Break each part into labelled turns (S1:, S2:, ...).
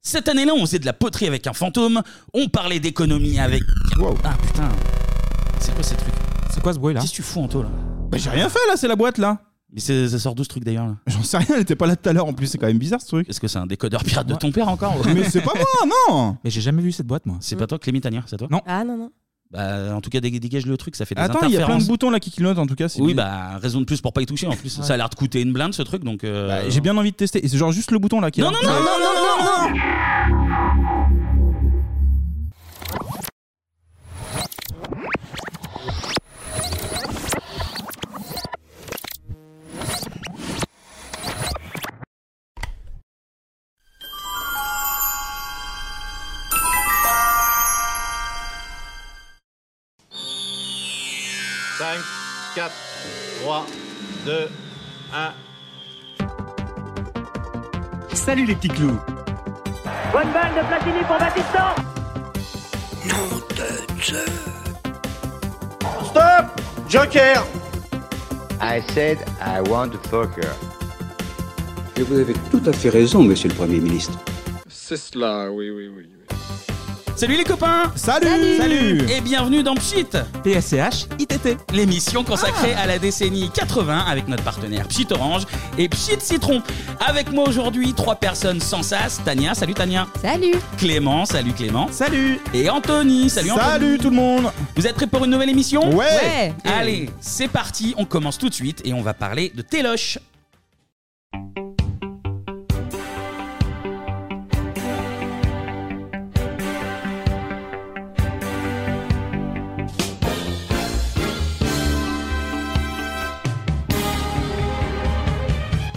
S1: Cette année-là, on faisait de la poterie avec un fantôme, on parlait d'économie avec. Ah putain, c'est quoi ces trucs
S2: C'est quoi ce bruit là
S1: Qu'est-ce que tu fous, Anto là
S2: Bah, j'ai rien fait là, c'est la boîte là.
S1: Mais c'est- ça sort d'où ce truc d'ailleurs là
S2: J'en sais rien, elle était pas là tout à l'heure en plus, c'est quand même bizarre ce truc.
S1: Est-ce que c'est un décodeur pirate de ton père encore ou-
S2: Mais c'est pas moi, non Mais j'ai jamais vu cette boîte moi.
S1: C'est pas toi, Clémy Tanière, c'est toi
S2: Non.
S3: Ah non, non.
S1: Bah, en tout cas, dé- dégage le truc, ça fait des
S2: Attends, il
S1: interférences.
S2: y a plein de boutons là qui clignotent en tout cas. c'est
S1: Oui,
S2: bizarre.
S1: bah, raison de plus pour pas y toucher en plus. Ça a l'air de coûter une blinde ce truc donc. euh,
S2: Bah, J'ai bien envie de tester. Et c'est genre juste le bouton là qui est
S1: Non,
S2: là.
S1: non, non, non, non, non, non, non
S4: Salut les petits clous
S5: Bonne balle de Platini pour Batista
S6: Stop Joker
S7: I said I want to fuck uh?" her.
S8: Et vous avez tout à fait raison, monsieur le Premier ministre.
S9: C'est cela, oui, oui, oui. oui.
S1: Salut les copains
S2: Salut
S1: Salut Et bienvenue dans Pchit
S2: PSCH ITT.
S1: L'émission consacrée
S2: Ah.
S1: à la décennie 80 avec notre partenaire Pchit Orange et Pchit Citron. Avec moi aujourd'hui, trois personnes sans sas. Tania, salut Tania.
S3: Salut
S1: Clément, salut Clément.
S2: Salut
S1: Et Anthony, salut Anthony.
S2: tout le monde
S1: Vous êtes prêts pour une nouvelle émission
S2: Ouais,
S3: Ouais
S1: Allez, c'est parti, on commence tout de suite et on va parler de Téloche.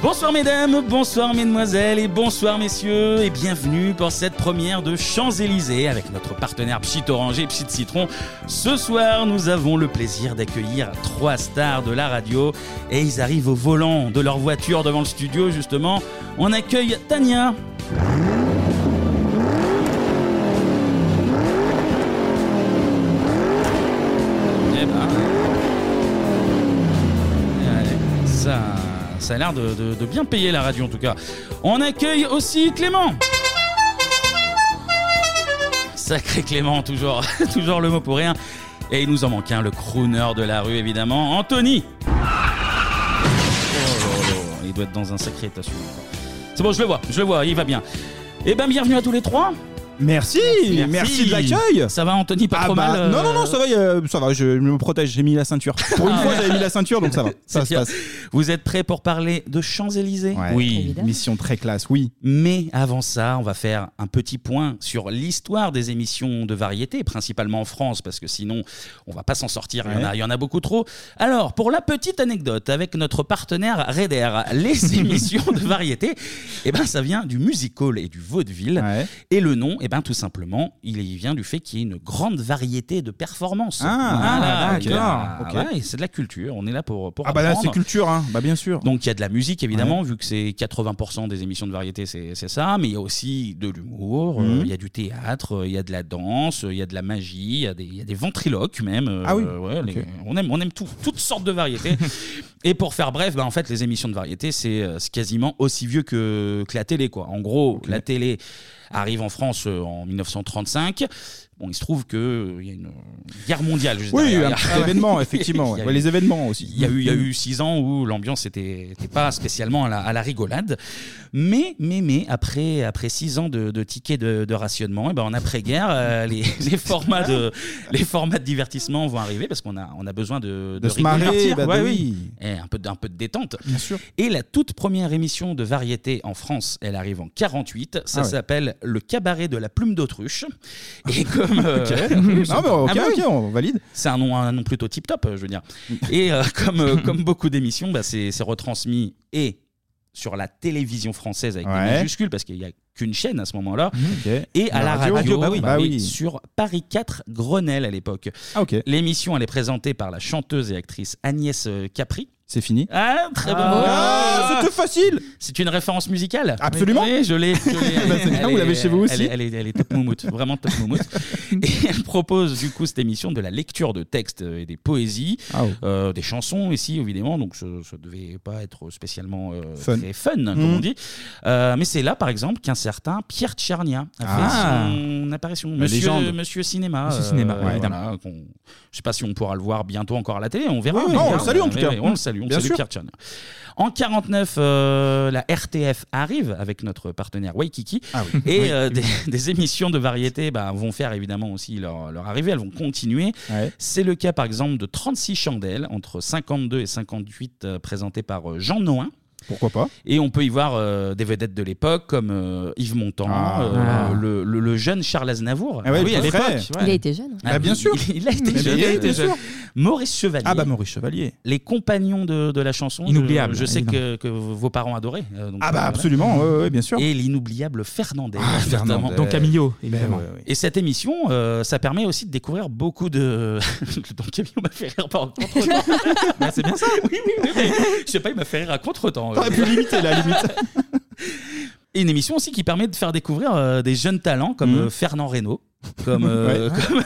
S1: Bonsoir mesdames, bonsoir mesdemoiselles et bonsoir messieurs et bienvenue pour cette première de Champs-Élysées avec notre partenaire Pchit Orange et Pchit Citron. Ce soir, nous avons le plaisir d'accueillir trois stars de la radio et ils arrivent au volant de leur voiture devant le studio justement. On accueille Tania. Eh ben. Ouais, Ça, ça a l'air de, de- de bien payer la radio en tout cas. On accueille aussi Clément. Sacré Clément, toujours, toujours le mot pour rien. Et il nous en manque un, le crooner de la rue évidemment, Anthony. Oh là là, il doit être dans un sacré état celui-là. C'est bon, je le vois, je le vois, il va bien. Eh ben, bienvenue à tous les trois.
S2: Merci Merci, de l'accueil
S1: Ça va, Anthony, pas
S2: Ah
S1: trop
S2: bah,
S1: mal. euh,
S2: Non, non, non, ça va, euh, ça va je me protège, j'ai mis la ceinture. Pour une
S1: Ah
S2: fois,
S1: ouais.
S2: j'avais mis la ceinture, donc ça va.
S1: c'est
S2: Ça se
S1: bien.
S2: passe.
S1: Vous êtes prêts pour parler de Champs-Élysées
S2: Ouais.
S1: Oui.
S3: Évidemment.
S2: Mission très classe, oui.
S1: Mais avant ça, on va faire un petit point sur l'histoire des émissions de variété, principalement en France, parce que sinon, on va pas s'en sortir. Il, y en a, il y en a beaucoup trop. Alors, pour la petite anecdote, avec notre partenaire Raider, les émissions de variété, eh ben, ça vient du musical et du vaudeville.
S2: Ouais.
S1: Et le nom, eh ben, tout simplement, il y vient du fait qu'il y ait une grande variété de performances.
S2: Ah,
S1: Voilà.
S2: d'accord,
S1: Ouais, et c'est de la culture. On est là pour, pour
S2: Ah bah là, c'est
S1: apprendre.
S2: culture, hein. Bah bien sûr.
S1: Donc il y a de la musique évidemment, vu que c'est 80% des émissions de variété, c'est c'est ça, mais il y a aussi de l'humour, euh, il
S2: Mhm.
S1: y a du théâtre, euh, il y a de la danse, euh, il y a de la magie, il y a des, il y a des ventriloques même. euh,
S2: Ah oui.
S1: ouais, les-
S2: Ok.
S1: On aime, on aime tout- toutes sortes de variétés. Et pour faire bref, bah, en fait les émissions de variété, c'est euh, c'est quasiment aussi vieux que, que la télé. Quoi. En gros, la télé arrive en France euh, en 1935. Bon, il se trouve qu'il y a une euh, guerre mondiale. juste
S2: Oui,
S1: derrière.
S2: un petit événement, effectivement. ouais.
S1: Il y a
S2: Ouais,
S1: eu-
S2: les événements aussi.
S1: il y a eu, il y a eu six ans où l'ambiance était, était pas spécialement à la, à la rigolade. Mais, mais, mais, après, après six ans de, de tickets de, de rationnement, et ben en après-guerre, euh, les, les formats de, les formats de divertissement vont arriver parce qu'on a, on a besoin de,
S2: de se
S1: rigoler,
S2: marrer,
S1: divertir.
S2: bah,
S1: Ouais,
S2: de-
S1: oui. Et un peu, de- un peu de détente.
S2: Bien sûr.
S1: Et la toute première émission de variété en France, elle arrive en 48. Ça
S2: Ah ouais.
S1: s'appelle Le cabaret de la plume d'autruche. Et comme. euh,
S2: Ah bah, ok,
S1: Ah bah oui.
S2: ok, on valide.
S1: c'est un nom, un nom plutôt tip-top, euh, je veux dire. Et euh, comme, euh, comme beaucoup d'émissions, bah, c'est c'est retransmis et sur la télévision française avec
S2: Ouais. Mm.
S1: des majuscules, parce qu'il n'y a qu'une chaîne à ce moment-là,
S2: Ok.
S1: et à la radio,
S2: bah oui.
S1: bah
S2: Bah
S1: oui,
S2: oui.
S1: sur Paris 4 Grenelle à l'époque.
S2: Ah ok.
S1: L'émission, elle est présentée par la chanteuse et actrice Agnès euh, Capri,
S2: C'est fini.
S1: Ah, très bon.
S2: Ah, C'était facile
S1: C'est une référence musicale.
S2: Absolument.
S1: Oui, je l'ai. je l'ai.
S2: Bah, c'est bien,
S1: Elle
S2: vous
S1: est-
S2: l'avez chez vous
S1: Elle
S2: aussi.
S1: est, elle est- elle est top moumoute, vraiment top moumoute. Et elle propose du coup cette émission de la lecture de textes et des poésies,
S2: Ah oui.
S1: euh, des chansons ici évidemment, donc ça ne devait pas être spécialement euh,
S2: Fun.
S1: très fun, comme
S2: Mm.
S1: on dit. Euh, mais c'est là par exemple qu'un certain Pierre Tchernia a fait
S2: Ah.
S1: son apparition.
S2: La
S1: Monsieur,
S2: légende.
S1: Monsieur Cinéma. euh,
S2: Monsieur Cinéma, ouais,
S1: voilà, qu'on- je ne sais pas si on pourra le voir bientôt encore à la télé, on verra.
S2: Oui, oui, on
S1: verra.
S2: le salue, en tout
S1: Oui,
S2: cas.
S1: oui, On le salue, on
S2: Bien
S1: salue
S2: sûr.
S1: Pierre Tchernia. En 49, euh, la RTF arrive avec notre partenaire Waikiki.
S2: Ah
S1: Et euh, des, des émissions de variété bah, vont faire évidemment aussi leur, leur arrivée, elles vont continuer.
S2: Ouais.
S1: C'est le cas par exemple de 36 chandelles entre 52 et 58 euh, présentées par euh, Jean Noin.
S2: Pourquoi pas
S1: Et on peut y voir euh, des vedettes de l'époque comme euh, Yves Montand,
S2: Ah.
S1: euh,
S2: Ah.
S1: le, le- le jeune Charles Aznavour.
S2: Ah ouais,
S1: à
S2: le frère.
S1: l'époque.
S3: Il a été jeune. hein.
S2: Bah, bien
S1: il-
S2: sûr.
S1: Il, il a été
S2: Mais
S1: jeune.
S2: bien sûr.
S1: Maurice Chevalier.
S2: Ah bah Maurice Chevalier.
S1: les compagnons de, de la chanson, je-
S2: Inoubliable,
S1: je, sais que, que vos parents adoraient. euh, donc,
S2: Ah bah
S1: voilà.
S2: absolument, ouais, ouais, bien sûr.
S1: Et l'inoubliable Fernandez.
S2: Fernandez.
S1: notamment.
S4: Ah, Donc Camillo, évidemment.
S2: ouais, ouais.
S1: Et cette émission, euh, ça permet aussi de découvrir beaucoup de. Donc Camille m'a fait rire par contre-temps. c'est bien ça. Oui, oui, oui, mais je sais pas, il m'a fait rire à contre-temps. euh.
S2: T'aurais pu limiter la limite.
S1: Et une émission aussi qui permet de faire découvrir euh, des jeunes talents comme
S2: Mhm.
S1: euh, Fernand Reynaud, comme, euh, comme,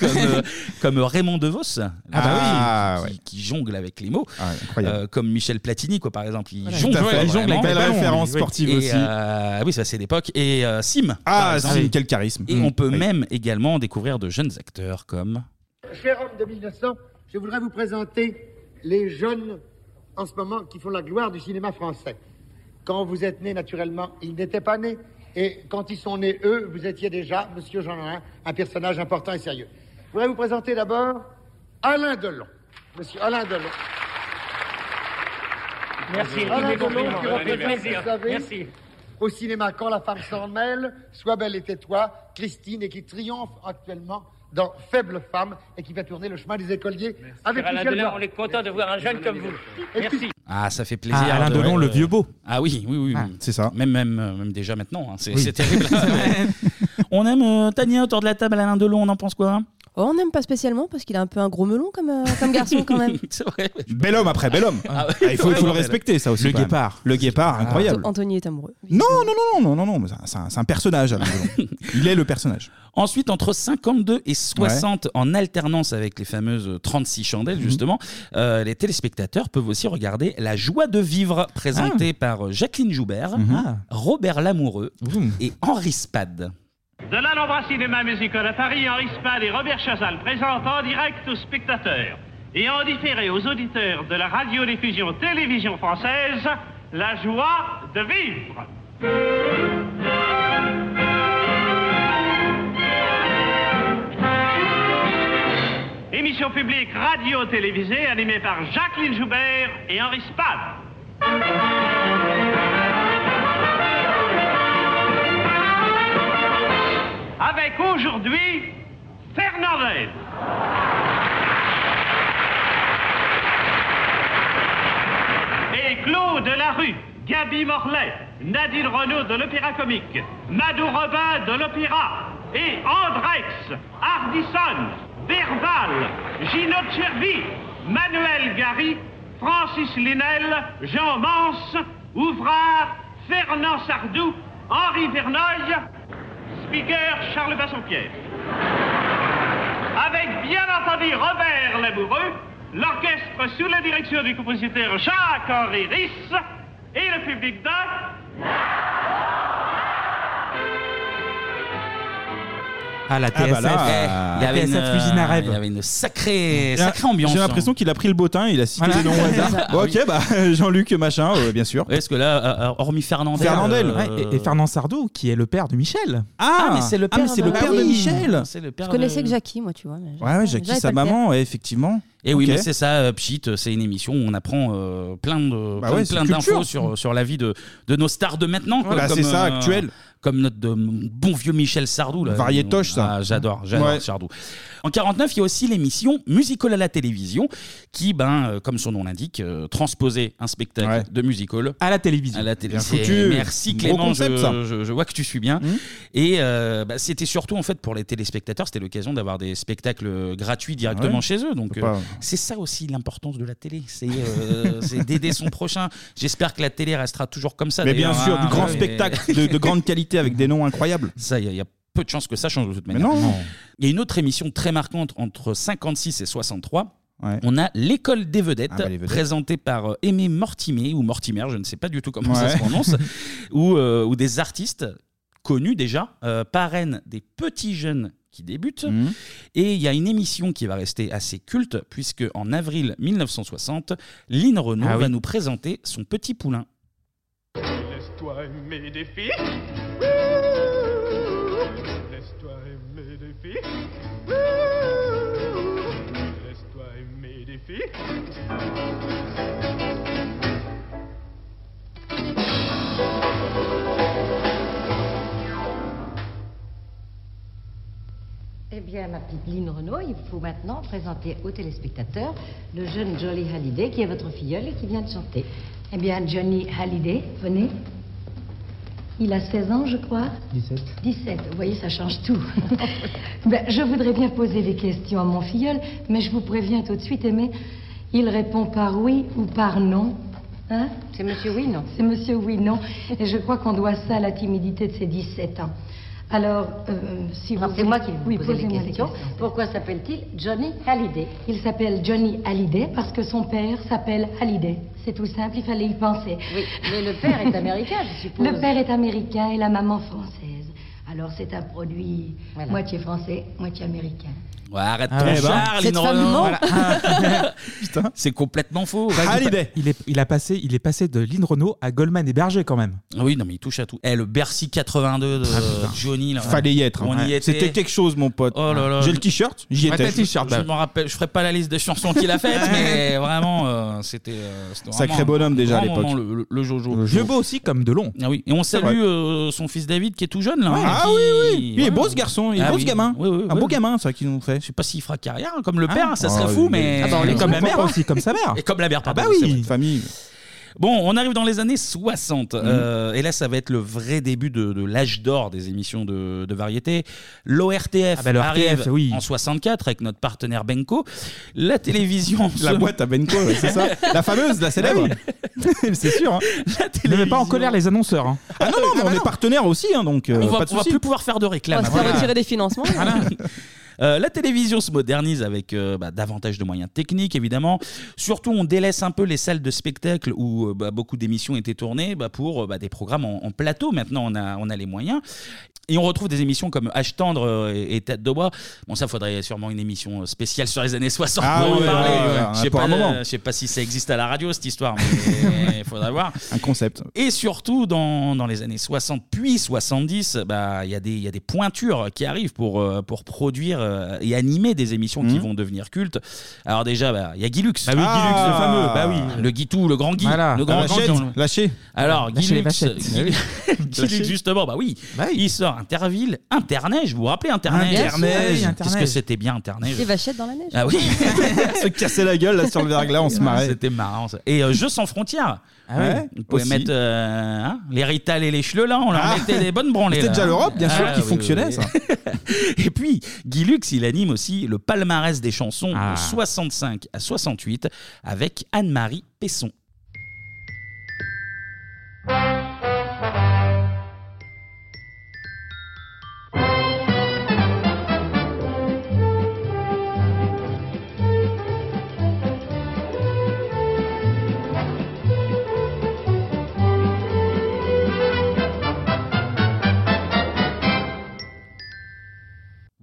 S1: comme, euh, comme Raymond DeVos,
S2: Ah
S1: qui,
S2: ouais.
S1: qui- qui jongle avec les mots,
S2: Ah, incroyable.
S1: euh, comme Michel Platini, quoi, par exemple. Il
S3: Voilà.
S1: jongle,
S2: Tout à fait,
S1: quoi,
S2: il jongle
S1: vraiment.
S2: avec les ballons, référence
S1: Oui, oui.
S2: sportive
S1: Et,
S2: aussi.
S1: euh, oui, ça c'est l'époque. Et euh, Sim. par
S2: Ah,
S1: exemple.
S2: si, quel charisme. Mm.
S1: Et on peut
S2: Oui.
S1: même également découvrir de jeunes acteurs comme.
S5: Cher homme de 1900, je voudrais vous présenter les jeunes en ce moment qui font la gloire du cinéma français. Quand vous êtes nés, naturellement, ils n'étaient pas nés. Et quand ils sont nés, eux, vous étiez déjà, monsieur Jean Laurent, un personnage important et sérieux. Je voudrais vous présenter d'abord Alain Delon. Monsieur Alain Delon. Merci. Alain Delon qui représente, vous savez, au cinéma Quand la femme s'en mêle, Sois belle et tais-toi, Christine, et qui triomphe actuellement dans Faible femme et qui va tourner le chemin des écoliers avec Michel Blanc.
S10: est content de voir un jeune comme vous.
S1: Ah, ça fait plaisir.
S4: Ah, Alain
S1: de-
S4: Delon,
S1: ouais,
S4: le
S1: de-
S4: vieux beau.
S1: Ah oui, oui, oui. oui.
S2: C'est ça.
S1: Même, même, euh, même déjà maintenant, hein, c'est c'est terrible. on aime euh, Tania autour de la table, Alain Delon, on en pense quoi hein
S3: Oh, on n'aime pas spécialement parce qu'il a un peu un gros melon comme, euh, comme garçon quand même.
S1: C'est vrai.
S2: Bel homme après, bel homme.
S1: Ah ouais.
S2: Ah, il faut, il faut
S1: Ouais,
S2: le
S1: ouais,
S2: respecter, ça aussi.
S4: Le
S2: quand même.
S4: guépard.
S2: Le guépard, incroyable.
S3: Ah, Anthony est amoureux.
S2: Non, non, non, non, non, non, non, mais c'est un- c'est un personnage. Alain Delon. il est le personnage.
S1: Ensuite, entre 52 et 60, en alternance avec les fameuses 36 chandelles,
S4: Mhm.
S1: justement, euh, les téléspectateurs peuvent aussi regarder La joie de vivre, présentée par euh, Jacqueline Joubert,
S4: Ah.
S1: Robert Lamoureux
S4: Boum.
S1: et Henri Spade.
S10: De l'Alhambra Cinéma Musical à Paris, Henri Spade et Robert Chazal présentent en direct aux spectateurs et en différé aux auditeurs de la radiodiffusion télévision française la joie de vivre. Émission publique radio-télévisée animée par Jacqueline Joubert et Henri Spade. avec aujourd'hui Fernandez. Et Claude Larue, Gabi Morlaix, Nadine Renaud de l'Opéra Comique, Madou Robin de l'Opéra, et Andrex, Hardisson, Verbal, Gino Chervi, Manuel Gary, Francis Linel, Jean Mance, Ouvrard, Fernand Sardou, Henri Verneuil, Speaker Charles Bassompierre. Avec bien entendu Robert Laboureux, l'orchestre sous la direction du compositeur Jacques-Henri Riss et le public de
S4: Ah, la
S2: Ah, bah
S4: TSF.
S2: là,
S1: Eh, il y avait
S4: TSF
S1: une,
S4: L'usine à rêve.
S1: il y avait une sacrée,
S2: J'ai-
S1: sacrée ambiance.
S2: J'ai l'impression
S1: hein. Ah
S2: qu'il a pris le bottin, il a cité
S4: Voilà.
S2: les noms au hasard. Bon, ok, bah Jean-Luc machin, euh, bien sûr.
S1: Est-ce que là, euh, hormis Fernandel.
S2: Ah, Fernandel,
S1: euh,
S4: Ouais, et, et Fernand Sardou, qui est le père de Michel.
S1: Ah, mais c'est le père,
S2: mais c'est le
S3: de-
S2: père
S3: Ah
S2: de
S3: oui.
S2: Michel.
S1: C'est le père
S3: Je connaissais
S1: de-
S3: que Jackie, moi, tu vois. mais
S2: Ouais, ouais,
S3: j'avais
S2: Jackie,
S3: pas
S2: sa
S3: le père.
S2: maman, ouais, effectivement.
S1: Et oui,
S2: Ok.
S1: mais c'est ça, euh, Pchit, euh, c'est une émission où on apprend euh, plein de
S2: Bah
S1: plein,
S2: ouais,
S1: plein
S2: c'est
S1: d'infos
S2: culture.
S1: sur, sur la vie de, de nos stars de maintenant. quoi,
S2: Bah,
S1: comme,
S2: c'est ça,
S1: euh,
S2: actuel.
S1: comme notre de- mon bon vieux Michel Sardou. là.
S2: Variétoche, ça.
S1: Ah, j'adore, j'adore
S2: Ouais.
S1: Sardou. En 49, il y a aussi l'émission Musical à la télévision, qui, ben, euh, comme son nom l'indique, euh, transposait un spectacle de musical
S4: à la télévision.
S1: À la télévision.
S2: Bien foutu.
S1: Merci
S2: Gros
S1: Clément,
S2: concept,
S1: je,
S2: ça.
S1: je- je vois que tu suis bien.
S2: Mmh.
S1: Et euh, bah, c'était surtout en fait pour les téléspectateurs, c'était l'occasion d'avoir des spectacles euh, gratuits directement
S2: Ah Ouais.
S1: chez eux. Donc
S2: Faut
S1: euh,
S2: pas-
S1: c'est ça aussi l'importance de la télé, c'est euh, c'est d'aider son prochain. J'espère que la télé restera toujours comme ça.
S2: Mais bien
S1: d'ailleurs,
S2: sûr,
S1: hein,
S2: du grand
S1: mais-
S2: spectacle de, de grande qualité avec des noms incroyables.
S1: Ça, il y, a peu de chances que ça change de toute
S2: Mais
S1: manière.
S2: non, non.
S1: Il y a une autre émission très marquante entre 56 et 63. On a l'école des vedettes,
S2: Ah bah, les vedettes.
S1: présentée par euh, Aimé Mortimer ou Mortimer, je ne sais pas du tout comment ça
S2: Ouais.
S1: se prononce, où, euh, où des artistes connus déjà euh, parrainent des petits jeunes qui débutent.
S2: Mhm.
S1: Et il y a une émission qui va rester assez culte, puisque en avril 1960, Lynn Renault
S11: Ah oui.
S1: va nous présenter son petit poulain.
S11: Laisse-toi aimer des filles. Laisse-toi aimer des filles. Laisse-toi aimer des filles.
S12: Eh bien, ma petite Lynn Renault, il faut maintenant présenter aux téléspectateurs le jeune Johnny Hallyday qui est votre filleul et qui vient de chanter. Eh bien, Johnny Hallyday, venez. Il a 16 ans, je crois.
S13: 17.
S12: 17, vous voyez, ça change tout. Ben, je voudrais bien poser des questions à mon filleul, mais je vous préviens tout de suite, Aimé, il répond par oui ou par non. Hein C'est monsieur oui, non C'est monsieur oui, non. Et je crois qu'on doit ça à la timidité de ses 17 ans. Alors, euh, si vous... C'est moi qui vous oui, poser les posez-moi des questions. Pourquoi s'appelle-t-il Johnny Hallyday Il s'appelle Johnny Hallyday parce que son père s'appelle Hallyday. C'est tout simple, il fallait y penser.
S14: Oui, mais le père est américain, je suppose.
S12: Le père est américain et la maman française. Alors c'est un produit moitié français, moitié américain.
S1: Ouais, arrête
S4: Ah
S1: ton
S4: ouais, bah.
S1: char,
S12: Cette
S1: Lynn
S12: femme
S1: Renault.
S12: ment.
S1: hein. C'est complètement faux.
S2: Bah,
S4: il, est, il, a passé, il est passé de Lynn Renault à Goldman et Berger quand même.
S1: Ah Oui, non, mais il touche à tout. Eh, le Bercy 82 de Johnny, là.
S2: Ah, Fallait y être. hein.
S1: On y
S2: Ouais.
S1: était.
S2: C'était quelque chose, mon pote.
S1: Oh là là.
S2: J'ai le t-shirt, j'y
S1: Ouais,
S2: étais.
S1: t'as le t-shirt, bah. Je m'en rappelle, je ferai pas la liste des chansons qu'il a faites, mais vraiment, euh, c'était. euh, c'était
S2: Sacré
S1: vraiment un
S2: bonhomme, déjà, à
S1: grand
S2: l'époque.
S1: moment, Le, le- le Jojo.
S4: Vieux beau aussi comme Delon.
S1: Ah oui, et on
S4: C'est
S1: salue
S4: vrai.
S1: euh, son fils David qui est tout jeune là. hein,
S2: Ah
S1: qui-
S2: oui, oui. Il
S1: Ouais.
S2: est beau ce garçon, il est
S1: Ah
S2: beau
S1: oui.
S2: ce gamin.
S1: Oui, oui,
S2: Un
S1: oui.
S2: beau gamin, ça qui nous fait. Je
S1: sais pas s'il fera carrière hein, comme le père, ça
S2: Ah,
S1: serait
S2: oui,
S1: fou,
S2: oui.
S1: mais.
S2: Ah bah, on les
S1: comme la
S2: comprend
S1: mère hein.
S2: pas. aussi, comme sa mère.
S1: Et comme la mère, pardon.
S2: Ah bah oui,
S1: c'est vrai.
S2: famille. Mhm.
S1: Bon, on arrive dans les années 60. euh, et là, ça va être le vrai début de, de l'âge d'or des émissions de, de variété. L'ORTF
S4: Ah bah, l'ORTF,
S1: arrive
S4: oui.
S1: en 64 avec notre partenaire Benko. La télévision.
S2: La
S1: se- Bah
S2: boîte à Benko, ouais, c'est ça. La fameuse, la célèbre. C'est sûr. Hein.
S4: Ne mets pas en colère les annonceurs. hein.
S2: Ah non, non, mais on est partenaire aussi, hein, donc euh,
S1: on va,
S2: pas de
S1: on va
S2: souci.
S1: plus pouvoir faire de
S3: On
S2: Ah,
S1: réclame. hein.
S3: va se faire
S1: Voilà.
S3: retirer des financements.
S1: Euh, la télévision se modernise avec euh, bah, davantage de moyens techniques, évidemment. Surtout, on délaisse un peu les salles de spectacle où euh, bah, beaucoup d'émissions étaient tournées bah, pour euh, bah, des programmes en, en plateau. Maintenant, on a, on a les moyens. Et on retrouve des émissions comme H Tendre euh, et, et Tête de Bois. Bon, ça, faudrait sûrement une émission euh, spéciale sur les années 60
S2: Ah
S1: pour en
S2: ouais,
S1: parler.
S2: ouais, ouais,
S1: Je sais
S2: pour
S1: pas,
S2: un moment.
S1: euh, je sais pas si ça existe à la radio, cette histoire, mais il faudra voir.
S2: Un concept.
S1: Et surtout, dans, dans les années 60 puis 70, bah, il y, a des- il y a des pointures qui arrivent pour, euh, pour produire euh, et animer des émissions qui
S4: Mhm.
S1: vont devenir cultes. Alors déjà, bah, il y a Guy Lux. Ah,
S4: Bah oui, Guy Lux, le fameux, bah
S1: Le Guitou, le grand Guy.
S4: Voilà.
S1: Le grand
S4: La vachette,
S2: lâché.
S1: Alors, Oh,
S4: Lâchez
S1: Guy
S4: les
S1: Lux,
S4: vachettes.
S2: Bah
S1: Guy- Guy
S4: Lâchez.
S1: Lux, justement, bah oui, il sort Interville, Interneige, vous vous rappelez Interneige
S4: Ah
S3: Bien sûr, oui,
S1: Qu'est-ce que
S3: Interneige.
S1: c'était bien Interneige
S3: Des vachettes dans la neige.
S1: ah oui
S2: Se casser la gueule là sur le verglas, on se marrait.
S1: C'était marrant. ça. Et euh, Jeux sans frontières.
S2: Ah ouais,
S1: Vous pouvez
S2: aussi.
S1: mettre euh, hein, les Rital et les Cheleux là, on leur
S2: Ah.
S1: mettait des bonnes branlées.
S2: C'était
S1: là. Ah
S2: déjà l'Europe, bien sûr, qui
S1: oui,
S2: fonctionnait,
S1: oui, oui. et puis, Guy Lux, il anime aussi le palmarès des chansons
S2: Ah.
S1: de 65 à 68 avec Anne-Marie Pesson.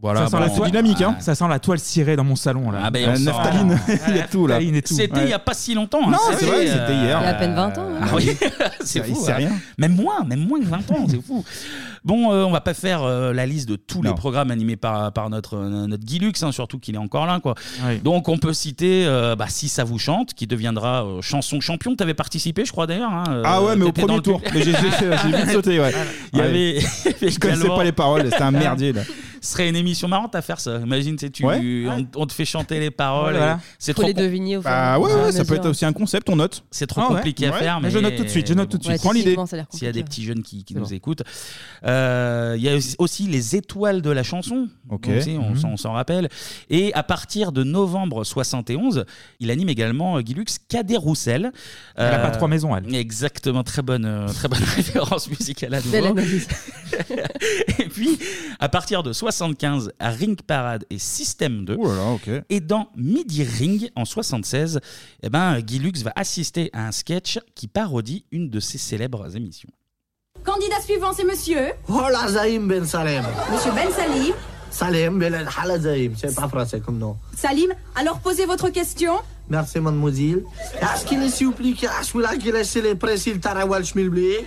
S1: Voilà,
S4: ça sent
S1: bon,
S4: la
S1: c'est
S4: toile
S1: dynamique, hein.
S4: Ça sent la toile cirée dans mon salon là.
S1: Ah ben, on
S4: La
S1: sent-
S4: naphtaline.
S1: Ah,
S4: il y a tout là.
S1: naphtaline et tout. C'était il y a pas si longtemps, hein.
S4: Non, c'est
S1: C'était,
S4: vrai,
S1: euh,
S4: c'était hier.
S1: Il y a à peine
S3: 20 ans.
S1: Ah oui, c'est fou. hein. Même moins, même moins que 20 ans, c'est fou. Bon, euh, on va pas faire euh, la liste de tous les programmes animés par, par notre, euh, notre Guy Lux, hein, surtout qu'il est encore là. Quoi. Donc on peut citer euh, bah, Si ça vous chante, qui deviendra euh, chanson champion. Tu avais participé, je crois d'ailleurs. hein, euh,
S2: Ah ouais, mais au
S1: t'étais
S2: premier
S1: dans le
S2: tour.
S1: public.
S2: Mais j'ai- j'ai- j'ai vite sauté, ouais.
S1: Il y
S2: Ouais.
S1: avait.
S2: Je connaissais pas les paroles, c'était un merdier, là.
S1: Ce serait une émission marrante à faire ça. Imagine, tu, sais, tu-
S2: Ouais.
S1: on, on te fait chanter les paroles.
S2: Voilà.
S1: et C'est
S3: Faut
S1: trop
S3: les
S1: con-
S3: deviner au fur et à
S2: Bah ouais,
S3: mesure.
S2: ouais, ça peut être aussi un concept, on note.
S1: C'est trop compliqué à faire, mais
S2: Ah je note tout de suite, je note tout de
S1: mais
S2: suite.
S1: bon.
S2: Prends l'idée.
S1: S'il y a des petits jeunes qui, qui
S2: C'est
S1: nous
S2: bon.
S1: écoutent, Euh, il y a aussi- aussi les étoiles de la chanson.
S2: Ok.
S1: Donc, tu sais, on
S2: Mhm.
S1: s'en- on s'en rappelle. Et à partir de novembre 71, il anime également euh, Guy Lux Cadet Roussel. Euh,
S4: Elle a pas trois maisons,
S1: elle. Exactement, très bonne, euh, très bonne référence musicale à
S3: Belle
S1: nouveau.
S3: analyse.
S1: et puis, à partir de 75, à Ring Parade et System 2. Et dans Midi Ring, en 76, eh ben, Guy Lux va assister à un sketch qui parodie une de ses célèbres émissions.
S15: Candidat suivant, c'est monsieur.
S8: Hola Zaim Ben Salem.
S15: Monsieur Ben Salim.
S8: Salem Ben Hala Zaim, c'est pas français comme nom.
S15: Salim, alors posez votre question.
S8: Merci mademoiselle. Est-ce qu'il est supplié que je suis là qu'il est sur les principes Tarawal Schmilblé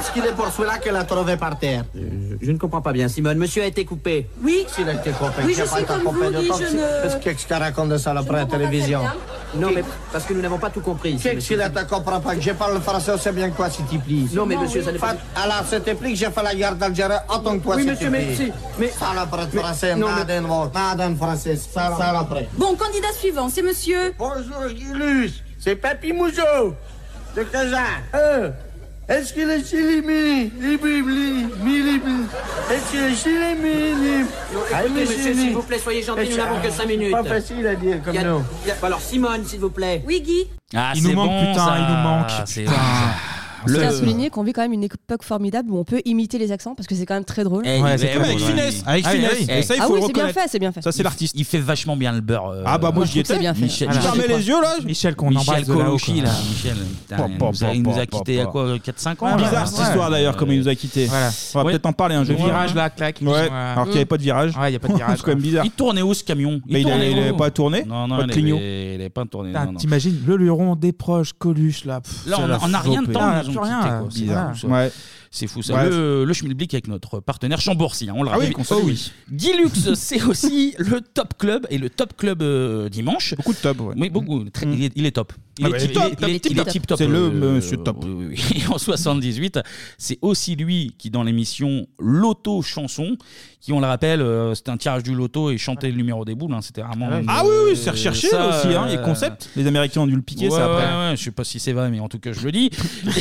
S8: Est-ce qu'il est pour celui-là qu'elle a trouvé par terre
S16: Je ne comprends pas bien, Simone. Monsieur a été coupé.
S8: Oui. S'il a été coupé,
S16: Oui,
S8: j'ai
S16: je
S8: pas
S16: suis
S8: été
S16: comme
S8: coupé
S16: vous,
S8: de
S16: Guy,
S8: temps.
S16: je
S8: C'est-
S16: ne-
S8: Qu'est-ce qu'est-ce qu'elle raconte de ça à la presse télévision
S16: Non, mais parce que nous n'avons pas tout compris. ici,
S8: Qu'est-ce
S16: monsieur.
S8: qu'il a te comprend pas que je parle français, c'est bien quoi, s'il te plaît
S16: Non, mais monsieur, ça n'est pas-
S8: Fait- Alors, s'il te plaît, que j'ai fait la guerre d'Algérie, autant que toi,
S16: Oui,
S8: s'il
S16: monsieur,
S8: te
S16: mais
S8: plaît.
S16: si-
S8: mais... Saloperie de
S16: mais-
S8: français,
S16: non,
S8: nada de vol, nada de français, sal- saloperie.
S15: Bon, candidat suivant, c'est monsieur.
S8: Bonjour, Gilus, c'est Papy Mouzo, de Kazan. Euh, est-ce qu'il est chili mili, libi, bli, mili, bli Est-ce qu'il est chili Ah, mili, libi
S16: Écoutez, monsieur, s'il vous plaît, soyez gentil, nous n'avons que 5 minutes.
S8: Pas facile à dire comme
S16: Il y a-
S8: nous.
S16: il y a- Alors, Simone, s'il vous plaît.
S15: Oui, Guy.
S1: Ah,
S4: Il nous
S1: c'est
S4: manque,
S1: bon,
S4: putain,
S1: ça.
S4: il nous manque,
S1: C'est
S4: putain.
S1: bon, ça.
S2: Ah,
S3: Je tiens à souligner qu'on vit quand même une époque formidable où on peut imiter les accents parce que c'est quand même très drôle.
S1: Eh, il- eh,
S2: très
S1: oui,
S2: drôle,
S1: oui.
S2: finesse, avec
S1: Ah oui,
S2: finesse.
S1: oui.
S2: Et ça, il
S3: Ah
S2: faut
S3: oui,
S2: le
S3: c'est bien
S2: reconnaît.
S3: fait, c'est bien fait.
S2: Ça, c'est
S1: Il-
S2: l'artiste.
S1: Il fait vachement bien le beurre. euh,
S2: Ah bah, moi, j'y
S1: je trouve
S2: étais.
S1: que c'est bien fait.
S2: Michel-
S1: Voilà.
S2: je fermais les yeux, là.
S1: Michel
S4: qu'on embrasse de là-haut,
S1: Colucci,
S4: quoi.
S1: là, Michel. Putain,
S4: Pa,
S1: il
S4: pa,
S1: nous a-
S4: pa,
S1: il nous
S4: pa,
S1: a
S4: pa,
S1: quitté à
S4: pa.
S1: quoi 4-5 ans
S2: Ah, Bizarre
S1: là. Euh,
S2: cette histoire d'ailleurs, comment il nous a quittés. On va peut-être en parler un jour.
S4: Le virage, là, claque.
S2: Ouais,
S4: Ouais.
S3: Mm.
S2: alors qu'il n'y avait pas de virage.
S4: Ouais, il y a pas de virage,
S2: C'est quand même bizarre.
S1: Il tournait où ce camion
S2: Mais il
S1: tournait
S2: a- il
S1: où
S2: avait pas tourné
S1: Non, non,
S2: Pas de
S1: il avait-
S2: clignot
S1: il avait pas tourné.
S4: Putain,
S1: non, non.
S4: T'imagines le Luron, des proches, Coluche là. pff,
S1: Là,
S4: ça
S1: on
S4: l'a
S1: a- on n'a rien de
S4: flopé.
S1: temps.
S4: Ah,
S1: ils
S4: plus
S1: nous ont quittés,
S4: rien.
S1: quoi. C'est
S4: bizarre.
S1: fou, ça. C'est fou ça.
S4: Ouais.
S1: Le, le schmilblick avec notre partenaire Chambourcy, hein, on l'a
S4: Ah oui,
S1: rappelé.
S4: qu'on salue.
S1: Oh Guy Lux, c'est aussi le top club et le top club euh, dimanche. Beaucoup
S2: de top, Mm.
S1: Oui, beaucoup. Très- il, est, il est top.
S2: Ah bah, il
S1: tip-
S2: est
S1: il est-
S2: top,
S1: il est
S2: tip-top.
S1: tip top.
S2: C'est le
S1: euh,
S2: monsieur top.
S1: oui, oui, oui. Et en 78, c'est aussi lui qui, dans l'émission Loto Chanson, qui, on le rappelle, euh, c'était un tirage du loto et chanter le numéro des boules. hein, c'était rarement.
S2: Ah oui, oui, c'est
S1: Euh,
S2: recherché
S1: ça,
S2: là, aussi, hein, les
S1: euh,
S2: concepts. Les Américains ont dû le piquer,
S1: ouais,
S2: ça après.
S1: ouais, ouais, je sais pas si c'est vrai, mais en tout cas, je le dis.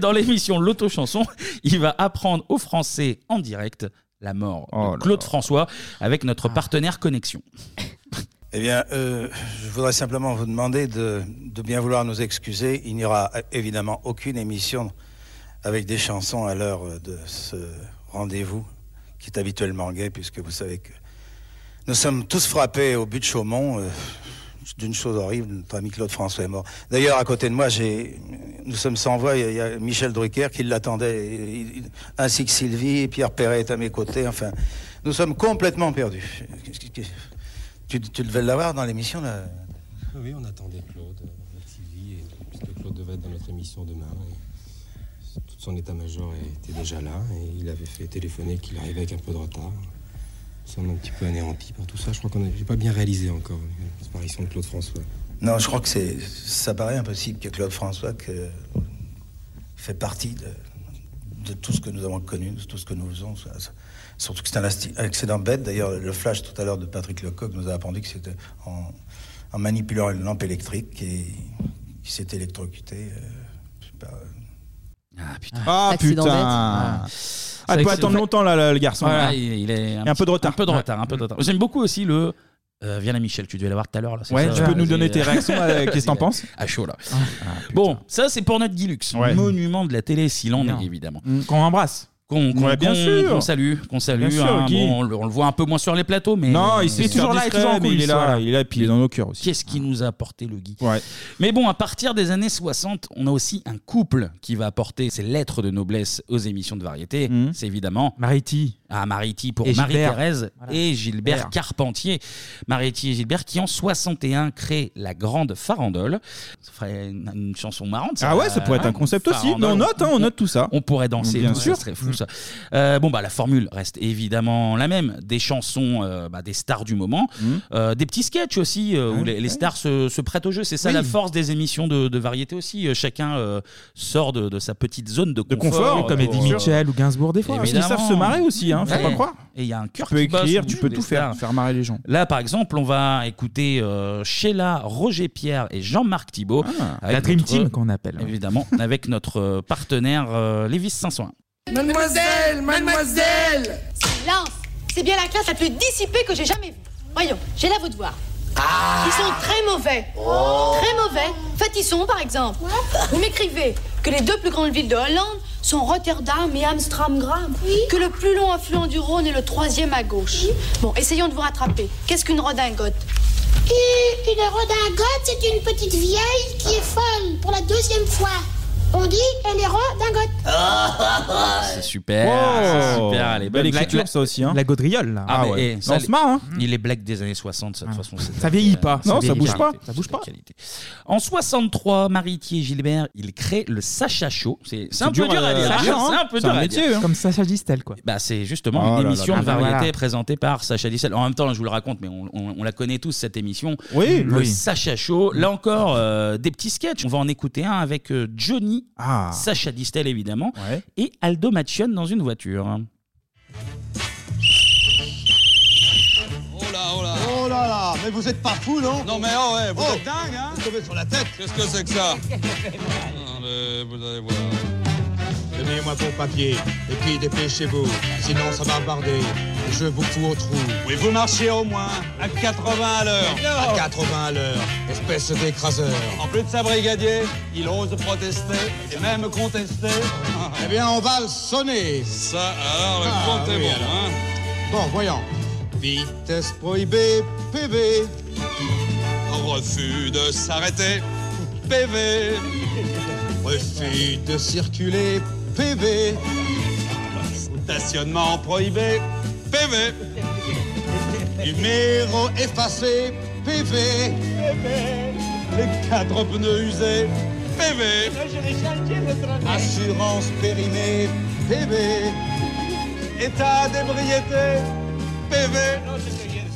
S1: Dans l'émission L'Auto Chanson, il va apprendre aux Français en direct la mort
S2: Oh
S1: de Claude François avec
S2: Ah.
S1: notre partenaire Connexion.
S17: Eh bien, euh, je voudrais simplement vous demander de, de bien vouloir nous excuser. Il n'y aura euh, évidemment aucune émission avec des chansons à l'heure euh, de ce rendez-vous qui est habituellement gay, puisque vous savez que nous sommes tous frappés au but de Chaumont euh, d'une chose horrible. Notre ami Claude François est mort. D'ailleurs, à côté de moi, j'ai, nous sommes sans voix. Il y a- il y a Michel Drucker qui l'attendait, il- il- ainsi que Sylvie. Pierre Perret est à mes côtés. Enfin, nous sommes complètement perdus. Qu'est-ce qui- qu'est- tu, tu devais l'avoir dans l'émission, là.
S18: Oui, on attendait Claude, euh, avec Sylvie, et, puisque Claude devait être dans notre émission demain. et tout son état-major était déjà là et il avait fait téléphoner qu'il arrivait avec un peu de retard. Nous sommes un petit peu anéantis par tout ça. Je crois qu'on n'avait pas bien réalisé encore euh, la disparition de Claude François.
S17: Non, je crois que c'est, ça paraît impossible que Claude François que, fait partie de, de tout ce que nous avons connu, de tout ce que nous faisons. Ça- ça- Surtout que c'est un asti- un accident bête. D'ailleurs, le flash tout à l'heure de Patrick Lecoq nous a appris que c'était en, en manipulant une lampe électrique et il s'est électrocuté. euh, je sais pas, euh,
S2: Ah
S1: Accident bête.
S2: putain
S1: Ouais.
S2: Ah, il
S1: C'est
S2: peut
S1: vrai que
S2: attendre
S1: c'est-
S2: longtemps là, là, le garçon.
S1: Voilà,
S2: là.
S1: il, il est
S2: y a un peu de retard.
S1: Un peu de
S2: Ouais.
S1: retard, un peu de retard. J'aime beaucoup aussi le. euh, viens là, Michel, tu devais l'avoir tout à l'heure. là, c'est
S2: Ouais,
S1: ça,
S2: tu peux
S1: vas-y.
S2: nous donner tes réactions, euh, qu'est-ce que t'en
S1: Vas-y,
S2: penses
S1: À chaud, là. bon, ça, c'est pour notre Guy Lux. Monument de la télé, s'il en est, évidemment.
S4: Mm, Qu'on embrasse.
S1: Qu'on qu'on-
S4: Ouais, bien
S1: qu'on-
S4: sûr.
S1: qu'on salue, qu'on salue.
S4: Bien sûr,
S1: hein.
S4: Guy.
S1: Bon, on, le, on le voit un peu moins sur les plateaux, mais
S2: Non, il
S1: mais
S2: s'est toujours là, il est toujours en
S1: mais
S2: couille,
S1: il est là.
S2: il est là, et puis il est dans nos cœurs aussi.
S1: Qu'est-ce qui nous a apporté le Guy Mais bon, à partir des années 60, on a aussi
S2: Mmh.
S1: un couple qui va apporter ses lettres de noblesse aux émissions de variété. C'est évidemment
S4: Mariti.
S1: à Mariti pour
S4: Et Gilbert.
S1: Marie-Thérèse et Gilbert
S4: Voilà.
S1: Carpentier. Mariti et Gilbert qui en 61 créent la grande farandole. Ça ferait une, une chanson marrante.
S2: Ah ouais, ça pourrait être un concept aussi. Mais on note, hein, on note tout ça.
S1: On pourrait danser,
S2: Bien
S1: tout ça,
S2: sûr.
S1: ça serait fou ça. Euh, bon bah la formule reste évidemment la même. Des chansons, euh, bah, des stars du moment,
S2: Mm.
S1: Euh, des petits sketchs aussi
S2: Ah
S1: euh, où les, les stars se, se prêtent au jeu. C'est ça
S2: Oui.
S1: la force des émissions de, de variété aussi. Euh, Chacun euh, sort de, de sa petite zone de confort,
S4: confort, comme
S1: pour-
S4: Eddie Mitchell ou Gainsbourg des fois.
S1: Évidemment.
S4: Parce qu'ils savent hein,
S1: Ouais. Et il y a un cœur
S2: Tu peux
S1: qui bosse
S2: écrire,
S1: au
S2: tu
S1: bout
S2: peux
S1: des
S2: tout faire,
S1: stars.
S2: faire marrer les gens.
S1: Là, par exemple, on va écouter euh, Sheila, Roger Pierre et Jean-Marc Thibault.
S2: Ah.
S1: avec
S4: la Dream
S1: notre-
S4: Team qu'on appelle.
S1: Évidemment, avec notre euh, partenaire euh, Lévis 501.
S15: Mademoiselle, mademoiselle Silence C'est bien la classe la plus dissipée que j'ai jamais vue. Voyons, j'ai là vos devoirs.
S16: Ah.
S15: Ils sont très mauvais. Très mauvais. Fatisson, par exemple. Vous m'écrivez que les deux plus grandes villes de Hollande sont Rotterdam et Amsterdam. Que le plus long affluent du Rhône est le troisième à gauche. Bon, essayons de vous rattraper. Qu'est-ce qu'une redingote
S19: Une redingote, c'est une petite vieille qui est folle pour la deuxième fois. On dit, elle est redingote.
S1: Ah, C'est super, c'est
S4: Wow.
S1: super. Elle est
S4: Belle
S1: bonne.
S4: écriture, ça aussi, hein. La gaudriole, là.
S1: Ah,
S4: Ah
S1: mais,
S4: ouais.
S1: eh,
S4: Mais
S1: ça,
S4: on
S1: les-
S4: se marre, hein.
S1: Il est black des années 60, ça, de toute façon. c'est-
S4: Ça vieillit pas.
S1: ça
S4: Non, ça
S1: vieillit
S4: bouge pas.
S1: Ça bouge pas. En 63, Maritier et Gilbert, ils créent le Sacha Show. C'est c'est un, peu dur à dire.
S4: C'est
S1: hein.
S4: dur, hein.
S1: C'est un peu dur à dire.
S4: Comme Sacha Distel, quoi.
S1: Bah, c'est justement
S4: Oh là
S1: une
S4: là
S1: émission
S4: là.
S1: de
S4: Ah, bah,
S1: variété
S4: voilà.
S1: présentée par Sacha Distel. En même temps, je vous le raconte, mais on, on- on la connaît tous cette émission.
S4: Oui,
S1: le
S4: oui.
S1: Sacha Show. Là encore, euh, des petits sketchs. On va en écouter un avec euh, Johnny, Sacha Distel évidemment, et Aldo Machion dans une voiture.
S16: Oh là, oh là Oh là là Mais vous êtes pas fou, non Non mais oh ouais, vous êtes dingue, hein Vous tombez sur la tête Qu'est-ce que c'est que ça Allez, vous allez voir. Donnez-moi vos papiers, et puis dépêchez-vous, sinon ça va barder. Je vous fous au trou. Oui, vous marchez au moins à 80 à l'heure. À 80 à l'heure, espèce d'écraseur. En plus de ça, brigadier, il ose protester et même contester. eh bien, on va le sonner. Ça, alors,
S20: le compte est bon,
S16: hein Bon, voyons. Vitesse prohibée, PV. Refus de s'arrêter, PV. Refus de circuler, PV. Stationnement prohibé, PV. Numéro effacé, PV. Les quatre pneus usés, PV. Assurance périmée, PV. État d'ébriété, PV.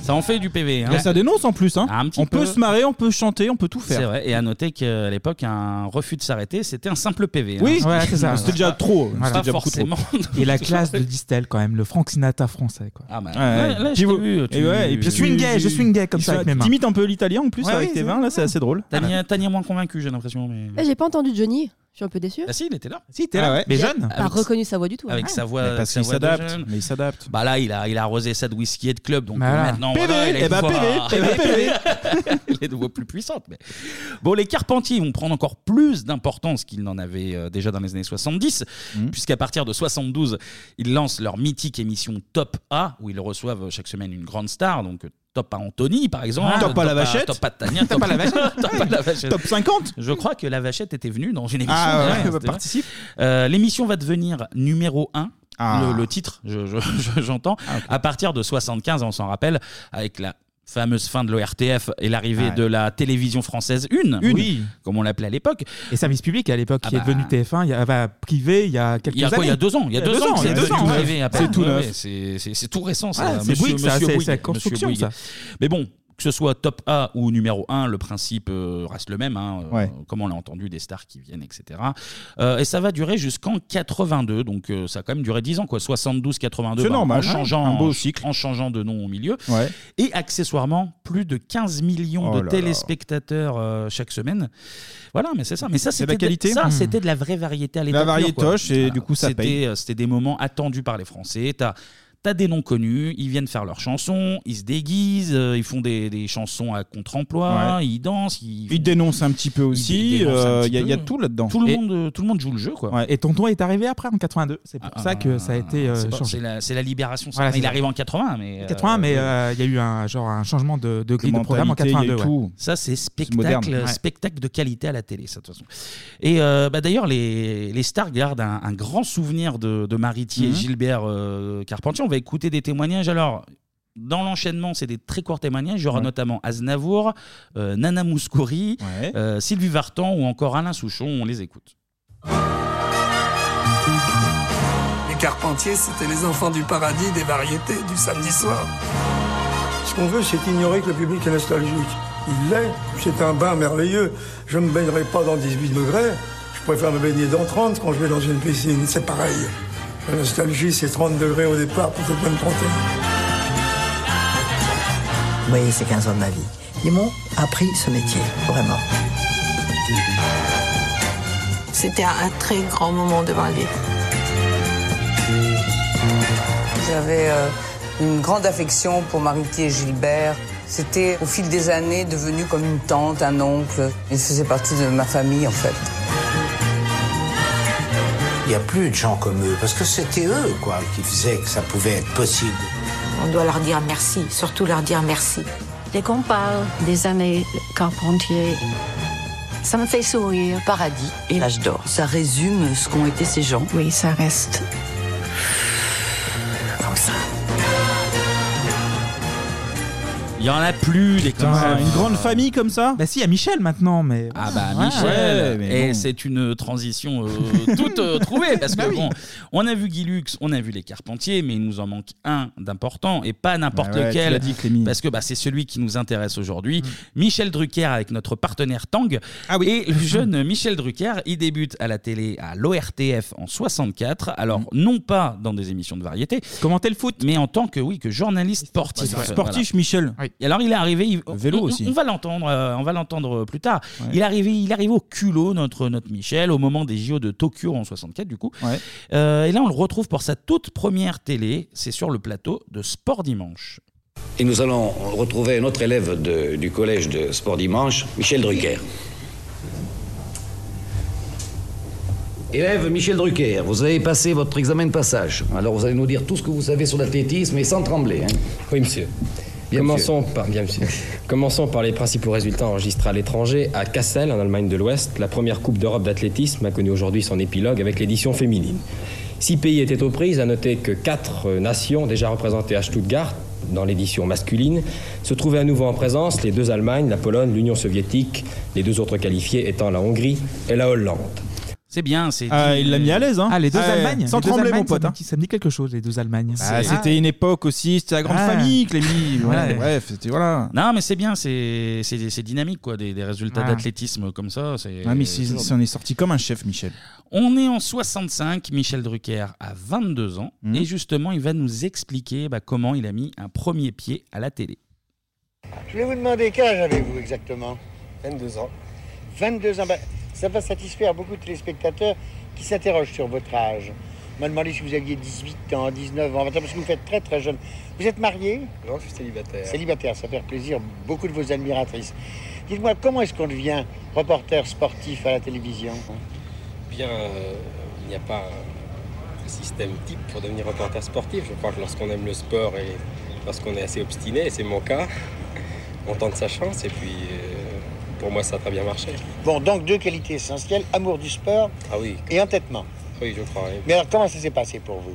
S1: Ça en fait du PV. Hein.
S2: Et ça dénonce en plus. Hein.
S1: Un petit
S2: on peut
S1: peu.
S2: se marrer, on peut chanter, on peut tout faire.
S1: C'est vrai. Et à noter qu'à l'époque, un refus de s'arrêter, c'était un simple PV. hein.
S2: Oui,
S4: Ouais, c'est ça.
S2: C'était déjà trop.
S1: Pas
S2: C'était déjà beaucoup trop.
S1: forcément.
S4: Et la classe de Distel, quand même, le Frank Sinatra français, quoi.
S1: Ah, bah,
S2: Ouais,
S1: là, là, je
S2: Puis
S1: t'ai
S2: vous-
S1: vu, tu-
S2: et ouais, et puis
S4: Je swingais,
S2: tu-
S4: je swingais comme
S2: ils
S4: ça
S2: sont-
S4: avec mes mains.
S2: T'imites un peu l'italien en plus
S1: Ouais,
S2: avec
S1: oui,
S2: tes
S1: c'est
S2: mains, là c'est assez drôle.
S1: T'as mis- t'as mis moins convaincu, j'ai l'impression. Mais...
S3: Eh, J'ai pas entendu Johnny. Je suis un peu déçue.
S1: Ah si, il était là.
S4: Si, il
S2: était là. Ah ouais. Mais jeune.
S3: Pas
S1: Avec-
S3: reconnu sa voix du tout. hein.
S1: Avec
S3: Ouais.
S1: sa voix.
S2: Mais parce
S1: sa
S2: qu'il
S1: voix de
S2: s'adapte,
S1: jeune.
S2: Mais il s'adapte.
S1: Bah là, il a, il a arrosé ça de whisky et de club. Donc
S2: Bah
S1: euh,
S2: voilà.
S1: maintenant,
S2: PV,
S1: voilà, il a
S2: eh
S1: une
S2: bah,
S1: voix-
S2: PV, eh bah, PV.
S1: il a une voix plus puissante. mais- Bon, les Carpentiers vont prendre encore plus d'importance qu'ils n'en avaient euh, déjà dans les années 70,
S2: Mmh.
S1: puisqu'à partir de 72, ils lancent leur mythique émission Top A, où ils reçoivent euh, chaque semaine une grande star. Donc, euh, Top à Anthony, par exemple.
S2: Ah, Top à la Vachette.
S1: Top à Tania.
S2: Top à la Vachette.
S1: Top à la Vachette.
S2: Top 50.
S1: Je crois que la Vachette était venue dans une émission.
S2: Ah ouais,
S1: d'ailleurs,
S2: bah,
S1: c'était vrai.
S2: participe.
S1: Euh, L'émission va devenir numéro 1.
S2: Ah.
S1: Le, le titre, je- je- je- j'entends. À partir de 75, on s'en rappelle, avec la fameuse fin de l'ORTF et l'arrivée
S4: Ah ouais.
S1: de la télévision française une,
S4: Une. Oui.
S1: comme on l'appelait à l'époque.
S4: Et service public à l'époque,
S1: Ah
S4: qui est
S1: bah.
S4: devenu TF1, il y a, bah, privé, il y a quelques
S1: Il y a
S4: années.
S1: quoi Il y a deux ans. Il y a deux ans. que
S4: il y
S1: C'est
S4: a deux
S1: devenu
S4: ans, ouais.
S1: privé à peine.
S4: C'est tout
S1: Ouais,
S4: neuf.
S1: ouais, C'est c'est- c'est tout récent. ça.
S4: Ah, c'est
S1: Monsieur-
S4: Bouygues, ça,
S1: Monsieur
S4: c'est-
S1: Bouygues.
S4: c'est la
S1: Monsieur
S4: construction,
S1: Bouygues.
S4: ça.
S1: Mais bon. Que ce soit top A ou numéro 1, le principe euh, reste le même, hein, euh,
S4: Ouais.
S1: comme on l'a entendu, des stars qui viennent, etc. Euh, et ça va durer jusqu'en 82, donc euh, ça a quand même duré 10 ans, quoi, 72-82,
S2: C'est normal,
S1: en,
S2: hein,
S1: changeant,
S2: un beau
S1: en changeant de nom au milieu.
S2: Ouais.
S1: Et accessoirement, plus de 15 millions
S2: Oh
S1: de
S2: là là.
S1: téléspectateurs euh, chaque semaine. Voilà, mais c'est ça. Mais ça,
S2: C'est la
S1: c'était de-
S2: qualité.
S1: ça,
S2: Hmm.
S1: c'était de la vraie variété à l'époque.
S2: La variétoche,
S1: quoi.
S2: et du coup, ça
S1: C'était-
S2: paye.
S1: euh, C'était des moments attendus par les Français. T'as T'as des noms connus, ils viennent faire leurs chansons, ils se déguisent, euh, ils font des, des chansons à contre-emploi,
S2: Ouais.
S1: ils dansent, ils
S2: Il dénonce un petit peu aussi.
S1: dénonce un
S2: euh,
S1: petit
S2: Il y a- il y a
S1: peu.
S2: tout là-dedans.
S1: Tout le, monde, euh, tout le monde joue le jeu, quoi.
S4: Et Tonton est arrivé après en 82. C'est pour ça que ça a été euh,
S1: c'est pas-
S4: changé.
S1: c'est la, c'est la libération. ça.
S4: Voilà,
S1: Enfin,
S4: c'est
S1: il
S4: ça.
S1: arrive en 80, mais. euh,
S4: 80, mais euh, il y a eu un, genre, un changement de, de grille de programme en
S1: mentalité,
S4: 82.
S1: il y a eu
S4: ouais.
S1: tout. Ça, c'est spectacle,
S4: moderne. Ouais.
S1: spectacle de qualité à la télé, ça, de toute façon. Et euh, bah, d'ailleurs, les, les stars gardent un, un grand souvenir de, de Maritier et
S4: Mhm.
S1: Gilbert euh, Carpentier. On va écouter des témoignages. Alors, dans l'enchaînement, c'est des très courts témoignages. Il y aura notamment Aznavour, euh, Nana Mouskouri, euh, Sylvie Vartan ou encore Alain Souchon. On les écoute.
S6: Les Carpentiers, c'était les enfants du paradis des variétés du samedi soir. Ce qu'on veut, c'est ignorer que le public est nostalgique. Il l'est, c'est un bain merveilleux. Je ne me baignerai pas dans 18 degrés, je préfère me baigner dans 30 quand je vais dans une piscine, c'est pareil. La nostalgie, c'est 30 degrés au départ, peut-être même 31.
S20: Vous voyez, c'est 15 ans de ma vie. Ils m'ont appris ce métier, vraiment.
S21: C'était un très grand moment de ma vie. J'avais euh, une grande affection pour Marie-Pierre Gilbert. C'était au fil des années devenu comme une tante, un oncle. Il faisait partie de ma famille en fait.
S22: Il n'y a plus de gens comme eux, parce que c'était eux, quoi, qui faisaient que ça pouvait être possible.
S23: On doit leur dire merci, surtout leur dire merci. Dès qu'on parle des années Carpentier, ça me fait sourire. Paradis et l'âge d'or.
S24: Ça résume ce qu'ont été ces gens. Oui, ça reste.
S23: Comme ça.
S1: Il y en a plus des comme ça.
S4: une grande famille comme ça Bah si, il y a Michel maintenant, mais...
S1: Ah bah
S4: Ouais.
S1: Michel,
S4: Ouais, mais
S1: et
S4: bon. Bah
S1: c'est une transition euh, toute euh, trouvée parce que bon, on a vu Guy Lux, on a vu les Carpentiers, mais il nous en manque un d'important et pas n'importe
S4: Ah ouais, tu
S1: lequel
S4: l'as dit, Clémy. Mm.
S1: parce que bah, c'est celui qui nous intéresse aujourd'hui. Michel Drucker avec notre partenaire Tang.
S4: Ah
S1: Et le jeune Michel Drucker, il débute à la télé à l'ORTF en 64. Alors non pas dans des émissions de variété,
S4: commenter Mm. le foot,
S1: mais en tant que oui que journaliste sportif.
S2: Sportif,
S1: Voilà.
S2: Michel.
S1: Et alors il est arrivé, il-
S2: Vélo
S1: on,
S2: aussi.
S1: on va l'entendre, euh, on va l'entendre plus tard. Il est arrivé, il est arrivé au culot notre notre Michel au moment des JO de Tokyo en 64 du coup. Euh, et là on le retrouve pour sa toute première télé, c'est sur le plateau de Sport Dimanche.
S25: Et nous allons retrouver notre élève de- du collège de Sport Dimanche, Michel Drucker. Élève Michel Drucker, vous avez passé votre examen de passage. Alors vous allez nous dire tout ce que vous savez sur l'athlétisme et sans trembler. hein. Oui, monsieur.
S18: Commençons par, bien, monsieur. Commençons par les principaux résultats enregistrés à l'étranger. À Kassel, en Allemagne de l'Ouest, la première Coupe d'Europe d'athlétisme a connu aujourd'hui son épilogue avec l'édition féminine. Six pays étaient aux prises, à noter que quatre euh, nations déjà représentées à Stuttgart, dans l'édition masculine, se trouvaient à nouveau en présence, les deux Allemagnes, la Pologne, l'Union soviétique, les deux autres qualifiés étant la Hongrie et la Hollande.
S1: C'est bien, hein, c'est.
S2: Ah, il l'a mis à l'aise, hein.
S4: Ah, les deux
S2: Ah,
S4: Allemagnes.
S2: sans
S4: les deux
S2: trembler, mon
S4: Allemagnes,
S2: pote,
S4: Ça, me
S2: hein.
S4: dit- ça me dit quelque chose, les deux Allemagnes.
S1: Bah,
S2: Ah, c'était une époque aussi, c'était la grande
S4: Ah.
S2: famille, Clémy. Voilà,
S4: Ouais.
S2: Bref, c'était voilà.
S1: Non mais c'est bien, c'est c'est c'est dynamique quoi, des, des résultats
S2: Ah.
S1: d'athlétisme comme ça. c'est-
S2: Ah, mais c'est-
S1: c'est-
S2: c'est- on est sorti comme un chef, Michel.
S1: On est en 65, Michel Drucker a 22 ans
S2: Mhm.
S1: et justement il va nous expliquer bah, comment il a mis un premier pied à la télé.
S5: Je vais vous demander quel âge avez-vous exactement 22 ans. 22 ans, bah, ça va satisfaire beaucoup de téléspectateurs qui s'interrogent sur votre âge. On m'a demandé si vous aviez 18 ans, 19 ans, 20 ans, parce que vous faites très très jeune. Vous êtes marié
S18: Non, je suis célibataire.
S5: Célibataire, ça fait plaisir beaucoup de vos admiratrices. Dites-moi, comment est-ce qu'on devient reporter sportif à la télévision
S18: Bien, euh, il n'y a pas un système type pour devenir reporter sportif. Je crois que lorsqu'on aime le sport et lorsqu'on est assez obstiné, et c'est mon cas, on tente sa chance et puis euh, pour moi ça a très bien marché.
S5: Bon, donc deux qualités essentielles, amour du sport
S18: Ah oui,
S5: et entêtement.
S18: oui je crois. oui.
S5: Mais alors, comment ça s'est passé pour vous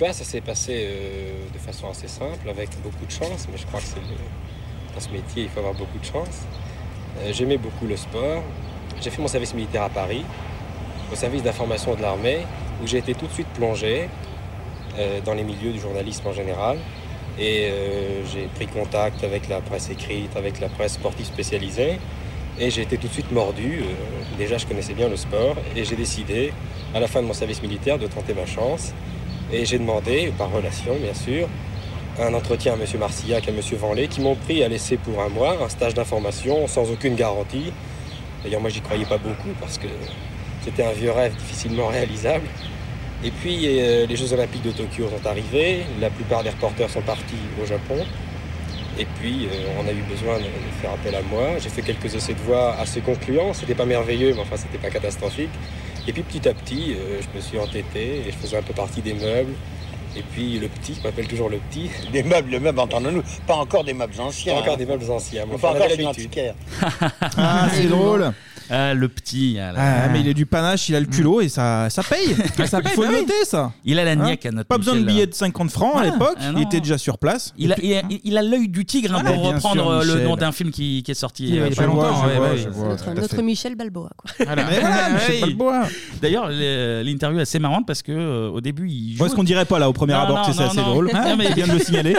S18: Ben, ça s'est passé euh, de façon assez simple, avec beaucoup de chance, mais je crois que c'est le- dans ce métier, il faut avoir beaucoup de chance. Euh, J'aimais beaucoup le sport. J'ai fait mon service militaire à Paris, au service d'information de l'armée, où j'ai été tout de suite plongé euh, dans les milieux du journalisme en général. Et euh, j'ai pris contact avec la presse écrite, avec la presse sportive spécialisée. Et j'ai été tout de suite mordu. Euh, déjà, je connaissais bien le sport. Et j'ai décidé, à la fin de mon service militaire, de tenter ma chance. Et j'ai demandé, par relation bien sûr, un entretien à M. Marcillac et à M. Vanlé qui m'ont pris à laisser pour un mois un stage d'information sans aucune garantie. D'ailleurs, moi, j'y croyais pas beaucoup parce que c'était un vieux rêve difficilement réalisable. Et puis, euh, les Jeux Olympiques de Tokyo sont arrivés. La plupart des reporters sont partis au Japon. Et puis, euh, on a eu besoin de, de faire appel à moi. J'ai fait quelques essais de voix assez concluants. C'était pas merveilleux, mais enfin, c'était pas catastrophique. Et puis, petit à petit, euh, je me suis entêté et je faisais un peu partie des meubles. Et puis le petit, je m'appelle toujours le petit.
S6: Des meubles, le meuble, entendons-nous. Pas encore des meubles anciens.
S18: Pas encore
S6: hein.
S18: des meubles anciens. mais enfin,
S6: Pas
S18: on
S6: encore
S18: avait
S6: chez
S18: l'habitude.
S6: l'antiquaire.
S2: Ah, c'est drôle.
S1: Ah, le petit. ah là là. Mm.
S2: Ah, mais il a du panache, il a le culot et ça, ça paye. ça
S1: paye,
S2: faut
S1: bah oui.
S2: noter ça.
S1: Il a la
S2: Hein
S1: niaque à notre
S2: Pas besoin de
S1: Michel.
S2: billets de 50 francs
S1: Voilà.
S2: à l'époque.
S1: Ah, non,
S2: il était
S1: non.
S2: déjà sur place.
S1: Il a, il a- il a l'œil du tigre hein,
S2: Voilà,
S1: pour
S2: bien sûr,
S1: reprendre euh, le
S2: Michel.
S1: nom d'un film qui, qui est sorti
S2: Il y a
S1: euh,
S2: pas longtemps,
S1: longtemps,
S2: je
S1: ouais,
S2: vois,
S1: ouais.
S2: je vois,
S3: Notre, notre Michel Balboa. Quoi.
S1: Voilà.
S2: Mais voilà,
S1: Ouais,
S2: Michel
S1: ouais,
S2: Balboa.
S1: il- D'ailleurs, le- l'interview est assez marrante parce que euh, au début, il joue.
S2: Moi, ce qu'on dirait pas là au premier
S1: Non,
S2: abord,
S1: non,
S2: c'est c'est
S1: non,
S2: assez
S1: non.
S2: drôle.
S1: Ah,
S2: Hein,
S1: mais- Ah
S2: Bien de le signaler.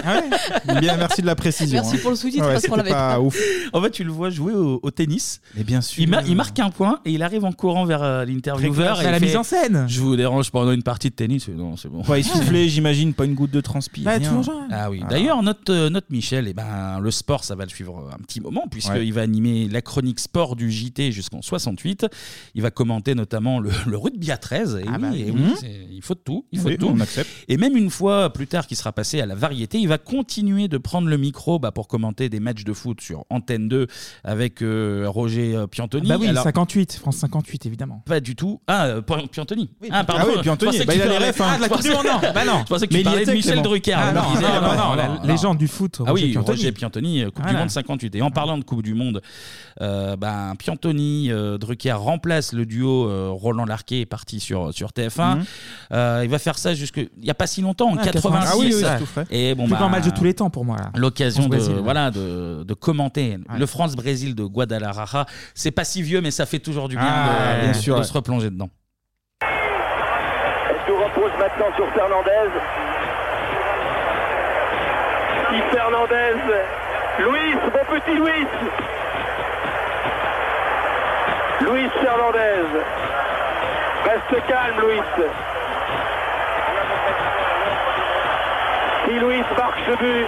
S2: Eh Bien, merci de la précision. hein. Ouais, c'était pas ouf.
S1: En fait, tu le vois jouer au, au tennis.
S2: Mais bien sûr.
S1: Il, mar- il marque un point et il arrive en courant vers euh, l'intervieweur.
S2: Précoce.
S1: et
S2: À
S1: il
S2: la
S1: fait,
S2: mise en scène.
S1: Je vous dérange pendant une partie de tennis. Non, c'est bon.
S2: Ouais, il soufflait, j'imagine, pas une goutte de transpi.
S1: Bah,
S2: rien.
S1: toujours ça. Ah oui. D'ailleurs, notre, euh, notre Michel, eh ben, le sport, ça va le suivre un petit moment, puisqu'il
S2: Ouais.
S1: va animer la chronique sport du JT jusqu'en 68. Il va commenter notamment le, le rugby à 13. Et oui, et oui,
S2: Mhm.
S1: c'est- il faut de tout. Il faut
S2: Oui,
S1: de tout.
S2: on accepte.
S1: Et même une fois plus tard qu'il sera passé à la variété, il va continuer de prendre le micro bah, pour commenter des matchs de foot sur Antenne 2 avec euh, Roger euh, Piantoni.
S4: Bah oui,
S1: Alors,
S4: 58, France 58, évidemment.
S1: Pas du tout. Ah, euh, Pi- Piantoni. ah, pardon.
S4: Ah oui, Piantoni.
S1: Je pensais
S4: Bah,
S1: que tu
S4: il a les
S1: parlais-
S4: refs, hein. Ah, de la Coupe du Monde, non. Bah non.
S1: Je pensais que
S4: Mais il
S1: tu
S4: y
S1: parlais de
S4: était,
S1: Michel
S4: Clément.
S1: Drucker.
S4: Ah,
S1: Je
S4: non,
S1: me disais,
S4: non, non, non, la- légende du foot,
S1: euh, Ah
S4: Roger
S1: oui,
S4: Piantoni.
S1: Roger Piantoni, euh, Coupe du
S4: Voilà.
S1: Monde 58. Et en parlant de Coupe du Monde, euh, ben, Piantoni, euh, Drucker remplace le duo euh, Roland Larquet est parti sur, sur TF1.
S4: Mhm.
S1: Euh, il va faire ça jusque. Il n'y a pas si longtemps, en
S4: Ah,
S1: 86.
S4: Ah oui, oui, c'est tout frais.
S1: Et bon,
S4: Plus
S1: bah,
S4: grand match de tous les temps pour moi. là.
S1: L'occasion de,
S4: France-Brésil.
S1: voilà, de, de commenter le France-Brésil de Guadalajara. C'est pas si vieux, mais ça fait toujours du bien
S2: Ah,
S1: de,
S2: bien
S1: de
S2: sûr, ouais.
S1: se replonger dedans.
S4: Ah,
S7: Tout repose maintenant sur Fernandez. Qui Fernandez. Luis, mon petit Luis. Luis Fernandez. Reste calme, Luis. Si Luis marque ce but,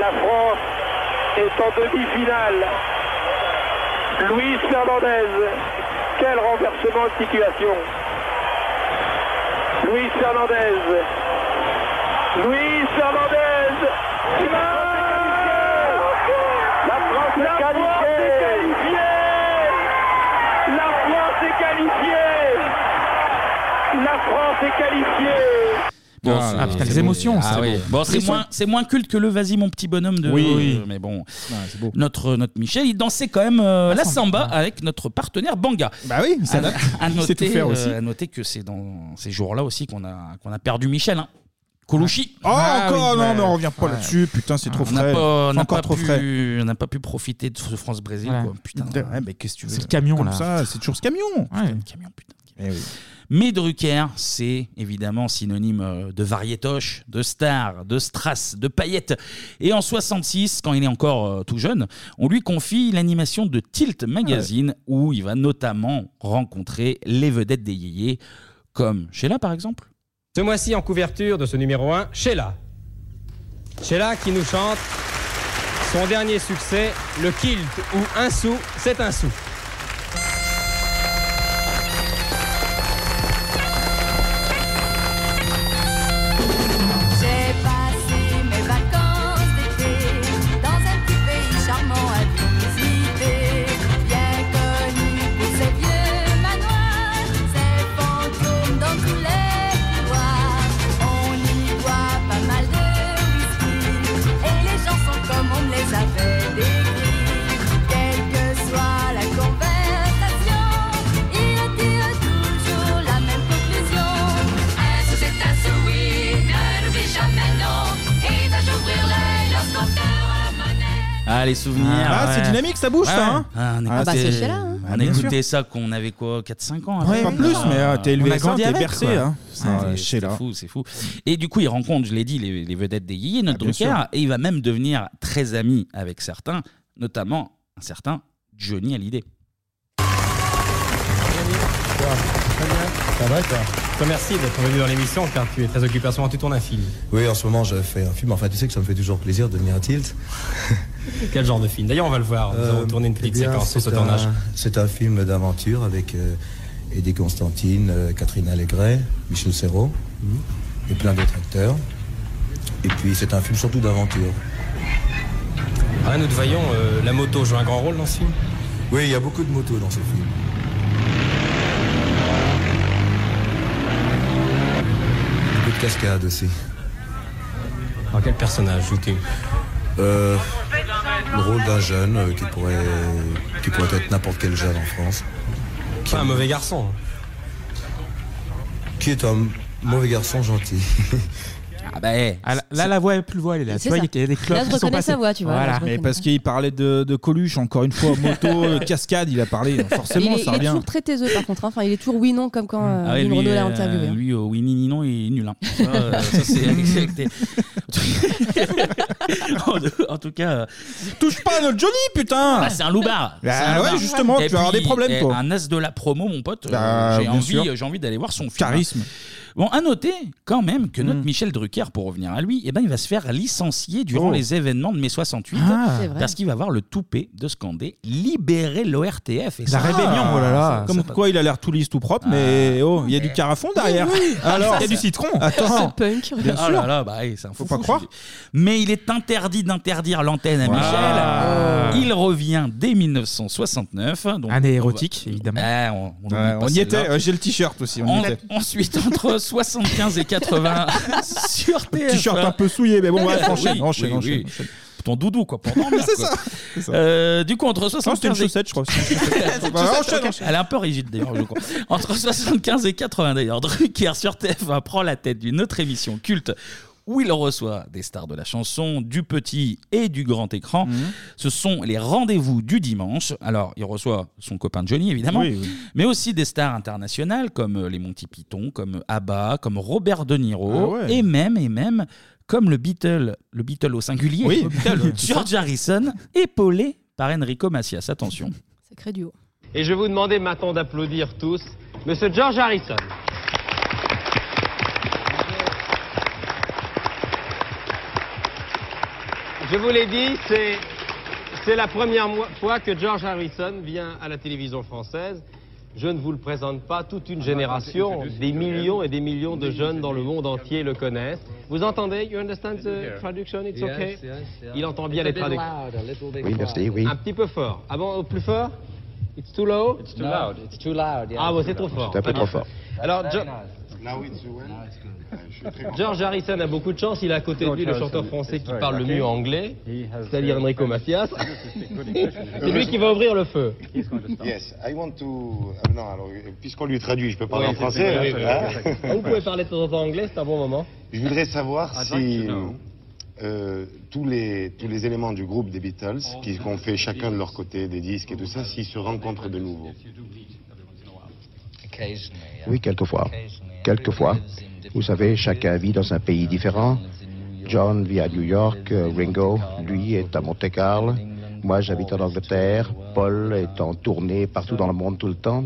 S7: la France est en demi-finale. Luis Fernandez, quel renversement de situation. Luis Fernandez. Luis Fernandez. Il marque La France est qualifiée. La France est qualifiée. La France est qualifiée.
S1: Bon,
S4: Ah,
S1: c'est-
S4: ah, putain,
S1: euh, c'est
S4: les
S1: beau.
S4: émotions,
S1: Ah
S4: c'est
S1: oui.
S4: beau.
S1: Bon, c'est
S4: Frisson.
S1: moins, c'est moins culte que le vas-y mon petit bonhomme de.
S4: Oui, oui.
S1: mais bon.
S2: c'est beau.
S1: Notre, notre Michel, il dansait
S4: Ah,
S1: quand même euh, la samba avec notre partenaire Banga.
S2: Bah oui, il s'adapte.
S1: À, à
S2: Il
S1: noter,
S2: sait tout faire
S1: euh,
S2: aussi.
S1: à noter que c'est dans ces jours-là aussi qu'on a, qu'on a perdu Michel. Hein. Colucci.
S2: Oh, encore,
S1: Ah oui,
S2: non,
S1: ouais.
S2: mais on revient pas
S1: Ouais.
S2: là-dessus. Putain, c'est trop
S1: On n'a
S2: frais.
S1: pas- on
S2: C'est
S1: n'a
S2: encore
S1: pas
S2: trop
S1: pu-
S2: frais.
S1: On n'a pas pu profiter de ce France-Brésil.
S2: Ouais.
S1: quoi. Putain.
S2: Ouais, mais qu'est-ce que tu veux
S1: C'est le camion,
S2: Comme
S1: là.
S2: ça, c'est toujours ce camion.
S1: Putain, le camion, putain, le camion. Mais Drucker, c'est évidemment synonyme euh, de variétoche, de star, de strass, de paillette. Et en 66, quand il est encore euh, tout jeune, on lui confie l'animation de Tilt Magazine, où il va notamment rencontrer les vedettes des yéyés, comme Sheila par exemple.
S18: Ce mois-ci, en couverture de ce numéro 1, Sheila. Sheila qui nous chante son dernier succès, le kilt ou un sou, c'est un sou.
S8: J'ai passé mes vacances d'été dans un petit pays charmant à visiter. Bien connu pour ses vieux manoirs, ses fantômes dans tous les couloirs. On y voit pas mal de whisky et les gens sont comme on me les avait décrits. Quelle que soit la conversation, ils tirent toujours la même conclusion. Un sou, c'est un sou, oui, ne l'oublie jamais, non. Et d'un jour, ouvrir l'œil lorsqu'on perd la monnaie.
S1: Ah, les souvenirs.
S2: Ah, c'est dynamique, ça bouge, ça, hein.
S1: Ah, on
S2: Ah, bah,
S1: écoutait-
S2: c'est Sheila, hein.
S1: On
S2: Bien
S1: écoutait ça qu'on avait quoi, 4-5 ans à peu
S2: Ouais,
S1: près.
S2: pas plus, mais, euh, t'es élevé
S1: On a
S2: avec ça,
S1: grandi
S2: t'es
S1: avec,
S2: bercé,
S1: quoi.
S2: hein. C'est, euh,
S1: c'est-
S2: Sheila.
S1: C'est fou, c'est fou. Et du coup, il rencontre, je l'ai dit, les, les vedettes des Yéyés, notre
S2: Ah, bien
S1: Drucker,
S2: sûr.
S1: et il va même devenir très ami avec certains, notamment un certain Johnny Hallyday.
S18: Ça va toi Je te remercie d'être venu dans l'émission car tu es très occupé en ce moment, tu tournes un film.
S9: Oui, en ce moment, je fais un film. Enfin, tu sais que ça me fait toujours plaisir de venir à Tilt.
S18: Quel genre de film D'ailleurs on va le voir, nous
S9: Euh,
S18: allons tourner une
S9: eh
S18: petite
S9: bien,
S18: séquence sur ce
S9: c'est un-
S18: tournage.
S9: C'est un film d'aventure avec euh, Eddie Constantine, euh, Catherine Allégret, Michel Serrault et plein d'autres acteurs. Et puis, c'est un film surtout d'aventure.
S18: Ah, nous te voyons, euh, la moto joue un grand rôle dans ce film
S9: Oui, il y a beaucoup de motos dans ce film. cascade aussi.
S10: Alors quel personnage joues-tu
S9: euh, Le rôle d'un jeune euh, qui pourrait, qui pourrait être n'importe quel jeune en France.
S10: Pas un mauvais garçon. hein.
S9: Qui est un mauvais garçon gentil.
S1: Ah bah,
S2: ben,
S1: eh,
S4: Ah, là, là, la voix, elle plus le voix, elle est là.
S3: C'est
S4: Tu vois,
S3: ça.
S4: il y a des cloches
S3: Là, je
S4: qui sont
S3: reconnais
S4: passées.
S3: sa voix, tu vois, là,
S4: Voilà.
S3: je
S2: Mais
S3: reconnais.
S2: parce qu'il parlait de, de Coluche, encore une fois, moto, euh, cascade, il a parlé. donc Forcément,
S3: il est,
S2: ça
S3: il est
S2: revient.
S3: toujours très taiseux par contre. hein. Enfin, il est toujours oui non comme quand euh,
S1: Ah ouais,
S3: Lynn
S1: lui,
S3: Renaud l'a
S1: euh,
S3: interviewé. hein.
S1: lui, au oui, ni, ni, non, il est nul. hein. Ça, euh, ça, c'est accepté. en, tout- en tout cas, euh,
S2: Touche pas à notre Johnny, putain
S1: bah, c'est un loupard.
S2: Bah
S1: C'est un
S2: ouais,
S1: loupard.
S2: justement,
S1: Et
S2: tu vas avoir
S1: puis,
S2: des problèmes,
S1: eh,
S2: toi.
S1: Un as de la promo, mon pote. euh,
S2: Bah,
S1: j'ai
S2: bien sûr.
S1: envie, j'ai envie d'aller voir son film. hein.
S2: Charisme. Mm.
S1: Bon, à noter quand même que notre Michel Drucker, pour revenir à lui, eh ben, il va se faire licencier durant
S2: Oh.
S1: les événements de mai 68
S2: Ah. C'est vrai.
S1: parce qu'il va avoir le toupet de scander libérer l'ORTF.
S2: La rébellion, oh là là. Comme quoi, il a l'air tout lisse, tout propre, mais oh, il y a du carafon derrière. Alors,
S1: il y a du citron.
S2: Attends. Bien
S1: Ah
S2: sûr.
S1: là là, bah, c'est un
S2: Faut
S1: fou.
S2: pas
S1: fou,
S2: croire.
S1: je dis. Mais il est interdit d'interdire l'antenne à
S2: Euh.
S1: Michel. Il revient dès 1969. Donc
S4: Année érotique,
S1: évidemment. on, on
S2: Ouais,
S1: oublie pas
S2: on y
S1: celle-là.
S2: était, euh, j'ai le t-shirt aussi. On,
S1: On-
S2: y était.
S1: ensuite, entre 75 et 80, sur TF1.
S2: T-shirt un peu souillé, mais bon, bref,
S1: Oui,
S2: enchaîne,
S1: oui,
S2: enchaîne,
S1: oui.
S2: enchaîne.
S1: Ton doudou, quoi, pour dormir,
S2: C'est
S1: quoi.
S2: ça, c'est ça.
S1: Euh, du coup, entre
S2: Non, c'était une
S1: 75 et
S2: chaussette, Bah, je crois.
S1: Tout ça,
S2: enchaîne,
S1: ok. Elle est un peu rigide d'ailleurs, je crois. Entre 75 et 80 d'ailleurs, Drucker sur TF1 prend la tête d'une autre émission culte où il reçoit des stars de la chanson, du petit et du grand écran.
S2: Mhm.
S1: Ce sont les rendez-vous du dimanche. Alors, il reçoit son copain Johnny, évidemment,
S2: Oui, oui.
S1: mais aussi des stars internationales comme euh, les Monty Python, comme Abba, comme Robert De Niro,
S2: Ah ouais.
S1: et même, et même, comme le Beatle, le Beatle au singulier,
S2: Oui,
S1: le Beatle, George Harrison, épaulé par Enrico Macias. Attention.
S3: Sacré duo.
S11: Et je vais vous demander maintenant d'applaudir tous Monsieur George Harrison. Je vous l'ai dit, c'est, c'est la première moi- fois que George Harrison vient à la télévision française. Je ne vous le présente pas, toute Ah, une génération, des millions et des millions de jeunes dans le monde entier le connaissent. Vous entendez You understand the traduction It's okay
S12: Yes, yes, yes.
S11: Il entend bien les
S12: It's a bit
S11: traductions.
S12: loud, a little bit louder.
S11: Un petit peu fort. Avant, au plus fort It's too low It's
S12: too loud. It's too loud. yeah.
S11: Ah, ouais, c'est trop fort.
S12: C'est un peu trop fort.
S11: Alors, Jo-
S12: Now it's eh? Now it's good.
S11: George Harrison a beaucoup de chance. Il a à côté de lui le chanteur français qui parle le mieux anglais, c'est-à-dire Enrico Macias. C'est lui qui va ouvrir le feu.
S12: Yes, I want to. ah, non, alors, euh, puisqu'on lui traduit, je peux parler
S11: Oui,
S12: en
S11: c'est-
S12: français.
S11: oui, oui,
S12: hein. Ah.
S11: oui, oui. Ah, Vous pouvez parler de temps en temps anglais, c'est un bon moment.
S12: Je voudrais savoir
S11: I'd like
S12: si
S11: to know.
S12: euh, tous, les, tous les éléments du groupe des Beatles,
S11: Oh.
S12: qui ont fait chacun de leur côté des disques et tout ça, s'ils se rencontrent de nouveau.
S13: Oui, quelquefois. Quelquefois. Vous savez, chacun vit dans un pays différent. John vit à New York, euh, Ringo, lui, est à Monte-Carlo. Moi, j'habite en Angleterre. Paul est en tournée partout dans le monde tout le temps.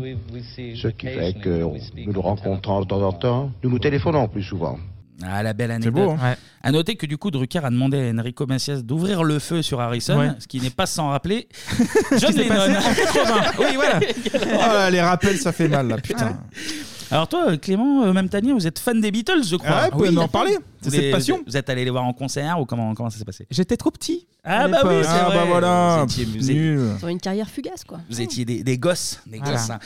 S13: Ce qui fait que nous nous rencontrons de temps en temps. Nous nous téléphonons plus souvent.
S1: Ah, la belle anecdote.
S13: beau, hein. Ouais.
S1: À noter que du coup, Drucker a demandé à Enrico Macias d'ouvrir le feu sur Harrison,
S4: Ouais.
S1: ce qui n'est pas sans rappeler John
S4: s'est passé
S1: Lennon.
S4: en 80.
S1: oui, voilà.
S2: Oh là, les rappels, ça fait mal, là, putain.
S1: Alors toi, Clément, euh, même Tania, vous êtes fan des Beatles, je crois.
S2: Ah ouais, vous pouvez
S1: Oui.
S2: nous en parler. C'est
S1: Vous
S2: cette
S1: les-
S2: passion.
S1: Vous êtes allé les voir en concert ou comment, comment ça s'est passé
S4: J'étais trop petit.
S1: Ah
S4: à
S1: bah oui,
S4: l'époque.
S1: c'est
S4: Ah
S1: vrai.
S4: bah voilà,
S1: Vous étiez,
S4: pff,
S1: vous étiez-
S4: nul.
S3: Ils ont une carrière fugace quoi.
S1: Vous étiez des, des gosses, des
S3: Voilà.
S1: gosses. hein.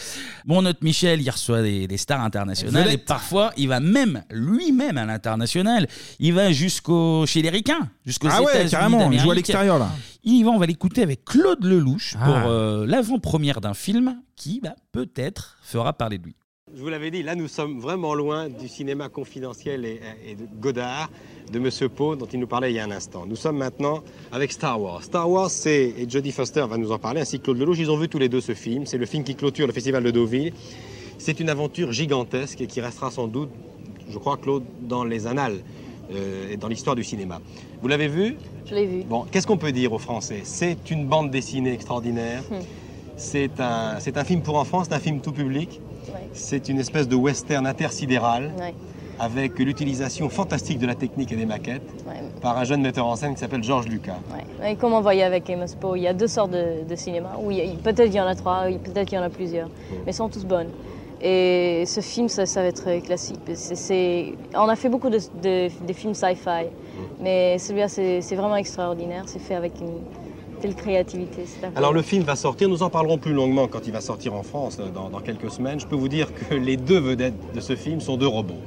S1: Bon, notre Michel, il reçoit des, des stars internationales et
S4: Vedette.
S1: parfois, il va même lui-même à l'international. Il va jusqu'au chez les Ricains, jusqu'aux
S2: Ah ouais,
S1: États-Unis
S2: carrément, il joue à
S1: d'Amérique.
S2: l'extérieur, là.
S1: Il y va, on va l'écouter avec Claude Lelouch
S2: Ah.
S1: pour euh, l'avant-première d'un film qui, bah, peut-être, fera parler de lui.
S18: Je vous l'avais dit, là nous sommes vraiment loin du cinéma confidentiel et, et de Godard, de Monsieur Poe dont il nous parlait il y a un instant. Nous sommes maintenant avec Star Wars. Star Wars, c'est, et Jodie Foster va nous en parler, ainsi que Claude Lelouch, ils ont vu tous les deux ce film. C'est le film qui clôture le festival de Deauville. C'est une aventure gigantesque et qui restera sans doute, je crois, Claude, dans les annales euh, et dans l'histoire du cinéma. Vous l'avez vu
S14: Je l'ai vu.
S18: Bon, qu'est-ce qu'on peut dire aux Français C'est une bande dessinée extraordinaire.
S14: Hmm.
S18: C'est un, c'est un film pour enfants, c'est un film tout public. C'est une espèce de western intersidéral
S14: Ouais.
S18: avec l'utilisation fantastique de la technique et des maquettes
S14: Ouais.
S18: par un jeune metteur en scène qui s'appelle Georges Lucas.
S14: Et comme on voyait avec Amos Poe, il y a deux sortes de, de cinéma. où il y a- peut-être il y en a trois, il- peut-être il y en a plusieurs,
S18: Hmm.
S14: mais elles sont tous bonnes. Et ce film, ça, ça va être euh, classique. C'est- c'est- On a fait beaucoup de, de- des films sci-fi,
S18: Hmm.
S14: mais celui-là, c'est c'est vraiment extraordinaire. C'est fait avec une telle créativité. c'est incroyable.
S18: Alors le film va sortir, nous en parlerons plus longuement quand il va sortir en France euh, dans, dans quelques semaines. Je peux vous dire que les deux vedettes de ce film sont deux robots.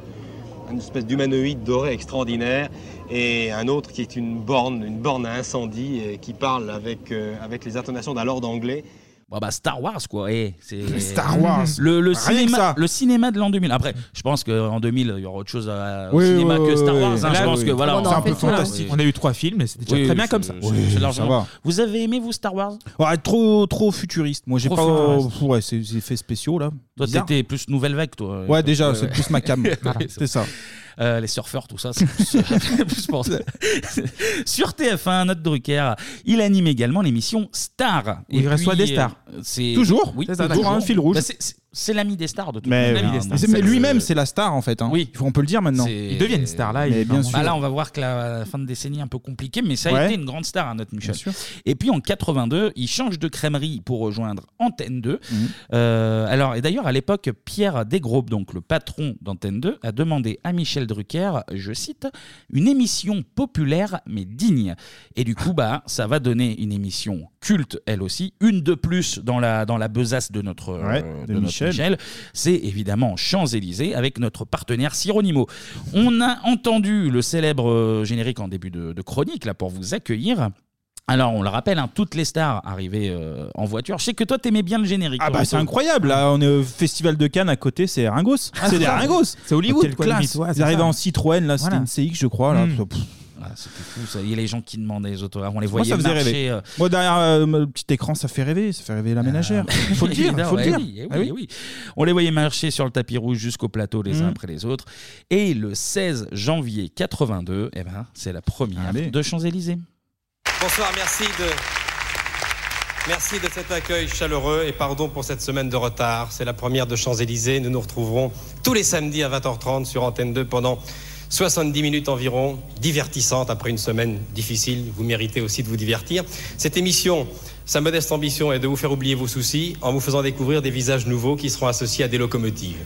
S26: une espèce d'humanoïde doré extraordinaire, et un autre qui est une borne, une borne à incendie, et qui parle avec, euh, avec les intonations d'un lord anglais.
S1: Bon, bah, Star Wars, quoi. eh, c'est-
S26: Star Wars.
S1: Le, le
S26: Rien que
S1: cinéma,
S26: ça.
S1: le cinéma de l'an 2000. Après, je pense qu'en 2000, il y aura autre chose à, au
S4: Oui,
S1: cinéma
S4: oui,
S1: que Star
S4: oui,
S1: Wars.
S4: oui.
S1: hein, je
S4: Là,
S1: pense
S4: oui.
S1: que voilà.
S4: C'est un peu fantastique. On a eu trois films, et c'est déjà très bien comme ça. Oui, ça va.
S1: Vous avez aimé, vous, Star Wars
S2: Ouais, trop, trop futuriste. Moi, j'ai
S1: Trop
S2: pas.
S1: futuriste.
S2: Ouais, c'est c'est effets spéciaux là.
S1: Toi,
S2: Bizarre.
S1: t'étais plus nouvelle vague, toi.
S2: Ouais, déjà, c'est plus ma cam. C'est ça.
S1: Euh, les surfeurs, tout ça, c'est plus, euh, c'est plus pour ça. Sur TF1, notre Drucker, il anime également l'émission Star.
S4: Il reçoit des stars.
S1: euh, c'est-
S4: Toujours
S1: Oui,
S4: C'est ça, toujours un fil rouge.
S1: Bah, c'est- c'est- c'est l'ami des stars de toute
S2: Mais,
S1: façon.
S2: mais Ah, c'est- mais lui-même, c'est la star en fait. hein. on peut le dire maintenant.
S1: C'est-
S2: Il devient une star là.
S1: Mais
S2: bien sûr.
S1: Bah là, on va voir que la fin de décennie est un peu compliquée, mais ça a
S2: Ouais.
S1: été une grande star, hein, notre Michel. Et puis en 82, il change de crèmerie pour rejoindre Antenne 2.
S2: Mhm.
S1: Euh, alors, et d'ailleurs, à l'époque, Pierre Desgroupes, donc le patron d'Antenne 2, a demandé à Michel Drucker, je cite, une émission populaire mais digne. Et du coup, bah, ça va donner une émission culte, elle aussi, une de plus dans la, dans la besace de notre, euh,
S2: Ouais,
S1: de
S2: de
S1: notre
S2: Michel.
S1: Michel. C'est évidemment Champs-Élysées avec notre partenaire Sironimo. On a entendu le célèbre euh, générique en début de, de chronique là pour vous accueillir. Alors, on le rappelle, hein, toutes les stars arrivées euh, en voiture. Je sais que toi, t'aimais bien le générique.
S2: Ah bah c'est incroyable là, on est au Festival de Cannes à côté, c'est Ringos.
S1: Ah,
S2: c'est des
S1: c'est ça.
S2: Ringos.
S1: C'est Hollywood,
S2: Quelle
S1: quoi,
S2: classe.
S1: limite, ouais, c'est
S2: Ils arrivaient
S1: ça.
S2: en Citroën là, c'était
S1: Voilà.
S2: une CX je crois là.
S1: Hmm.
S2: Pff,
S1: Ah, C'était fou, ça. Il y a les gens qui demandaient les autographes. On les
S2: Moi
S1: voyait
S2: ça faisait
S1: marcher.
S2: rêver.
S1: euh,
S2: Moi derrière euh, le petit écran ça fait rêver, ça fait rêver la ménagère. faut le dire,
S1: Évidemment,
S2: faut le
S1: eh
S2: dire.
S1: oui, eh oui,
S2: Ah oui.
S1: eh oui. On les voyait marcher sur le tapis rouge jusqu'au plateau les uns
S2: Mhm.
S1: après les autres. Et le 16 janvier 82, eh ben, c'est la première de Champs-Élysées.
S18: Bonsoir, merci de. Merci de cet accueil chaleureux et pardon pour cette semaine de retard. C'est la première de Champs-Élysées. Nous nous retrouverons tous les samedis à 20h30 sur Antenne 2 pendant 70 minutes environ, divertissantes après une semaine difficile. Vous méritez aussi de vous divertir. Cette émission, sa modeste ambition est de vous faire oublier vos soucis en vous faisant découvrir des visages nouveaux qui seront associés à des locomotives.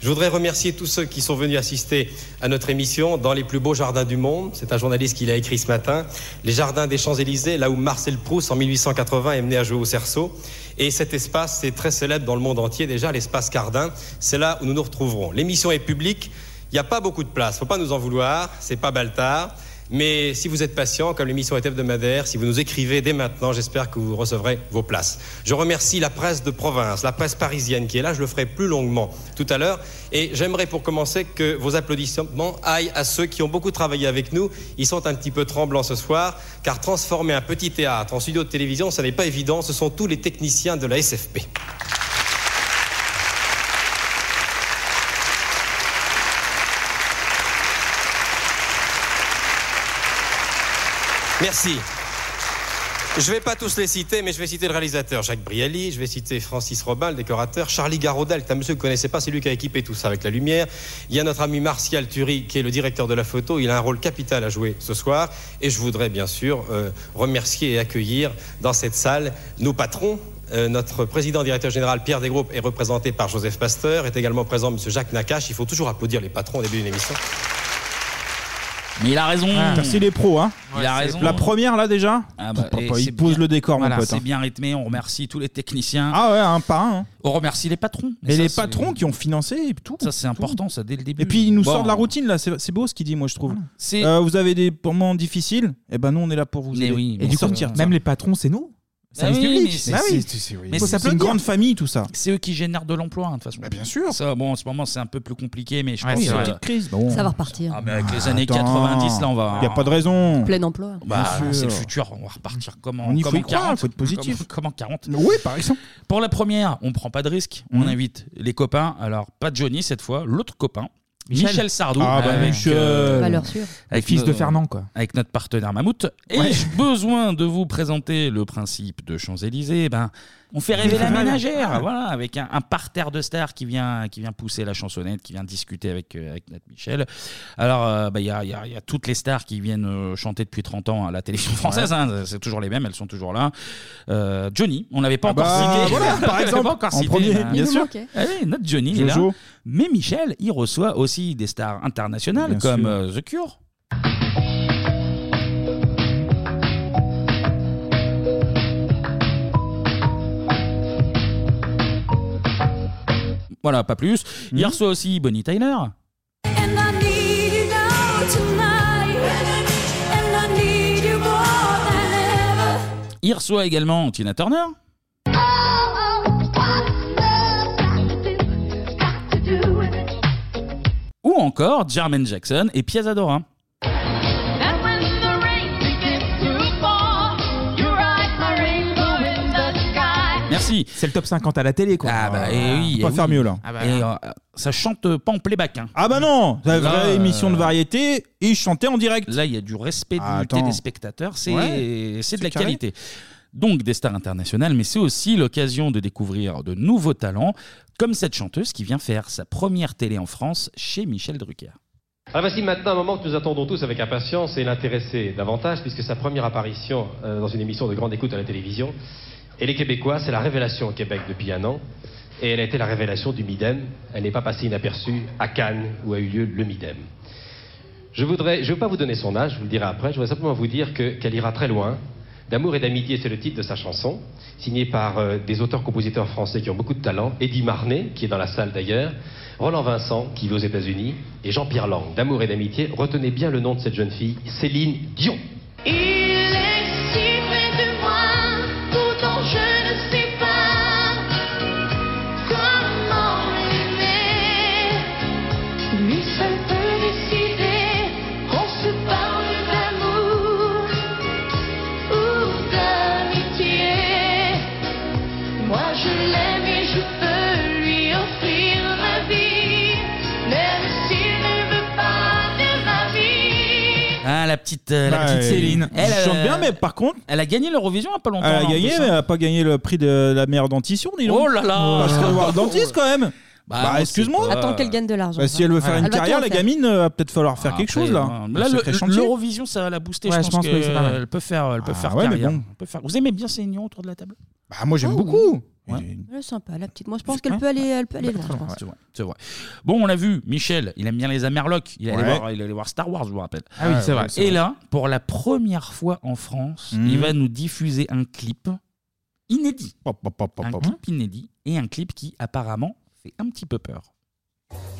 S18: Je voudrais remercier tous ceux qui sont venus assister à notre émission dans les plus beaux jardins du monde. C'est un journaliste qui l'a écrit ce matin. Les jardins des Champs-Élysées, là où Marcel Proust, en 1880, est mené à jouer au cerceau. Et cet espace, c'est très célèbre dans le monde entier déjà, l'espace Cardin. C'est là où nous nous retrouverons. L'émission est publique. Il n'y a pas beaucoup de place. Faut pas nous en vouloir. C'est pas Baltard. Mais si vous êtes patient, comme l'émission est hebdomadaire, si vous nous écrivez dès maintenant, j'espère que vous recevrez vos places. Je remercie la presse de province, la presse parisienne qui est là, je le ferai plus longuement tout à l'heure. Et j'aimerais pour commencer que vos applaudissements aillent à ceux qui ont beaucoup travaillé avec nous. Ils sont un petit peu tremblants ce soir, car transformer un petit théâtre en studio de télévision, ça n'est pas évident. Ce sont tous les techniciens de la SFP. Merci. Je ne vais pas tous les citer, mais je vais citer le réalisateur Jacques Brialy, je vais citer Francis Robin, le décorateur, Charlie Garodel, c'est un monsieur que vous ne connaissez pas, c'est lui qui a équipé tout ça avec la lumière. Il y a notre ami Martial Thury, qui est le directeur de la photo, il a un rôle capital à jouer ce soir. Et je voudrais bien sûr euh, remercier et accueillir dans cette salle nos patrons. Euh, notre président directeur général Pierre Desgroupes est représenté par Joseph Pasteur, est également présent monsieur Jacques Nakache. Il faut toujours applaudir les patrons au début d'une émission.
S1: Mais il a raison.
S2: Merci les pros hein.
S1: Il a raison.
S2: La première là déjà
S1: Ah bah,
S2: Papa,
S1: et c'est
S2: il pose
S1: bien.
S2: le décor
S1: Voilà,
S2: mon pote.
S1: C'est
S2: hein.
S1: bien rythmé. On remercie tous les techniciens.
S2: Ah ouais, un par un. hein.
S1: On remercie les patrons.
S2: Et
S1: ça,
S2: les
S1: c'est-
S2: patrons qui ont financé et tout.
S1: Ça, c'est important, ça, dès le début.
S2: Et puis, il nous
S1: Bon.
S2: sort de la routine, là. C'est c'est beau ce qu'il dit, moi, je trouve.
S1: C'est-
S2: Euh, vous avez des moments difficiles Eh ben, nous, on est là pour vous
S1: Mais
S2: aider.
S1: oui,
S2: et
S1: mais
S2: du
S1: ça-
S2: sortir.
S1: même
S2: les patrons, c'est nous.
S1: Ah
S2: Service
S1: oui, mais
S2: public.
S1: c'est-
S2: Ah oui.
S1: c'est- c'est- oui. Mais
S2: Mais
S1: c'est
S2: c'est
S1: plein
S2: une
S1: de
S2: grande
S1: gens.
S2: famille, tout ça.
S1: C'est eux qui génèrent de l'emploi, hein, de toute façon. bien sûr. Ça, bon, en ce moment, c'est un peu plus compliqué, mais je
S2: Ouais,
S1: pense.
S2: c'est
S1: euh,
S2: une petite crise. Bah, bon.
S3: Ça va repartir.
S1: Ah, mais avec les années
S2: Attends.
S1: 90, là, on va.
S2: Y a pas de raison.
S3: Plein emploi.
S1: Bah,
S2: Bien sûr.
S1: c'est le futur, on va repartir comme en,
S2: On y
S1: comme
S2: faut y
S1: en
S2: croire,
S1: 40.
S2: faut être positif.
S1: Comme, comme en 40.
S2: Oui, par exemple.
S1: Pour la première, on prend pas de risque. On
S2: Mhm.
S1: invite les copains. Alors, pas Johnny cette fois, l'autre copain. Michel,
S4: Michel.
S1: Sardou.
S4: Ah, bah,
S1: avec, euh,
S4: Michel. Valeur sûre. Le fils de Fernand, quoi.
S1: Avec notre partenaire Mammouth. Ai-je besoin de vous présenter le principe de Champs-Élysées Eh ben, On fait rêver la ménagère, voilà, avec un, un parterre de stars qui vient, qui vient pousser la chansonnette, qui vient discuter avec, euh, avec notre Michel. Alors, euh, bah, il y, a, il y a- il y a toutes les stars qui viennent euh, chanter depuis 30 ans à la télévision française,
S2: Ouais.
S1: hein, c'est toujours les mêmes, elles sont toujours là. Euh, Johnny, on l'avait pas
S2: Ah bah,
S1: encore cité.
S2: voilà, par
S1: On l'avait
S2: exemple,
S1: pas encore
S2: en
S1: cité,
S2: premier,
S1: mais-
S2: bien Il nous sûr. manquait.
S1: Ah oui, notre Johnny est
S2: Jojo.
S1: là. Mais Michel, il reçoit aussi des stars internationales
S2: Bien
S1: comme
S2: sûr.
S1: euh, The Cure.
S2: Mhm.
S1: Voilà, pas plus. Il reçoit aussi Bonnie Tyler.
S8: And I need
S1: Il reçoit également Tina Turner. Ou encore Jermaine Jackson et Piazza Dora. Merci.
S2: C'est le top 50 à la télé, quoi.
S1: Ah bah, et oui,
S2: Pas
S1: et
S2: faire
S1: oui.
S2: mieux, là.
S1: Ah bah, et, euh, ça chante euh, pas en playback.
S2: Ah bah non, la vraie émission de
S1: variété, ils chantaient en direct. euh, Là, il y a du respect du
S2: Ah,
S1: des
S2: attends.
S1: spectateurs, c'est
S2: Ouais,
S1: c'est
S2: c'est
S1: de la
S2: carré.
S1: qualité. Donc des stars internationales, mais c'est aussi l'occasion de découvrir de nouveaux talents, comme cette chanteuse qui vient faire sa première télé en France chez Michel Drucker.
S18: Alors Ah, voici maintenant un moment que nous attendons tous avec impatience et l'intéresser davantage, puisque sa première apparition euh, dans une émission de grande écoute à la télévision. Et les Québécois, c'est la révélation au Québec depuis un an. Et elle a été la révélation du Midem. Elle n'est pas passée inaperçue à Cannes, où a eu lieu le Midem. Je voudrais, je ne veux pas vous donner son âge, je vous le dirai après, je voudrais simplement vous dire que- qu'elle ira très loin. D'amour et d'amitié, c'est le titre de sa chanson, signée par euh, des auteurs-compositeurs français qui ont beaucoup de talent, Eddie Marnet, qui est dans la salle d'ailleurs, Roland Vincent, qui vit aux États-Unis, et Jean-Pierre Lang. D'amour et d'amitié, retenez bien le nom de cette jeune fille, Céline Dion.
S8: Il est si près de moi, pourtant je ne sais pas comment l'aimer. Lui seul peut décider qu'on se parle d'amour ou d'amitié. Moi je l'aime et je peux lui offrir ma vie, même s'il ne veut pas de ma vie.
S1: Ah la petite, euh, la
S2: Ouais,
S1: petite Céline. euh,
S2: elle chante bien, mais par contre,
S1: elle a gagné l'Eurovision il y a pas longtemps.
S2: Elle a
S1: là, en
S2: gagné,
S1: plus, hein.
S2: Euh, mais elle a pas gagné le prix de la meilleure dentition, dis donc.
S1: Oh là là
S2: Parce qu'elle doit avoir le dentiste quand même Bah,
S1: non, c'est
S2: excuse-moi
S1: pas-
S3: Attends qu'elle gagne de l'argent.
S2: Bah, si elle veut faire
S3: Voilà.
S2: une
S3: Elle va tout
S2: carrière,
S3: en
S2: la
S3: faire.
S2: gamine, euh, va peut-être falloir faire
S1: Après,
S2: quelque chose là.
S1: Ah, ouais,
S2: Un
S1: Là,
S2: sacré
S1: le-
S2: chantier.
S1: l'Eurovision, ça va la booster.
S2: Ouais,
S1: je pense,
S2: que c'est pas mal.
S1: qu'elle peut faire, elle peut
S2: Ah,
S1: faire
S2: ouais, mais
S1: carrière. Ah,
S2: bon.
S1: Elle peut faire- Vous aimez bien Céline autour de la table
S2: Bah, moi j'aime beaucoup.
S3: Elle est sympa, la petite. Moi, je pense qu'elle peut aller, elle peut aller loin. je pense.
S1: C'est vrai, c'est vrai. Bon, on l'a vu, Michel, il aime bien les Amerlocs. Il est allé
S2: Ouais.
S1: voir, il est allé voir Star Wars, je vous rappelle.
S2: Ah oui, c'est vrai, c'est
S1: Et
S2: vrai.
S1: là, pour la première fois en France,
S2: Mhm.
S1: il va nous diffuser un clip inédit. un clip inédit et un clip qui apparemment fait un petit peu peur.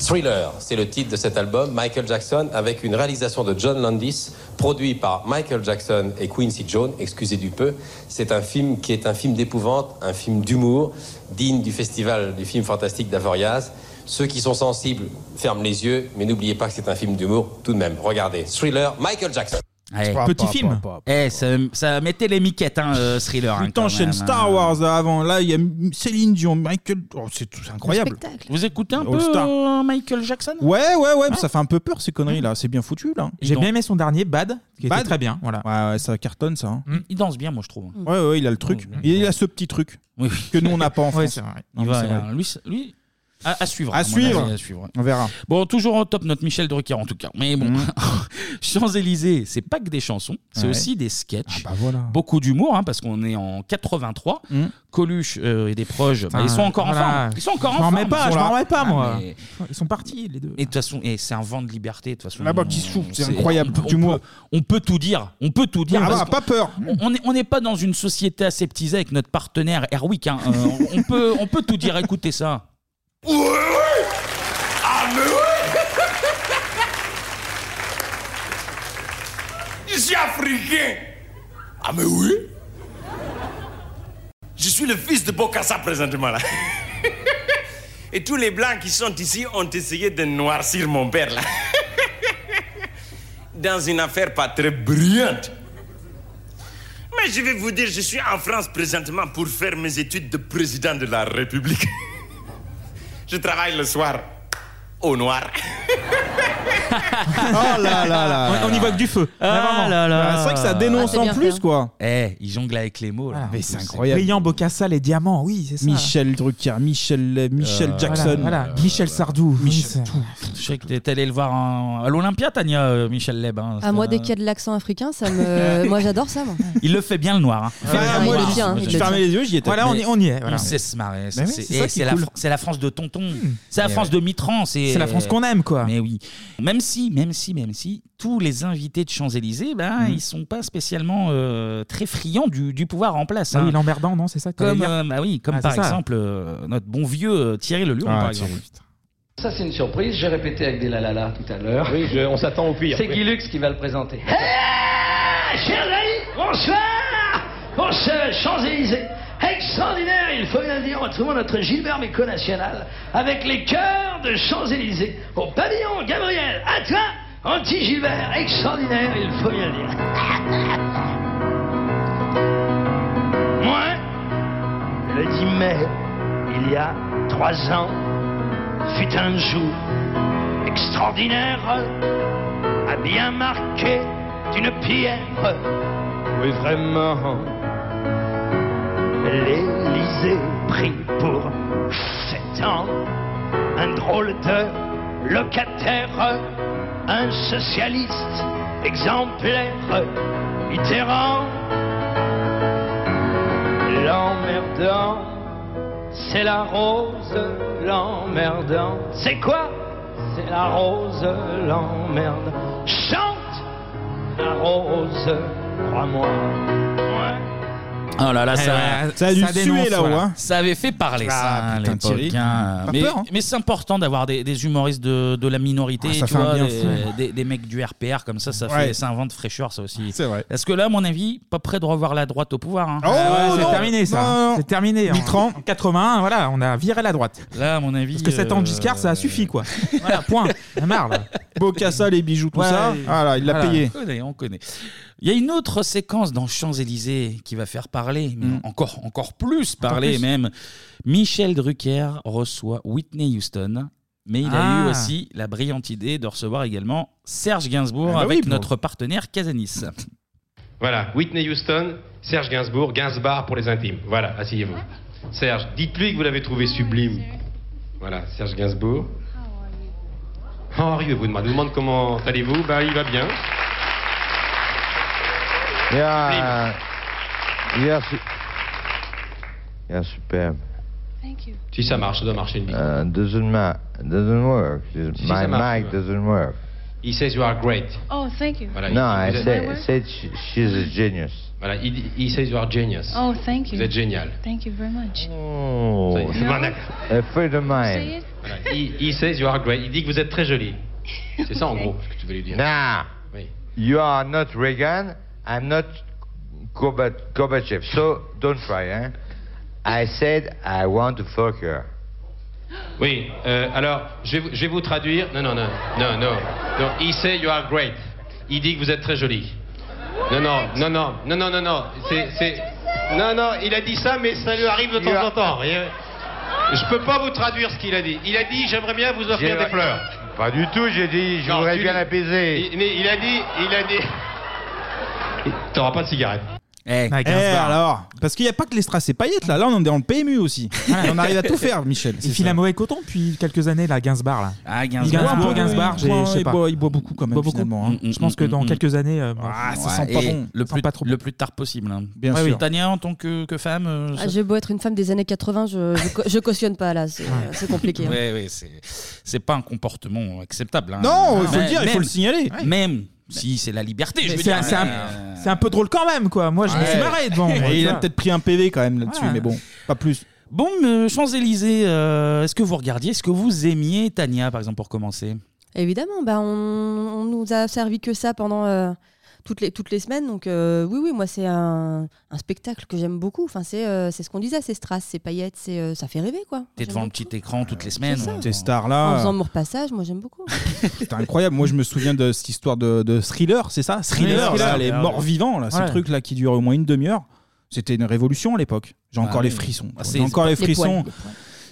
S18: Thriller, c'est le titre de cet album, Michael Jackson, avec une réalisation de John Landis, produit par Michael Jackson et Quincy Jones, excusez du peu. C'est un film qui est un film d'épouvante, un film d'humour, digne du festival du film fantastique d'Avoriaz. Ceux qui sont sensibles ferment les yeux, mais n'oubliez pas que c'est un film d'humour tout de même. Regardez, Thriller, Michael Jackson.
S1: Allez,
S2: pas, Petit pas, film. pas,
S1: Eh, ça, ça mettait les miquettes, hein, euh, thriller. hein,
S2: Tu
S1: quand
S2: t'enchaînes
S1: même,
S2: Star
S1: hein.
S2: Wars là, avant. Là, il y a Céline Dion, Michael. Oh, c'est tout c'est incroyable.
S1: Vous écoutez un
S2: All
S1: peu
S2: Oh, Star.
S1: euh, hein Michael Jackson
S2: Ouais, ouais, ouais, mais ça fait un peu peur ces conneries là. C'est bien foutu là.
S1: J'ai bien
S2: aimé son dernier Bad,
S1: qui était très bien,
S2: Voilà. Ouais, ouais, ça cartonne ça. hein.
S1: Hmm, Il danse bien, moi, je trouve.
S2: Ouais, ouais, il a le truc. Et il a ce petit truc que nous on n'a pas en France. Non,
S1: Il
S2: mais
S1: va-
S2: c'est vrai.
S1: lui, c'est- lui, à, à suivre.
S2: À
S1: mon
S2: suivre.
S1: avis, à suivre.
S2: On verra. Hmm.
S1: Bon, toujours en top notre Michel Drucker en tout cas. Mais bon, Champs-Élysées, c'est pas que des chansons, c'est
S2: Ouais. Ah, bah
S1: aussi des sketchs.
S2: voilà.
S1: Beaucoup d'humour, hein, parce qu'on est en 83.
S2: Mm.
S1: Coluche euh, et des proches, bah,
S2: Putain,
S1: ils sont encore
S2: voilà.
S1: en forme. Ils sont encore
S2: Je
S1: en
S2: m'en
S1: forme.
S2: remets pas,
S1: Ils sont
S2: je
S1: là.
S2: m'en remets pas,
S1: Ah,
S2: moi.
S1: mais-
S2: Ils sont partis les deux.
S1: Et de toute façon, et c'est un vent de liberté. De toute façon,
S2: Là-bas
S1: on-
S2: Ah, bah, qui souffle, c'est
S1: on-
S2: incroyable,
S1: Mmh. on- on
S2: d'humour.
S1: peut- On peut tout dire. On peut tout dire.
S2: Ah
S1: parce
S2: bah,
S1: que-
S2: pas peur.
S1: on- On n'est on n'est pas dans une société aseptisée avec notre partenaire Airwick. hein. Euh, on- on peut, on peut tout dire. Écoutez ça.
S8: Oui, oui Ah, mais oui
S27: Je suis africain. Ah mais oui. Je suis le fils de Bokassa présentement là. Et tous les blancs qui sont ici ont essayé de noircir mon père là. Dans une affaire pas très brillante. Mais je vais vous dire, je suis en France présentement pour faire mes études de président de la République. Je travaille le soir au noir.
S4: Ah,
S2: Oh là là là.
S1: On y voit que du feu. Ah
S2: vraiment.
S1: là là.
S2: Ouais, c'est vrai que ça dénonce Ah, c'est en bien plus, fait. quoi. Ah,
S1: Eh, ils jonglent avec les mots. Là,
S2: mais c'est
S1: incroyable.
S2: Brillant Bocassa, les diamants, oui, c'est ça.
S1: Michel
S2: Drucker, Michel,
S4: Euh,
S1: Michel Jackson.
S2: Voilà, voilà. Michel Sardou. Michel.
S1: Je sais que t'es allé le voir en- à l'Olympia, Tania, euh, Michel Leb. hein.
S3: À moi, dès qu'il y a de l'accent africain, ça me. moi, j'adore ça, moi.
S1: Il le fait bien le noir. hein.
S3: Ah,
S1: Il
S3: moi,
S1: le
S3: il le
S1: fait
S3: tient,
S1: bien,
S3: il
S1: je
S3: le
S1: fermais
S3: tient.
S1: les yeux, j'y étais.
S2: Voilà, on y- on y est, voilà.
S1: On sait se marrer. ça,
S2: Mais oui,
S1: C'est
S2: c'est ça
S1: eh,
S2: qui
S1: c'est
S2: est
S1: la,
S2: cool.
S1: Fran- c'est la France de Tonton. C'est la
S2: Eh
S1: France
S2: ouais.
S1: de Mitterrand. C'est
S2: C'est la France qu'on aime, quoi.
S1: Mais oui. Même si, même si, même si, tous les invités de Champs-Élysées, ben,
S2: Mhm.
S1: ils sont pas spécialement euh, très friands du, du pouvoir en place.
S2: Ah
S1: hein.
S2: oui, l'emmerdant, non, c'est ça que t'allais
S1: Comme,
S2: dire
S1: euh, bah oui, comme
S2: Ah,
S1: par
S2: c'est ça.
S1: exemple euh, notre bon vieux euh, Thierry Leluron,
S2: Ah,
S1: par
S2: Thierry,
S1: exemple.
S16: Ça, c'est une surprise. J'ai répété avec des la la la tout à l'heure.
S18: Oui, je- on s'attend au pire.
S16: C'est
S18: Oui.
S16: Guy Lux qui va le présenter.
S8: Chérie, bonsoir
S24: aux Champs-Élysées. Extraordinaire, il faut bien le dire, retrouvons notre Gilbert Méco national avec les chœurs de Champs-Élysées au pavillon Gabriel Atlas, anti-Gilbert. Extraordinaire, il faut bien le dire. Moi, le 10 mai, il y a trois ans, fut un jour extraordinaire, à bien marqué d'une pierre. Oui, vraiment. L'Élysée prit pour sept ans un drôle de locataire, un socialiste exemplaire, Mitterrand. L'emmerdant, c'est la rose, l'emmerdant. C'est quoi C'est la rose, l'emmerde. Chante la rose, crois-moi.
S1: Oh là là, ça,
S2: Eh ouais, ça a dû suer, là-haut, hein.
S1: Ça avait fait parler ça
S2: Ah,
S1: à
S2: putain,
S1: l'époque,
S2: Thierry.
S1: hein.
S2: Pas
S1: Mais,
S2: peur, hein.
S1: mais c'est important d'avoir des, des humoristes de, de la minorité,
S2: Ah, ça
S1: tu
S2: fait un
S1: vois,
S2: bien
S1: des,
S2: fou.
S1: des- des mecs du RPR comme ça, ça, fait,
S2: Ouais.
S1: ça invente fraîcheur ça aussi.
S2: C'est vrai. Oh,
S1: Parce que là, à mon avis, pas près de revoir la droite au pouvoir. hein.
S4: Ah ouais, c'est terminé ça. C'est terminé. Mitran. En 81, voilà, on a viré la droite.
S1: Là, à mon avis. euh,
S4: Parce que 7 ans de Giscard, ça a suffi quoi. voilà, point. On a marre là.
S2: Bocassa, les bijoux, tout ça. Voilà, il l'a payé.
S1: On connaît, on connaît. Il y a une autre séquence dans Champs-Élysées qui va faire parler, mais
S2: Mm.
S1: encore, encore plus parler
S4: plus.
S1: même. Michel Drucker reçoit Whitney Houston, mais il a
S4: Ah.
S1: eu aussi la brillante idée de recevoir également Serge Gainsbourg
S18: Ah bah
S1: avec
S18: oui, bon.
S1: notre partenaire Casanis.
S18: Voilà, Whitney Houston, Serge Gainsbourg, Gainsbar pour les intimes. Voilà, asseyez-vous. Serge, dites-lui que vous l'avez trouvé sublime. Voilà, Serge Gainsbourg. Henri vous demande, vous demande comment allez-vous Bah, il va bien.
S17: Il a, il a, su- il a superbe.
S18: Si ça marche, ça doit marcher une bite.
S17: Uh, doesn't ma- doesn't work.
S18: Si
S17: My
S18: ça marche,
S17: mic doesn't work.
S18: He says you are great.
S28: Oh, thank you.
S17: No,
S18: Voilà,
S17: I
S18: il, vous
S17: said,
S18: êtes-
S17: said she- she's a genius.
S18: voilà, il, he says you are genius.
S28: Oh, thank you.
S18: Vous êtes génial.
S28: Thank you very much.
S17: Oh,
S18: Ça y est, c'est pas un acte.
S17: a friend of
S28: Say
S17: mine.
S28: it.
S18: Voilà, he, he says you are great. Il dit que vous êtes très jolie. C'est ça en gros ce que tu veux lui dire.
S17: Nah,
S18: Oui.
S17: you are not Reagan. I'm not Gorbat- Gorbachev. So don't try, eh? I said I want to fuck her.
S18: Oui, euh, alors, je vais, vous- je vais vous traduire. Non, non, non, non, non. Non, he say you are great. Il dit que vous êtes très jolie. Non, non, non, non, non, non, non, non. C'est, c'est... Non, non, il a dit ça, mais ça lui arrive de
S17: You
S18: temps
S17: are-
S18: en temps. voyez. Je peux pas vous traduire ce qu'il a dit. Il a dit, j'aimerais bien vous offrir
S17: J'ai-
S18: des fleurs.
S17: Pas du tout, j'ai dit, je
S18: Non,
S17: voudrais
S18: tu
S17: bien
S18: dis-
S17: la baiser.
S18: Il, mais il a dit, il a dit... T'auras pas de cigarette.
S2: Eh, alors Parce qu'il n'y a pas que les strass et paillettes là, là on est dans le PMU aussi. Et on arrive à tout faire, Michel.
S4: Il file un mauvais coton depuis quelques années, là, Gainsbar. Là.
S1: Ah,
S2: Gainsbourg.
S4: Gainsbourg,
S2: Ouais,
S4: Gainsbar,
S2: il
S4: j'ai-
S2: boit-
S4: je sais
S2: il
S4: pas.
S2: boit- il boit beaucoup quand même,
S4: Boit beaucoup.
S2: finalement, hein.
S4: Je pense que dans
S2: Mm, mm,
S4: quelques années. euh,
S2: Ah,
S4: bon,
S2: ça sent pas
S1: et
S2: bon.
S1: Le
S4: Ça sent
S1: plus,
S4: pas trop
S1: le plus tard possible. hein.
S2: Bien
S1: Ouais,
S2: sûr.
S1: oui. Tania, en tant que, que femme. euh,
S3: Ah,
S1: ça-
S3: J'ai beau être une femme des années 80, je, je, co- je cautionne pas là, c'est euh, c'est compliqué. hein.
S1: Ouais, ouais, c'est- c'est pas un comportement acceptable. hein.
S4: Non, il faut
S1: Mais-
S4: le dire, il faut le signaler.
S1: Même si c'est la liberté, je
S4: Mais
S1: veux
S4: C'est
S1: dire.
S4: un, c'est un-
S1: mais, euh,
S4: c'est un peu drôle quand même, quoi. Moi, je me suis
S1: Ouais.
S4: marré devant. moi,
S2: Et
S4: tu
S2: il a
S4: vois.
S2: peut-être pris un PV quand même là-dessus,
S4: Ouais.
S2: mais bon, pas plus.
S1: Bon, euh, Champs-Élysées, euh, est-ce que vous regardiez, est-ce que vous aimiez Tania, par exemple, pour commencer
S3: Évidemment, bah, on, on nous a servi que ça pendant euh, toutes, les, toutes les semaines. Donc, euh, oui, oui, moi, c'est un, un spectacle que j'aime beaucoup. Enfin, c'est euh, c'est ce qu'on disait, c'est strass, c'est paillettes, c'est euh, ça fait rêver, quoi.
S1: T'es devant le petit écran toutes les semaines.
S2: Ces stars
S3: En
S2: là,
S3: faisant mon repassage, moi, j'aime beaucoup.
S2: c'est incroyable. Moi je me souviens de cette histoire de, de thriller, c'est ça Thriller,
S4: Oui,
S2: là,
S4: thriller.
S2: les morts vivants, là,
S4: Ouais.
S2: ces trucs là qui durent au moins une demi-heure. C'était une révolution à l'époque. J'ai encore
S4: Ah,
S2: les
S4: oui.
S2: frissons.
S4: Ah,
S2: J'ai
S4: c'est-
S2: encore les
S4: les poils,
S2: frissons.
S4: les poils.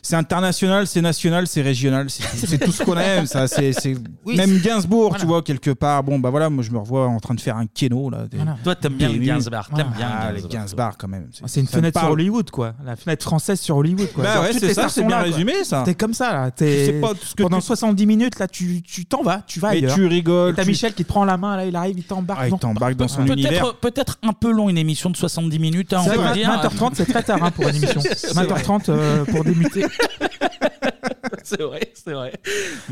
S2: C'est international, c'est national, c'est régional, c'est tout- c'est tout ce qu'on aime. Ça, c'est c'est-
S1: Oui,
S2: même
S1: c'est-
S2: Gainsbourg, tu vois quelque part. Bon bah voilà, moi je me revois en train de faire un keno là. des-
S1: Toi, t'aimes bien le
S2: PMU.
S1: Gainsbar. T'aimes bien
S2: Ah,
S1: le
S2: les
S1: Gainsbourg.
S2: Gainsbar quand même.
S4: Ah, C'est une
S2: ça me
S4: fenêtre sur
S2: parle.
S4: Hollywood, quoi. La fenêtre française sur Hollywood, quoi.
S2: Bah
S4: Genre,
S2: ouais,
S4: toutes
S2: c'est
S4: les
S2: ça,
S4: stars
S2: c'est
S4: sont
S2: bien
S4: là, quoi.
S2: résumé, ça.
S4: T'es comme ça, là.
S2: Tu sais
S4: T'es...
S2: pas ce que
S4: Pendant
S2: tu-
S4: 70 minutes, là, tu, tu t'en vas, tu vas
S2: Mais
S4: ailleurs.
S2: tu rigoles,
S4: Et t'as
S2: tu-
S4: Michel qui te prend la main, là, il arrive, il t'embarque.
S2: Ah, il
S4: dans-
S2: t'embarque dans son
S1: Peut-être-
S2: univers.
S1: Peut-être un peu long une émission de 70 minutes. hein, on
S4: C'est
S1: peut
S4: vrai,
S1: le dire.
S4: 20h30, c'est très tard hein, pour une émission.
S1: C'est vrai.
S4: 20h30 euh, pour débuter.
S1: C'est vrai, c'est vrai.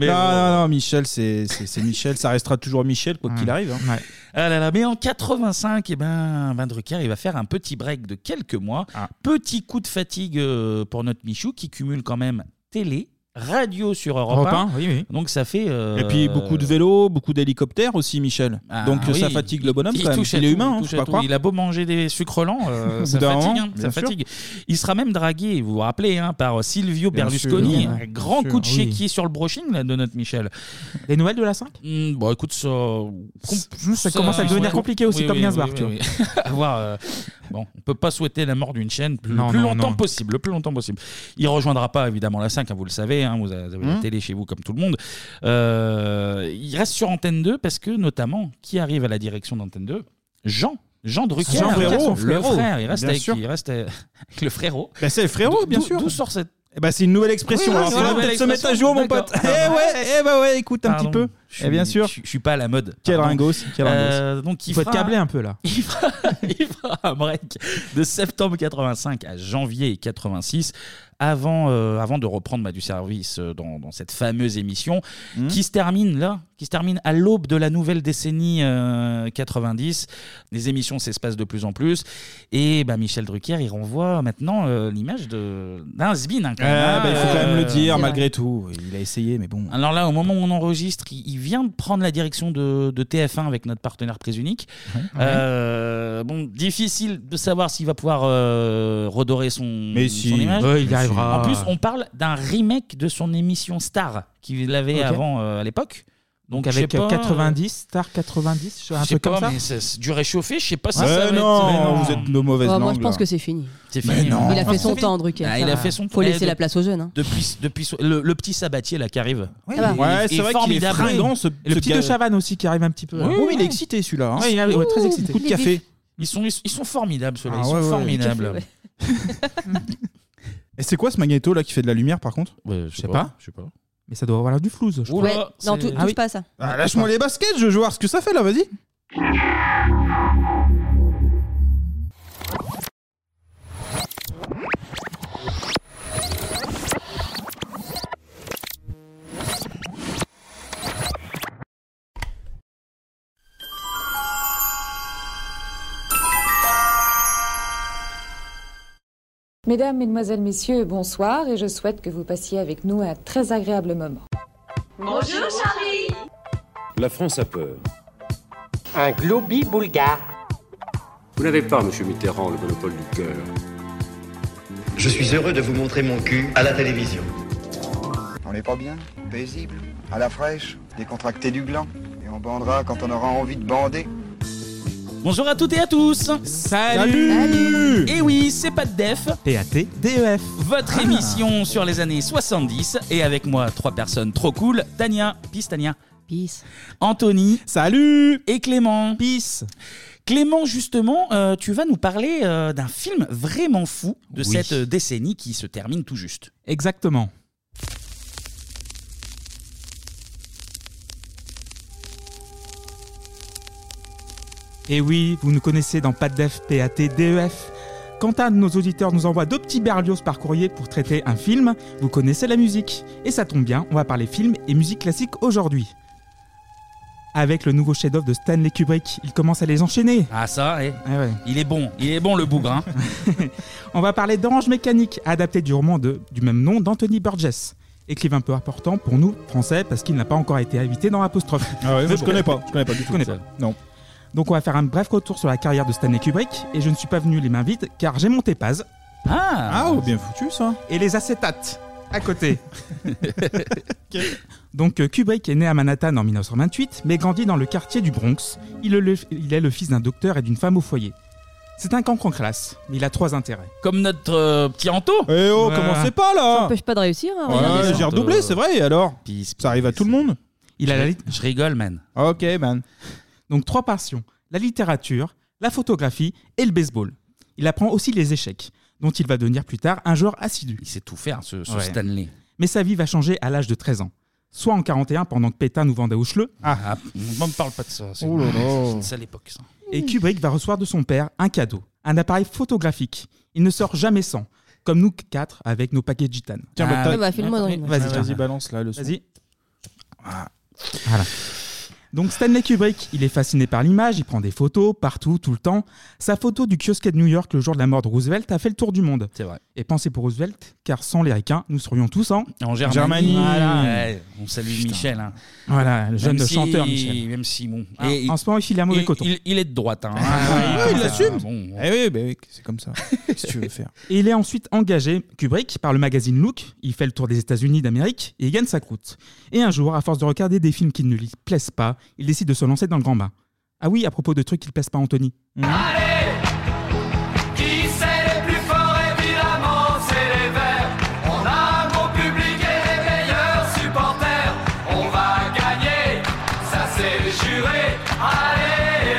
S2: non, non, non, Michel, c'est c'est- c'est Michel, ça restera toujours Michel, quoi qu'il arrive. hein.
S1: Ah là là, mais en 85, eh ben, Van Drucker, il va faire un petit break de
S4: Ah.
S1: quelques mois. Petit coup de fatigue euh, pour notre Michou qui cumule quand même télé, radio sur Europe
S2: Europe
S1: 1.
S2: un, oui, oui.
S1: Donc ça fait. euh,
S2: Et puis beaucoup de vélos, beaucoup d'hélicoptères aussi, Michel.
S1: Ah,
S2: Donc
S1: oui.
S2: ça fatigue le bonhomme
S1: il
S2: quand même.
S1: touche à
S2: Il est
S1: tout,
S2: humain, hein,
S1: touche
S2: faut
S1: à
S2: pas
S1: tout.
S2: croire.
S1: Il a beau manger des sucres lents, euh,
S2: Au
S1: ça
S2: bout d'un
S1: fatigue.
S2: moment,
S1: hein, ça
S2: bien sûr.
S1: fatigue. Il sera même dragué, vous vous rappelez, hein, par Silvio
S2: Bien
S1: Berlusconi.
S2: sûr,
S1: un
S2: bien
S1: grand
S2: sûr,
S1: coup de
S2: oui.
S1: chéquier sur le brushing là, de notre Michel. Les nouvelles de la 5 Bon, écoute, ça.
S4: ça commence à devenir compliqué aussi, comme Gainsbourg, tu
S1: Avoir, euh, bon, on peut pas souhaiter la mort d'une chaîne plus,
S4: Non,
S1: plus
S4: non,
S1: longtemps
S4: non.
S1: possible, le plus longtemps possible. Il rejoindra pas évidemment la 5, hein, vous le savez, hein, vous avez la
S2: Mmh.
S4: Hmm.
S1: télé chez vous comme tout le monde. Euh, il reste sur Antenne 2 parce que notamment, qui arrive à la direction d'Antenne 2 Jean. Jean Drucker,
S2: Jean Frérot,
S1: le
S2: Frérot.
S1: frère, il reste,
S2: Bien
S1: avec,
S2: sûr.
S1: il reste avec le frérot.
S2: Bah, c'est le frérot, bien
S1: D'où-
S2: sûr.
S1: D'où sort cette
S2: Eh ben, c'est une nouvelle expression.
S1: Oui,
S2: alors,
S1: oui,
S2: voilà,
S1: c'est une
S2: peut-être se
S1: nouvelle
S2: mettre à jour, mon
S1: expression.
S2: pote. Eh
S1: D'accord.
S2: ouais, eh bah ouais, écoute un
S1: Pardon.
S2: petit peu.
S1: Je
S2: Eh bien
S1: suis-
S2: sûr.
S1: Je, je suis pas à la mode.
S2: Quel
S1: Pardon.
S2: ringos, quel ringos.
S1: Euh, donc il
S4: faut
S1: fera-
S4: être câblé un peu là.
S1: Il fera, il fera un break de septembre 85 à janvier 86 avant, euh, avant de reprendre bah, du service euh, dans, dans cette fameuse émission
S2: Hmm.
S1: qui se termine là, qui se termine à l'aube de la nouvelle décennie euh, 90. Les émissions s'espacent de plus en plus et bah, Michel Drucker il renvoie maintenant euh, l'image de- d'un sbin. hein, quand même,
S2: Ah,
S1: hein,
S2: bah, il faut quand même le
S1: euh,
S2: dire, malgré tout. Il a essayé, mais bon.
S1: Mm. alors là, au moment où on enregistre, il, il vient de prendre la direction de, de TF1 avec notre partenaire Prise Unique. Euh, bon, difficile de savoir s'il va pouvoir euh, redorer son,
S4: Mais si,
S1: son image.
S4: ouais, il y arrivera.
S1: En plus, on parle d'un remake de son émission Star qu'il avait
S4: Ok.
S1: avant euh, à l'époque. Donc,
S4: Donc
S1: je
S4: avec
S1: sais pas,
S4: 90, Star 90, un
S1: je sais
S4: truc
S1: pas,
S4: comme ça.
S1: mais c'est- c'est du réchauffé, je sais pas si
S4: Ouais,
S1: ça va être-
S4: non,
S1: mais
S4: vous êtes nos
S3: Oh, moi, je pense que c'est fini.
S1: C'est fini. non.
S3: Il a fait
S1: C'est
S3: son
S1: fini.
S3: temps, Drucker.
S1: Ah, il a fait son
S3: Faut
S1: temps.
S3: laisser
S1: Et
S3: la
S1: de-
S3: place aux jeunes. hein.
S1: Depuis, depuis so- le, le petit sabatier là qui arrive.
S3: Ah bah.
S1: Il-
S2: Ouais,
S1: il
S2: c'est vrai
S1: est
S2: qu'il est
S1: formidable.
S2: fringant, ce-
S1: Et le
S2: ce
S1: petit
S2: gars.
S1: de
S4: Chavannes aussi qui arrive un petit peu.
S1: Oui,
S4: là.
S1: oui, il est
S2: excité celui-là. hein.
S4: Ouais, il est ouais, très excité.
S1: Coup de café. Ils sont, ils sont- ils sont formidables ceux-là.
S2: Ah,
S1: ils sont
S2: ouais, ouais,
S1: formidables.
S2: ouais. Et c'est quoi ce magnéto là qui fait de la lumière par contre
S1: Je
S2: sais
S1: pas,
S2: pas.
S1: Je sais pas.
S4: Mais ça doit avoir du flouze. je
S3: Ouais,
S4: crois.
S3: non, tou- touche
S4: Ah oui.
S3: pas à ça.
S2: Ah, Lâche-moi les baskets, je veux voir ce que ça fait là, vas-y.
S28: Mesdames, Mesdemoiselles, Messieurs, bonsoir et je souhaite que vous passiez avec nous un très agréable moment.
S8: Bonjour Charlie
S15: La France a peur.
S19: Un globi bulgare.
S15: Vous n'avez pas, monsieur Mitterrand, le monopole du cœur.
S16: Je suis heureux de vous montrer mon cul à la télévision.
S20: On n'est pas bien, paisible, à la fraîche, décontracté du gland. Et on bandera quand on aura envie de bander.
S1: Bonjour à toutes et à tous.
S20: Salut. Salut.
S1: Et oui, c'est pas de def.
S4: PAT, DEF.
S1: Votre émission sur les années 70 et avec moi trois personnes trop cool. Tania, peace Tania.
S3: Peace.
S1: Anthony. Salut. Et Clément. Peace. Clément, justement, euh, tu vas nous parler euh, d'un film vraiment fou de
S4: Oui.
S1: cette euh, décennie qui se termine tout juste.
S4: Exactement. Et Eh oui, vous nous connaissez dans PADDEF, PAT, DEF. Quand un de nos auditeurs nous envoie deux petits berlioz par courrier pour traiter un film, vous connaissez la musique. Et ça tombe bien, on va parler film et musique classique aujourd'hui. Avec le nouveau chef-d'œuvre de Stanley Kubrick, il commence à les enchaîner.
S1: Ah ça, eh. il est bon, il est bon le hein. bougrin.
S4: On va parler d'Orange Mécanique, adapté du roman de- du même nom d'Anthony Burgess. Écrivain peu important pour nous, français, parce qu'il n'a pas encore été invité dans Apostrophe.
S2: Ah ouais, moi,
S4: Mais
S2: je
S4: bon.
S2: connais pas, je connais pas du tout.
S4: connais pas.
S2: Non.
S4: Donc on va faire un bref retour sur la carrière de Stanley Kubrick, et je ne suis pas venu les mains vides, car j'ai mon Tépaz.
S2: Ah, oh, bien foutu ça.
S4: Et les acétates, à côté. Donc euh, Kubrick est né à Manhattan en 1928, mais grandit dans le quartier du Bronx. Il est le, il est le fils d'un docteur et d'une femme au foyer. C'est un cancre-classe, mais il a trois intérêts.
S1: Comme notre euh, petit Anto. Eh
S4: oh, Ouais. commencez pas,
S3: Ça n'empêche pas de réussir. hein, regardez.
S2: Ouais, j'ai redoublé, c'est vrai, et alors Ça arrive à tout le monde
S4: Il a la
S1: Je rigole, man.
S4: Ok, man. Donc trois passions la littérature, la photographie et le baseball. Il apprend aussi les échecs, dont il va devenir plus tard un joueur assidu.
S1: Il sait tout faire, ce, ce Stanley.
S4: Mais sa vie va changer à l'âge de 13 ans. Soit en 41 pendant que Pétain nous vendait au Schleu.
S1: Ah, on ne parle pas de ça. C'est
S4: Oh là là.
S1: c'est une sale époque, ça.
S4: Et Kubrick va recevoir de son père un cadeau, un appareil photographique. Il ne sort jamais sans, comme nous quatre avec nos paquets de gitane.
S1: Ah.
S2: Tiens, bah, t'as-
S4: vas-y,
S2: vas-y,
S4: tiens.
S2: balance là le son.
S4: Vas-y. Donc Stanley Kubrick, il est fasciné par l'image, il prend des photos partout, tout le temps. Sa photo du kiosque de New York le jour de la mort de Roosevelt a fait le tour du monde.
S1: C'est vrai.
S4: Et pensez pour Roosevelt, car sans les Ricains, nous serions tous en,
S1: En Germanie.
S4: Voilà.
S1: Ouais, on salue Michel. hein.
S4: Voilà, le jeune
S1: Même si-
S4: chanteur, Michel.
S1: Même si, bon.
S4: Ah,
S1: Et il-
S4: en ce moment, il file un mauvais
S1: il-
S4: coton.
S1: Il, il est de droite. Hein.
S4: Ah, il l'assume.
S2: Eh oui, bah oui, c'est comme ça. Qu'est-ce que tu veux faire
S4: Et il est ensuite engagé, Kubrick, par le magazine Look. Il fait le tour des États-Unis d'Amérique et il gagne sa croûte. Et un jour, à force de regarder des films qui ne lui plaisent pas, il décide de se lancer dans le grand bain. Ah oui, à propos de trucs qui ne plaisent pas à Anthony.
S1: Mmh.
S8: Qui c'est les plus forts évidemment c'est les verts On a un beau public et les meilleurs supporters On va gagner, ça c'est juré Allez,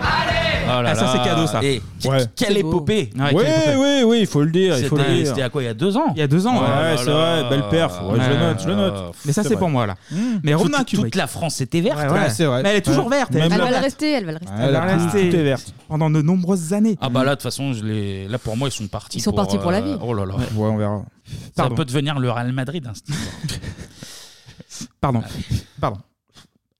S8: allez
S1: Oh là
S4: Ah, ça,
S1: là.
S4: c'est cadeau, ça.
S1: Et
S2: Ouais.
S1: quelle
S2: C'est beau.
S1: épopée
S4: Ouais,
S2: Oui,
S4: quelle épopée.
S2: oui, oui, il faut le dire. Il faut le
S1: C'était-
S2: dire.
S1: C'était à quoi il y a deux ans
S4: Il y a deux ans.
S1: Oh
S4: ouais.
S1: là
S2: Ouais, c'est
S1: là. Oh,
S2: vrai, belle perf. Ouais, je le note, je le note.
S4: Mais ça, c'est
S2: vrai.
S4: pour moi, là. Mais revenons à
S1: toute,
S4: Kubrick.
S1: toute la France était verte.
S4: Ouais, ouais.
S2: c'est vrai.
S4: Mais elle est toujours
S2: Ouais.
S4: verte.
S2: Même
S4: est
S3: Elle
S4: toujours
S3: va le
S4: verte.
S3: rester, elle va le rester.
S2: Elle
S4: Elle
S2: a
S4: va
S2: tout-
S4: rester
S2: tout est verte.
S4: pendant de nombreuses années.
S1: Ah bah là, de toute façon, je les- là pour moi, ils sont partis.
S3: Ils sont partis pour la vie.
S1: Oh là là.
S2: Ouais, on verra.
S1: Ça
S4: Pardon.
S1: peut devenir le Real Madrid. hein, cette histoire.
S4: Pardon.
S1: Ah
S4: Pardon.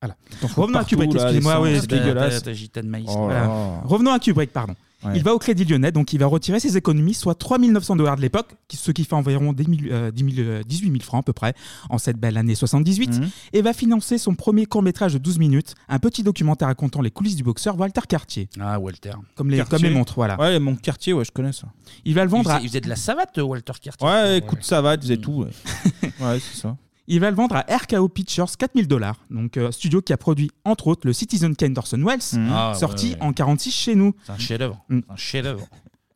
S4: Voilà.
S2: T'en fous
S4: Revenons à
S2: partout,
S4: Kubrick,
S2: là, les
S4: excusez-moi.
S2: cendres,
S4: oui,
S2: c'est
S4: excusez-moi.
S2: dégueulasse.
S1: Ta gitane maïs.
S2: Oh là
S4: Voilà.
S2: là.
S4: Revenons à Kubrick, pardon.
S2: Ouais.
S4: Il va au Crédit Lyonnais, donc il va retirer ses économies, soit 3 900 dollars de l'époque, qui- ce qui fait environ 10 000, euh, 10 000, euh, 18 000 francs à peu près, en cette belle année 78,
S2: Mhm.
S4: et va financer son premier court-métrage de 12 minutes, un petit documentaire racontant les coulisses du boxeur Walter Cartier,
S1: Ah, Walter.
S4: comme les,
S2: Cartier.
S4: comme les montres, voilà.
S2: Ouais, mon quartier, ouais, je connais ça.
S4: Il va le
S1: Il
S4: vendre à...
S1: faisait, il faisait de la savate, euh, Walter Cartier.
S2: Ouais, écoute, ça va, tu faisais tout. Ouais, Ouais, c'est ça.
S4: Il va le vendre à RKO Pictures 4000 dollars, donc euh, studio qui a produit entre autres le Citizen Kane d'Orson Welles,
S2: Mmh.
S1: Ah, ouais,
S4: sorti
S1: ouais.
S4: en 46 chez nous.
S1: C'est un chef-d'œuvre.
S4: Mm.
S1: C'est Un chef-d'œuvre.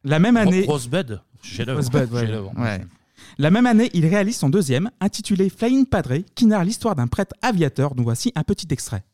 S4: La même année,
S1: Ro- Rosebud. Chef-d'œuvre.
S4: Rosebud, ouais.
S1: Chef-d'œuvre.
S4: Ouais. La même année, il réalise son deuxième, intitulé Flying Padre, qui narre l'histoire d'un prêtre aviateur, dont voici un petit extrait.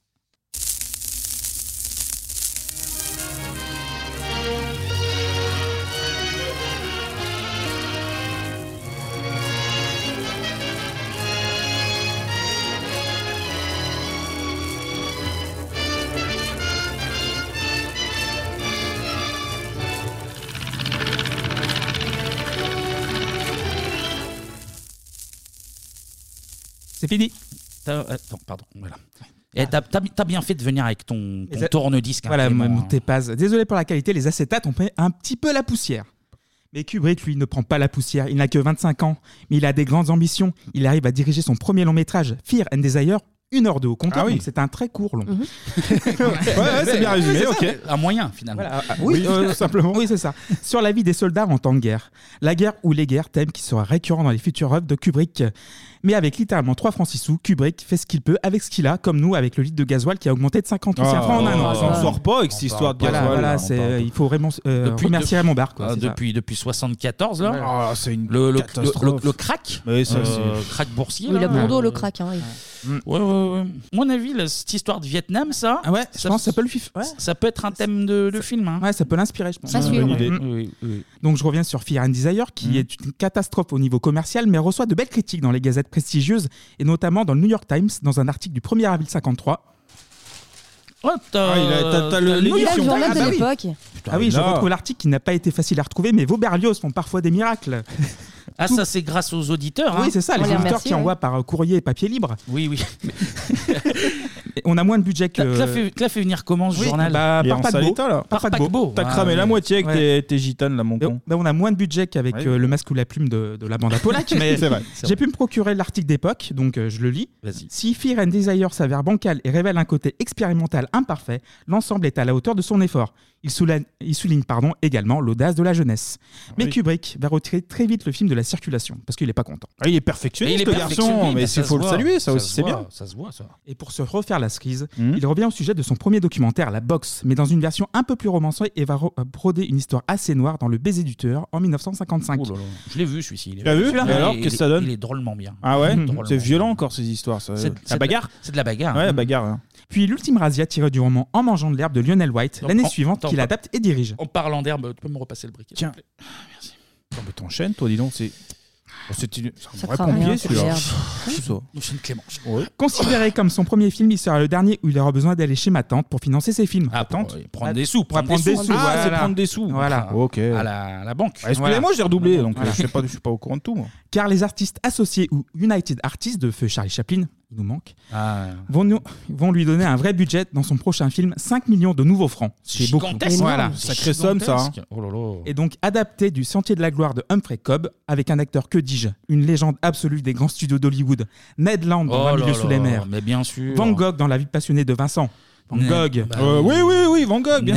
S4: C'est fini.
S1: T'as- Attends, pardon. Voilà. Et t'as, t'as- t'as bien fait de venir avec ton, ton
S4: ça-
S1: tourne-disque. hein,
S4: Voilà,
S1: Clément,
S4: mon
S1: hein.
S4: t'es pas. Désolé pour la qualité, les acétates ont fait un petit peu la poussière. Mais Kubrick, lui, ne prend pas la poussière. Il n'a que 25 ans, mais il a des grandes ambitions. Il arrive à diriger son premier long métrage, Fear and Desire, une heure de haut compteur.
S2: Ah oui. Mhm.
S4: donc C'est un très court long.
S2: Ouais, ouais, c'est bien résumé, ok.
S1: Un
S3: Ah,
S1: moyen, finalement.
S2: Ah,
S4: Oui, euh, simplement. Oui, c'est ça. Sur la vie des soldats en temps de guerre. La guerre ou les guerres, thème qui sera récurrent dans les futures œuvres de Kubrick. Mais avec littéralement 3 francs 6 sous, Kubrick fait ce qu'il peut avec ce qu'il a, comme nous avec le litre de gasoil qui a augmenté de 50 ou 100 francs en un
S2: Ah, on
S4: an.
S2: s'en sort pas avec cette histoire de
S4: Voilà,
S2: gasoil,
S4: voilà,
S2: là, on parle
S4: c'est,
S2: de-
S4: il faut vraiment euh,
S1: Depuis-
S4: remercier Raymond Barre. quoi,
S1: Ah,
S4: c'est ça.
S1: depuis, depuis 74, là.
S2: Ah, c'est une
S1: Le, le, le,
S2: catastrophe.
S1: le- le crack.
S2: Mais ça,
S1: euh, crack boursier.
S3: Il
S1: là.
S3: a bon dos, le crack. hein, il-
S1: Ouais, ouais, ouais. Mon avis, là, cette histoire de Vietnam, ça,
S4: Ah ouais, je
S1: ça,
S4: pense que ça peut le fif- ouais.
S1: ça peut être un thème de, de film. hein.
S4: Ouais, ça peut l'inspirer, je pense.
S3: Ça suit.
S2: idée.
S1: Mm. Oui, oui.
S4: Donc je reviens sur Fear and Desire, qui
S1: Mm.
S4: est une catastrophe au niveau commercial, mais reçoit de belles critiques dans les gazettes prestigieuses, et notamment dans le New York Times, dans un article du 1er avril 53.
S1: Oh, t'as,
S2: Ah, il a- t'as- t'as le-
S1: t'as
S3: Il a le
S2: l'édition.
S3: Euh, journal
S4: Ah,
S3: de
S4: bah oui.
S3: l'époque.
S4: Ah oui, je
S2: là.
S4: retrouve l'article qui n'a pas été facile à retrouver, mais vos Berlioz font parfois des miracles.
S1: Ah, ça, c'est grâce aux auditeurs. hein.
S4: Oui, c'est ça,
S3: Ah, On
S4: les
S3: les
S4: auditeurs
S3: remercie,
S4: qui
S3: ouais.
S4: envoient par euh, courrier et papier libre.
S1: Oui, oui.
S4: Et on a moins de budget que.
S1: T'as, t'as fait, t'as fait venir comment ce
S4: Oui,
S1: journal
S4: bah,
S2: Il est
S4: par
S2: en
S4: paquebot.
S2: sale état, là.
S4: Par
S1: Par
S4: paquebot.
S1: paquebot.
S2: T'as
S1: Ah,
S2: cramé
S1: ouais.
S2: la moitié avec
S4: Ouais.
S2: tes, tes gitanes, là, mon
S4: Mais-
S2: con.
S4: bah, on a moins de budget qu'avec
S2: Ouais.
S4: euh, le masque ou la plume de, de la bande à Polak, mais
S2: C'est vrai.
S4: j'ai pu me procurer l'article d'époque, donc euh, je le lis.
S1: Vas-y.
S4: Si Fear and Desire s'avère bancal et révèle un côté expérimental imparfait, l'ensemble est à la hauteur de son effort. Il souligne, il souligne, pardon, également l'audace de la jeunesse. Mais
S2: oui.
S4: Kubrick va retirer très vite le film de la circulation parce qu'il n'est pas content.
S2: Ah, il est
S1: Et
S2: perfectionniste,
S1: il est
S2: le
S1: perfectionniste,
S2: garçon. Mais
S1: bah,
S2: il
S1: ça
S2: faut
S1: se
S2: le
S1: voit.
S2: saluer, ça
S1: se
S2: aussi, c'est
S1: voit,
S2: bien.
S1: Ça se voit, ça.
S4: Et pour se refaire la cerise,
S2: Mhm.
S4: il revient au sujet de son premier documentaire, La Boxe, mais dans une version un peu plus romancée et va ro- broder une histoire assez noire dans Le baiser du tueur en
S1: Oh
S4: 1955.
S1: là là. Je l'ai vu, celui-ci. il est-
S2: Tu l'as vu
S1: celui-là,
S2: Et alors,
S1: il est-
S2: qu'est-ce que ça donne
S1: Il est drôlement bien.
S2: Ah ouais
S1: Drôlement.
S2: C'est violent, encore, ces histoires. ça.
S1: C'est- c'est
S2: La
S1: de-
S2: bagarre
S1: C'est de la bagarre.
S2: Ouais, la
S1: hein.
S2: bagarre. hein.
S4: Puis l'ultime razzia tirée du roman En mangeant de l'herbe de Lionel White,
S1: Non,
S4: l'année
S1: en-
S4: suivante
S1: attends,
S4: qu'il
S1: pas-
S4: adapte et dirige.
S1: En parlant d'herbe, tu peux me repasser le briquet.
S2: Tiens.
S1: s'il te plaît Merci.
S2: Non, mais t'enchaînes, toi, dis donc. C'est Oh, c'est une- c'est
S3: Ça
S2: un vrai
S3: travaille, hein,
S2: pompier,
S3: cette
S2: celui-là.
S3: herbe.
S2: C'est ça.
S1: Enchaîne Clémence.
S4: Considéré comme son premier film, il sera le dernier où il aura besoin d'aller chez ma tante pour financer ses films.
S1: Ah, pour,
S2: Attends.
S1: euh, prendre des sous.
S4: Pour prendre des sous,
S2: Ah,
S4: voilà.
S2: c'est prendre des sous.
S4: Voilà.
S2: Ok.
S1: À la, à la banque.
S2: Ah, Excusez-moi, j'ai redoublé, donc euh,
S4: Voilà.
S2: je sais pas- je suis pas au courant de tout. moi.
S4: Car les artistes associés ou United Artists de Feu Charlie Chaplin, il nous manque, vont, nous- vont lui donner un vrai budget dans son prochain film, 5 millions de nouveaux francs. C'est beaucoup.
S1: Gigantesque.
S4: Voilà,
S1: C'est
S4: sacrée somme ça. hein.
S1: gigantesque. Oh là là.
S4: Et donc adapté du Sentier de la Gloire de Humphrey Cobb, avec un acteur que dis-je, une légende absolue des grands studios d'Hollywood, Ned Land dans
S1: Oh
S4: Un
S1: là
S4: milieu sous les
S1: là,
S4: mers,
S1: mais bien sûr.
S4: Van Gogh dans La vie passionnée de Vincent. Van
S1: Ned-
S4: Gogh.
S1: bah Euh, oui.
S4: oui, oui, Van Gogh,
S1: Ned-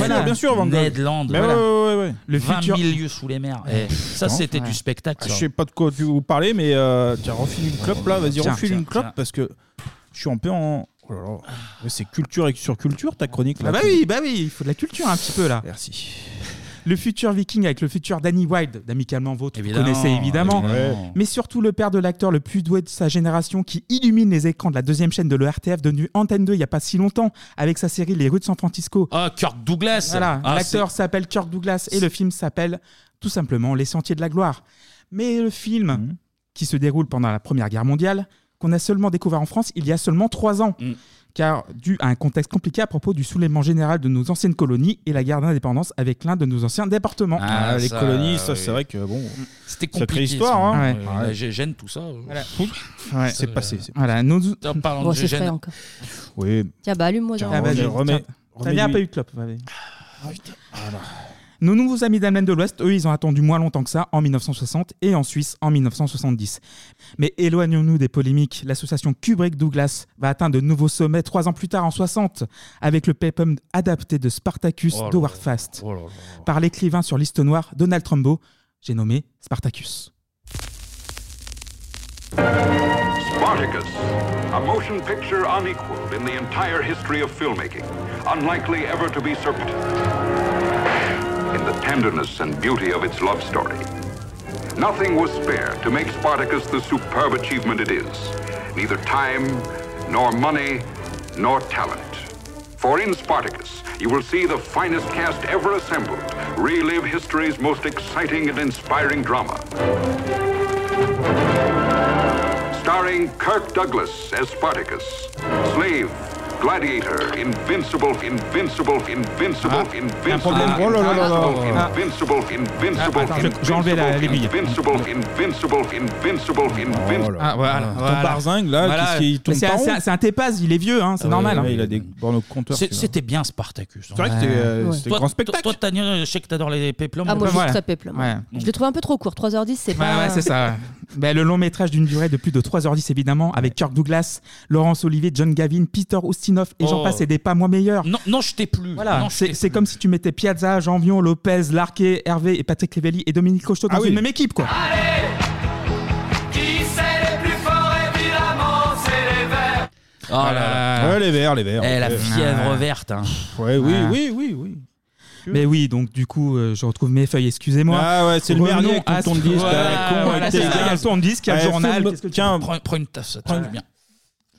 S1: Ned Land.
S4: Mais
S1: Voilà.
S4: ouais, ouais, ouais, ouais.
S1: Le
S4: Le
S1: 20
S4: futur-
S1: milieux sous les mers. Eh, ça,
S2: Putain.
S1: c'était
S2: Ouais.
S1: du spectacle.
S2: Ah, Je
S1: ça.
S2: sais pas de quoi tu vous parler, mais euh, tiens, refile une clope là, vas-y,
S1: Tiens,
S2: refile
S1: tiens,
S2: une clope parce que je suis un peu en. Oh là là. Mais C'est culture et sur culture ta chronique là.
S4: Ah bah oui, bah oui, il faut de la culture un petit peu là.
S2: Merci.
S4: Le futur viking avec le futur Danny Wilde, d'amicalement vôtre, vous
S2: Évidemment,
S4: connaissez évidemment.
S2: évidemment.
S4: Mais surtout le père de l'acteur le plus doué de sa génération qui illumine les écrans de la deuxième chaîne de l'ERTF devenue Antenne 2 il n'y a pas si longtemps avec sa série Les rues de San Francisco.
S1: Ah, Kirk Douglas.
S4: Voilà,
S1: Ah,
S4: l'acteur s'appelle Kirk Douglas et le film s'appelle tout simplement Les Sentiers de la Gloire. Mais le film
S2: Mm.
S4: qui se déroule pendant la Première Guerre mondiale, qu'on a seulement découvert en France il y a seulement trois ans,
S2: Mm.
S4: car dû à un contexte compliqué à propos du soulèvement général de nos anciennes colonies et la guerre d'indépendance avec l'un de nos anciens départements.
S2: Ah, les colonies, ça c'est vrai que bon.
S1: Mm. C'était
S2: sacrée
S1: compliqué.
S2: histoire.
S1: ça.
S2: Hein.
S1: Ouais. La Gégène, tout ça. euh, pff,
S4: Ouais.
S1: ça,
S4: C'est passé,
S1: euh,
S4: c'est Voilà, nous-
S1: Putain, en parlant
S3: Bon,
S1: de
S3: c'est
S1: Gégène-
S3: frais encore.
S2: Oui.
S3: Tiens, bah allume-moi.
S4: Tiens,
S3: genre.
S4: ah, vas-y,
S2: remets-
S4: tiens.
S2: remets
S4: T'as bien
S2: lui.
S4: pas eu de clope. vas-y. Nos nouveaux amis d'Allemagne de l'Ouest, eux, ils ont attendu moins longtemps que ça, en 1960 et en Suisse en 1970. Mais éloignons-nous des polémiques. L'association Kubrick-Douglas va atteindre de nouveaux sommets trois ans plus tard, en 60, avec le paper adapté de Spartacus
S1: Oh là
S4: d'Howard
S1: là.
S4: Fast,
S1: Oh là là.
S4: par l'écrivain sur liste noire Donald Trumbo, j'ai nommé Spartacus.
S29: Spartacus, a motion picture unequaled in the entire history of filmmaking, unlikely ever to be surpassed. In the tenderness and beauty of its love story, nothing was spared to make Spartacus the superb achievement it is. Neither time, nor money, nor talent. For in Spartacus, you will see the finest cast ever assembled relive history's most exciting and inspiring drama. starring Kirk Douglas as Spartacus. Slave, gladiator, invincible, invincible, invincible, invincible,
S4: problème. Oh là là là là. Ah.
S29: invincible, invincible,
S4: Ah, attends, j'ai enlevé la- l'aiguille.
S29: invincible, invincible, invincible,
S1: Oh
S29: invincible.
S4: Ah, voilà, voilà.
S2: barzingue, là,
S4: Voilà.
S2: qu'est-ce qu'il tourne
S4: Mais c'est
S2: pas
S4: un-
S2: rond
S4: C'est un- c'est un tépaz, il est vieux, hein, c'est
S2: Ah ouais,
S4: normal.
S2: ouais,
S4: hein.
S2: il a des bornes au compteur.
S1: C'est- C'était bien Spartacus.
S2: C'est vrai que c'était, euh,
S1: Ouais.
S2: c'était
S1: hein. Toi-
S2: grand
S1: toi- Toi, Tania, je sais que t'adores les péplums.
S3: Ah, moi,
S1: mais-
S3: je trouve ça péplum. Je l'ai trouvé un peu trop court. 3h10, c'est
S4: Ouais,
S3: pas.
S1: Ah.
S4: ouais, c'est ça. ouais. Ben, le long métrage d'une durée de plus de 3h10, évidemment, avec Kirk Douglas, Laurence Olivier, John Gavin, Peter Ustinov, et
S1: Oh.
S4: j'en passe et des pas moins meilleurs.
S1: Non, non, je t'ai plus.
S4: Voilà,
S1: Non, je
S4: c'est c'est comme si tu mettais Piazza, Jean-Vion, Lopez, Larquet, Hervé et Patrick Lévelli et Dominique Cocheteau dans
S8: Ah oui.
S4: une même équipe, quoi.
S8: Qui c'est les plus forts évidemment c'est les verts.
S1: Oh là là.
S2: Ah Ouais, les verts, les verts.
S1: Eh, la
S2: Ouais.
S1: fièvre verte. hein.
S2: Ouais, oui,
S4: Ah.
S2: oui, oui, oui.
S4: Mais oui, donc du coup, euh, je retrouve mes feuilles, excusez-moi.
S2: Ah ouais, c'est le
S4: Revenons
S2: merdier avec
S4: à
S2: le
S4: ce-
S2: tourne-disque, là,
S4: Voilà,
S2: la con,
S4: voilà,
S2: avec
S4: c'est
S2: tes
S4: ça, il y a le
S2: gaz.
S4: tourne-disque, il y a
S2: Ouais,
S4: le journal.
S2: filme-
S4: qu'est-ce que tu-
S2: tiens.
S1: Prends, prends une tasse, ça te fait bien.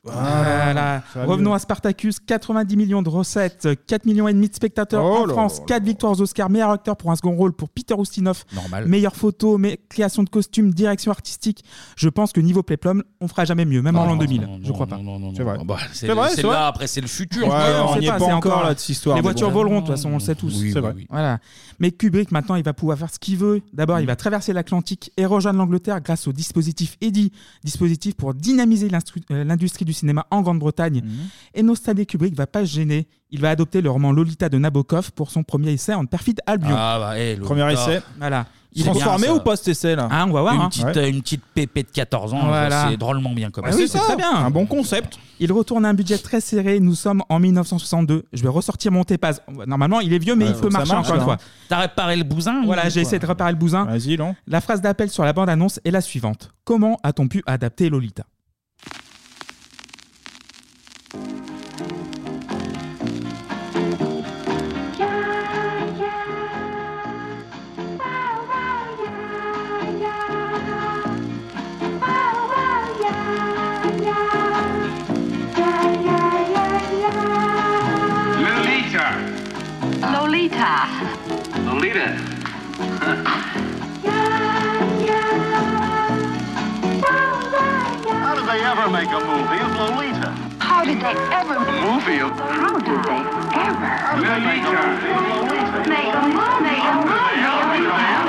S4: Voilà.
S1: Ça va
S4: Revenons
S1: mieux.
S4: à Spartacus, 90 millions de recettes, 4 millions et demi de spectateurs
S1: Oh
S4: en
S1: là
S4: France,
S1: là
S4: 4 victoires aux Oscars, meilleur acteur pour un second rôle pour Peter Ustinov,
S1: Normal.
S4: meilleure photo, mais création de costume, direction artistique. Je pense que niveau Playplum, on fera jamais mieux, même en l'an 2000, je crois pas.
S1: C'est vrai. Bah, c'est
S4: C'est vrai,
S1: c'est
S4: c'est
S1: là,
S4: vrai.
S1: après, c'est le futur.
S4: Ouais, on
S1: sait
S4: n'y est pas,
S1: c'est
S4: encore là
S1: là, de
S4: de
S1: cette histoire,
S4: Les
S1: mais
S4: voitures
S1: bon.
S4: voleront, de toute façon, on le sait tous.
S1: Oui,
S4: C'est
S1: oui,
S4: vrai.
S1: oui.
S4: Voilà. Mais Kubrick, maintenant, il va pouvoir faire ce qu'il veut. D'abord, il va traverser l'Atlantique et rejoindre l'Angleterre grâce au dispositif EDI, dispositif pour dynamiser l'instru- euh, l'industrie du cinéma en Grande-Bretagne.
S1: Mhm.
S4: Et nos Stanley Kubrick va pas se gêner. Il va adopter le roman Lolita de Nabokov pour son premier essai en perfide Albion.
S1: Ah bah, eh, Lolita.
S2: Premier essai.
S4: Voilà.
S1: Il est bien, ça.
S4: cet essai-là ah, On va voir.
S1: Une
S4: hein.
S1: petite, euh, une petite pépé de 14 ans,
S4: Voilà.
S1: c'est drôlement bien comme
S4: Ah oui, c'est très bien. Un bon concept. Il retourne à un budget très serré. Nous sommes en 1962. Je vais ressortir mon Tepaz. Normalement, il est vieux, mais
S1: Ouais,
S4: il
S1: faut
S4: peut
S1: que ça
S4: marcher
S1: marche,
S4: encore une
S1: hein.
S4: fois.
S1: T'as réparé le bousin
S4: Voilà, j'ai essayé de réparer le bousin.
S2: Vas-y, non.
S4: La phrase d'appel sur la bande-annonce est la suivante. Comment a-t-on pu adapter Lolita
S29: Lolita!
S30: Lolita.
S29: Lolita!
S31: How
S8: Oh,
S31: did they ever make a movie of Lolita?
S30: How did they ever
S29: A movie of
S30: How did they ever
S29: Lolita!
S30: make a movie? Make a
S29: Lolita!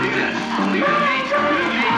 S29: Lolita! Lolita!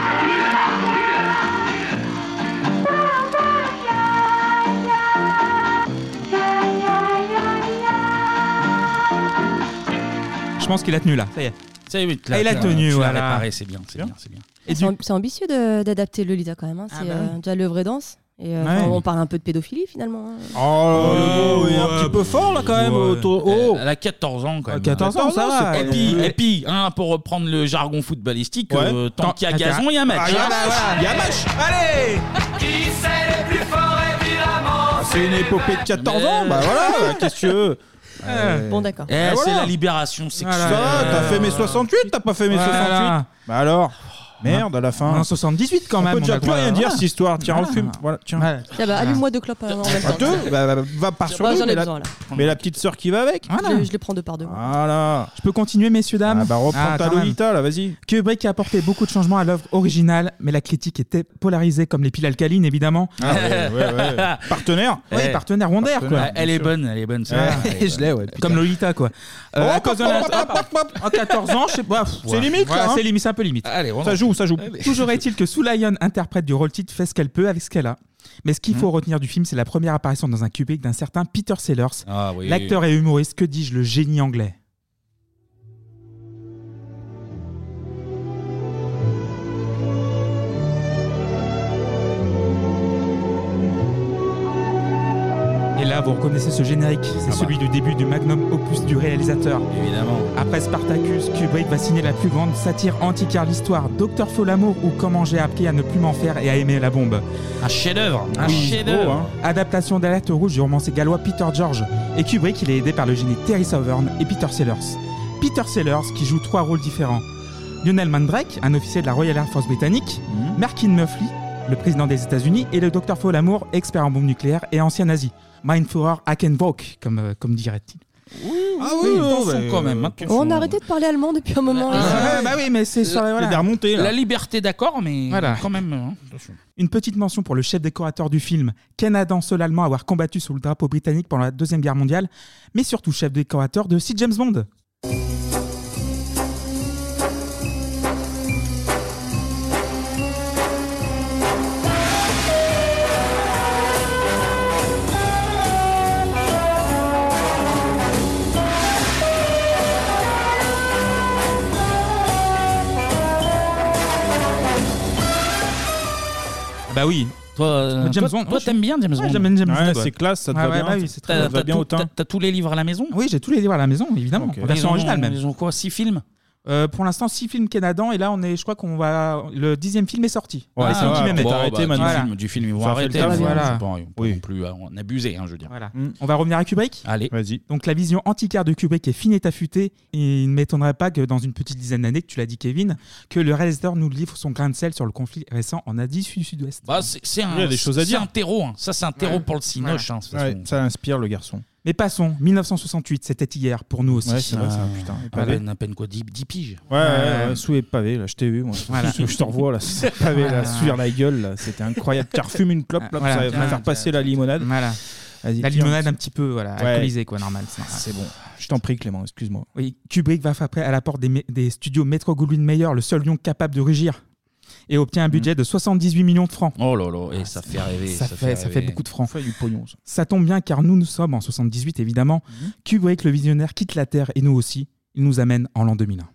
S4: Je pense qu'il a tenu là. Ça y est.
S1: Ça y est, oui, tu l'as-
S4: Ah, il a
S1: tu l'as-
S4: tenu,
S1: tu l'as
S4: voilà.
S1: réparé, c'est bien, c'est bien, c'est bien.
S4: Et
S3: C'est amb- c'est ambitieux de- d'adapter Lolita quand même. hein. C'est
S4: bah
S3: euh, déjà l'œuvre et danse. Et euh,
S4: Ouais.
S3: enfin, on parle un peu de pédophilie finalement. hein.
S2: Oh, le mot est un petit peu fort là quand même.
S1: Ouais.
S2: autour- oh.
S1: Elle a 14 ans quand même.
S2: 14 ans, ça va.
S1: Et
S2: elle-
S1: puis, et puis hein, pour reprendre le jargon footballistique,
S2: Ouais.
S1: euh, tant
S2: Tant-
S1: qu'il y a gazon, il y a match.
S2: Ah, il y a
S1: hein.
S2: match, il y a match. Allez
S6: Qui c'est les plus forts, évidemment
S2: Ah, C'est une épopée de 14 ans, bah voilà, qu'est-ce que tu veux
S1: Euh,
S3: Bon, d'accord.
S1: Eh,
S2: Bah,
S1: c'est
S2: voilà.
S1: la libération sexuelle.
S2: Ça va, t'as fait mes 68, t'as pas fait mes
S1: Voilà.
S2: 68 Bah alors
S1: Oh,
S2: Merde, à la fin.
S4: En 78 quand
S2: On
S4: même.
S2: peut déjà
S4: va
S2: plus
S1: hein.
S2: rien
S4: voir.
S2: dire cette histoire. Tiens, on
S4: hein. Voilà.
S1: Ah.
S2: fume. Voilà, tiens.
S3: Tiens, bah, allume-moi deux clopes euh, en même
S4: Ah,
S2: À
S3: temps.
S2: deux bah, bah, Va par sur
S3: Bah,
S2: deux.
S3: j'en ai
S2: mais la-
S3: besoin, là.
S2: Mais la petite sœur qui va avec.
S3: Je, je les prends deux par deux.
S2: Voilà.
S4: Je peux continuer, messieurs, dames
S2: Ah bah reprends
S4: Ah,
S2: ta
S4: quand même.
S2: Lolita là, vas-y.
S4: Kubrick a apporté beaucoup de changements à l'œuvre originale, mais la critique était polarisée, comme les piles alcalines, évidemment.
S2: Ah ouais, ouais, ouais. Partenaire
S4: Oui,
S1: Eh.
S4: partenaire Wonder, quoi.
S1: Ah, Elle est bonne, elle est bonne. celle-là.
S4: Ah,
S1: Elle est
S4: je l'ai, ouais. Comme Lolita, quoi. Euh,
S1: Oh,
S4: à cause de
S1: hop,
S4: la-
S1: hop, hop, hop, hop.
S4: À 14 ans, je sais pas.
S2: C'est limite,
S4: Voilà,
S2: là, hein.
S4: C'est limite, c'est un peu limite.
S1: Allez,
S2: Ça joue, ça joue.
S4: Toujours est-il que Sue Lyon interprète du rôle titre, fait ce qu'elle peut avec ce qu'elle a. Mais ce qu'il
S1: Mmh.
S4: faut retenir du film, c'est la première apparition dans un Kubrick d'un certain Peter Sellers,
S1: Ah oui.
S4: l'acteur et humoriste, que dis-je, le génie anglais. Et là, vous reconnaissez ce générique, c'est celui du début du magnum opus du réalisateur.
S1: Évidemment.
S4: Après Spartacus, Kubrick va signer la plus grande satire anti-car de l'histoire, Docteur Folamour ou Comment j'ai appris à ne plus m'en faire et à aimer la bombe.
S1: Un chef-d'œuvre. Un
S4: Oui.
S1: chef-d'œuvre.
S4: Oh, hein. Adaptation d'Alerte Rouge du romancier gallois Peter George. Et Kubrick, il est aidé par le génie Terry Southern et Peter Sellers. Peter Sellers qui joue trois rôles différents. Lionel Mandrake, un officier de la Royal Air Force britannique,
S1: Mhm.
S4: Markin Muffley, le président des États-Unis, et le docteur Folamour, expert en bombes nucléaires et ancien nazi. Mindfuhrer Hackenbrock, comme, euh, comme dirait-il.
S2: Ah
S1: oui, bah, ils en font quand même. hein. maintenant.
S3: On a arrêté de parler allemand depuis un moment.
S4: Ah, bah oui, mais c'est sur la, voilà.
S1: La liberté, d'accord, mais
S4: Voilà.
S1: quand même. hein, attention.
S4: Une petite mention pour le chef décorateur du film, Canada, seul allemand à avoir combattu sous le drapeau britannique pendant la Deuxième Guerre mondiale, mais surtout chef décorateur de Sir James Bond. Bah oui.
S1: Toi, euh,
S4: James
S1: toi-
S4: Bond.
S1: toi, t'aimes bien James
S4: Ouais,
S1: Bond.
S4: j'aime bien James Bond.
S2: c'est classe, ça te
S4: Ouais,
S2: va
S4: ouais,
S2: bien,
S4: bah
S2: ça-
S4: oui, c'est
S1: T'as-
S4: très- ça te
S1: t'as
S4: va bien au
S1: tout-
S4: teint.
S1: t'as- T'as tous les livres à la maison
S4: Oui, j'ai tous les livres à la maison, évidemment.
S1: Ok.
S4: En version
S1: Ils ont-
S4: originale même.
S1: Ils ont quoi Six films
S4: Euh, pour l'instant, six films Canadan et là, on est, je crois qu'on va. Le dixième film est sorti. Ah,
S1: Ouais,
S4: Le
S1: ça
S4: dixième
S1: va,
S4: film est
S1: bon,
S4: sorti.
S1: bah,
S4: Voilà.
S1: du, film, du film, ils vont
S4: Ça fait
S1: arrêter.
S4: le taf,
S1: mais
S4: voilà.
S1: je sais pas, on peut non plus euh, en abuser, hein, je veux dire.
S4: Voilà.
S2: Mm.
S4: On va revenir à Kubrick
S1: Allez. Vas-y.
S4: Donc la vision antiquaire de Kubrick est fine et affûtée. Et il ne m'étonnerait pas que dans une petite dizaine d'années, que tu l'as dit Kevin, que le réalisateur nous livre son grain de sel sur le conflit récent en Asie du Sud-Ouest.
S1: Bah, c'est c'est
S4: Il y a
S1: un,
S4: des choses à
S1: c'est
S4: dire.
S1: un terreau. hein. Ça, c'est un terreau
S4: Ouais.
S1: pour le cinoche. hein, de toute façon.
S2: Ouais, ça inspire le garçon.
S4: Mais passons, 1968, c'était hier pour nous aussi.
S2: Ouais, c'est vrai, c'est un putain.
S1: à peine, à peine quoi, 10, piges.
S2: Ouais, ouais, ouais, sous les pavés, là, je t'ai vu, moi.
S4: Euh, Voilà.
S2: Je je te revois, là, sous les pavés, là,
S4: Voilà.
S2: sur la gueule, là, c'était incroyable. Car fume une clope, là,
S4: Voilà.
S2: ça va me faire passer la limonade.
S4: Voilà.
S2: Vas-y,
S4: La
S2: tiens.
S4: limonade un petit peu voilà,
S2: Ouais.
S4: alcoolisée, quoi, normal. c'est normal.
S2: C'est bon. Je t'en prie, Clément, excuse-moi.
S4: Oui, Kubrick va frapper à la porte des, mé- des studios Metro Goldwyn Mayer, le seul lion capable de rugir, et obtient un budget de 78 millions de francs.
S1: Hmm.
S4: Ah,
S1: Oh là là, et ça fait rêver.
S4: Ça, fait, ça fait beaucoup de francs.
S2: du pognon, ça. Hmm.
S4: tombe bien car nous, nous sommes en 78, évidemment. Kubrick, le visionnaire, quitte la Terre et nous aussi. Il nous amène en l'an 2001.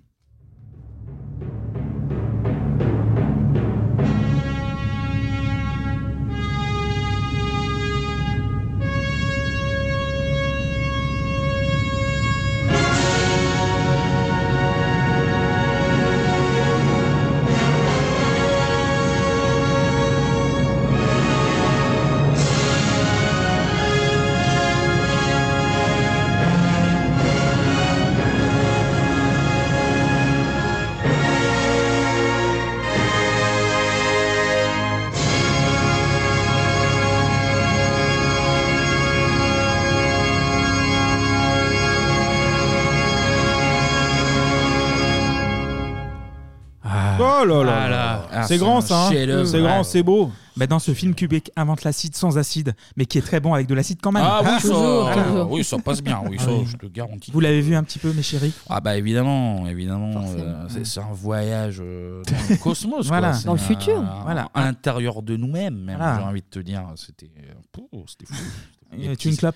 S1: Ah.
S2: Oh là là.
S4: Ah,
S2: c'est grand, ça. hein.
S4: chef-d'œuvre.
S2: C'est grand,
S4: Ouais.
S2: c'est beau.
S4: Bah, dans ce film, Kubrick invente l'acide sans acide, mais qui est très bon avec de l'acide quand même. Hein
S1: Ah oui, ça,
S4: Voilà.
S1: oui, ça passe bien. Oui,
S4: Ah
S1: ça,
S4: oui.
S1: je te garantis.
S4: Vous l'avez vu un petit peu, mes chéris
S1: Ah bah évidemment, évidemment, euh, c'est c'est un voyage euh, dans le cosmos, quoi.
S4: Voilà.
S1: C'est
S4: Dans le
S1: un-
S4: futur.
S1: un-
S4: Voilà.
S1: à l'intérieur de nous-mêmes. même,
S4: Voilà.
S1: J'ai envie de te dire, c'était, euh, pouh, c'était fou.
S4: Et tu une clope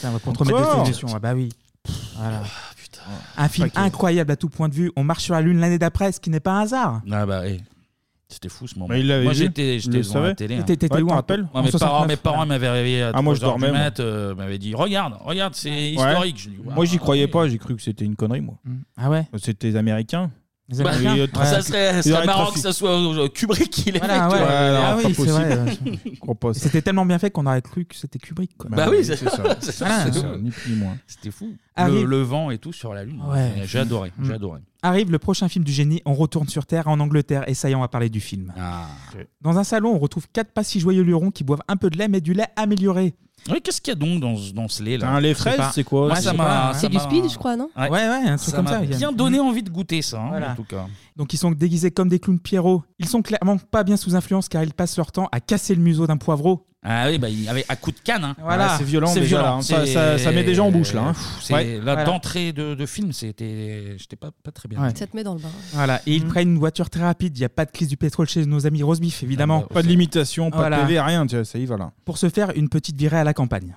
S4: Tiens, On va
S1: Encore
S4: contre-mettre des suggestions. Ah bah oui. Voilà. Un film
S1: Ok.
S4: incroyable à tout point de vue. On marche sur la lune l'année d'après, ce qui n'est pas un hasard.
S1: Ah bah oui. C'était fou ce moment.
S4: Bah, il l'avait
S1: moi
S4: vu,
S1: j'étais
S4: il
S1: j'étais
S4: le
S1: devant la
S4: savait.
S1: télé. hein.
S4: T'étais- t'étais Ouais, où, t'en hein rappelles En
S1: Moi, mes, parents,
S4: 69.
S1: mes parents ils m'avaient réveillé à
S4: Ah, moi, je
S1: 3 heures du
S4: dormais, moi.
S1: mat, euh, m'avaient dit regarde, regarde, c'est historique. Je dis,
S2: Ouais.
S1: Ouais,
S2: Moi, j'y croyais pas. J'ai cru que c'était une connerie, moi.
S4: Ah ouais
S2: C'était les Américains.
S1: bah, ça serait, ça serait marrant que ça soit euh, Kubrick qui l'ait
S4: Voilà,
S1: fait.
S4: ouais.
S1: toi.
S4: Ah oui, c'est vrai.
S2: Je crois pas.
S4: C'était tellement bien fait qu'on aurait cru que c'était Kubrick. quoi.
S1: Bah oui, c'est ça. C'est
S4: Voilà.
S1: ça, c'est
S2: ni plus ni moins.
S1: C'était fou. Le,
S4: Arrive-
S1: le vent et tout sur la lune.
S4: Ouais.
S1: J'ai adoré,
S4: Mm.
S1: j'ai adoré.
S4: Arrive le prochain film du génie, on retourne sur Terre en Angleterre et ça y est, on va parler du film.
S1: Ah.
S4: Dans un salon, on retrouve quatre pas si joyeux lurons qui boivent un peu de lait, mais du lait amélioré.
S1: Oui, qu'est-ce qu'il y a donc dans, ce- dans ce lait là
S4: Un lait fraise,
S1: Je sais pas.
S4: Hein, c'est quoi
S1: Moi,
S4: C'est
S1: ça
S4: pas,
S1: m'a.
S4: hein.
S1: ça
S4: C'est du
S1: m'a-
S4: speed, je crois, non Ouais, ouais, un truc comme
S1: m'a
S4: ça, il y a-
S1: bien donné envie de goûter ça, hein,
S4: Voilà.
S1: en tout cas.
S4: Donc ils sont déguisés comme des clowns Pierrot. Ils sont clairement pas bien sous influence car ils passent leur temps à casser le museau d'un poivreau.
S1: Ah oui, bah, il- avec, à coup de canne. hein.
S4: Voilà. Ah, c'est violent
S1: c'est
S4: déjà,
S1: violent.
S4: là, hein. Ça-
S1: C'est-
S4: ça- ça met déjà en bouche, là, hein.
S1: Pff, C'est
S4: Ouais.
S1: la
S4: Voilà.
S1: d'entrée de, de film, c'était, j'étais pas, pas très bien.
S4: Ouais.
S3: Ça te met dans le bain.
S4: Voilà,
S2: Mmh.
S4: et ils prennent une voiture très rapide, il n'y a pas de crise du pétrole chez nos amis Rosebif évidemment.
S2: Ah bah, Pas de limitation, pas
S4: Voilà.
S2: de PV, rien. Tu vois, ça y va là.
S4: Pour se faire une petite virée à la campagne.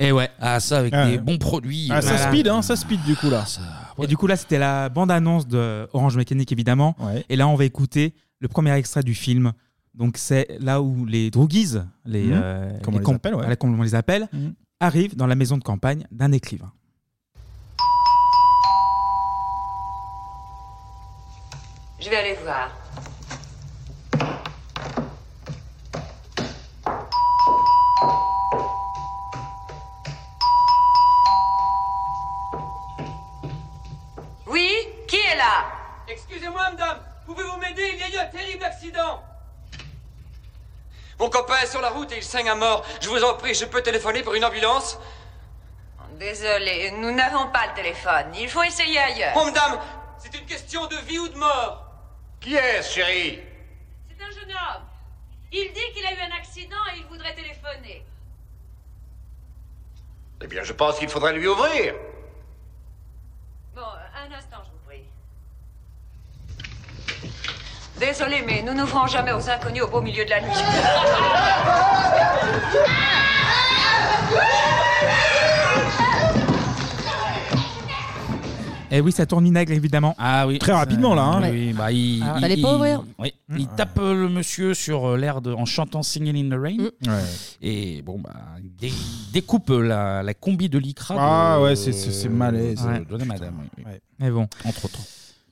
S4: Et ouais.
S1: Ah, ça avec
S4: Ah,
S1: des
S4: ouais.
S1: bons produits.
S4: Ah, ça speed,
S2: hein, ça speed du coup là.
S4: Et du coup là, c'était la bande-annonce de Orange Mécanique évidemment. Et là, on va écouter le premier extrait du film. Donc c'est là où les droogies, les,
S2: Mhm.
S4: euh,
S2: Comme on les
S4: com-
S2: appelle, ouais.
S4: voilà, comme on les appelle,
S2: Mhm.
S4: arrivent dans la maison de campagne d'un écrivain.
S7: Je vais aller voir.
S9: Oui Qui est là
S10: Ah, Excusez-moi, madame, pouvez-vous m'aider Il y a eu un terrible accident. Mon copain est sur la route et il saigne à mort. Je vous en prie, je peux téléphoner pour une ambulance
S7: Désolée, nous n'avons pas le téléphone. Il faut essayer ailleurs.
S10: Oh,
S8: bah.
S10: madame, c'est une question de vie ou de mort. Qui est-ce, chérie
S7: C'est un jeune homme. Il dit qu'il a eu un accident et il voudrait téléphoner.
S16: Eh bien, je pense qu'il faudrait lui ouvrir.
S7: Bon, euh, un instant, je vous prie. Désolée, mais nous n'ouvrons jamais aux inconnus au beau milieu de la nuit.
S4: Et Eh oui, ça tourne inègre évidemment.
S1: Ah oui.
S4: Très rapidement là.
S2: hein.
S1: Oui, oui, bah, il,
S4: Ah,
S1: il-
S4: fallait pas
S1: il-
S4: ouvrir.
S1: oui.
S4: Mm.
S1: il tape euh, le monsieur sur euh, l'air de- en chantant Singing in the Rain.
S4: Mm.
S1: Et bon, bah, il dé- découpe euh, la, la combi de l'ICRA.
S2: Ah
S1: de-
S2: ouais, c'est- c'est- c'est malaise.
S1: de-
S2: Ouais.
S1: de la madame. oui, oui.
S4: Mais bon.
S1: Entre temps.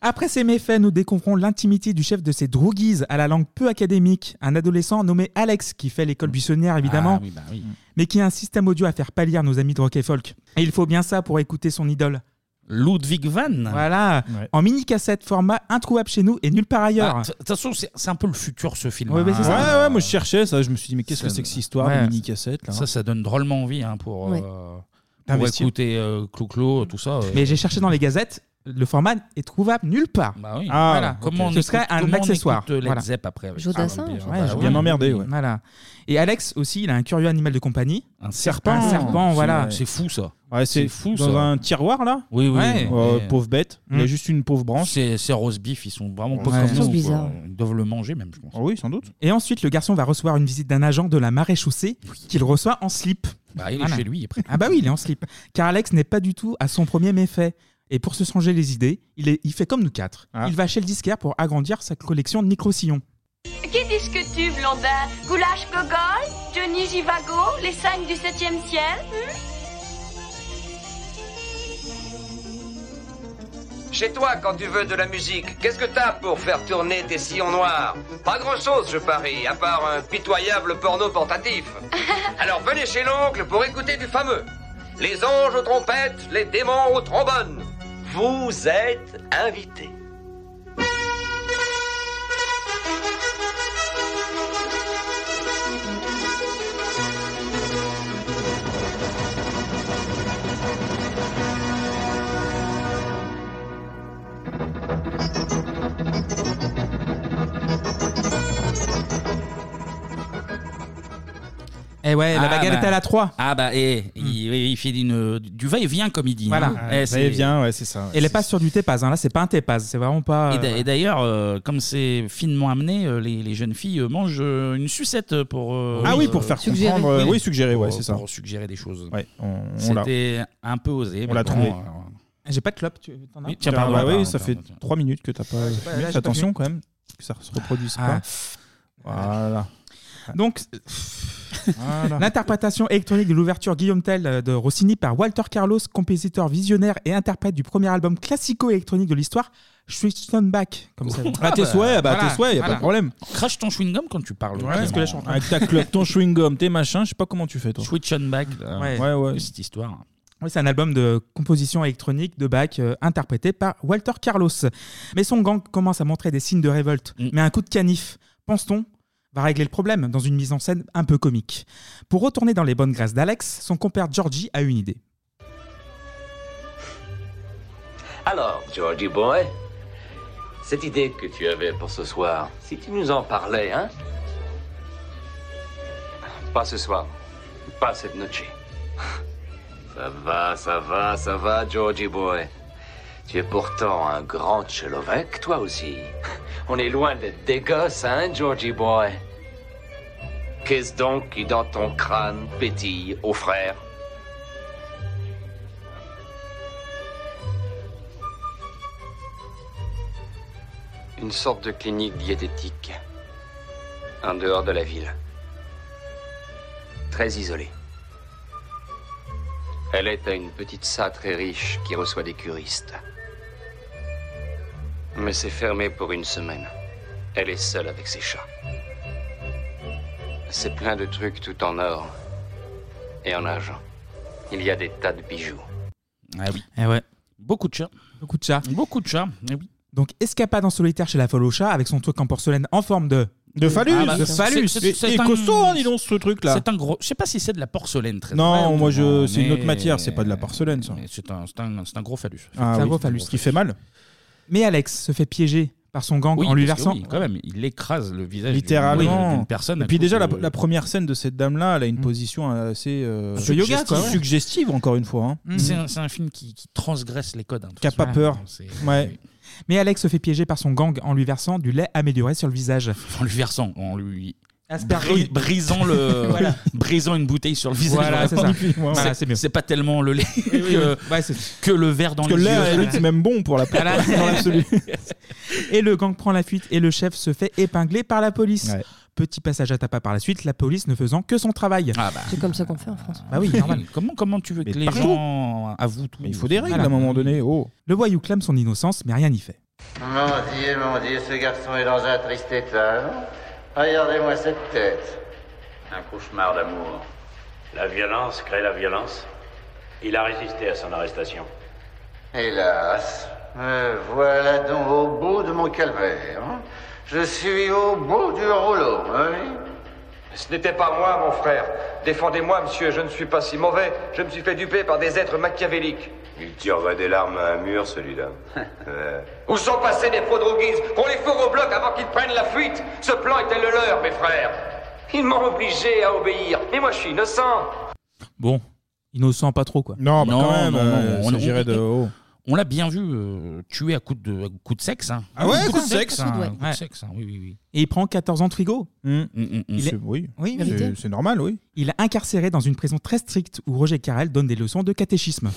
S4: Après ces méfaits, nous découvrons l'intimité du chef de ces droogies à la langue peu académique, un adolescent nommé Alex qui fait l'école buissonnière évidemment,
S1: Ah oui, bah oui.
S4: mais qui a un système audio à faire pâlir nos amis de rock et folk. Et il faut bien ça pour écouter son idole.
S1: Ludwig Van.
S4: Voilà, en mini cassette format introuvable chez nous et nulle part ailleurs.
S1: Ah, De toute façon, c'est c'est un peu le futur ce film.
S4: Ouais, bah,
S1: hein.
S4: c'est ça.
S2: Ouais, ouais, moi je cherchais ça. Je me suis dit, mais qu'est-ce
S1: Ça-
S2: que c'est que cette histoire
S1: ouais.
S2: de mini cassette là
S1: Ça, ça donne drôlement envie hein, pour,
S2: Ouais.
S1: euh, pour
S2: D'investir.
S1: écouter euh, Clo-Clo, tout ça. euh.
S4: Mais j'ai cherché dans les gazettes, le format est trouvable nulle part.
S1: Bah oui.
S4: Voilà.
S1: Comment on
S4: Ce serait
S1: écoute-
S4: un
S1: comment on
S4: accessoire.
S1: écoute Led
S4: Voilà.
S1: Zepp après avec
S2: Jodassin,
S1: ça, on
S2: genre.
S1: peut-
S2: Ouais,
S1: bah
S2: j'ai
S1: oui.
S2: bien emmerdé, ouais.
S4: Voilà. Et Alex aussi, il a un curieux animal de compagnie.
S1: Un
S4: serpent. Un serpent,
S2: C'est-
S4: voilà.
S1: C'est fou ça.
S2: Ouais, c'est
S1: fou,
S2: Dans
S1: ça.
S2: un tiroir là
S1: Oui, oui.
S2: Ouais. Euh, pauvre bête. Il y a juste une pauvre branche.
S1: Hmm. C'est c'est roast beef, ils sont vraiment pas
S4: Ouais.
S1: comme
S4: Ils sont
S1: nous,
S4: bizarres.
S1: quoi. Ils doivent le manger même, je pense.
S2: Ah oui, sans doute.
S4: Et ensuite, le garçon va recevoir une visite d'un agent de la marée chaussée qu'il reçoit en slip.
S1: Bah, il est chez lui, après.
S4: Ah bah oui, il est en slip. Car Alex n'est pas du tout à son premier méfait. Et pour se changer les idées, il, est- il fait comme nous quatre.
S2: Ah.
S4: Il va chez le disquaire pour agrandir sa collection de micro-sillons.
S8: Qui disent que tu, blondin Goulash Gogol Johnny Givago Les cinq du septième ciel hmm
S21: Chez toi, quand tu veux de la musique, qu'est-ce que t'as pour faire tourner tes sillons noirs Pas grand-chose, je parie, à part un pitoyable porno portatif. Alors venez chez l'oncle pour écouter du fameux. Les anges aux trompettes, les démons aux trombones. Vous êtes invités.
S4: Eh ouais, la
S1: Ah,
S4: bagarre
S1: bah.
S4: est à la 3.
S1: Ah bah,
S2: eh,
S1: et, il, il fait une- du va-et-vient, comme il dit.
S4: Voilà.
S1: hein. Eh, c'est-
S2: va-et-vient, ouais, c'est ça. ouais. Ah,
S4: Et les passes sur du Tépaz, hein. là c'est pas un Tépaz, c'est vraiment pas.
S1: Et d'a-
S4: euh,
S1: Et d'ailleurs, euh, comme c'est finement amené, euh, les, les jeunes filles euh, mangent euh, une sucette pour. euh,
S2: Ah oui,
S1: euh,
S2: pour faire comprendre. euh, oui, suggérer, ouais,
S1: Pour-
S2: c'est ça.
S1: Pour suggérer des choses.
S2: Ouais, on, on l'a.
S1: C'était un peu osé.
S2: On l'a trouvé.
S4: Ah, J'ai pas de clope, tu t'en as
S1: euh. Oui, tiens, pardon,
S2: Ah, bah
S1: pardon,
S2: oui, ça fait
S1: pardon, tiens.
S2: 3 minutes que t'as pas.
S4: j'ai
S2: fumé.
S4: pas- là, j'ai
S2: Fais
S4: pas
S2: attention
S4: fumé.
S2: quand même, que ça se reproduise
S4: Ah.
S2: pas. Voilà.
S4: Donc,
S2: Voilà.
S4: l'interprétation électronique de l'ouverture Guillaume Tell euh, de Rossini par Walter Carlos, compositeur visionnaire et interprète du premier album classico-électronique de l'histoire, Schwitzton Back. Comme ça.
S2: Ah, tes souhaits, bah, tes souhaits, y a pas de problème.
S1: Crache ton chewing-gum quand tu parles.
S2: Ouais,
S1: Clément.
S2: parce que là, je suis en
S4: hein
S2: train- Avec ta clope, ton chewing-gum, tes machins, je sais pas comment tu fais, toi.
S1: Switch on back. là.
S4: Ouais.
S2: Ouais, ouais.
S1: Cette histoire.
S4: Oui, c'est un album de composition électronique de Bach euh, interprété par Walter Carlos. Mais son gang commence à montrer des signes de révolte.
S1: Mm.
S4: Mais un coup de canif, pense-t-on, va régler le problème dans une mise en scène un peu comique. Pour retourner dans les bonnes grâces d'Alex, son compère Georgie a une idée.
S32: Alors, Georgie Boy, cette idée que tu avais pour ce soir, si tu nous en parlais, hein Pas ce soir. Pas cette noche. Ça va, ça va, ça va, Georgie Boy. Tu es pourtant un grand chelovec, toi aussi. On est loin d'être des gosses, hein, Georgie Boy Qu'est-ce donc qui dans ton crâne pétille au frère
S21: Une sorte de clinique diététique. En dehors de la ville. Très isolée. Elle est à une petite salle très riche qui reçoit des curistes. Mais c'est fermé pour une semaine. Elle est seule avec ses chats. C'est plein de trucs tout en or et en argent. Il y a des tas de bijoux.
S1: Ah oui.
S4: Eh ouais.
S1: Beaucoup de chats.
S4: Beaucoup de chats.
S1: Beaucoup de chats. eh oui.
S4: Donc escapade en solitaire chez la folle au chat avec son truc en porcelaine en forme de...
S2: De phallus,
S4: Ah bah,
S2: de phallus.
S1: c'est-
S2: Et-
S1: c'est
S2: et
S1: un-
S2: costaud, hein, dis donc, ce truc-là.
S1: C'est un gros. Je sais pas si c'est de la porcelaine très
S2: Non,
S1: honnêtement,
S2: moi, je, c'est une
S1: mais-
S2: autre matière, c'est pas de la porcelaine, ça.
S1: mais C'est un, c'est un, c'est un gros phallus.
S2: Ah
S4: C'est un
S2: oui,
S4: gros phallus.
S2: Ce qui fait mal.
S4: Mais Alex se fait piéger par son gang
S1: Oui,
S4: en lui
S1: parce que
S4: versant...
S1: oui, quand même, il écrase le visage d'une-
S2: Littéralement.
S1: d'une personne.
S2: Et puis
S1: elle
S2: déjà, la,
S1: trouve que-
S2: la première scène de cette dame-là, elle
S4: Mm.
S2: a une position assez euh,
S1: Un peu yoga, quoi, ouais.
S2: suggestive, encore une fois. hein.
S1: C'est un, c'est un film qui, qui transgresse les codes. hein, de toute
S2: Qui a
S1: façon.
S2: pas peur.
S1: C'est-
S2: Ouais.
S4: Mais Alex se fait piéger par son gang en lui versant du lait amélioré sur le visage.
S1: En lui versant, en lui
S4: Asperger.
S1: bri- brisant le,
S4: Voilà.
S1: brisant une bouteille sur le visage.
S4: Voilà, c'est ça.
S1: C'est-
S4: Voilà, c'est mieux.
S1: C'est pas tellement le lait
S4: Oui, oui,
S1: que,
S4: oui. Ouais, c'est-
S1: que le verre dans
S2: Parce que
S1: les
S2: là, à la
S1: yeux.
S2: limite, c'est même bon pour la peau,
S4: Voilà.
S2: dans l'absolu.
S4: Et le gang prend la fuite et le chef se fait épingler par la police. Petit passage à tapas par la suite, la police ne faisant que son travail. bah
S1: Ah bah.
S3: C'est comme ça qu'on fait en France.
S4: oui, normal.
S1: Comment, comment tu veux que les
S4: partout.
S1: gens avouent tout
S2: Mais il faut des règles à un moment donné. Oh.
S4: Le voyou clame son innocence, mais rien n'y fait.
S5: Mon Dieu, mon Dieu, ce garçon est dans un triste état. non Regardez-moi cette tête.
S16: Un cauchemar d'amour. La violence crée la violence. Il a résisté à son arrestation.
S5: Hélas, me Euh, voilà donc au bout de mon calvaire. hein. Je suis au bout du rouleau, hein, oui.
S21: Ce n'était pas moi, mon frère. Défendez-moi, monsieur, je ne suis pas si mauvais. Je me suis fait duper par des êtres machiavéliques.
S33: Il tirera des larmes à un mur, celui-là. Euh,
S21: Où sont passés les faux droguistes Qu'on les fourre au bloc avant qu'ils prennent la fuite Ce plan était le leur, mes frères. Ils m'ont obligé à obéir. Mais moi, je suis innocent.
S4: Bon, innocent pas trop quoi.
S2: Non, bah, quand même,
S1: non,
S2: euh,
S1: non,
S2: il s'agirait de. oh.
S1: On l'a bien vu euh, tué à coup de, à coup de sexe. hein.
S2: Ah ouais,
S1: Coup de
S2: coup de sexe,
S1: hein,
S2: ouais.
S1: coup de
S2: Ouais.
S1: sexe, hein, oui, oui, oui. Hum,
S4: Et il prend 14 ans de frigo. Hum. Il est-
S2: C'est- Oui,
S4: Oui,
S2: c'est-
S4: vérité.
S2: c'est normal, oui.
S4: Il est incarcéré dans une prison très stricte où Roger Carrel donne des leçons de catéchisme.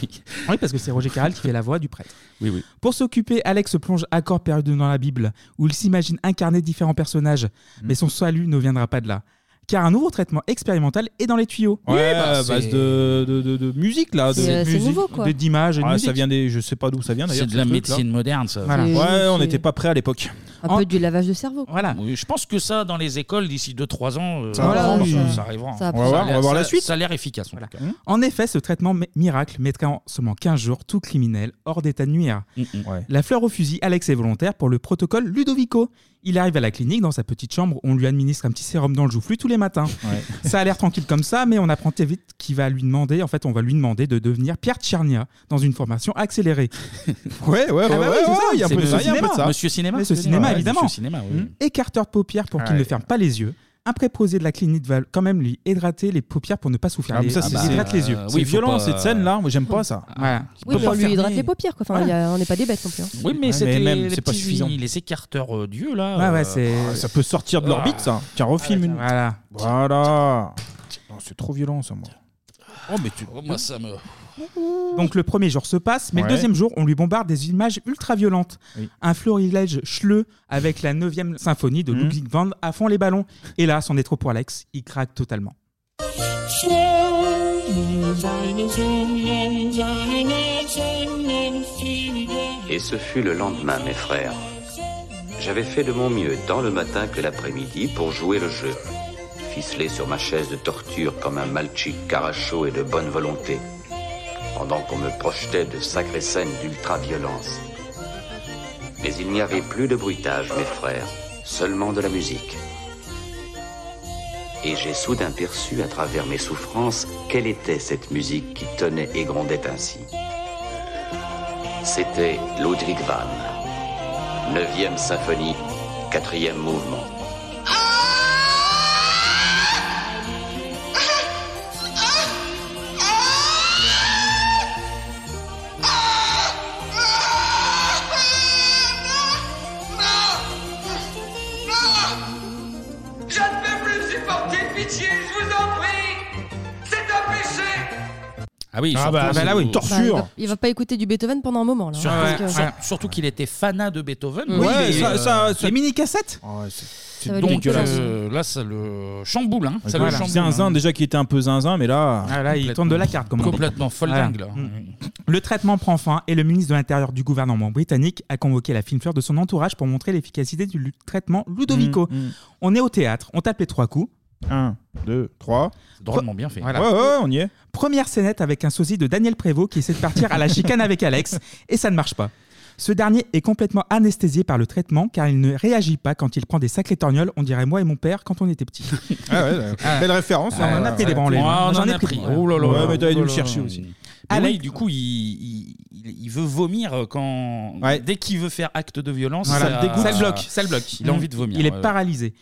S1: oui.
S4: parce que c'est Roger Carrel qui fait la voix du prêtre.
S1: Oui, oui.
S4: Pour s'occuper, Alex se plonge à corps
S2: Hmm.
S4: perdu dans la Bible, où il s'imagine incarner différents personnages, mais son salut ne viendra pas de là. car un nouveau traitement expérimental est dans les tuyaux.
S2: Ouais,
S4: Oui,
S2: bah, à
S4: c'est-
S2: base de, de, de- de musique là.
S4: C'est, euh, c'est
S2: musique,
S4: nouveau, quoi. de- d'images et de
S2: Ouais,
S4: musique.
S2: Ça vient des, je sais pas d'où ça vient d'ailleurs.
S1: C'est de
S2: ce
S1: la
S2: truc-là.
S1: médecine moderne, ça.
S2: Voilà.
S1: C'est-
S2: Ouais, on
S1: c'est-
S2: n'était pas prêt à l'époque.
S3: Un peu du lavage de cerveau.
S4: Voilà.
S1: je pense que ça, dans les écoles, d'ici 2-3 ans, euh,
S4: Ça va prendre, oui.
S1: ça arrivera.
S4: Ça va
S1: Ça
S4: prendre. On va voir,
S1: a l'air-
S4: on va voir la
S1: ça-
S4: suite. Hum.
S1: Ça a l'air efficace. en tout cas.
S4: En effet, ce traitement mi- miracle mettra en seulement 15 jours tout criminel hors d'état de nuire.
S2: Mm,
S4: La fleur au fusil, Alex est volontaire pour le protocole Ludovico. Il arrive à la clinique dans sa petite chambre, on lui administre un petit sérum dans le joufflu tous les matins. Ça a l'air tranquille comme ça, mais on apprend très vite qu'il va lui demander, en fait, on va lui demander de devenir Pierre Tchernia dans une formation accélérée. Ah bah
S2: Ouais, ouais, ouais, ouais, ouais, il y a un
S4: c'est
S2: peu de
S4: Monsieur
S2: ça, il y a un peu de ça. Monsieur Cinéma,
S4: Monsieur
S2: c'est
S4: Cinéma,
S2: vrai,
S4: évidemment.
S2: Monsieur Cinéma, oui.
S4: Mm. Et Carter paupières pour qu'il
S2: Ouais.
S4: ne ferme pas les yeux. Un préposé de la clinique va quand même lui hydrater les paupières pour ne pas souffrir.
S2: Ah, mais
S4: les,
S2: ça, c'est-
S4: il hydrate
S2: c'est-
S4: les yeux.
S2: euh, oui, C'est faut violent, pas- cette scène-là. Moi, j'aime pas ça.
S4: Voilà.
S3: Oui, mais on lui hydrate
S4: hydrater
S3: les paupières. Quoi. Enfin, il y a- on n'est pas des bêtes non plus. hein.
S1: Oui, mais
S2: Ouais,
S1: c'était
S2: mais même,
S1: les
S2: c'est pas
S1: petits-
S2: suffisant.
S1: Les écarteurs euh, d'yeux, là.
S2: Ah ouais,
S1: euh,
S2: c'est- ça peut sortir de l'orbite, ça. Tiens, refilme une.
S4: Ah, Voilà.
S2: Voilà. Non, c'est trop violent, ça, moi. Oh, mais tu.
S1: Oh, moi, ça me.
S4: Donc le premier jour se passe, mais
S2: Ouais.
S4: le deuxième jour, on lui bombarde des images ultra violentes.
S2: Oui.
S4: Un florilège schleux avec la 9 symphonie
S2: Mhm.
S4: de Ludwig van à fond les ballons. Et là, c'en est trop pour Alex, il craque totalement.
S12: Et ce fut le lendemain, mes frères. J'avais fait de mon mieux tant le matin que l'après-midi pour jouer le jeu. Ficelé sur ma chaise de torture comme un malchic carachot et de bonne volonté, pendant qu'on me projetait de sacrées scènes d'ultra-violence. Mais il n'y avait plus de bruitage, mes frères, seulement de la musique. Et j'ai soudain perçu à travers mes souffrances quelle était cette musique qui tenait et grondait ainsi. C'était Ludwig van. 9e symphonie, quatrième mouvement.
S6: Je ne peux plus supporter, pitié, je vous en prie C'est un péché
S1: Ah oui,
S2: Ah
S1: surtout-
S2: bah, bah là, oui,
S1: surtout-
S3: Bah, il, va, il va pas écouter du Beethoven pendant un moment. Là, hein,
S1: Surtout,
S3: parce que-
S1: sur- surtout qu'il était fanat de Beethoven.
S3: Oui,
S2: Ouais,
S1: euh,
S2: ça- ça- ça-
S4: Les mini-cassettes
S3: Ça va lui
S1: Donc
S3: coûter la
S1: euh, là, ça le chamboule. Hein. Ça le chamboule.
S2: Zinzin,
S1: hein.
S2: déjà qui était un peu zinzin, mais là.
S4: Ah, là, il tourne de la carte comme on dit.
S1: Complètement folle
S4: Voilà. Mm.
S1: dingue. Là.
S4: Le traitement prend fin et le ministre de l'Intérieur du gouvernement britannique a convoqué la filmfleur de son entourage pour montrer l'efficacité du lu- traitement Ludovico.
S2: Mm, mm.
S4: On est au théâtre, on tape les trois coups.
S2: 1, 2, 3.
S1: drôlement bien fait.
S2: Ouais, ouais, on y est.
S4: Première scénette avec un sosie de Daniel Prévost qui essaie de partir à la chicane avec Alex et ça ne marche pas. Ce dernier est complètement anesthésié par le traitement car il ne réagit pas quand il prend des sacrés torgnoles, on dirait moi et mon père quand on était petit.
S2: Ah ouais, ouais. Belle référence. hein.
S4: hein. on en a pris des branlés.
S1: Ouais, Ah, hein. on
S4: J'en
S1: en
S4: ai
S1: a
S4: pris.
S1: pris. Oh là là.
S2: Ouais, mais t'avais dû
S1: Oh
S2: le
S1: là
S2: chercher
S1: là.
S2: aussi.
S1: Mais
S4: Alex-
S1: oui, du coup, il, il- il veut vomir quand dès qu'il veut faire acte de violence.
S4: Voilà,
S1: ça,
S4: le dégoûte. Ça le bloque, ça le bloque.
S1: Il a envie de vomir.
S4: Il est
S1: ouais, ouais.
S4: paralysé.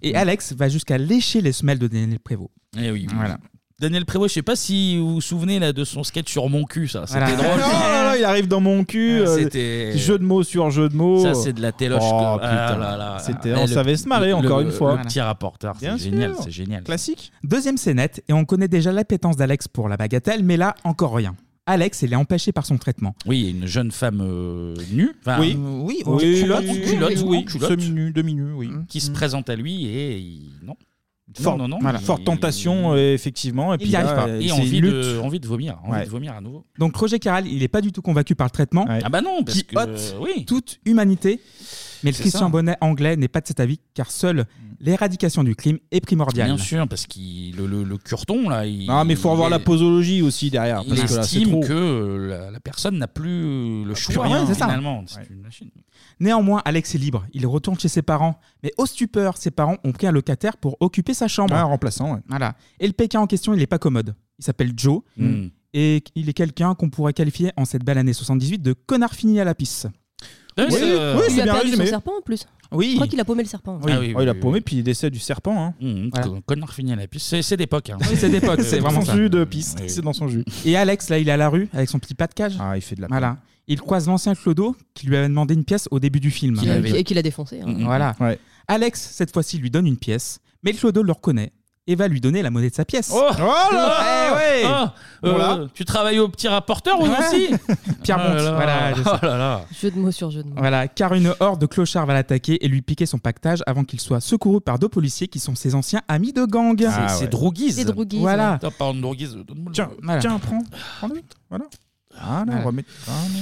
S4: Et Alex va jusqu'à lécher les semelles de Daniel Prévost.
S1: Eh oui.
S4: Voilà.
S1: Daniel Prévost, je sais pas si vous vous souvenez là, de son sketch sur mon cul, ça. C'était
S4: Voilà.
S1: drôle.
S2: Oh là là, il arrive dans mon cul.
S1: Ah,
S2: euh,
S1: c'était-
S2: Jeu de mots sur jeu de mots.
S1: Ça, c'est de la téloche.
S2: Oh,
S1: quoi.
S2: putain.
S1: Ah là là.
S2: C'était-
S1: Eh,
S2: on
S1: le-
S2: savait se marrer,
S1: le-
S2: encore
S1: le-
S2: une fois.
S1: Le petit rapporteur, c'est
S4: Bien
S1: génial,
S4: sûr.
S1: c'est génial.
S2: Classique.
S4: Deuxième scénette, et on connaît déjà l'appétence d'Alex pour la bagatelle, mais là, encore rien. Alex, il est empêché par son traitement.
S1: Oui, une jeune femme euh, nue. Enfin,
S4: Oui.
S1: euh,
S4: Oui,
S1: en
S4: oui,
S1: culotte,
S4: oui,
S1: en culotte,
S4: oui,
S1: en
S4: oui,
S1: culotte. Mmh.
S2: semi-nu, demi-nu, oui.
S1: Qui se présente à lui et il- non.
S2: Forte-
S1: non, non, non.
S2: voilà.
S1: il-
S2: Forte tentation, euh, effectivement. Et
S1: Il
S2: puis
S1: n'y arrive
S2: là,
S1: pas.
S2: euh,
S1: Et
S2: c'est
S1: envie
S2: une lutte.
S1: de, envie de vomir. Envie
S2: Ouais.
S1: de vomir à nouveau.
S4: Donc Roger Caral, il n'est pas du tout convaincu par le traitement.
S1: Ah bah non, parce
S4: qui
S1: que-
S4: ôte
S1: oui.
S4: toute humanité. Mais le
S1: C'est
S4: Christian
S1: ça. Mm.
S4: Bonnet anglais n'est pas de cet avis, car seule l'éradication du crime est primordiale.
S1: Bien sûr, parce que le, le, le curton, là. Il,
S4: Non, mais faut revoir
S1: il
S4: la
S1: est-
S2: Posologie aussi derrière.
S1: Il
S2: parce que là, c'est
S1: estime
S2: trop. Ah,
S1: que euh, la, la personne n'a plus euh, le choix.
S4: rien, c'est ça.
S1: finalement. C'est une machine.
S4: Néanmoins, Alex est libre. Il retourne chez ses parents. Mais au stupeur, ses parents ont pris un locataire pour occuper sa chambre.
S2: Ah, un remplaçant, ouais.
S4: Voilà. Et le Pékin en question, il n'est pas commode. Il s'appelle Joe.
S1: Mm.
S4: Et il est quelqu'un qu'on pourrait qualifier en cette belle année 78 de connard fini à la pisse.
S1: Oui, euh,
S3: Oui, oui, il a perdu son serpent en plus.
S4: Oui.
S3: Je crois qu'il a paumé le serpent.
S1: Ah oui,
S2: Oh, il a
S1: oui, Mmh,
S2: paumé, puis il décède du serpent. Hein.
S1: Con- Connard fini à la piste. C'est- C'est d'époque. Hein.
S4: Oui, c'est d'époque, c'est vraiment
S2: Dans son
S4: ça.
S2: jus de piste. C'est dans son jus.
S4: Et Alex, là, il est à la rue avec son petit pas de cage.
S2: Ah, il fait de la
S4: Voilà. Il croise l'ancien Clodo qui lui avait demandé une pièce au début du film. Euh, Mmh,
S3: Qu'il a- Et qu'il a défoncé. hein.
S4: Voilà. Alex, cette fois-ci, lui donne une pièce, mais le Clodo le reconnaît et va lui donner la monnaie de sa pièce.
S1: Oh,
S4: Eh ouais.
S1: Ah, euh,
S4: Voilà.
S1: Tu travailles au petit rapporteur ou
S4: Ouais.
S1: aussi
S4: Pierre
S1: Oh là
S4: Monte,
S1: là.
S4: voilà, je sais.
S1: Oh là là.
S3: Jeu de mots sur jeu de mots.
S4: Voilà, car une horde de clochards va l'attaquer et lui piquer son pactage avant qu'il soit secouru par deux policiers qui sont ses anciens amis de gang.
S1: C'est- Ah c'est ouais. Droguise. C'est Droguise,
S4: Voilà.
S1: ouais. Tiens, pardon, Droguise, donne-moi le-
S4: Tiens,
S1: Voilà.
S4: tiens, prends. prends le- Voilà.
S2: Ah non,
S4: Voilà.
S2: remets. Ah non.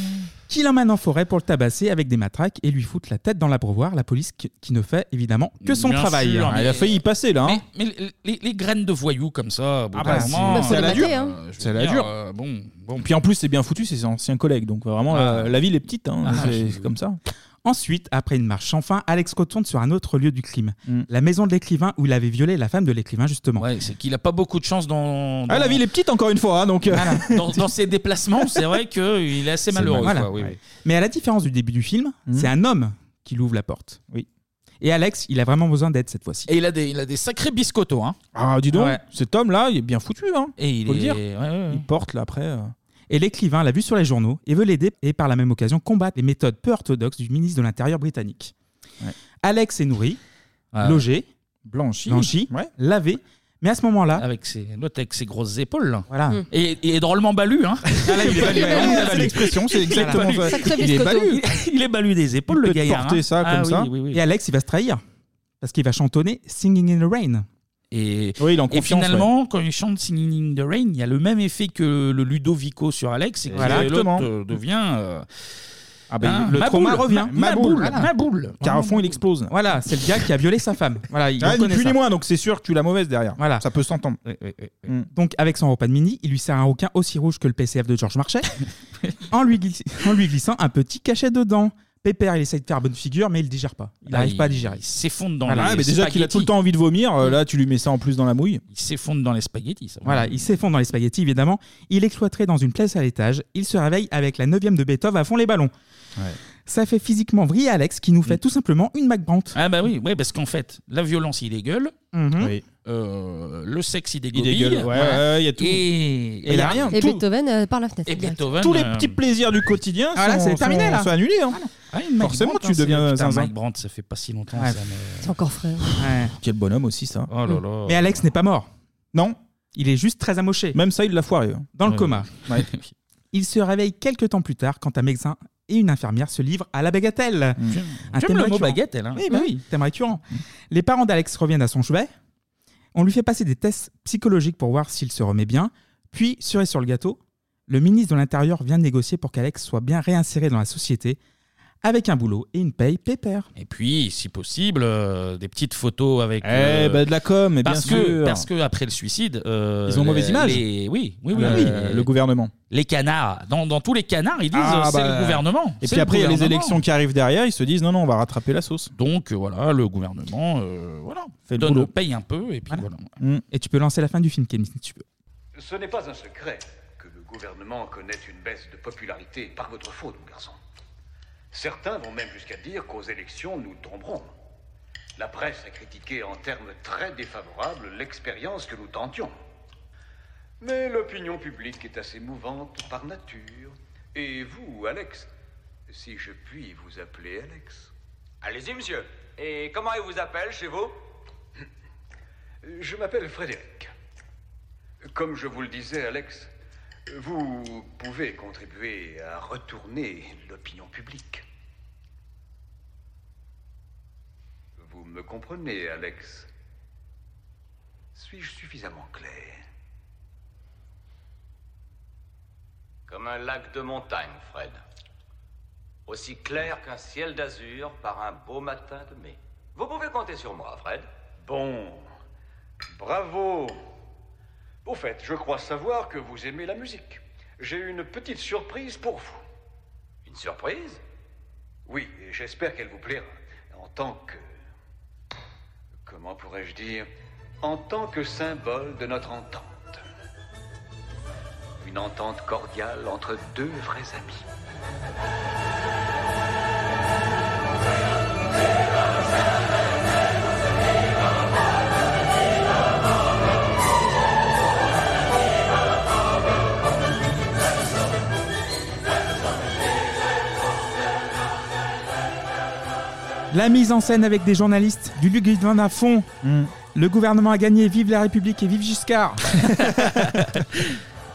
S4: Qui l'emmène en forêt pour le tabasser avec des matraques et lui foutre la tête dans l'abreuvoir, la police qui qui ne fait évidemment que son
S1: Bien
S4: travail. Ah,
S1: sûr, mais-
S4: passer là. hein.
S1: Mais les, les- les graines de voyous comme ça, au bout
S2: Ah
S1: d'un
S2: bah, c'est-
S1: moment,
S2: bah, faut
S1: euh,
S2: les mater,
S1: euh,
S2: hein.
S1: je veux
S2: C'est la
S1: dire,
S2: dure.
S1: euh, bon, bon.
S2: Puis en plus, c'est bien foutu, c'est ses anciens collègues. Donc vraiment,
S4: Ah.
S2: la, la ville est petite. hein,
S4: Ah,
S2: c'est
S4: je-
S2: c'est comme ça.
S4: Ensuite, après une marche sans fin, Alex retourne sur un autre lieu du crime, la maison de l'écrivain où il avait violé la femme de l'écrivain justement.
S1: Hmm. c'est qu'il a pas beaucoup de chance dans.
S4: Ah, euh, la ville
S2: est petite encore une fois, donc.
S1: dans, dans ses déplacements, c'est vrai qu'il est assez malheureux.
S4: Voilà.
S1: quoi, oui, oui. Mhm.
S4: Mais à la différence du début du film, c'est un homme qui l'ouvre la porte.
S2: Oui.
S4: Et Alex, il a vraiment besoin d'aide cette fois-ci.
S1: Et il a des, il a des sacrés biscottos. Hein.
S2: Ah, dis donc,
S4: Ouais.
S2: cet homme-là, il est bien foutu. Hein.
S1: Et il
S2: Faut le
S1: est-
S2: dire.
S1: ouais, ouais, ouais.
S2: Il porte là après. euh,
S4: Et l'écrivain l'a vu sur les journaux et veut l'aider et par la même occasion combattre les méthodes peu orthodoxes du ministre de l'Intérieur britannique. Alex est nourri,
S1: Ouais.
S4: logé,
S2: blanchi,
S4: lavé, mais à ce moment-là...
S1: Avec ses, l'autre avec ses grosses épaules. là.
S4: Voilà.
S2: Hum.
S1: Mm. Et, et drôlement balu. Hein.
S2: Ah,
S1: il est balu,
S2: ouais,
S1: il est
S2: c'est
S1: balu.
S2: l'expression, c'est
S1: Il est
S2: exactement
S1: balu.
S2: ça. Sacré Il est biscotto. balu.
S1: Il est balu des épaules, le gaillard. hein. Ah oui, oui, oui.
S4: Et Alex, il va se trahir parce qu'il va chantonner Singing in the Rain.
S1: Et,
S4: en
S1: Et
S4: confiance,
S1: finalement, quand il chante Singing in the Rain, il y a le même effet que le Ludovico sur Alex, et que
S4: Voilà.
S1: l'autre
S4: Exactement.
S1: euh, devient. euh,
S4: Ah
S1: ben,
S4: le
S1: ma
S4: trauma
S1: boule,
S4: revient.
S1: ma- ma boule, ma boule.
S4: Car au
S1: Vraiment.
S4: fond, il explose. Voilà, c'est le gars qui a violé sa femme. Voilà, il
S2: Ah, ni
S4: reconnaît
S2: plus
S4: ça.
S2: ni moins, donc c'est sûr que tu l'as mauvaise derrière.
S4: Voilà.
S2: Ça peut s'entendre. Mm.
S4: Donc, avec son repas de mini, il lui sert un requin aussi rouge que le PCF de Georges Marchais en, lui glissi- en lui glissant un petit cachet dedans. Pépère, il essaye de faire bonne figure, mais il digère pas. Il
S1: Ah,
S4: n'arrive
S1: il-
S4: pas à digérer. Ah,
S1: il s'effondre dans
S2: Voilà,
S1: les
S2: Ah, mais déjà qu'il a tout le temps envie de vomir, euh, là tu lui mets ça en plus dans la mouille.
S1: Il s'effondre dans les spaghettis. Ça.
S4: Voilà, il s'effondre dans les spaghettis, évidemment. Il est cloîtré dans une place à l'étage. Il se réveille avec la 9 de Beethoven à fond les ballons. Ça fait physiquement vriller Alex qui nous
S1: Mm.
S4: fait tout simplement une McBrant.
S1: Ah bah oui, ouais, parce qu'en fait, la violence, il dégueule.
S4: Mhm.
S1: Euh, le sexe, il
S2: Il
S1: dégobille.
S2: dégueule. Ouais,
S1: Voilà.
S2: ouais, il y a tout.
S1: Et
S2: il y a rien.
S3: Et
S2: tout-
S3: Beethoven euh, par la fenêtre.
S1: Et
S3: direct.
S1: Beethoven,
S2: tous les
S1: euh,
S2: petits plaisirs du quotidien
S1: Ah, là,
S2: sont,
S1: c'est terminé,
S2: sont-
S1: là.
S2: sont annulés. hein.
S1: Ah, une Mike
S2: Forcément,
S1: Brandt,
S2: tu
S1: hein, c'est-
S2: deviens
S1: putain,
S2: zinzin.
S1: Mike Brandt, ça fait pas si longtemps.
S2: Ah,
S4: Ouais.
S1: ça, mais-
S3: C'est encore frère.
S2: Quel bonhomme aussi, ça.
S1: Oh là là.
S4: Mais Alex n'est pas mort.
S2: Non.
S4: Il est juste très amoché.
S2: Même ça, il l'a foiré. hein.
S4: Dans le
S2: Ouais.
S4: coma.
S2: Ouais.
S4: Il se réveille quelques temps plus tard quand un médecin et une infirmière se livrent à la bagatelle. Un
S1: Mm. J'aime
S4: thème
S1: le mot
S4: récurrent.
S1: baguette, elle, hein. Mm.
S4: Oui, bah oui, thème récurrent. Les parents d'Alex reviennent à son chevet. On lui fait passer des tests psychologiques pour voir s'il se remet bien. Puis, sur et sur le gâteau, le ministre de l'Intérieur vient de négocier pour qu'Alex soit bien réinséré dans la société avec un boulot et une paye pépère.
S1: Et puis, si possible, euh, des petites photos avec. euh,
S2: Eh bah, de la com, mais bien
S1: parce Que,
S2: sûr.
S1: parce que après le suicide, euh,
S2: Ils ont mauvaise
S1: les-
S2: image.
S1: les- oui, oui, oui.
S2: Ah,
S1: euh,
S2: oui, Le gouvernement.
S1: Les canards, dans, dans tous les canards, ils disent
S2: Ah,
S1: euh, c'est
S2: bah,
S1: le gouvernement.
S2: Et
S1: C'est
S2: puis
S1: le
S2: après, il y a les
S1: gouvernement.
S2: élections qui arrivent derrière, ils se disent non, non, on va rattraper la sauce.
S1: Donc euh, voilà, le gouvernement, euh, voilà,
S2: Fait le
S1: donne,
S2: boulot.
S1: paye un peu et puis voilà.
S4: Et tu peux lancer la fin du film, Kenny, si tu veux.
S11: Ce n'est pas un secret que le gouvernement connaît une baisse de popularité par votre faute, mon garçon. Certains vont même jusqu'à dire qu'aux élections, nous tromperons. La presse a critiqué en termes très défavorables l'expérience que nous tentions. Mais l'opinion publique est assez mouvante par nature. Et vous, Alex, si je puis vous appeler Alex,
S10: Allez-y, monsieur. Et comment il vous appelle chez vous
S11: je m'appelle Frédéric. Comme je vous le disais, Alex, vous pouvez contribuer à retourner l'opinion publique. Vous me comprenez, Alex Suis-je suffisamment clair
S12: Comme un lac de montagne, Fred. Aussi clair qu'un ciel d'azur par un beau matin de mai. Vous pouvez compter sur moi, Fred.
S11: Bon, bravo. Au fait, je crois savoir que vous aimez la musique. J'ai une petite surprise pour vous. Une surprise Oui, et j'espère qu'elle vous plaira. En tant que... Comment pourrais-je dire En tant que symbole de notre entente. Une entente cordiale entre deux vrais amis.
S4: La mise en scène avec des journalistes, du Luc Guidon à fond, Le gouvernement a gagné, vive la République et vive Giscard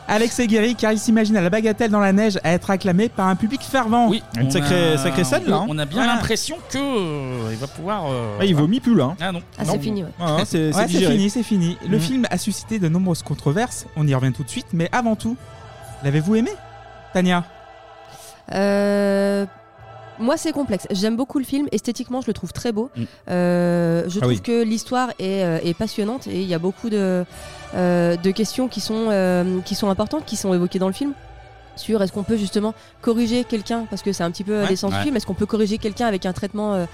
S4: Alex Aguirre car il s'imagine à la bagatelle dans la neige à être acclamé par un public fervent.
S1: Oui,
S4: une
S1: on
S4: sacrée,
S1: a-
S4: sacrée scène là. hein.
S1: Euh, On a bien
S4: Voilà.
S1: l'impression que euh, il va pouvoir. euh,
S4: Ah, il
S1: voilà.
S4: vomit plus là. hein.
S1: Ah non.
S3: Ah, c'est fini, ouais.
S4: Ah, hein, c'est
S1: Ouais,
S4: c'est fini, c'est fini. Le
S1: Mm.
S4: film a suscité de nombreuses controverses, on y revient tout de suite, mais avant tout, l'avez-vous aimé Tania
S3: Euh, moi, c'est complexe. J'aime beaucoup le film. Esthétiquement, je le trouve très beau. Euh, je
S4: Ah
S3: trouve
S4: oui.
S3: que l'histoire est, euh, est passionnante et il y a beaucoup de, euh, de questions qui sont, euh, qui sont importantes, qui sont évoquées dans le film. Sur est-ce qu'on peut justement corriger quelqu'un, parce que c'est un petit peu euh,
S34: Ouais.
S3: l'essence
S34: Ouais.
S3: du film, est-ce qu'on peut corriger quelqu'un avec un traitement euh,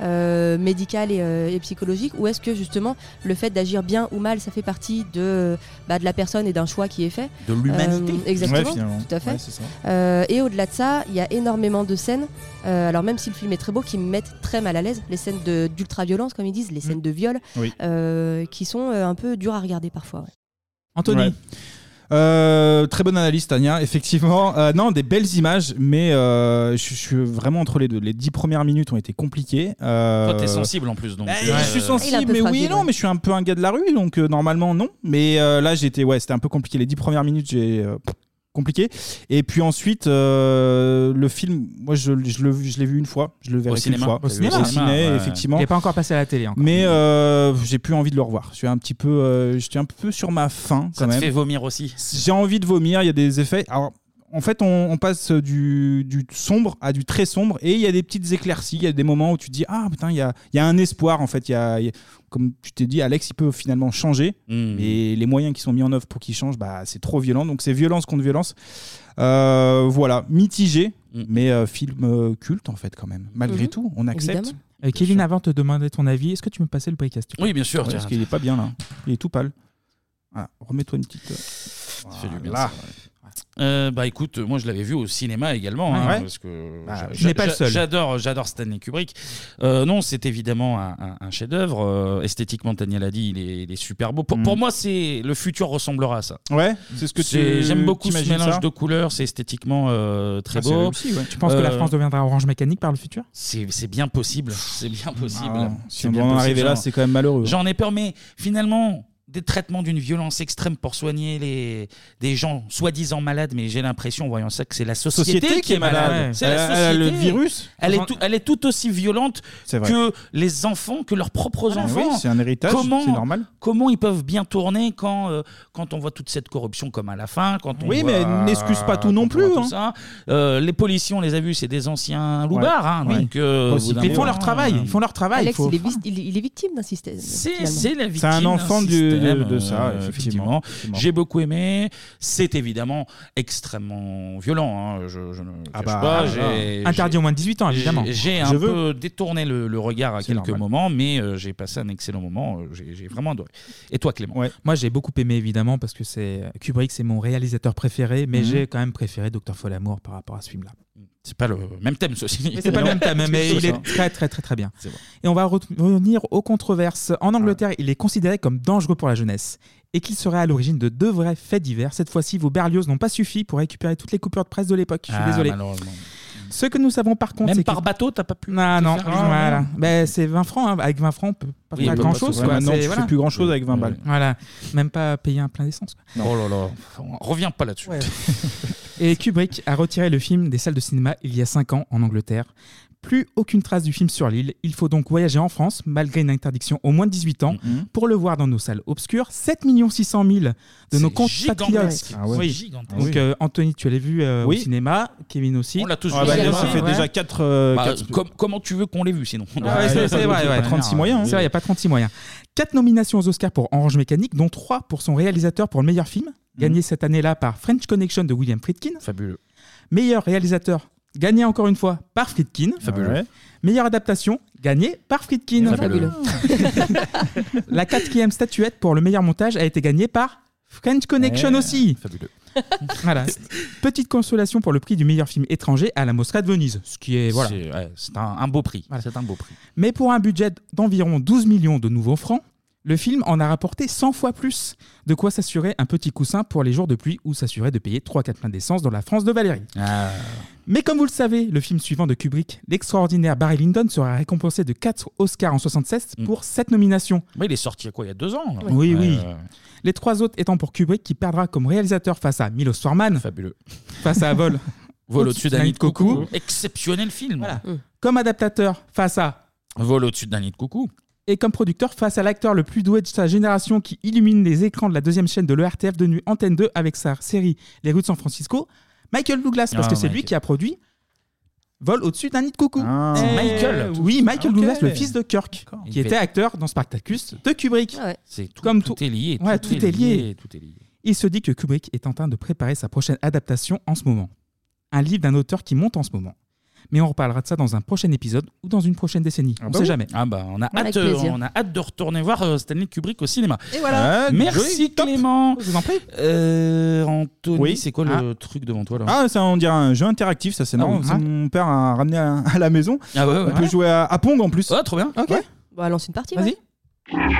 S3: euh, médical et, euh, et psychologique, ou est-ce que justement le fait d'agir bien ou mal, ça fait partie de, bah, de la personne et d'un choix qui est fait
S2: De l'humanité.
S3: Euh, exactement,
S2: Ouais, finalement.
S3: tout à fait.
S2: Ouais, c'est ça.
S3: Euh, et au-delà de ça, il y a énormément de scènes, euh, alors même si le film est très beau, qui me mettent très mal à l'aise. Les scènes de- d'ultra-violence, comme ils disent, les scènes de viol,
S2: Mm. Oui.
S3: euh, qui sont euh, un peu dures à regarder parfois. ouais.
S2: Anthony Euh, très bonne analyse Tania, effectivement. Euh, non, des belles images, mais euh, je je suis vraiment entre les deux. Les dix premières minutes ont été compliquées. Euh,
S1: Toi, t'es sensible en plus, donc.
S2: Bah,
S1: euh,
S2: Je suis
S3: Il est un
S2: sensible,
S3: peu
S2: mais oui et
S3: fragile,
S2: non, mais je suis un peu un gars de la rue, donc euh, normalement non. Mais euh, là, j'étais, ouais, c'était un peu compliqué. Les dix premières minutes, j'ai euh, pff, compliqué. Et puis ensuite, euh, le film, moi, je, je le- je l'ai vu une fois, je le verrai qu'une
S4: cinéma.
S2: fois.
S4: Au cinéma.
S2: au ciné,
S4: Ouais.
S2: effectivement.
S4: Il est pas encore passé à la télé. Encore.
S2: Mais euh, j'ai plus envie de le revoir. Je suis un petit peu, euh, j'étais un peu sur ma faim quand
S1: Ça te
S2: même.
S1: fait vomir aussi.
S2: J'ai envie de vomir, il y a des effets. Alors, en fait, on, on passe du, du sombre à du très sombre et il y a des petites éclaircies, il y a des moments où tu te dis Ah putain, il y a, il y a un espoir en fait. Il y a- il y a- comme tu t'es dit, Alex, il peut finalement changer
S1: Mmh.
S2: et les moyens qui sont mis en œuvre pour qu'il change, bah, c'est trop violent. Donc, c'est violence contre violence. Euh, voilà, mitigé,
S1: Mmh.
S2: mais euh, film euh, culte en fait, quand même. Malgré
S4: Mhm.
S2: tout, on accepte.
S4: Évidemment. Euh, Kevin, avant de te demander ton avis, est-ce que tu Ah, me passais le podcast
S1: Oui, bien sûr,
S2: Ouais,
S1: tiens.
S2: parce qu'il est pas bien là. Il est tout pâle. Voilà, remets-toi une petite. euh, Ça
S1: fait du bien, ça, Euh, bah écoute, moi je l'avais vu au cinéma également, hein,
S2: Ouais.
S1: parce que
S2: Bah,
S1: j'a-
S2: je n'ai pas le
S1: j'a-
S2: seul.
S1: J'adore, j'adore Stanley Kubrick. Euh, non, c'est évidemment un, un- un chef-d'œuvre. Euh, esthétiquement, Tania l'a dit, il est, il est super beau. Pour, pour moi, c'est le futur ressemblera à ça.
S2: Mm. Ouais, c'est ce que tu
S1: J'aime beaucoup ce
S2: t'imagines
S1: mélange
S2: ça Bah,
S1: de couleurs, c'est esthétiquement euh, très
S4: Ah, c'est
S1: beau.
S4: réussi, ouais. Tu penses que la
S1: Euh,
S4: France deviendra orange mécanique par le futur
S1: c'est c'est bien possible. C'est bien possible.
S2: Ah, si
S1: C'est
S2: on
S1: bien
S2: doit en
S1: possible.
S2: arriver là,
S1: J'en-
S2: c'est quand même malheureux.
S1: J'en ai peur, mais finalement, des traitements d'une violence extrême pour soigner les, des gens soi-disant malades, mais j'ai l'impression, en voyant ça, que c'est la société,
S2: Société
S1: qui est malade. C'est la
S2: Elle a- elle a
S1: société.
S2: le virus.
S1: Elle est, tout- elle est tout aussi violente
S2: C'est vrai.
S1: que les enfants, que leurs propres
S2: Ah oui,
S1: enfants.
S2: c'est un héritage,
S1: Comment,
S2: c'est normal.
S1: Comment ils peuvent bien tourner quand, euh, quand on voit toute cette corruption comme à la fin quand on
S2: Oui,
S1: voit-
S2: mais n'excuse pas tout non
S1: quand on voit
S2: plus,
S1: tout
S2: hein.
S1: ça. Euh, les policiers, on les a vus, c'est des anciens loupards. hein,
S2: Ouais.
S1: donc, euh, au bout d'un
S4: Ils font
S1: moment, euh,
S4: leur travail,
S2: euh,
S4: ils font leur travail.
S3: Alex,
S4: faut-
S3: il, est vis- il- il est victime d'un système. finalement.
S1: c'est la
S2: C'est
S1: victime
S2: un enfant
S1: d'un
S2: du-
S1: système,
S2: de- de ça,
S1: euh,
S2: effectivement. Effectivement.
S1: J'ai beaucoup aimé. C'est évidemment extrêmement violent. hein, Je, je ne cache
S4: bah,
S1: pas.
S4: ah,
S1: j'ai-
S4: ah. Interdit
S1: j'ai-
S4: au moins de 18 ans,
S1: j'ai-
S4: évidemment.
S1: J'ai
S4: Je
S1: un
S4: veux.
S1: peu détourné le, le regard à
S4: C'est
S1: quelques
S4: normal.
S1: moments, mais euh, j'ai passé un excellent moment. euh, J'ai j'ai vraiment adoré. Et toi, Clément
S4: Moi, j'ai beaucoup aimé évidemment parce que c'est
S1: euh,
S4: Kubrick, c'est mon réalisateur préféré, mais
S1: Mhm.
S4: j'ai quand même préféré Docteur Folamour par rapport à ce film-là.
S1: C'est pas le même thème, ceci.
S4: Mais C'est pas le même thème, mais il
S1: hein.
S4: est très très très très bien. Et on va re- revenir aux controverses. En Angleterre, il est considéré comme dangereux pour la jeunesse et qu'il serait à l'origine de deux vrais faits divers. Cette fois-ci, vos berlioz n'ont pas suffi pour récupérer toutes les coupures de presse de l'époque. Je suis
S1: Ah,
S4: désolé.
S1: malheureusement.
S4: Ce que nous savons par contre,
S1: Même
S4: c'est
S1: par
S4: que-
S1: bateau, t'as pas pu.
S4: Ah
S1: te
S4: non,
S1: faire-
S4: voilà. Ben, c'est 20 francs. hein. Avec 20 francs, on peut pas
S1: Oui,
S4: faire
S1: on peut
S4: grand
S1: pas
S4: chose.
S1: faire-
S2: Ah
S4: quoi.
S1: maintenant,
S4: C'est-
S1: tu fais
S4: voilà.
S1: plus grand-chose avec 20 balles.
S4: Voilà, même pas payer un plein d'essence. quoi.
S1: Euh, Oh là là, on revient pas là-dessus.
S4: Et Kubrick a retiré le film des salles de cinéma il y a 5 ans en Angleterre. Plus aucune trace du film sur l'île. Il faut donc voyager en France, malgré une interdiction au moins de 18 ans,
S1: Mhm.
S4: pour le voir dans nos salles obscures. 7 600 000 de nos compatriotes.
S1: gigantesque. Ah ouais.
S4: Oui.
S1: Gigantesque.
S4: Donc euh, Anthony, tu l'avais vu euh,
S1: Oui.
S4: au cinéma, Kevin aussi.
S1: On l'a tous
S4: Ah
S1: vu.
S4: bah,
S1: au
S4: il
S1: cinéma,
S4: s'est fait
S1: ouais.
S4: déjà quatre, euh,
S1: Bah,
S4: quatre-
S1: com- comment tu veux qu'on l'ait vu sinon
S4: Ah ouais, c'est c'est vrai, ouais.
S1: hein.
S4: C'est vrai, il n'y a pas 36 moyens. 4 nominations aux Oscars pour Orange Mécanique, dont 3 pour son réalisateur pour le meilleur film, gagné cette année-là par French Connection de William Friedkin.
S1: Mhm. Fabuleux.
S4: Meilleur réalisateur, gagné encore une fois par Friedkin.
S1: Fabuleux. Ouais.
S4: Meilleure adaptation, gagnée par Friedkin.
S1: Fabuleux.
S4: La quatrième statuette pour le meilleur montage a été gagnée par French Connection
S1: Ouais,
S4: aussi.
S1: Fabuleux.
S4: Voilà. Petite consolation pour le prix du meilleur film étranger à la Mostra de Venise, ce qui est voilà.
S1: C'est ouais, c'est un, un beau prix. C'est un beau prix.
S4: Mais pour un budget d'environ 12 millions de nouveaux francs, Le film en a rapporté 100 fois plus, de quoi s'assurer un petit coussin pour les jours de pluie ou s'assurer de payer 3-4 pleins d'essence dans la France de Valérie.
S1: Ah.
S4: Mais comme vous le savez, le film suivant de Kubrick, l'extraordinaire Barry Lyndon, sera récompensé de 4 Oscars en 76
S1: Mm.
S4: pour 7 nominations.
S1: Mais il est sorti il y a quoi, il y a deux ans là
S4: Oui, oui.
S1: Ouais, ouais, ouais.
S4: Les trois autres étant pour Kubrick, qui perdra comme réalisateur face à Milos Forman.
S1: Fabuleux.
S4: Face à Vol.
S1: Vol au-dessus d'un nid de
S4: coucou.
S1: coucou. Exceptionnel film.
S4: Comme adaptateur face à
S1: Vol au-dessus d'un nid de coucou.
S4: et comme producteur face à l'acteur le plus doué de sa génération qui illumine les écrans de la deuxième chaîne de l'ERTF de nuit Antenne 2 avec sa série Les rues de San Francisco, Michael Douglas, parce
S1: Ah,
S4: que c'est
S1: Michael.
S4: lui qui a produit Vol au-dessus d'un nid de coucou. Eh,
S1: C'est Michael.
S4: Oui, Michael
S1: Ah, ok.
S4: Douglas, le fils de Kirk,
S1: Il
S4: qui
S1: fait-
S4: était acteur dans Spartacus de Kubrick.
S1: C'est tout,
S4: Comme
S1: tout, est lié.
S4: Ouais, tout est lié.
S1: Tout est lié.
S4: Il se dit que Kubrick est en train de préparer sa prochaine adaptation en ce moment. Un livre d'un auteur qui monte en ce moment. Mais on reparlera de ça dans un prochain épisode ou dans une prochaine décennie. on
S1: bah
S4: sait
S1: oui.
S4: jamais.
S1: Ah bah on a,
S4: Avec
S1: hâte, euh,
S4: plaisir.
S1: on a hâte de retourner voir euh, Stanley Kubrick au cinéma.
S4: Et voilà. Ah,
S1: Merci Clément. Euh,
S4: Je vous en prie.
S1: Anthony,
S2: Oui.
S1: c'est quoi
S2: Ah.
S1: le truc devant toi là
S2: Ah, ça, on dirait un jeu interactif, ça c'est
S1: Ah
S2: marrant.
S1: oui.
S2: C'est
S1: Ah.
S2: Mon père a ramené à, à la maison.
S1: Ah ouais, ouais,
S2: on
S1: ouais.
S2: peut jouer à, à Pong en plus.
S1: Ah, trop bien.
S2: Ok.
S3: Bah, lance une partie.
S2: Vas-y.
S3: ouais.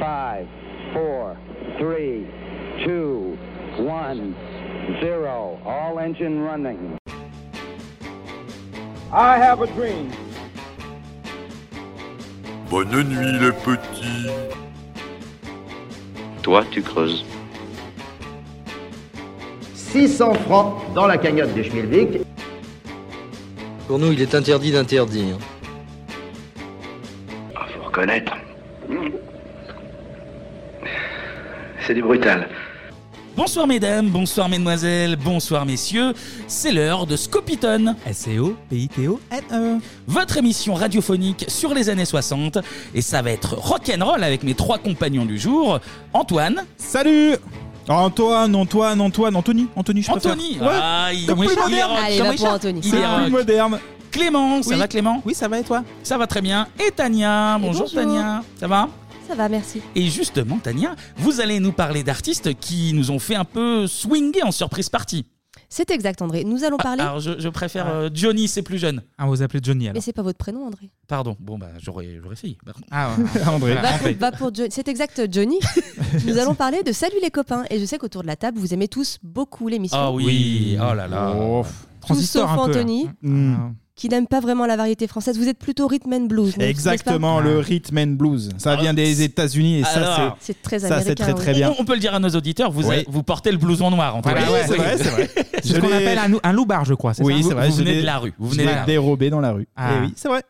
S19: Five, four, three, two, one, zero. All engine running. I have a dream.
S34: Bonne nuit les petits.
S17: Toi, tu creuses.
S21: 600 francs dans la cagnotte du Schmilvic.
S17: Pour nous, il est interdit d'interdire.
S34: Ah, Faut reconnaître. C'est du brutal.
S1: Bonsoir mesdames, bonsoir mesdemoiselles, bonsoir messieurs, c'est l'heure de Scopiton.
S4: S-C-O-P-I-T-O-N-E.
S1: Votre émission radiophonique sur les années 60 et ça va être rock'n'roll avec mes trois compagnons du jour, Antoine.
S2: Salut Ah, Antoine, Antoine, Antoine, Anthony, Anthony, je préfère.
S1: Anthony
S2: Ouais.
S1: Ah, il
S2: Comme
S1: il
S2: plus
S1: est rock.
S2: moderne.
S1: Allez, Comme va il pour est- Anthony. il
S2: C'est
S1: est
S2: plus
S1: rock.
S2: moderne.
S1: Clément, ça
S2: Oui.
S1: va Clément
S4: Oui, ça va et toi
S1: Ça va très bien. Et Tania, bonjour,
S3: bonjour.
S1: Tania, ça va
S3: Ça va, merci.
S1: Et justement Tania, vous allez nous parler d'artistes qui nous ont fait un peu swinger en surprise partie.
S3: C'est exact, André. Nous allons parler.
S1: Alors je, je préfère euh, Johnny, c'est plus jeune.
S4: Ah, on vous appelez Johnny
S3: Mais
S4: alors.
S3: c'est pas votre prénom, André.
S1: Pardon, bon bah j'aurais j'aurais essayé. Pardon.
S4: Ah, ouais. André.
S3: Va pour, va pour Jo- C'est exact, Johnny. Nous allons parler de Salut les copains. Et je sais qu'autour de la table, vous aimez tous beaucoup l'émission.
S1: Ah oui. oh là là.
S3: Tout sauf Anthony,
S2: Hmm.
S3: qui n'aime pas vraiment la variété française. Vous êtes plutôt rhythm and blues. n'est-ce pas
S2: Exactement, le rhythm and blues. Ça vient des États-Unis et ça
S1: Ah. Alors,
S2: c'est
S3: C'est très
S2: ça, c'est
S3: américain,
S2: très très bien.
S1: On, on peut le dire à nos auditeurs, vous,
S2: Oui.
S1: vous portez le blouson noir en tout
S2: Voilà,
S1: cas.
S2: ouais, c'est
S1: Oui.
S2: vrai, c'est vrai.
S4: C'est ce
S2: Je
S4: qu'on
S2: l'ai-
S4: appelle un, nou- un loupard, je crois. c'est
S2: Oui,
S4: ça
S2: c'est vrai.
S1: vous
S2: je
S1: venez de
S2: l'ai-
S1: la rue, vous
S2: je
S1: venez de
S2: l'ai
S1: la rue.
S2: dérobé dans la rue.
S4: Ah.
S2: Eh oui, c'est vrai.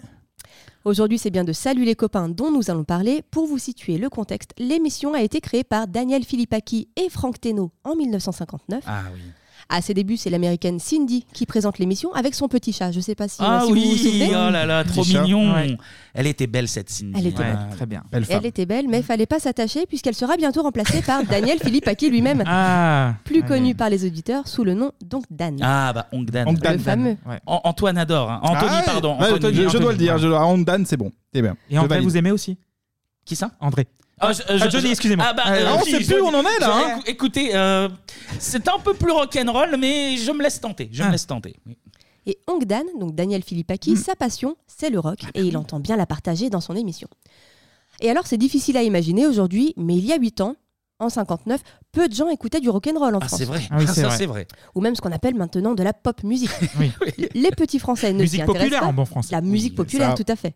S3: Aujourd'hui, c'est bien de Salut les copains dont nous allons parler. Pour vous situer le contexte, l'émission a été créée par Daniel Philippaki et Franck Teno en 1959.
S1: Ah oui.
S3: À ses débuts, c'est l'américaine Cindy qui présente l'émission avec son petit chat. Je ne sais pas si,
S1: Ah
S3: si vous vous
S1: oui,
S3: souvenez.
S1: oh là là, trop
S2: Petit chat.
S1: mignon.
S2: Ouais.
S1: Elle était belle cette Cindy.
S3: Elle était
S1: Ouais,
S3: belle.
S4: Très bien.
S2: Belle
S3: Elle était belle, mais fallait pas s'attacher puisqu'elle sera bientôt remplacée par Daniel Philippaki lui-même,
S4: Ah.
S3: plus connu par les auditeurs sous le nom donc Dan.
S1: Ah bah Ongdan.
S2: Ongdan.
S3: Le fameux.
S1: An- Antoine adore. hein. Anthony,
S2: Ah,
S1: pardon.
S2: ouais,
S1: Anthony,
S2: je, je
S1: Anthony.
S2: dois le dire. Je, dois- Ondan, c'est bon. Eh bien,
S4: Et André, vous aimez aussi
S1: Qui ça
S4: André.
S1: Ah, je- euh, je-
S4: Ah, Johnny,
S1: je-
S4: excusez-moi.
S1: Ah, bah,
S4: Ah,
S1: euh,
S4: on
S1: si,
S4: sait plus
S1: Johnny.
S4: où on en est, là,
S1: Je-
S4: hein.
S1: écou- Écoutez, euh, c'est un peu plus rock'n'roll, mais je me laisse tenter. Je me laisse tenter. oui.
S3: Et Ongdan, donc Daniel
S4: Hmm.
S3: Philippaki, sa passion, c'est le rock et
S4: Ah.
S3: il entend bien la partager dans son émission. Et alors, c'est difficile à imaginer aujourd'hui, mais il y a 8 ans, en 59, peu de gens écoutaient du rock'n'roll en
S1: Ah,
S3: France.
S1: c'est vrai.
S4: Ah oui,
S1: Ah,
S4: c'est
S1: ça,
S4: vrai.
S1: c'est vrai.
S3: Ou même ce qu'on appelle maintenant de la pop musique. Les petits Français ne
S4: Musique
S3: s'y intéressent
S4: populaire,
S3: pas.
S4: en bon français.
S3: La musique
S4: Oui,
S3: populaire,
S4: ça.
S3: tout à fait.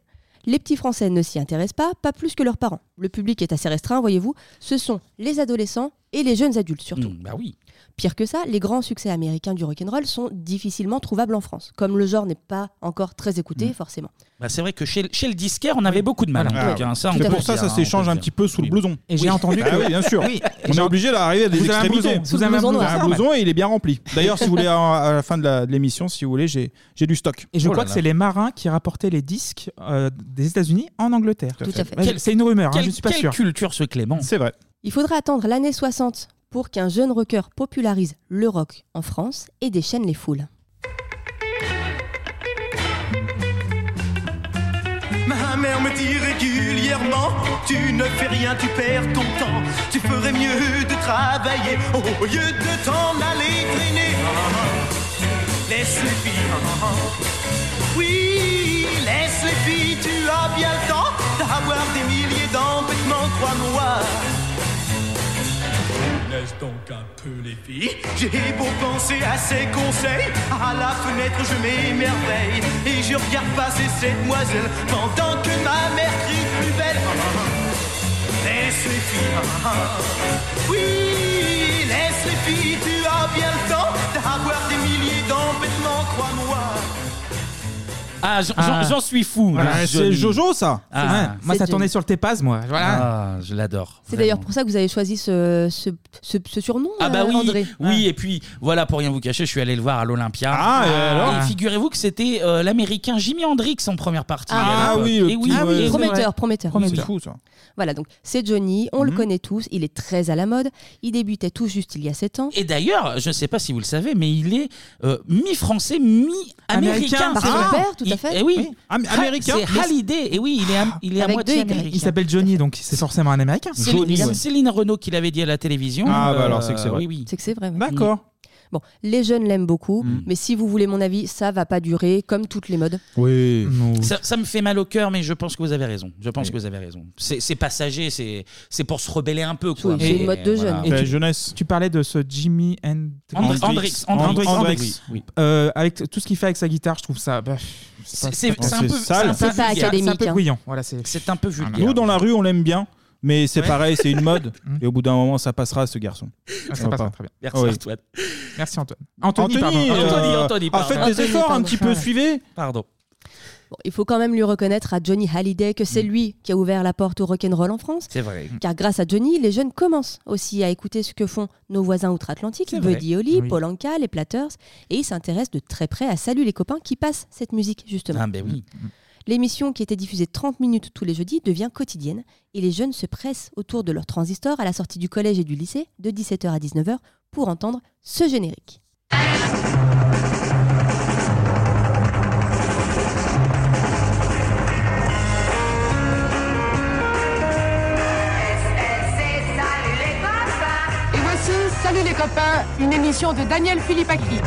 S3: Les petits Français ne s'y intéressent pas, pas plus que leurs parents. Le public est assez restreint, voyez-vous. Ce sont les adolescents et les jeunes adultes surtout.
S1: bah oui.
S3: Pire que ça, les grands succès américains du rock'n'roll sont difficilement trouvables en France, comme le genre n'est pas encore très
S4: Hmm.
S3: écouté, forcément.
S1: Bah, c'est vrai que chez, le- chez le disquaire, on avait beaucoup de mal.
S2: Voilà.
S1: en tout cas, Ah, ça, on
S2: Ah, C'est
S1: peut
S2: pour
S1: le
S2: ça,
S1: dire,
S2: ça
S1: hein, on
S2: s'échange
S1: peut
S2: un
S1: le dire.
S2: petit peu sous le
S1: Oui.
S2: blouson.
S4: Et j'ai entendu
S2: Ah
S4: que-
S2: oui, bien sûr.
S4: Oui, et
S2: On est
S4: j'ai-
S2: obligé d'arriver à des
S4: Vous avez un
S2: extrémités.
S4: blouson. Sous Vous le avez un blouson blouson.
S2: Un
S4: noir.
S2: blouson et il est bien rempli. D'ailleurs, si vous voulez, en- à la fin de la- de l'émission, si vous voulez, j'ai j'ai du stock.
S1: Oh
S4: Et je crois que c'est les marins qui rapportaient les disques euh, des États-Unis en Angleterre.
S2: Tout à fait.
S4: Ouais,
S2: Quel-
S4: C'est une rumeur, hein,
S2: quel-
S4: je suis pas
S2: quelle
S4: sûr.
S1: culture ce Clément
S2: C'est vrai.
S3: Il faudra attendre l'année 60 pour qu'un jeune rocker popularise le rock en France et déchaîne les foules.
S8: me dit régulièrement Tu ne fais rien, tu perds ton temps Tu ferais mieux de travailler Au lieu de t'en aller traîner Laisse les filles Oui, laisse les filles Tu as bien le temps D'avoir des milliers d'embêtements, crois-moi Laisse donc un peu les filles. J'ai beau penser à ses conseils, à la fenêtre je m'émerveille et je regarde passer cette demoiselle pendant que ma mère crie plus belle. Laisse les filles, oui, laisse les filles, tu as bien le temps d'avoir des milliers d'embêtements, crois-moi.
S1: Ah, j'en- j'en j'en suis fou.
S4: hein.
S2: Ouais,
S1: là,
S2: Ah, c'est
S1: Ah, Johnny.
S2: Jojo, ça.
S1: Ah.
S2: Ouais, Moi, ça
S1: C'est
S2: tournait
S1: Johnny.
S2: sur le Tepaz, moi.
S1: Ah, je l'adore.
S3: C'est d'ailleurs pour ça que vous avez choisi ce, ce, ce- ce surnom,
S1: Ah bah
S3: euh,
S1: oui,
S3: André.
S1: oui et puis voilà pour rien vous cacher, je suis allé le voir à l'Olympia.
S2: Ah, et alors
S1: Et figurez-vous que c'était euh, l'américain Jimi Hendrix en première partie.
S2: Ah,
S1: à
S2: oui,
S1: l'époque.
S2: le
S1: Et
S2: petit, Ah oui, ouais.
S1: et
S3: Prometteur, prometteur.
S2: C'est fou, ça. Mhm.
S3: Voilà, donc c'est Johnny, on le connaît tous, il est très à la mode, il débutait tout juste il y a 7 ans.
S1: Et d'ailleurs, je ne sais pas si vous le savez, mais il est euh, mi-français, mi-américain.
S3: Par son
S1: Ah,
S3: père, tout
S1: il-
S3: à fait.
S1: Eh oui,
S2: Ah,
S3: Am-
S1: Ha-
S3: américain.
S1: C'est Hallyday. Et oui, il est, am- il est à
S3: Avec deux
S1: moitié
S3: Y.
S1: américain.
S4: Il s'appelle Johnny, donc c'est forcément un américain.
S1: Céline, c'est Céline Renaud qui l'avait dit à la télévision.
S4: Ah, bah
S1: Euh,
S4: alors, c'est que c'est vrai.
S1: Oui, oui.
S3: C'est que c'est vrai. ouais. Mhm.
S1: D'accord.
S3: Bon, les jeunes l'aiment beaucoup,
S2: Mhm.
S3: mais si vous voulez mon avis, ça va pas durer comme toutes les modes.
S2: Oui.
S1: Ça, ça me fait mal au cœur, mais je pense que vous avez raison. Je pense que vous avez raison. C'est c'est passager, c'est c'est pour se rebeller un peu. quoi. Mais voilà.
S4: Et tu-
S2: jeunesse.
S4: Tu parlais de ce Jimmy and...
S1: Hendrix. Hendrix. Hendrix. Hendrix. Oui, oui.
S4: Euh, avec tout ce qu'il fait avec sa guitare, je trouve ça. bah,
S1: C'est-
S4: pas-
S1: c'est-
S4: pas-
S1: c'est un peu-
S4: sale.
S1: c'est un peu C'est pas vulgaire. académique,
S4: C'est un peu
S1: hein.
S4: bruyant. Voilà, c'est Ah,
S1: C'est un peu vulgaire.
S2: Nous, dans la rue, on l'aime bien, mais c'est
S4: Ouais. Mmh.
S2: pareil, c'est une mode. et au bout d'un moment, ça passera, ce garçon.
S4: Ah, ça
S2: On va
S4: passera
S2: pas-
S4: très bien.
S1: Merci
S2: Oui.
S1: Antoine.
S4: Merci Antoine. Anthony, pardon.
S2: euh,
S4: Anthony, Anthony,
S2: ah,
S4: pardon.
S2: faites des
S4: Anthony,
S2: efforts un
S4: pardon.
S2: petit peu,
S4: Voilà.
S2: suivez.
S1: Pardon.
S3: Bon, il faut quand même lui reconnaître à Johnny Hallyday que
S2: Mhm.
S3: c'est lui qui a ouvert la porte au rock'n'roll en France.
S1: C'est vrai.
S3: Car grâce à Johnny, les jeunes commencent aussi à écouter ce que font nos voisins outre-Atlantique,
S1: C'est vrai.
S3: Buddy Holly,
S1: Oui.
S3: Paul Anka, les Platters, et ils s'intéressent de très près à Salut les copains qui passent cette musique justement.
S1: Ah, ben oui.
S3: L'émission qui était diffusée 30 minutes tous les jeudis devient quotidienne et les jeunes se pressent autour de leur transistor à la sortie du collège et du lycée de 17h à 19h pour entendre ce générique.
S15: Et voici Salut les copains, une émission de Daniel Philippaki.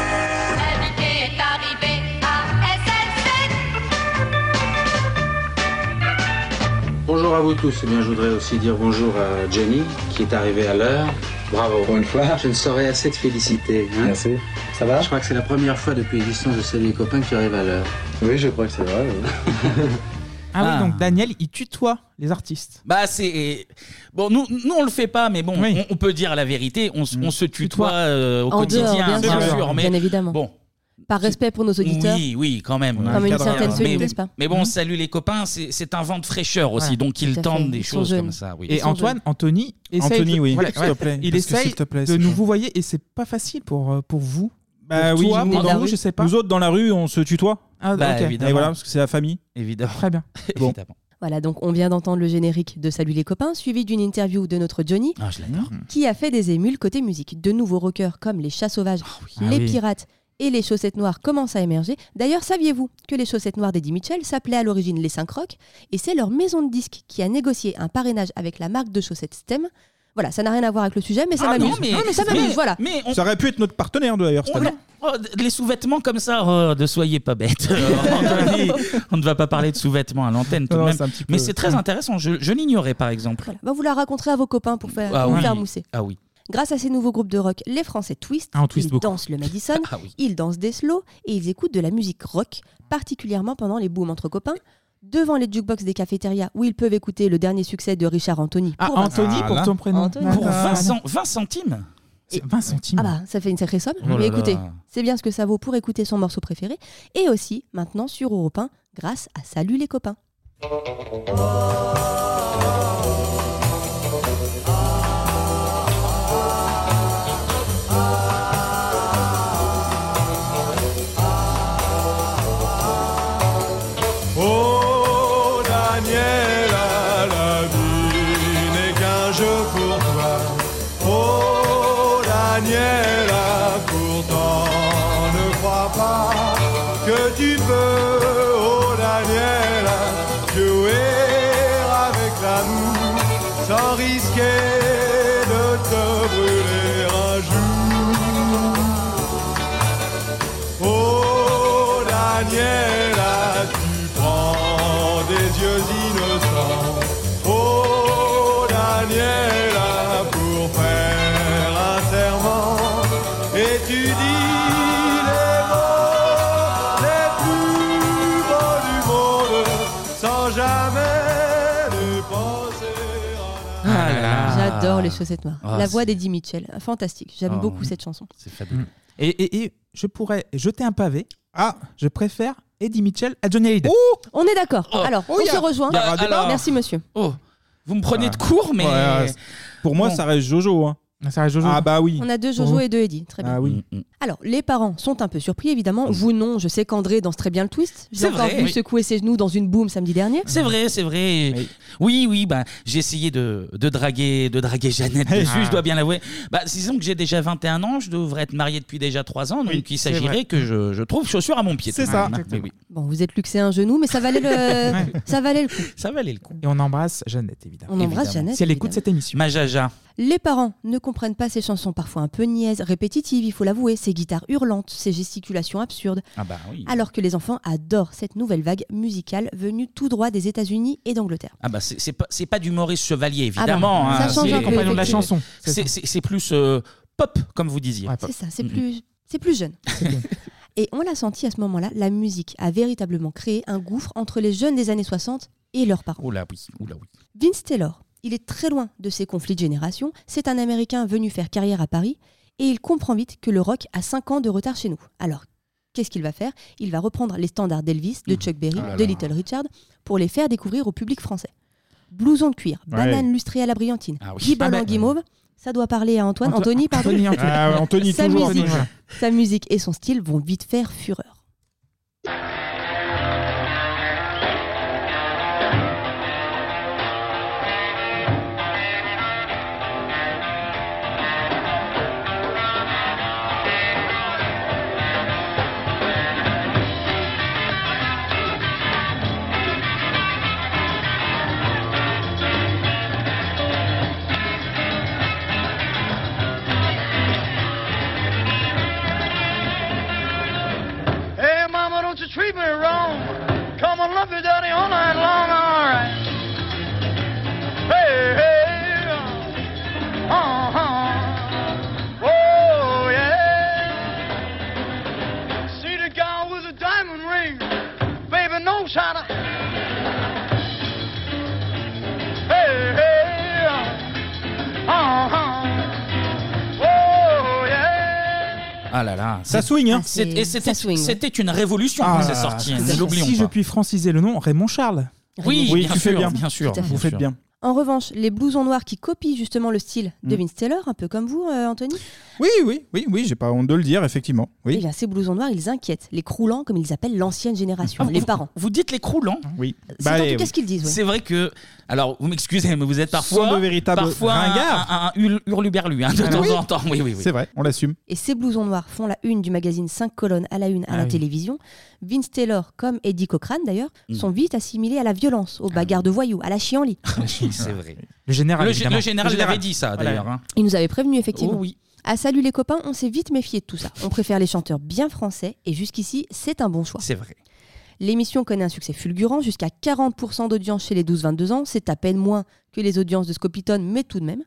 S35: L'invité est arrivé à
S17: Bonjour à vous tous, et bien je voudrais aussi dire bonjour à Jenny qui est arrivée à l'heure. Bravo. Pour une fois, je ne saurais assez te féliciter. hein. Merci. Ça va Je crois que c'est la première fois depuis l'existence de Salut les copains que tu arrives à l'heure. Oui, je crois que c'est vrai.
S4: Ah,
S1: Ah.
S4: oui, donc Daniel, il tutoie les artistes.
S1: Bah c'est bon nous nous on le fait pas mais bon on, on peut dire la vérité on, se-
S4: Mm.
S1: on se tutoie euh, au
S3: En dehors,
S1: quotidien
S3: bien sûr,
S1: mais
S3: bien évidemment.
S1: Bon.
S3: Par respect pour nos auditeurs.
S1: oui oui quand même
S3: On a Comme un une cadre certaine
S1: Mais-
S3: solide,
S1: mais,
S3: n'est-ce pas
S1: mais
S2: Mmh.
S1: bon salut les copains c'est c'est un vent de fraîcheur aussi
S4: Voilà.
S1: donc ils
S4: Tout à
S1: tentent
S4: fait.
S1: des
S4: Ils sont
S1: choses
S4: jeunes.
S1: comme ça oui.
S4: Et Antoine, Anthony, essaye
S2: Anthony,
S4: de-
S2: oui,
S4: voilà,
S2: s'il te plaît,
S4: Il
S2: parce que
S4: essaye
S2: s'il te plaît,
S4: de
S2: c'est
S4: nous
S2: bon.
S4: vous voyez et c'est pas facile pour, euh, pour vous.
S2: Bah
S4: pour
S2: oui,
S4: toi,
S2: nous,
S4: pour
S2: dans-
S4: nous, je sais pas.
S2: Nous autres, dans la rue, on se tutoie.
S4: Ah, Bah, ok. évidemment.
S2: Et voilà, parce que c'est la famille.
S1: Évidemment.
S4: Très bien.
S2: Bon.
S3: Voilà, donc on vient d'entendre le générique de Salut les copains, suivi d'une interview de notre Johnny, Mhm.
S1: Ah, je l'adore.
S3: qui a fait des émules côté musique. De nouveaux rockers comme les Chats Sauvages,
S1: Ah
S3: les
S1: oui.
S3: Pirates et les Chaussettes Noires commencent à émerger. D'ailleurs, saviez-vous que les Chaussettes Noires d'Eddie Mitchell s'appelaient à l'origine les 5 Rock Et c'est leur maison de disques qui a négocié un parrainage avec la marque de chaussettes STEM. Voilà, ça n'a rien à voir avec le sujet, mais ça
S1: Ah non,
S3: m'amuse.
S1: mais-
S3: ça
S1: mais-
S3: m'amuse, voilà.
S1: mais on-
S2: Ça aurait pu être notre partenaire, d'ailleurs, cette
S1: On
S2: année.
S1: a- oh, d- les sous-vêtements comme ça, oh, ne soyez pas bêtes. Euh, Anthony, on ne va pas parler de sous-vêtements à l'antenne tout de
S2: Non,
S1: même.
S2: c'est un petit peu-
S1: Mais c'est très intéressant, je, je l'ignorais par exemple.
S3: Bah, vous la raconterez à vos copains pour faire,
S1: Ah
S3: pour
S1: oui.
S3: faire mousser.
S1: Ah oui.
S3: Grâce à ces nouveaux groupes de rock, les Français twist,
S1: Ah, on twist
S3: ils
S1: beaucoup.
S3: dansent le Madison,
S4: Ah
S3: ils dansent des slow et ils écoutent de la musique rock, particulièrement pendant les booms entre copains, devant les jukebox des cafétérias où ils peuvent écouter le dernier succès de Richard Anthony.
S4: Ah,
S3: pour vingt-
S4: Anthony, pour ton prénom.
S3: Anthony.
S1: Pour 20, cent- 20 centimes
S4: C'est 20 centimes.
S3: Ah bah, ça fait une sacrée somme.
S1: Oh là
S3: Mais
S1: là.
S3: écoutez, c'est bien ce que ça vaut pour écouter son morceau préféré et aussi maintenant sur Europe 1 grâce à Salut les copains.
S36: Oh, Oh Daniel, la vie n'est qu'un jeu pour toi. Oh Daniel, pourtant
S8: oh sans risquer de te brûler un jour. Oh Daniela, tu prends des yeux innocents. Oh Daniela, pour faire un serment. Et tu dis les mots les plus beaux du monde sans jamais les penser.
S1: Ah
S3: J'adore les chaussettes noires.
S4: Ah,
S3: La
S4: c'est-
S3: voix d'Eddie Mitchell, fantastique. J'aime
S4: Ah,
S1: Oh,
S3: beaucoup
S4: oui.
S3: cette chanson.
S4: Mm. Et, et- et je pourrais jeter un pavé. Ah, je préfère Eddie Mitchell à Johnny
S1: Oh.
S4: Hallyday.
S3: On est d'accord. Alors,
S4: Oh,
S3: on
S4: y a-
S3: se rejoint.
S4: y a un débat.
S3: Merci monsieur.
S1: oh, Vous me prenez de court, mais.
S2: Ouais, ouais. pour moi,
S3: Bon.
S2: ça reste Jojo. hein. Ah bah oui.
S3: On a deux Jojo et deux Eddie. Très bien.
S2: Ah oui.
S1: Mm,
S3: Alors, les parents sont un peu surpris, évidemment. Vous, non. Je sais qu'André danse très bien le twist. J'ai
S1: C'est
S3: encore
S1: vrai,
S3: vu
S1: oui.
S3: secouer ses genoux dans une boum samedi dernier.
S1: C'est vrai, c'est vrai. Oui, oui, bah, j'ai essayé de, de draguer, de draguer Jeannette dessus,
S4: Ah.
S1: je dois bien l'avouer. Bah, disons que j'ai déjà 21 ans, je devrais être marié depuis déjà 3 ans, donc il
S4: c'est
S1: s'agirait
S4: vrai.
S1: que je, je trouve chaussure à mon pied.
S4: C'est ça.
S1: Ah, mais oui.
S3: Bon, vous êtes luxé un genou, mais ça valait le,
S4: Ouais.
S3: ça valait le coup.
S1: Ça valait le coup.
S4: Et on embrasse Jeannette, évidemment.
S3: On embrasse Jeannette,
S4: Si elle écoute cette émission.
S1: Ma jaja.
S3: Les parents ne comprennent pas ces chansons parfois un peu niaises, répétitives, il faut l'avouer, ces guitares hurlantes, ces gesticulations absurdes.
S1: Ah bah oui.
S3: Alors que les enfants adorent cette nouvelle vague musicale venue tout droit des États-Unis et d'Angleterre.
S1: Ah bah c'est c'est pas c'est pas du Maurice Chevalier évidemment. hein.
S3: Ah bah, ça change
S1: c'est-
S3: un peu, Compagnon de la effectivement. chanson.
S1: C'est c'est- c'est plus euh, pop comme vous disiez. Mm-hmm.
S3: C'est ça, c'est plus, c'est plus jeune. Et on l'a senti à ce moment-là, la musique a véritablement créé un gouffre entre les jeunes des années 60 et leurs parents.
S1: Oh là oui, oh là oui.
S3: Vince Taylor, il est très loin de ces conflits de génération, c'est un Américain venu faire carrière à Paris, et il comprend vite que le rock a 5 ans de retard chez nous. Alors, qu'est-ce qu'il va faire Il va reprendre les standards d'Elvis, de Chuck Berry,
S15: Ah là
S3: de
S15: là.
S3: Little Richard, pour les faire découvrir au public français. Blouson de cuir,
S2: Ouais.
S3: banane lustrée à la brillantine,
S2: Ah oui.
S3: ribbon
S2: Ah ben-
S3: en guimauve, ça doit parler à Antoine,
S2: Anto-
S3: Anthony, pardon.
S2: Anthony, Anthony. Ah ouais, Anthony,
S3: sa,
S2: toujours
S3: musique,
S2: Anthony.
S3: sa musique et son style vont vite faire fureur.
S24: Hey, mama, don't you treat me wrong. Come on, love your daddy all night long, all right. Hey, hey, uh huh. Oh, yeah. See the guy with the diamond ring. Baby knows how to. Hey, hey, uh huh. Oh, yeah.
S1: Ah là là.
S4: Ça
S1: C'est-
S4: swing, hein.
S1: c'est- et C'était c'était une révolution
S4: Ah,
S1: quand c'est sorti. hein,
S4: si-
S1: N'oublions
S4: Si je
S1: pas.
S4: puis franciser le nom, Raymond Charles.
S1: Oui,
S4: oui
S1: bien
S4: tu fais
S1: sûr,
S4: bien.
S1: bien sûr,
S4: Vous faites bien.
S3: En revanche, les blousons noirs qui copient justement le style de
S2: Mm.
S3: Vince Taylor, un peu comme vous, euh, Anthony,
S2: Oui, oui, oui, oui, j'ai pas honte de le dire, effectivement.
S3: eh
S2: Oui.
S3: bien, ces blousons noirs, ils inquiètent. Les croulants, comme ils appellent l'ancienne génération, les parents.
S1: Ah, Vous dites les croulants
S2: Ah Oui. Bah,
S3: C'est en tout cas ce qu'ils disent, ouais.
S1: C'est vrai que. Alors, vous m'excusez, mais vous êtes parfois.
S2: Sont de véritables
S1: parfois un-
S2: ringards.
S1: Un, un hul- hurluberlu, hein, de
S2: Ah,
S1: temps
S2: oui.
S1: en temps. Oui, oui, oui.
S2: C'est vrai, on l'assume.
S3: Et ces blousons noirs font la une du magazine 5 colonnes à la une à
S2: Ah
S3: la
S2: oui.
S3: télévision. Vince Taylor, comme Eddie Cochrane d'ailleurs,
S1: Mm.
S3: sont vite assimilés à la violence, aux bagarres de voyous, à la chienlit.
S1: C'est vrai.
S4: Le général.
S1: Le,
S4: évidemment.
S1: le général l'avait dit, ça,
S4: Voilà.
S1: d'ailleurs. hein.
S3: Il nous avait prévenu effectivement.
S1: Oh oui.
S3: À Salut les copains, on s'est vite méfié de tout ça. On préfère les chanteurs bien français et jusqu'ici, c'est un bon choix.
S1: C'est vrai.
S3: L'émission connaît un succès fulgurant, jusqu'à 40% d'audience chez les 12-22 ans. C'est à peine moins que les audiences de Scopitone, mais tout de même.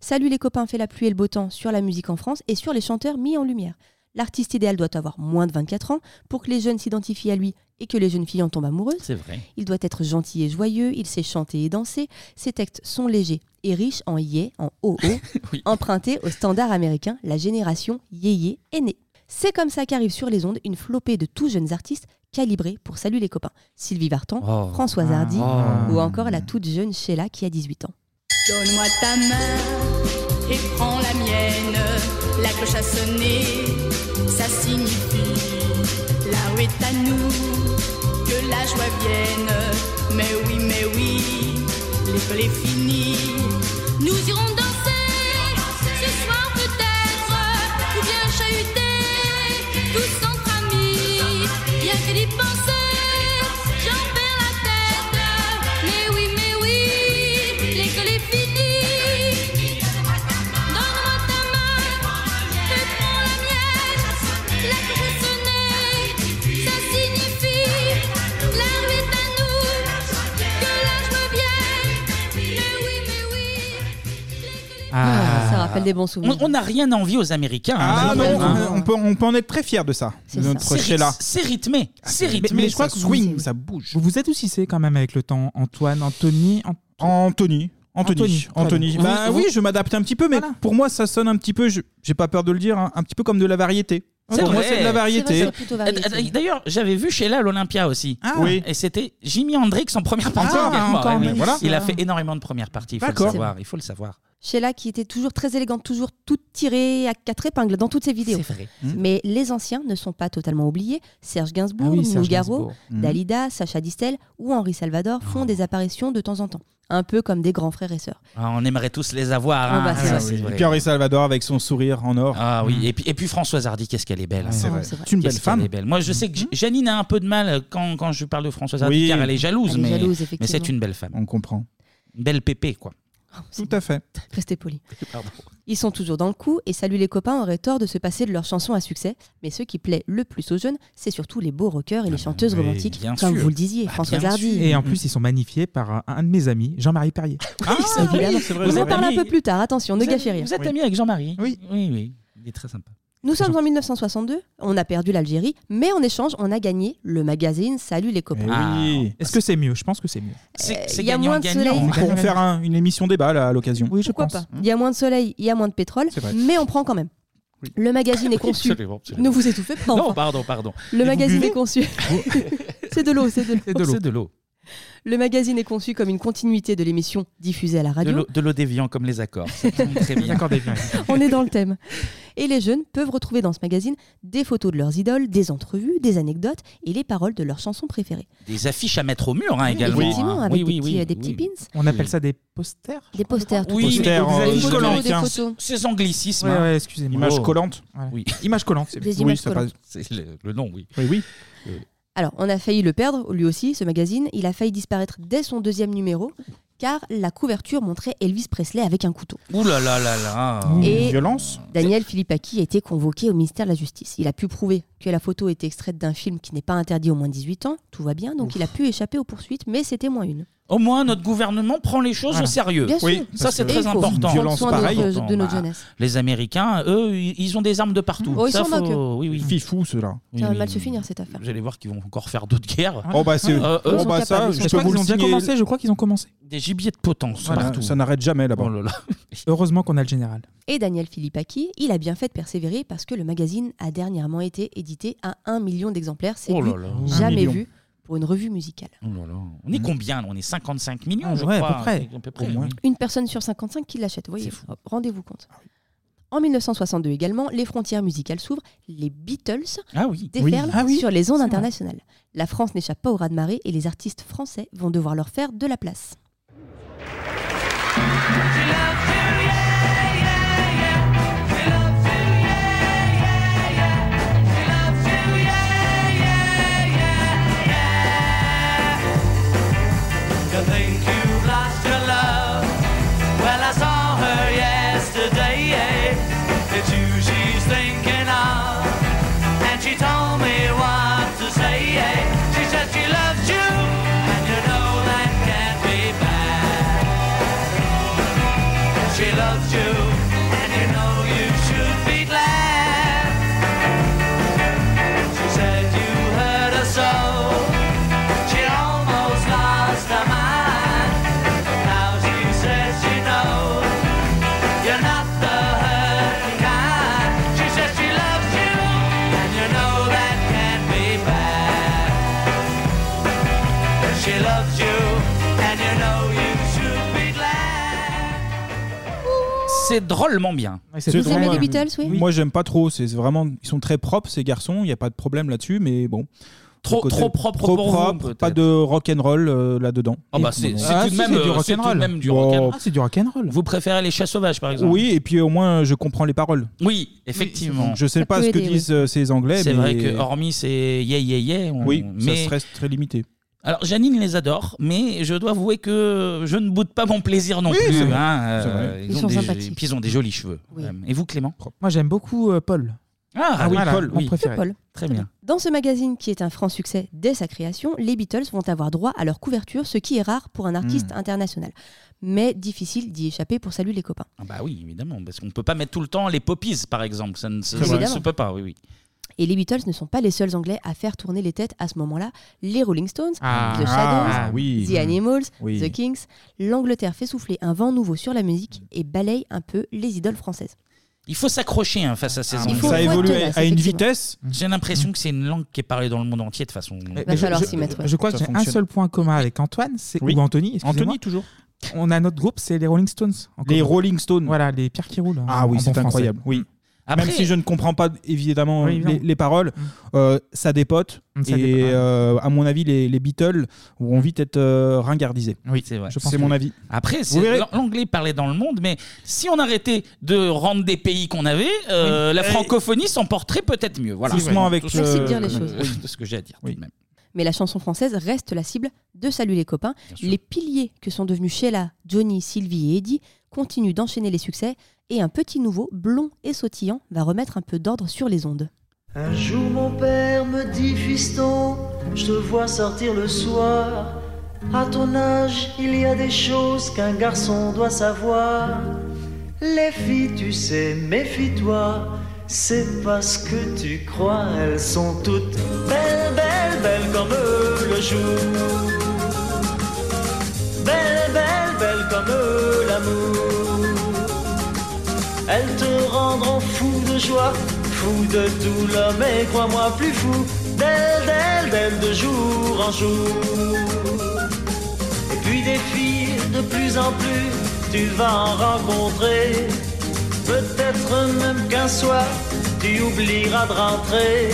S3: Salut les copains, fait la pluie et le beau temps sur la musique en France et sur les chanteurs mis en lumière. L'artiste idéal doit avoir moins de 24 ans pour que les jeunes s'identifient à lui et que les jeunes filles en tombent amoureuses.
S1: C'est vrai.
S3: Il doit être gentil et joyeux, il sait chanter et danser. Ses textes sont légers et riches en yé, en oh oh, empruntés au standard américain, la génération yé yé est née. C'est comme ça qu'arrive sur les ondes une flopée de tous jeunes artistes calibrés pour saluer les copains. Sylvie Vartan,
S15: Oh.
S3: Françoise Hardy
S15: Oh.
S3: ou encore la toute jeune Sheila qui a 18 ans.
S15: Donne-moi ta main et prends la mienne. La cloche a sonné, ça signifie là où est à nous que la joie vienne. Mais oui, mais oui, l'école est finie. Nous irons danser ce soir peut-être ou bien chahuter tous entre amis. Bien que d'y penser, j'en perds la tête. Mais oui, mais oui, l'école est finie.
S2: Ah.
S3: Ah, rappelle des bons souvenirs.
S1: On on n'a rien à envier aux Américains. hein,
S2: Ah,
S1: je
S2: mais
S1: trouve,
S2: on,
S1: hein.
S2: on peut, on peut en être très fiers de ça, de notre
S1: C'est
S2: Sheila.
S1: ryth- C'est rythmé.
S2: Ah,
S1: C'est rythmé.
S4: mais je crois que swing,
S2: ça bouge.
S4: Vous vous êtes aussi quand même avec le temps, Antoine, Anthony, Ant-
S2: Anthony. Anthony,
S4: très
S2: Anthony.
S4: bien.
S2: Bah
S4: Vous-
S2: oui,
S4: vous-
S2: je m'adapte un petit peu, mais pour moi, ça sonne un petit peu, je- j'ai pas peur de le dire, hein, un petit peu comme de la variété.
S1: C'est
S2: Pour moi,
S1: vrai.
S2: c'est de la variété. Ah.
S1: Euh, D'ailleurs, j'avais vu Sheila à l'Olympia aussi.
S2: Oui.
S1: Et c'était Jimi Hendrix en première partie.
S2: Ah,
S1: également.
S2: encore
S1: Ouais,
S2: mieux.
S1: mais
S2: Voilà.
S1: Il a fait énormément de premières parties. Il faut le
S2: D'accord.
S1: savoir. Il faut le savoir.
S3: Sheila qui était toujours très élégante, toujours toute tirée à quatre épingles dans toutes ses vidéos.
S1: C'est vrai.
S3: Mais les anciens ne sont pas totalement oubliés. Serge Gainsbourg,
S8: Ah oui, Serge
S3: Nougaro,
S8: Gainsbourg. Mhm.
S3: Dalida, Sacha Distel ou Henri Salvador font des apparitions de temps en temps, un peu comme des grands frères et sœurs.
S1: Ah, on aimerait tous les avoir.
S3: Ah
S1: hein,
S3: bah, c'est
S1: ça,
S3: vrai.
S1: c'est
S2: Et
S1: vrai.
S2: puis Henri Salvador avec son sourire en or.
S1: Ah oui, et puis, et puis Françoise Hardy, qu'est-ce qu'elle est belle. hein.
S2: Ah, c'est Ah, vrai. c'est vrai. C'est une belle
S1: Qu'est-ce qu'elle
S2: femme.
S1: est belle. Moi, je sais que J- Janine a un peu de mal euh, quand, quand je parle de Françoise Hardy,
S2: Oui.
S1: car elle est jalouse,
S2: Elle est
S1: mais,
S2: jalouse,
S1: mais
S2: effectivement.
S1: c'est une belle femme.
S2: On comprend.
S1: Une belle pépé, quoi.
S2: Tout à fait.
S3: Restez polis. Ils sont toujours dans le coup et Salut les copains aurait tort de se passer de leurs chansons à succès. Mais ce qui plaît le plus aux jeunes, c'est surtout les beaux rockers et les chanteuses
S4: oui,
S3: romantiques,
S4: bien
S3: comme
S4: sûr.
S3: vous le disiez,
S4: Bah,
S3: François
S4: bien
S3: Hardy.
S4: sûr. Et en plus, Ah, ils sont magnifiés par un- un de mes amis, Jean-Marie Perrier.
S1: Ah
S3: Évidemment.
S4: vous
S3: on en
S4: êtes
S3: parle un
S4: ami.
S3: peu plus tard, attention, ne
S1: Vous êtes-
S3: gâchez rien.
S1: Vous êtes ami avec Jean-Marie
S2: Oui.
S1: Oui, oui. Il est très sympa.
S3: Nous sommes en 1962, on a perdu l'Algérie, mais en échange, on a gagné le magazine Salut les copains.
S4: Eh
S2: Ah,
S3: Ah.
S4: Oui. Est-ce que c'est mieux Je pense que c'est mieux.
S3: c'est il y a moins de gagnant-gagnant. soleil.
S2: On pourra faire un- une émission débat là, à l'occasion.
S4: Oui, je
S3: Pourquoi pas Il y a moins de soleil, il y a moins de pétrole,
S2: C'est vrai.
S3: mais on prend quand même. Le magazine est conçu.
S1: Absolument, absolument.
S3: Ne vous étouffez pas.
S1: Non, bah,
S3: enfin.
S1: pardon, pardon.
S3: Le magazine est conçu. c'est de l'eau, c'est de l'eau.
S1: C'est de l'eau.
S3: Le magazine est conçu comme une continuité de l'émission diffusée à la
S1: De
S3: radio.
S1: l'eau- De l'eau déviant comme les accords. C'est Très bien. Accords déviants.
S3: On est dans le thème. Et les jeunes peuvent retrouver dans ce magazine des photos de leurs idoles, des entrevues, des anecdotes et les paroles de leurs chansons préférées.
S1: Des affiches à mettre au mur hein, également.
S3: effectivement,
S1: hein.
S3: avec
S1: Oui,
S3: des
S1: oui,
S3: petits-
S1: oui,
S3: euh, des petits
S1: oui.
S3: pins.
S4: On appelle ça des posters
S3: Des posters, tout
S1: Oui,
S3: à fait.
S1: mais
S4: en-
S1: des euh,
S4: images
S1: photos,
S4: collantes,
S1: des
S4: tiens.
S1: photos. Ces anglicismes.
S4: Ouais,
S1: hein.
S4: ouais, excusez-moi.
S2: Images
S1: Oh.
S2: collantes.
S1: Oui.
S4: Images collantes.
S3: Des Oui, images ça collantes. passe.
S1: C'est le, le nom, oui. Euh,
S2: Oui, oui.
S3: Alors, on a failli le perdre, lui aussi, ce magazine. Il a failli disparaître dès son deuxième numéro, car la couverture montrait Elvis Presley avec un couteau.
S1: Ouh là là là là.
S3: Et
S2: violence.
S3: Daniel Philippaki a été convoqué au ministère de la Justice. Il a pu prouver que la photo était extraite d'un film qui n'est pas interdit aux moins de 18 ans. Tout va bien, donc il a pu échapper aux poursuites, mais c'était moins une.
S1: Au moins, notre gouvernement prend les choses
S3: Voilà.
S1: au sérieux.
S3: Bien sûr. Oui,
S1: ça
S3: parce
S1: c'est
S3: que- Et il
S1: très
S3: faut
S1: important.
S3: prendre Violence soin de pareille. notre- de notre
S1: Bah,
S3: jeunesse.
S1: Les Américains, eux, ils ils ont des armes de partout.
S3: Oh, ils s'en
S1: ça, faut-
S3: moquent.
S1: Oui, oui.
S2: Fifou, ceux-là.
S1: Oui,
S3: Ça va
S1: oui.
S3: mal se finir cette affaire.
S1: Vous allez voir qu'ils vont encore faire d'autres guerres.
S2: Oh, bah, c'est-
S1: Euh,
S2: oh, bah,
S1: eux, ils sont
S2: ça,
S1: capables,
S2: je
S1: ils
S2: peux vous le
S4: Ils
S1: sont capables.
S4: ont bien
S2: signaler.
S4: commencé, je crois qu'ils ont commencé.
S1: Des gibiers de potence
S4: Voilà.
S1: partout.
S2: Ça n'arrête jamais là-bas.
S4: Heureusement qu'on a le général.
S3: Et Daniel Philippaki, il a bien fait de persévérer parce que le magazine a dernièrement été édité à 1 million d'exemplaires. C'est
S1: Oh là
S3: du
S1: là. Un
S3: jamais
S1: million.
S3: vu pour une revue musicale.
S1: Oh là là. On est combien là On est 55 millions,
S4: Ah,
S1: je
S4: ouais, à
S1: crois.
S4: peu près. Au moins.
S1: oui.
S3: Une personne sur 55 qui l'achète. Vous voyez, hop, rendez-vous compte. En 1962 également, les frontières musicales s'ouvrent, les Beatles déferlent
S8: Oui. Ah oui,
S3: sur les ondes
S8: c'est vrai.
S3: internationales. La France n'échappe pas au raz-de-marée et les artistes français vont devoir leur faire de la place.
S8: You think you've lost your love? Well, I saw her yesterday. eh? It's you she's thinking of. And she told me what to say. eh? She said she loves you. And you know that can't be bad. She loves you. And you know you should be glad. She said you hurt her so. She almost lost her mind. Now she says she knows you're not the hurting kind. She says she loves you, and you know that can't be bad. She loves you, and you know you should be glad.
S1: C'est drôlement bien.
S2: C'est drôle,
S3: aimez
S2: ouais.
S3: les Beatles, oui
S2: Moi, j'aime pas trop. C'est vraiment, ils sont très propres ces garçons. Il n'y a pas de problème là-dessus, mais bon.
S1: Trop-
S2: Le côté-
S1: trop propre
S2: trop
S1: pour vous,
S2: propre,
S1: peut-être.
S2: Pas de rock and roll là-dedans.
S1: Ah bah, c'est- c'est tout de même, euh, c'est tout de même du rock'n'roll. Ah, c'est
S4: du rock'n'roll.
S1: Vous préférez les chats sauvages, par exemple
S2: Oui, et puis au moins je comprends les paroles.
S1: Oui, effectivement.
S2: Je sais pas ce que disent euh, ces Anglais.
S1: C'est
S2: mais-
S1: vrai que hormis ces yeah yeah yeah, on-
S2: Oui,
S1: mais
S2: ça reste très limité.
S1: alors Janine les adore, mais je dois avouer que je ne boude pas mon plaisir non
S4: Oui,
S1: plus.
S4: c'est vrai.
S1: hein,
S4: C'est vrai.
S1: ils,
S4: Ils
S1: ont
S4: sont
S1: des,
S4: sympathiques.
S1: et puis ils ont des jolis cheveux.
S4: Oui.
S1: Euh, Et vous Clément
S4: Moi, j'aime beaucoup euh, Paul.
S2: Ah, ah oui,
S4: voilà,
S2: Paul,
S4: mon
S2: oui.
S4: préféré.
S3: Paul.
S4: Très bien.
S3: Dans ce magazine, qui est un franc succès dès sa création, les Beatles vont avoir droit à leur couverture, ce qui est rare pour un artiste
S1: Hmm.
S3: international. Mais difficile d'y échapper pour saluer les copains.
S1: Ah bah oui, évidemment, parce qu'on ne peut pas mettre tout le temps les poppies, par exemple. Ça ne se,
S3: C'est
S1: ça ne
S3: évidemment.
S1: se peut pas, oui, oui.
S3: Et les Beatles ne sont pas les seuls Anglais à faire tourner les têtes à ce moment-là. Les Rolling Stones,
S1: Ah,
S3: The Shadows,
S1: ah, oui.
S3: The Animals,
S1: Oui.
S3: The Kings. L'Angleterre fait souffler un vent nouveau sur la musique et balaye un peu les idoles françaises.
S1: Il faut s'accrocher hein, face à ces
S3: Ah,
S1: anglais.
S3: il faut- Ça faut être évolue à- tenace, à une effectivement.
S1: vitesse. J'ai l'impression que c'est une langue qui est parlée dans le monde entier de façon.
S4: Mais je- je, Je crois que j'ai un seul point commun avec Antoine, c'est
S1: Oui.
S4: ou Anthony. excusez-moi.
S1: Anthony, toujours.
S4: On a notre groupe, c'est les Rolling Stones. en
S2: Les
S4: commun.
S2: Rolling Stones.
S4: Voilà, les pierres qui roulent. en-
S2: Ah oui,
S4: en
S2: c'est
S4: bon
S2: incroyable.
S4: français.
S2: Oui.
S4: Après-
S2: Même si je ne comprends pas évidemment
S4: Oui,
S2: les,
S4: évidemment. Mm.
S2: les paroles, euh, ça dépote. et
S4: Ça dépote, ouais.
S2: euh, à mon avis, les, les Beatles vont vite être euh, ringardisés.
S1: Oui, c'est vrai.
S2: Je pense C'est que mon oui. avis.
S1: Après,
S2: Vous
S1: c'est-
S2: verrez.
S1: l'an- l'anglais parlait dans le monde, mais si on arrêtait de rendre des pays qu'on avait, euh, la francophonie s'en porterait peut-être mieux. Voilà.
S2: Doucement avec
S1: Tout ce-
S2: Merci de dire les
S1: Oui,
S2: choses.
S1: oui, tout ce que j'ai à dire. tout de même.
S3: Mais la chanson française reste la cible de Salut les copains.
S1: sûr.
S3: Les piliers que sont devenus Sheila, Johnny, Sylvie et Eddie continuent d'enchaîner les succès et un petit nouveau, blond et sautillant, va remettre un peu d'ordre sur les ondes.
S13: Un jour mon père me dit fiston, je te vois sortir le soir. À ton âge, il y a des choses qu'un garçon doit savoir. Les filles, tu sais, méfie-toi. C'est parce que tu crois, elles sont toutes belles, belles, belles comme le jour. Belles, belles, belles comme l'amour. Elles te rendront fou de joie, fou de tout l'homme et crois-moi plus fou d'elle, d'elle, d'elle de jour en jour. Et puis des filles de plus en plus, tu vas en rencontrer. Peut-être même qu'un soir, tu oublieras de rentrer.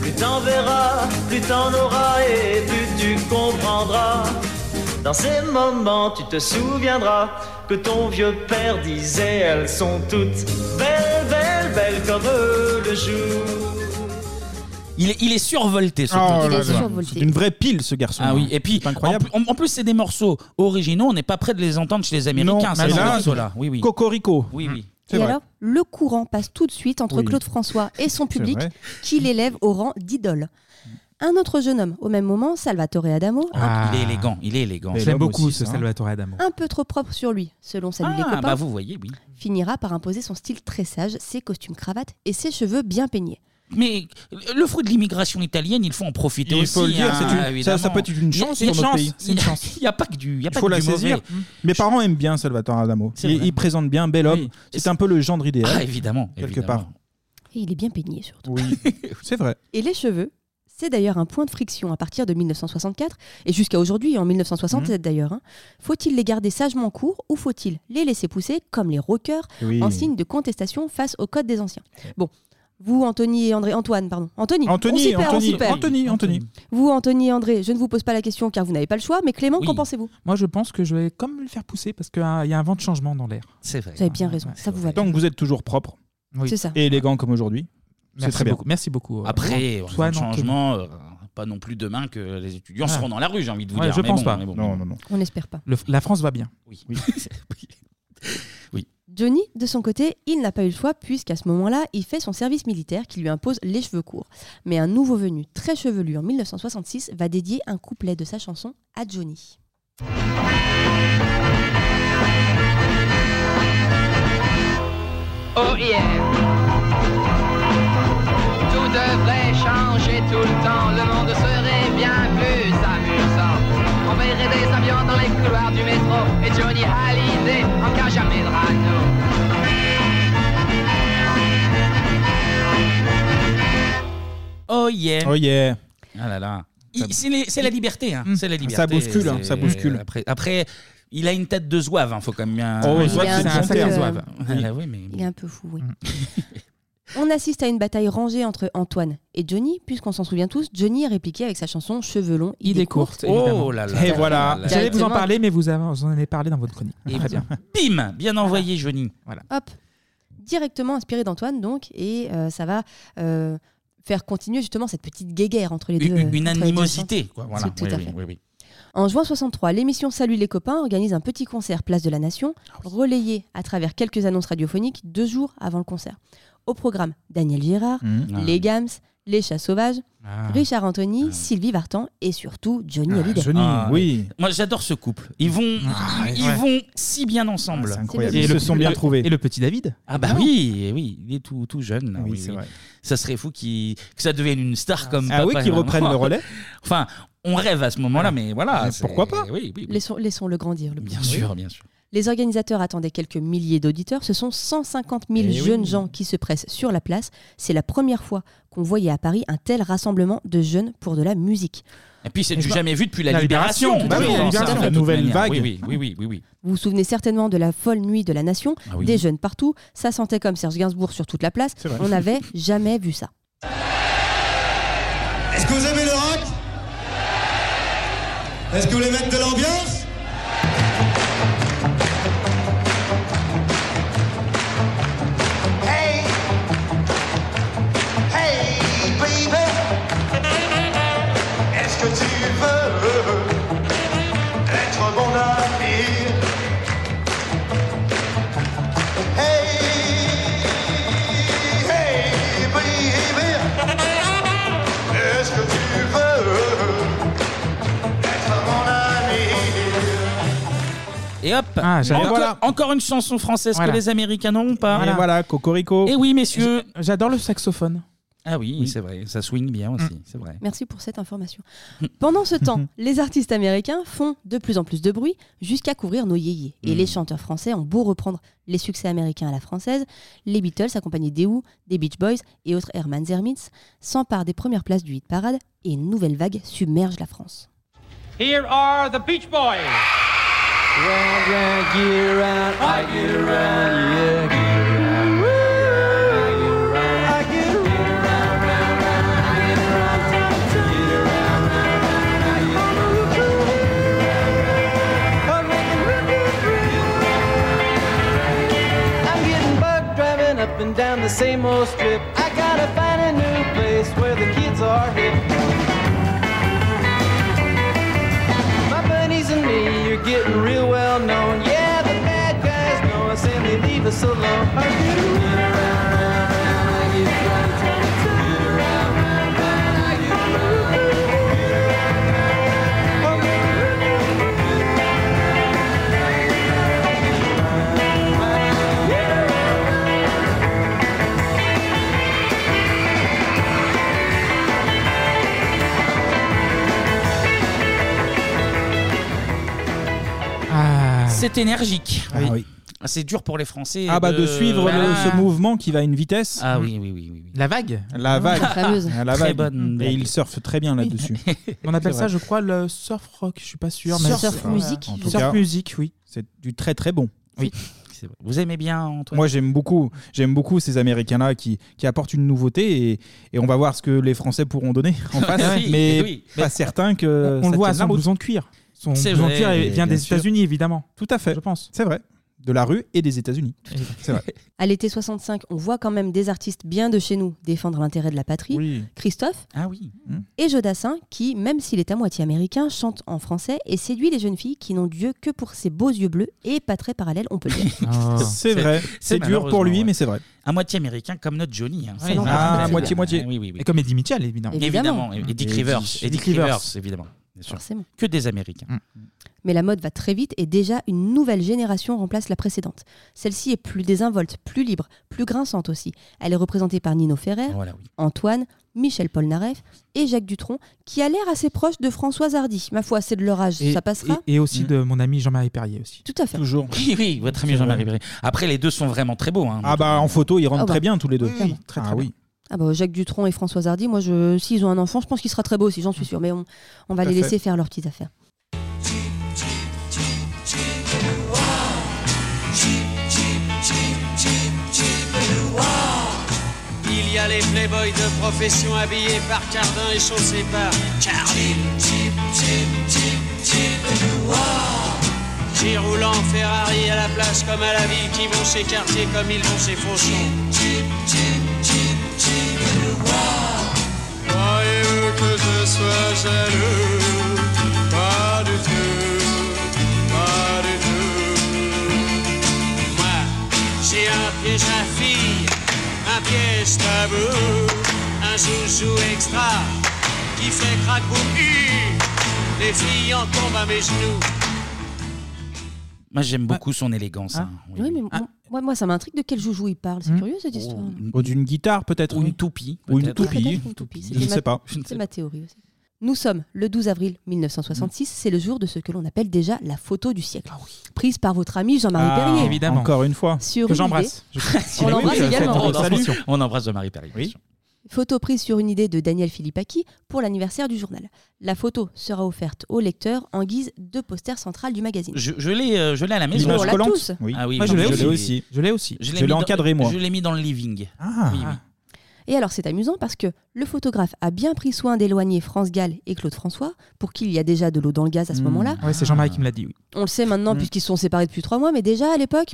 S13: Plus t'en verras, plus t'en auras et plus tu comprendras. Dans ces moments, tu te souviendras que ton vieux père disait elles sont toutes belles, belles, belles comme le jour.
S1: Il est, il est survolté ce
S2: Oh
S1: titre.
S2: là là. C'est une vraie pile, ce garçon. hein.
S1: Ah oui, et puis incroyable. En, en plus c'est des morceaux originaux, on n'est pas près de les entendre chez les Américains. ces morceaux-là. oui oui.
S2: Cocorico.
S1: Oui oui.
S3: Et alors, le courant passe tout de suite entre
S1: Oui.
S3: Claude François et son
S1: C'est
S3: public
S1: vrai.
S3: qui l'élève au rang d'idole. Un autre jeune homme, au même moment, Salvatore Adamo, un-
S1: Hein,
S2: Ah.
S1: Il est élégant, il est élégant.
S4: J'aime beaucoup ce
S2: hein.
S4: Salvatore Adamo.
S3: un, peu trop propre sur lui, selon Salut les
S1: Ah
S3: copains,
S1: bah vous voyez oui.
S3: finira par imposer son style très sage, ses costumes cravates et ses cheveux bien peignés.
S1: Mais le fruit de l'immigration italienne, il faut en profiter
S2: Il
S1: aussi.
S2: faut le dire,
S1: hein,
S2: c'est une- ça-
S1: évidemment.
S2: ça peut être une
S1: Il y a-
S2: chance
S1: il y a
S2: pour notre
S1: chance,
S2: pays. C'est
S1: il y a-
S2: une chance.
S1: Il n'y a pas que du, il y
S2: Il
S1: a pas
S2: faut
S1: que
S2: la
S1: du mauvais.
S2: saisir.
S4: Mm.
S2: Mes parents aiment bien Salvatore Adamo.
S1: C'est
S2: Il,
S1: vrai.
S2: il présente bien bel homme.
S1: Oui.
S2: C'est un peu le gendre idéal.
S1: Ah, évidemment,
S2: Quelque
S1: évidemment.
S2: part.
S3: Et il est bien peigné surtout.
S2: Oui, c'est vrai.
S3: Et les cheveux, c'est d'ailleurs un point de friction à partir de 1964 et jusqu'à aujourd'hui, en 1967
S2: Mhm.
S3: d'ailleurs. hein. Faut-il les garder sagement courts ou faut-il les laisser pousser comme les rockers
S2: Oui.
S3: en signe de contestation face au code des anciens Bon, vous Anthony et André, Antoine, pardon, Anthony, on s'y
S2: Anthony,
S3: perd, on s'y
S2: Anthony,
S3: perd.
S2: Anthony, Anthony.
S3: Vous Anthony et André, je ne vous pose pas la question car vous n'avez pas le choix, mais Clément,
S4: Oui.
S3: qu'en pensez-vous
S4: Moi, je pense que je vais comme le faire pousser parce qu'il y a un vent de changement dans l'air.
S1: C'est vrai.
S3: Vous avez bien raison, ça vous va bien.
S2: Tant que vous êtes toujours propre
S4: Oui. C'est ça.
S2: et élégant comme aujourd'hui, c'est
S4: Merci
S2: très bien.
S4: beaucoup. Merci beaucoup.
S1: Après,
S4: Bon,
S1: en
S4: toi,
S1: faisant
S4: non,
S1: le changement, euh, pas non plus demain que les étudiants
S4: Ah.
S1: seront dans la rue, j'ai envie de vous
S4: Ouais,
S1: dire.
S4: je
S1: mais
S4: pense
S1: bon,
S4: pas.
S1: mais bon. Oh,
S4: Non, non, non.
S3: On n'espère pas.
S4: Le- la France va bien.
S1: Oui.
S3: Johnny, de son côté, il n'a pas eu le choix puisqu'à ce moment-là, il fait son service militaire qui lui impose les cheveux courts. Mais un nouveau venu, très chevelu en 1966, va dédier un couplet de sa chanson à Johnny.
S14: Oh yeah Tout devrait changer tout le temps, le monde serait bien plus amusant. On verrait des avions dans les couloirs du métro et Johnny Hallyday en cage à Medrano.
S1: Oh yeah.
S2: Oh yeah.
S1: Ah là là. Il- C'est les- c'est la
S4: Mm.
S1: liberté, hein. c'est la liberté.
S2: Ça bouscule, hein,
S1: c'est-
S2: ça bouscule.
S1: Après, après, il a une tête de zouave, hein, faut quand même bien.
S2: Oh, oui,
S1: Il
S2: zouave,
S1: a
S2: c'est
S1: un
S2: un
S1: sacré
S2: terme.
S1: zouave.
S2: Oui.
S1: Ah là, oui, mais
S3: Il est un peu fou, oui.
S1: Mm.
S3: On assiste à une bataille rangée entre Antoine et Johnny, puisqu'on s'en souvient tous, Johnny est répliqué avec sa chanson Cheveux longs, idées courtes.
S4: évidemment.
S1: Oh
S4: Et voilà. J'allais vous en
S3: Directement.
S4: parler, mais vous, avez- vous en avez parlé dans votre chronique. Très bien.
S1: Bim Bien envoyé, Johnny.
S4: Voilà.
S3: Hop Directement inspiré d'Antoine, donc, et euh, ça va euh, faire continuer justement cette petite guéguerre entre les deux.
S1: Une,
S3: euh, entre
S1: une
S3: les deux
S1: animosité,
S3: chansons.
S1: quoi. Voilà.
S3: Tout, tout
S1: Oui,
S3: à
S1: oui,
S3: fait.
S1: oui, oui.
S3: En juin 63, l'émission Salut les copains organise un petit
S1: Ah
S3: concert Place de la Nation, relayé à travers quelques annonces radiophoniques deux jours avant le concert. Au programme, Daniel Girard,
S1: Mmh.
S2: Mhm. Ah.
S3: les Gams, les Chats Sauvages,
S2: Ah.
S3: Richard Anthony, Sylvie Vartan et surtout Johnny Ah, Hallyday.
S1: Ah,
S2: oui.
S1: Moi, j'adore ce couple. Ils vont, ils vont si bien ensemble.
S2: Ah, c'est incroyable. Ils se sont bien trouvés.
S4: Et le petit David
S1: Ah bah
S4: Ah non.
S1: oui, eh oui, il est tout, tout jeune. là,
S4: Oui, c'est vrai.
S1: Ça serait fou qu'il- que ça devienne une star comme
S2: Ah
S1: papa
S2: oui,
S1: et
S2: qu'ils
S1: maman.
S2: reprennent le relais
S1: Enfin, on rêve à ce moment-là,
S3: Ah.
S1: mais voilà. Pourquoi pas Oui, oui,
S3: Laissons, le grandir. Le
S1: bien sûr, bien sûr.
S3: Les organisateurs attendaient quelques milliers d'auditeurs. Ce sont 150 000
S1: Eh
S3: jeunes
S1: oui.
S3: gens qui se pressent sur la place. C'est la première fois qu'on voyait à Paris un tel rassemblement de jeunes pour de la musique.
S1: Et puis, c'est
S3: Mais
S1: du
S3: je-
S1: jamais vu depuis la,
S2: La
S1: libération.
S2: Libération, bah oui, la
S1: Ça,
S2: Libération,
S1: de
S2: la
S1: toute
S2: nouvelle
S1: manière.
S2: vague.
S1: Oui, oui, oui, oui, oui, oui.
S3: Vous vous souvenez certainement de la folle nuit de la nation,
S1: Ah oui.
S3: des jeunes partout. Ça sentait comme Serge Gainsbourg sur toute la place.
S1: C'est vrai.
S3: On n'avait jamais vu ça.
S6: Est-ce que vous aimez le rock Est-ce que vous voulez mettre de l'ambiance
S9: Hey, hey, baby, est-ce que tu veux être mon ami? Hey, hey, baby, est-ce que tu veux être mon ami?
S1: Et hop
S2: Ah, j'adore.
S1: encore,
S2: Voilà.
S1: encore une chanson française
S2: Voilà.
S1: que les Américains n'auront pas.
S2: Et voilà, Cocorico.
S1: Et oui, messieurs.
S4: J'adore le saxophone. Mm.
S1: Ah oui, c'est vrai, ça swing bien aussi, c'est vrai.
S3: Merci pour cette information. Pendant ce temps, les artistes américains font de plus en plus de bruit jusqu'à couvrir nos yéyés. Et les chanteurs français ont beau reprendre les succès américains à la française, les Beatles, accompagnés des Who, des Beach Boys et autres Herman's Hermits, s'emparent des premières places du hit parade et une nouvelle vague submerge la France.
S10: Here are the Beach Boys. Round, round, gear round, I get around, yeah, get around. Woo! I get around,
S13: I'm getting bugged driving up and down the same old strip. I gotta find a new place where the kids are hip. My bunnies and me are getting real well known. Yeah, the bad guys know us and they leave us alone. I get around, round, round, I get around, town, town. Get around, round, round, I get around, round, get around, round.
S1: C'est énergique.
S2: Ah oui.
S1: C'est dur pour les Français.
S2: Ah bah de suivre le-
S1: Bah,
S2: ce mouvement qui va à une vitesse.
S1: Ah oui, oui, oui.
S4: La vague
S2: La vague.
S1: La fameuse.
S2: Ah, La
S1: Très
S2: vague.
S1: bonne
S2: Et
S1: blague.
S2: il surfe très bien là-dessus.
S4: On appelle
S2: C'est
S4: ça,
S2: vrai.
S4: je crois, le surf rock. Je suis pas sûr.
S2: Surf Surf music. En tout
S4: Surf
S2: cas.
S4: music, oui.
S2: C'est du très très bon.
S1: Oui. C'est vrai. Vous aimez bien Antoine
S2: Moi, j'aime beaucoup. J'aime beaucoup ces Américains-là qui, qui apportent une nouveauté et, et on va voir ce que les Français pourront donner en
S1: Ah
S2: face.
S4: Oui,
S2: mais
S4: oui.
S2: pas
S4: Mais-
S2: certain que.
S4: On
S2: ça
S4: le voit à
S2: tienne la
S4: son
S2: route.
S4: blouson de cuir. Son
S2: C'est
S4: blouson de
S2: vrai,
S4: cuir il
S2: bien
S4: vient des
S2: sûr.
S4: États-Unis, évidemment.
S2: Tout à fait.
S4: Je pense.
S2: C'est vrai. De la rue et des États-Unis. C'est vrai.
S3: À l'été 65, on voit quand même des artistes bien de chez nous défendre l'intérêt de la patrie.
S2: Oui.
S3: Christophe
S1: Ah oui.
S3: et Jodassin, qui, même s'il est à moitié américain, chante en français et séduit les jeunes filles qui n'ont Dieu que pour ses beaux yeux bleus et pas très parallèles, on peut le dire.
S2: C'est vrai. C'est dur pour lui,
S1: malheureusement,
S2: mais c'est vrai.
S1: À moitié américain comme notre Johnny. hein.
S4: Oui.
S1: C'est
S4: Ah,
S1: vrai.
S4: moitié, moitié.
S1: Oui, oui, oui.
S4: Et comme Eddie Mitchell, évidemment.
S1: Évidemment. Et Dick Rivers. Et Dick Rivers, évidemment. Bien sûr.
S3: Forcément.
S1: Que des Américains.
S2: Mm.
S3: Mais la mode va très vite et déjà une nouvelle génération remplace la précédente. Celle-ci est plus désinvolte, plus libre, plus grinçante aussi. Elle est représentée par Nino Ferrer,
S1: Voilà, oui.
S3: Antoine, Michel Polnareff et Jacques Dutronc, qui a l'air assez proche de Françoise Hardy. Ma foi, c'est de leur âge,
S4: Et-
S3: ça passera.
S4: Et, et aussi de mon ami Jean-Marie Perrier aussi.
S3: Tout à fait.
S2: Toujours.
S1: Oui, oui, votre ami Jean-Marie Perrier. Après, les deux sont vraiment très beaux. hein.
S2: Ah bah en photo, ils rentrent
S3: Ah bah.
S2: très bien tous les deux.
S3: Oui, oui,
S2: très, ah oui.
S3: Ah bah, Jacques Dutronc et Françoise Hardy, moi, je... s'ils ont un enfant, je pense qu'il sera très beau aussi, j'en suis sûre. Mais on, on va
S2: Tout à
S3: les
S2: fait.
S3: laisser faire leurs petites affaires.
S27: Il y a les playboys de profession habillés par Cardin et chaussés par Charlie. J'y roule en Ferrari à la plage comme à la ville, qui vont chez Cartier comme ils vont chez Fauchon.
S22: Croyez-vous que je sois jaloux Pas du tout, pas du tout.
S27: Moi, j'ai un piège à fille, un piège tabou, un joujou extra qui fait craque les filles en tombent à mes genoux.
S1: Moi,
S2: Ah.
S1: j'aime beaucoup son élégance. hein.
S3: Oui, mais moi- moi, moi, ça m'intrigue de quel joujou il parle.
S2: Hmm.
S3: C'est curieux cette histoire.
S2: Ou d'une guitare peut-être. Ou une
S1: toupie.
S2: Ou une
S1: peut-être.
S2: Oh. toupie.
S3: Peut-être une toupie.
S2: Je ne
S3: C'était ma-
S2: sais pas.
S3: C'est ma théorie aussi. Nous sommes le 12 avril 1966,
S2: Hmm.
S3: c'est le jour de ce que l'on appelle déjà la photo du siècle, prise par votre ami Jean-Marie
S2: Ah,
S3: Perrier.
S2: évidemment. Encore une fois.
S3: Sur
S2: Que
S3: une
S2: j'embrasse.
S3: idée.
S2: Je-
S3: On l'embrasse
S1: Oui,
S3: également.
S1: on embrasse-
S2: Salut.
S1: On embrasse Jean-Marie Perrier. bien sûr.
S3: Photo prise sur une idée de Daniel Philippaki pour l'anniversaire du journal. La photo sera offerte au lecteur en guise de poster central du magazine.
S1: Je, je l'ai euh, je l'ai à la maison.
S3: L'image On l'a collante tous.
S2: Oui.
S1: Ah oui,
S2: Moi, je l'ai
S1: mais
S2: aussi. Je l'ai aussi. Je l'ai
S1: mis dans-
S2: encadré, moi.
S1: Je l'ai mis dans le living. Oui, oui.
S3: Et alors c'est amusant parce que le photographe a bien pris soin d'éloigner France Gall et Claude François, pour qui il y a déjà de l'eau dans le gaz à ce
S4: Hmm.
S3: moment-là.
S4: Ouais, c'est Jean-Marie qui me l'a dit, oui.
S3: On le sait maintenant
S4: Mm.
S3: puisqu'ils sont séparés depuis trois mois, mais déjà à l'époque,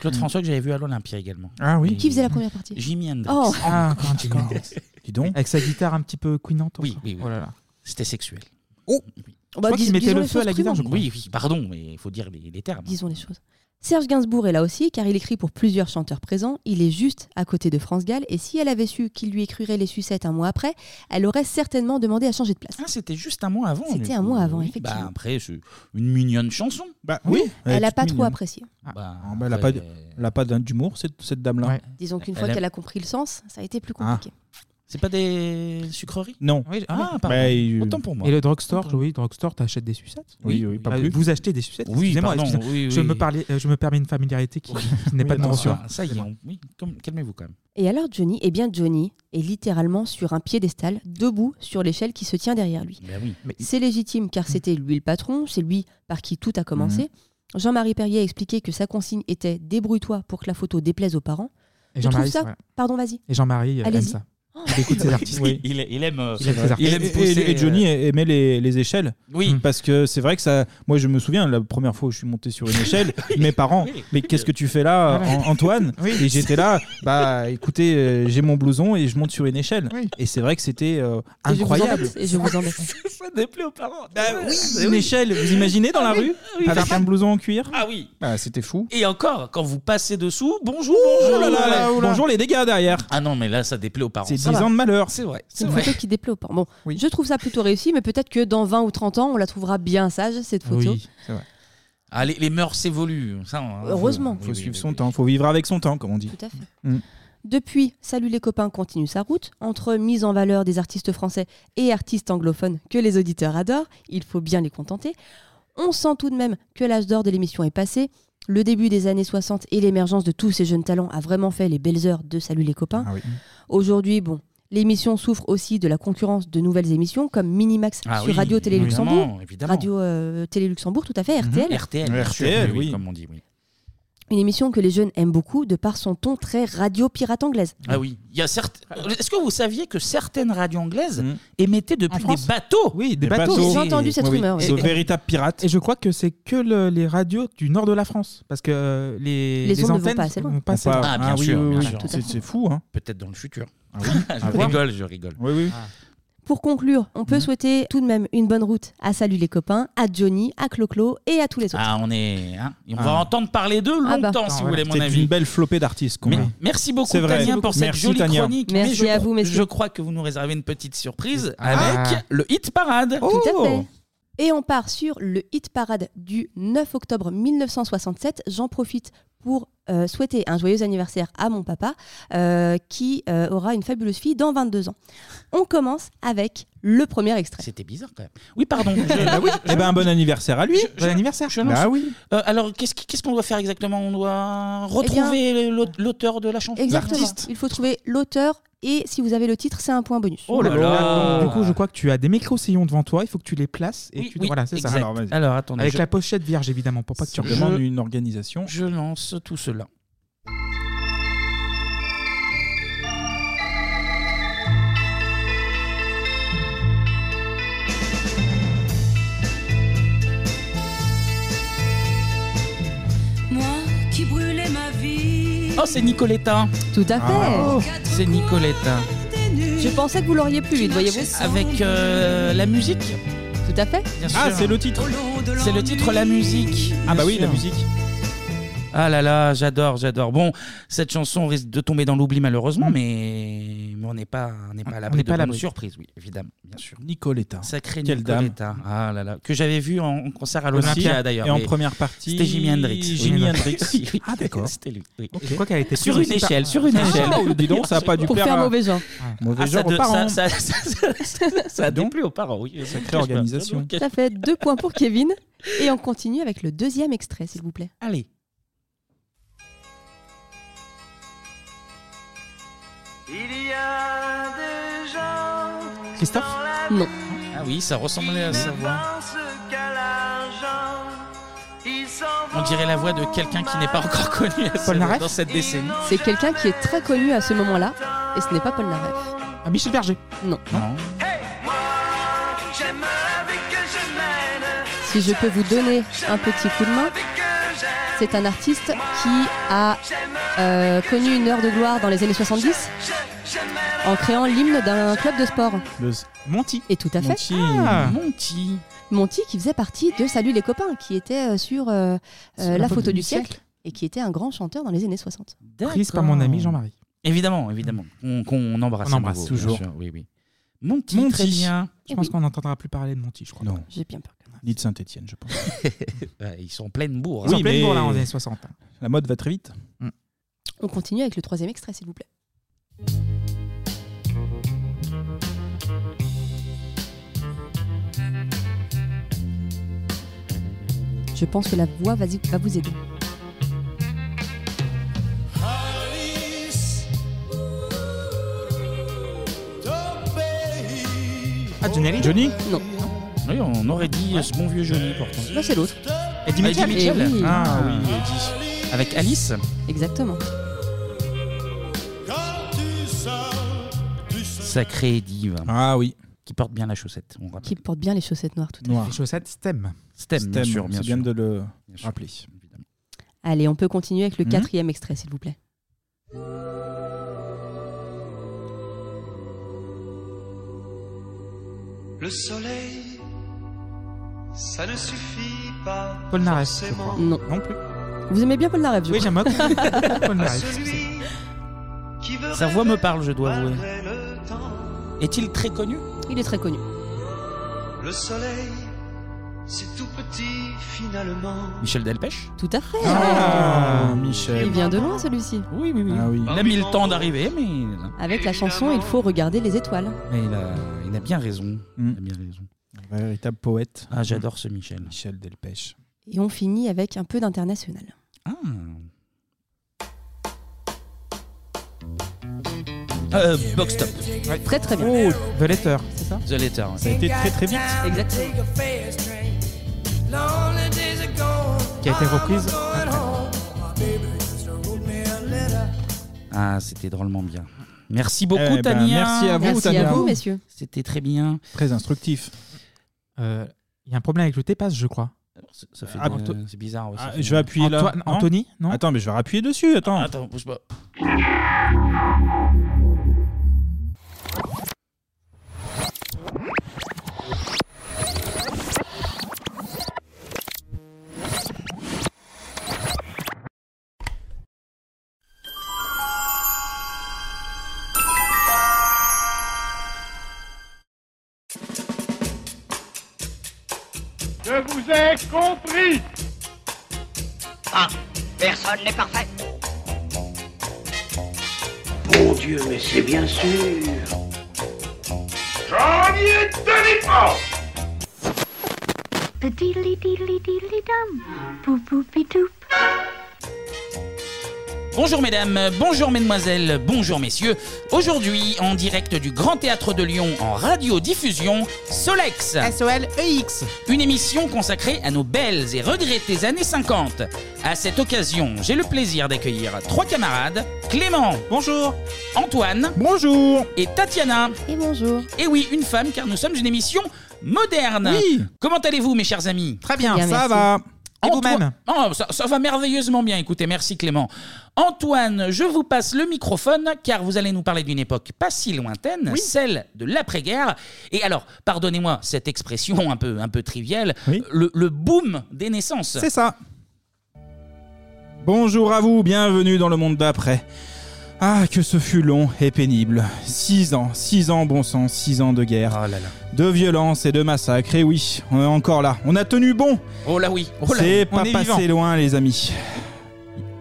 S1: Claude François que j'avais vu à l'Olympia également.
S4: Ah oui.
S3: qui faisait la première partie
S1: Jimi Hendrix.
S3: Oh.
S4: Ah, encore un petit coup. Dis donc. Avec sa guitare un petit peu couinante. Oh
S1: Oui, oui, oui. C'était sexuel.
S3: Oh
S4: Je crois qu'il mettait le feu à la guitare, je crois.
S1: Oui, oui, pardon, mais il faut dire les, les termes.
S3: Disons les choses. Serge Gainsbourg est là aussi car il écrit pour plusieurs chanteurs présents, il est juste à côté de France Gall et si elle avait su qu'il lui écrirait les sucettes un mois après, elle aurait certainement demandé à changer de place.
S1: Ah, c'était juste un mois avant.
S3: C'était
S1: du
S3: un
S1: coup.
S3: mois avant,
S1: Oui,
S3: effectivement.
S1: Bah, après, c'est une mignonne chanson.
S2: Bah oui.
S3: elle n'a
S2: toute
S3: pas trop
S2: mignonne.
S3: apprécié.
S1: Bah,
S2: Ah, bah, elle n'a pas, d- elle a pas d'un- d'humour, cette, cette dame-là.
S3: Disons qu'une fois qu'elle a compris le sens, ça a été plus
S2: Ah.
S3: compliqué.
S1: C'est pas des sucreries
S2: Non.
S1: Oui,
S2: Ah,
S1: ah,
S2: oui.
S1: pardon.
S2: Bah, il-
S1: Autant pour moi.
S4: Et le drugstore, Ah oui, drugstore, t'achètes des sucettes
S2: Oui, oui, pas
S4: Euh,
S2: plus.
S4: Vous achetez des sucettes
S2: Oui,
S4: excusez-moi,
S2: pardon,
S4: excusez-moi.
S2: oui,
S4: Je,
S2: oui.
S4: me parlais, euh, je me permets une familiarité qui, qui n'est pas de mention.
S1: Ça y est, on- oui, comme- calmez-vous quand même.
S3: Et alors Johnny Eh bien Johnny est littéralement sur un piédestal, debout sur l'échelle qui se tient derrière lui.
S1: Ben oui.
S3: C'est légitime
S4: Mm.
S3: car c'était lui le patron, c'est lui par qui tout a commencé.
S4: Mm-hmm.
S3: Jean-Marie Perrier a expliqué que sa consigne était débrouille-toi pour que la photo déplaise aux parents.
S4: Et
S3: Je
S4: Jean-Marie,
S3: trouve ça.
S4: ouais.
S3: Pardon, vas-y.
S4: Et Jean-Marie euh, aime
S3: Allez-y. Oh.
S4: ça. Il écoute ses artistes.
S2: Oui.
S1: Il, il euh, aime. euh,
S4: Il aime ses
S2: Et,
S4: artistes.
S2: et- et Johnny aimait les, les échelles. Mm.
S1: Oui.
S2: Parce que c'est vrai que ça. Moi, je me souviens, la première fois où je suis monté sur une échelle, mes parents, mais qu'est-ce que tu fais là,
S4: Voilà.
S2: An- Antoine
S4: Oui.
S2: Et j'étais là, bah écoutez, euh, j'ai mon blouson et je monte sur une échelle. Et c'est vrai que c'était euh,
S3: Et je vous
S2: incroyable.
S3: embête, et je vous embête.
S1: Ça déplaît aux parents. Bah
S2: oui, une échelle, vous imaginez dans la rue Avec un blouson en cuir
S1: Ah oui.
S2: Bah, c'était fou.
S1: Et encore, quand vous passez dessous, bonjour, bonjour.
S2: là là là,
S1: Ouais.
S2: oula. Bonjour les dégâts derrière.
S1: Ah non, mais là, ça déplaît aux parents.
S2: C'est
S1: Ça
S2: 10
S1: va.
S2: ans de malheur.
S1: C'est vrai.
S3: C'est une photo qui déplaît aux parents. Bon, je trouve ça plutôt réussi, mais peut-être que dans 20 ou 30 ans, on la trouvera bien sage, cette photo.
S2: c'est vrai.
S1: Ah, les, les mœurs s'évoluent. ça, hein. on-
S3: Heureusement.
S2: Faut suivre son temps, faut vivre avec son temps, comme on dit.
S3: Tout à fait.
S2: Mm.
S3: Depuis, Salut les copains continue sa route. Entre mise en valeur des artistes français et artistes anglophones que les auditeurs adorent, il faut bien les contenter. On sent tout de même que l'âge d'or de l'émission est passé. Le début des années 60 et l'émergence de tous ces jeunes talents a vraiment fait les belles heures de Salut les copains.
S2: Ah oui.
S3: Aujourd'hui, bon, l'émission souffre aussi de la concurrence de nouvelles émissions comme Minimax
S1: Ah
S3: sur
S1: oui,
S3: Radio Télé
S1: évidemment,
S3: Luxembourg,
S1: évidemment.
S3: Radio euh, Télé Luxembourg, tout à fait, RTL.
S1: RTL, bien sûr,
S2: RTL,
S1: oui,
S2: oui.
S1: comme on dit, oui.
S3: Une émission que les jeunes aiment beaucoup de par son ton très radio pirate anglaise.
S1: Ah oui. Il y a certes... Est-ce que vous saviez que certaines radios anglaises
S2: Mmh.
S1: émettaient depuis des bateaux
S4: Oui, des
S1: Des
S4: bateaux.
S1: bateaux. J'ai entendu cette Oui, oui. rumeur, oui.
S4: Et-
S1: De
S4: et-
S1: véritables
S2: pirates.
S4: Et je crois que c'est que le- les radios du nord de la France. Parce que euh, les,
S3: Les ondes ne vont
S4: antennes
S3: pas assez loin.
S4: vont pas assez
S2: Ah,
S4: loin.
S2: bien Ah oui, sûr, oui, bien oui, sûr.
S1: tout à
S2: C'est-
S1: fait.
S2: c'est fou, hein.
S1: Peut-être dans le futur. Ah,
S2: oui.
S1: je
S2: À voir.
S1: rigole, je rigole. Ah.
S2: Oui, oui.
S3: Pour conclure, on peut
S1: Mmh.
S3: souhaiter tout de même une bonne route à Salut les copains, à Johnny, à Clo-Clo et à tous les autres.
S1: Ah, on est. hein, et on
S2: Ah.
S1: va entendre parler d'eux
S3: Ah
S1: longtemps,
S3: bah.
S1: si
S2: Ah, voilà.
S1: vous voulez mon
S2: C'est
S1: avis.
S2: une belle flopée d'artistes qu'on a.
S1: Merci beaucoup,
S2: C'est vrai.
S1: Tania, pour cette
S2: Merci,
S1: jolie
S2: Tania.
S1: chronique.
S3: Merci
S1: je,
S3: à vous, messieurs.
S1: Je crois que vous nous réservez une petite surprise
S2: Ah. Oh.
S1: avec le Hit Parade.
S3: Tout à fait. Et on part sur le hit parade du 9 octobre 1967. J'en profite pour euh, souhaiter un joyeux anniversaire à mon papa euh, qui euh, aura une fabuleuse fille dans 22 ans. On commence avec le premier extrait.
S1: C'était bizarre quand même. Oui, pardon.
S2: Eh ben, un bon anniversaire à lui.
S1: Bon anniversaire. Je
S2: Bah
S1: lance-
S2: oui.
S1: Euh, alors, qu'est-ce qui- qu'est-ce qu'on doit faire exactement On doit
S3: Eh
S1: retrouver l'aute- l'auteur de la chanson.
S3: Exactement.
S1: L'artiste.
S3: Il faut trouver l'auteur et si vous avez le titre, c'est un point bonus.
S1: Oh là là.
S4: Du coup, je crois que tu as des micro-sillons devant toi, il faut que tu les places. Et
S1: Oui,
S4: tu...
S1: oui,
S4: voilà, c'est ça.
S1: exact. Alors, vas-y. Alors, attendez,
S4: Avec
S1: je-
S4: la pochette vierge, évidemment, pour pas que tu
S1: Je-
S4: redemandes
S2: une organisation.
S1: Je lance tout cela.
S5: Moi qui brûlais ma vie.
S1: Oh, c'est Nicoletta.
S3: Tout à fait.
S2: Ah.
S1: C'est Nicoletta.
S3: Je pensais que vous l'auriez plus vite, voyez-vous.
S1: Avec euh, la musique.
S3: Tout à fait.
S1: bien
S2: Ah,
S1: sûr.
S2: c'est le titre.
S1: C'est le titre La musique.
S2: Ah, bah
S1: Bien
S2: oui,
S1: sûr.
S2: la musique.
S1: Ah là là, j'adore, j'adore. Bon, cette chanson risque de tomber dans l'oubli malheureusement, mais, mais on n'est pas, on n'est pas à l'abri
S2: n'est
S1: de
S2: pas à
S1: bonnes
S2: l'abri.
S1: surprises, oui, évidemment, bien sûr.
S2: Nicoletta.
S1: Sacré
S2: Quelle dame.
S1: Nicoletta. Ah là là, que j'avais vu en en concert à l'Olympia
S2: Olympia.
S1: d'ailleurs.
S2: Et en
S1: mais
S2: première partie,
S1: C'était Jimi Hendrix.
S2: Jimi
S1: Oui,
S2: Hendrix.
S1: oui, oui.
S2: Ah, d'accord.
S1: C'était lui. oui.
S2: Ok. Je crois qu'elle a été
S1: sur une
S2: prise aussi par-
S1: échelle, sur une
S2: Ah,
S1: échelle.
S2: oh, dis donc, ça a pas dû Pour plaire faire à- mauvais genre. Ah, mauvais genre
S1: ça,
S2: aux
S1: de-
S2: parents. hein. Ah,
S1: ça, ça, ça- ça- ça a déplu aux parents, oui.
S2: Sacrée organisation.
S3: Ça fait deux points pour Kevin. Et on continue avec le deuxième extrait, s'il vous plaît.
S1: Allez.
S9: Il y a des gens
S1: Christophe Non. Ah oui, ça ressemblait à sa voix.
S9: pensent qu'à l'argent, ils s'en
S1: On dirait la voix de quelqu'un qui n'est pas encore connu à ce- dans cette décennie.
S3: C'est quelqu'un qui est très connu à ce moment-là, et ce n'est pas Paul Naref.
S4: Ah, Michel Berger
S3: Non.
S1: Non.
S9: J'aime la vie que je mène,
S3: Si je peux vous donner un petit coup de main, c'est un artiste qui a euh, connu une heure de gloire dans les années 70 en créant l'hymne d'un club de sport.
S4: Monty.
S3: Et tout à fait.
S4: Monty.
S1: Ah.
S4: Monty.
S3: Monty qui faisait partie de Salut les copains, qui était euh, sur euh, euh,
S4: Sur
S3: la photo du siècle. et qui était un grand chanteur dans les années 60.
S4: Prise par mon ami Jean-Marie.
S1: Évidemment, évidemment. Qu'on qu'on embrasse.
S4: On embrasse
S1: à nouveau,
S4: toujours.
S1: bien sûr, Oui, oui.
S4: Monty,
S1: Monty. très bien.
S4: Je
S1: Eh
S4: pense
S1: oui.
S4: qu'on n'entendra plus parler de Monty, je crois.
S2: Non.
S3: J'ai bien peur.
S2: Ni de Saint-Etienne, je pense.
S1: Bah, Ils sont en pleine bourre.
S4: Ils sont en
S1: hein.
S4: pleine bourre, là, en années 60.
S2: La mode va très vite.
S3: On continue avec le troisième extrait, s'il vous plaît. Je pense que la voix va va vous aider.
S4: Ah, Johnny Hallyday
S1: Johnny
S3: Non.
S1: Oui, on aurait dit euh, ce bon vieux Johnny, pourtant.
S3: Là, c'est l'autre.
S1: Eddie Mitchell,
S3: Eddie Mitchell. Eh oui.
S1: Ah oui, Eddie. Avec Alice
S3: Exactement.
S1: Sacré Eddie. Ah oui. Qui porte bien la chaussette, on rappelle.
S3: Qui porte bien les chaussettes noires, tout à
S4: Les chaussettes STEM.
S1: STEM, bien
S2: Stem,
S1: sûr, bien
S2: c'est
S1: sûr.
S2: bien de le
S1: sûr.
S2: rappeler.
S3: fait. Allez, on peut continuer avec le
S2: Mhm.
S3: quatrième extrait, s'il vous plaît.
S9: Le soleil, ça ne suffit pas.
S4: Paul Naref, je crois.
S3: Non.
S4: Non plus.
S3: Vous aimez bien Paul Naref, je
S4: Oui,
S3: crois.
S4: j'aime beaucoup Paul
S9: À
S4: Naref.
S9: celui qui veut
S1: Sa voix me parle, je dois avouer.
S9: rêver le temps.
S1: Est-il très connu
S3: Il est très connu.
S9: Le soleil, c'est tout petit finalement.
S1: Michel Delpech
S3: Tout à fait.
S1: Ah,
S3: Il
S1: Michel.
S3: vient de loin, celui-ci.
S1: Oui, oui, oui.
S2: Ah
S1: Il a mis le temps d'arriver, mais il est là.
S3: Avec la chanson Il faut regarder les étoiles.
S1: Mais il a, il a bien raison. Il a bien raison.
S2: Un Mm. véritable poète.
S1: Ah, j'adore ce Michel.
S2: Michel Delpech.
S3: Et on finit avec un peu d'international.
S1: Ah. Euh, box top.
S3: Très très bien. Oh,
S4: The Letter, c'est ça
S1: The Letter. ouais.
S4: Ça a été très, très vite.
S3: Exactement.
S4: Qui a été reprise.
S1: Ah, c'était drôlement bien. Merci beaucoup,
S2: Eh ben,
S1: Tania.
S2: merci à vous, Merci à Tania. vous,
S3: messieurs.
S1: C'était très bien.
S2: Très instructif.
S4: Euh, Il y a un problème avec le T-Pass, je crois.
S1: Ça fait
S2: Ah,
S1: euh,
S2: Anto-
S1: c'est bizarre. ouais, ça
S2: Ah,
S1: fait-
S2: je vais appuyer là.
S4: Antoine- Anthony, non
S2: Attends, mais je vais appuyer dessus. Attends.
S1: Attends, bouge pas.
S7: Je vous ai compris.
S11: Ah, personne n'est parfait.
S34: Mon Dieu, mais c'est bien sûr.
S11: J'en ai donné pas
S1: Bonjour mesdames, bonjour mesdemoiselles, bonjour messieurs. Aujourd'hui, en direct du Grand Théâtre de Lyon en radiodiffusion, Solex. S-O-L-E-X. Une émission consacrée à nos belles et regrettées années 50. À cette occasion, j'ai le plaisir d'accueillir trois camarades. Clément. Bonjour. Antoine.
S2: Bonjour.
S1: Et Tatiana.
S3: Et bonjour.
S1: Et oui, une femme, car nous sommes une émission moderne.
S2: Oui.
S1: Comment allez-vous, mes chers amis
S4: Très bien, Bien, ça merci. va. Et
S1: Antoine-
S4: vous-même
S1: Oh, ça, ça va merveilleusement bien, écoutez, merci Clément. Antoine, je vous passe le microphone car vous allez nous parler d'une époque pas si lointaine, celle de l'après-guerre. Et alors, pardonnez-moi cette expression un peu, un peu triviale, le, le boom des naissances.
S2: C'est ça. Bonjour à vous, bienvenue dans le monde d'après. Ah, que ce fut long et pénible. Six ans, six ans, bon sang, six ans de guerre.
S1: Ah
S2: De violence et de massacre. Et oui, on est encore là. On a tenu bon.
S1: Oh là oui, oh là
S2: C'est
S1: oui.
S2: pas passé loin, les amis.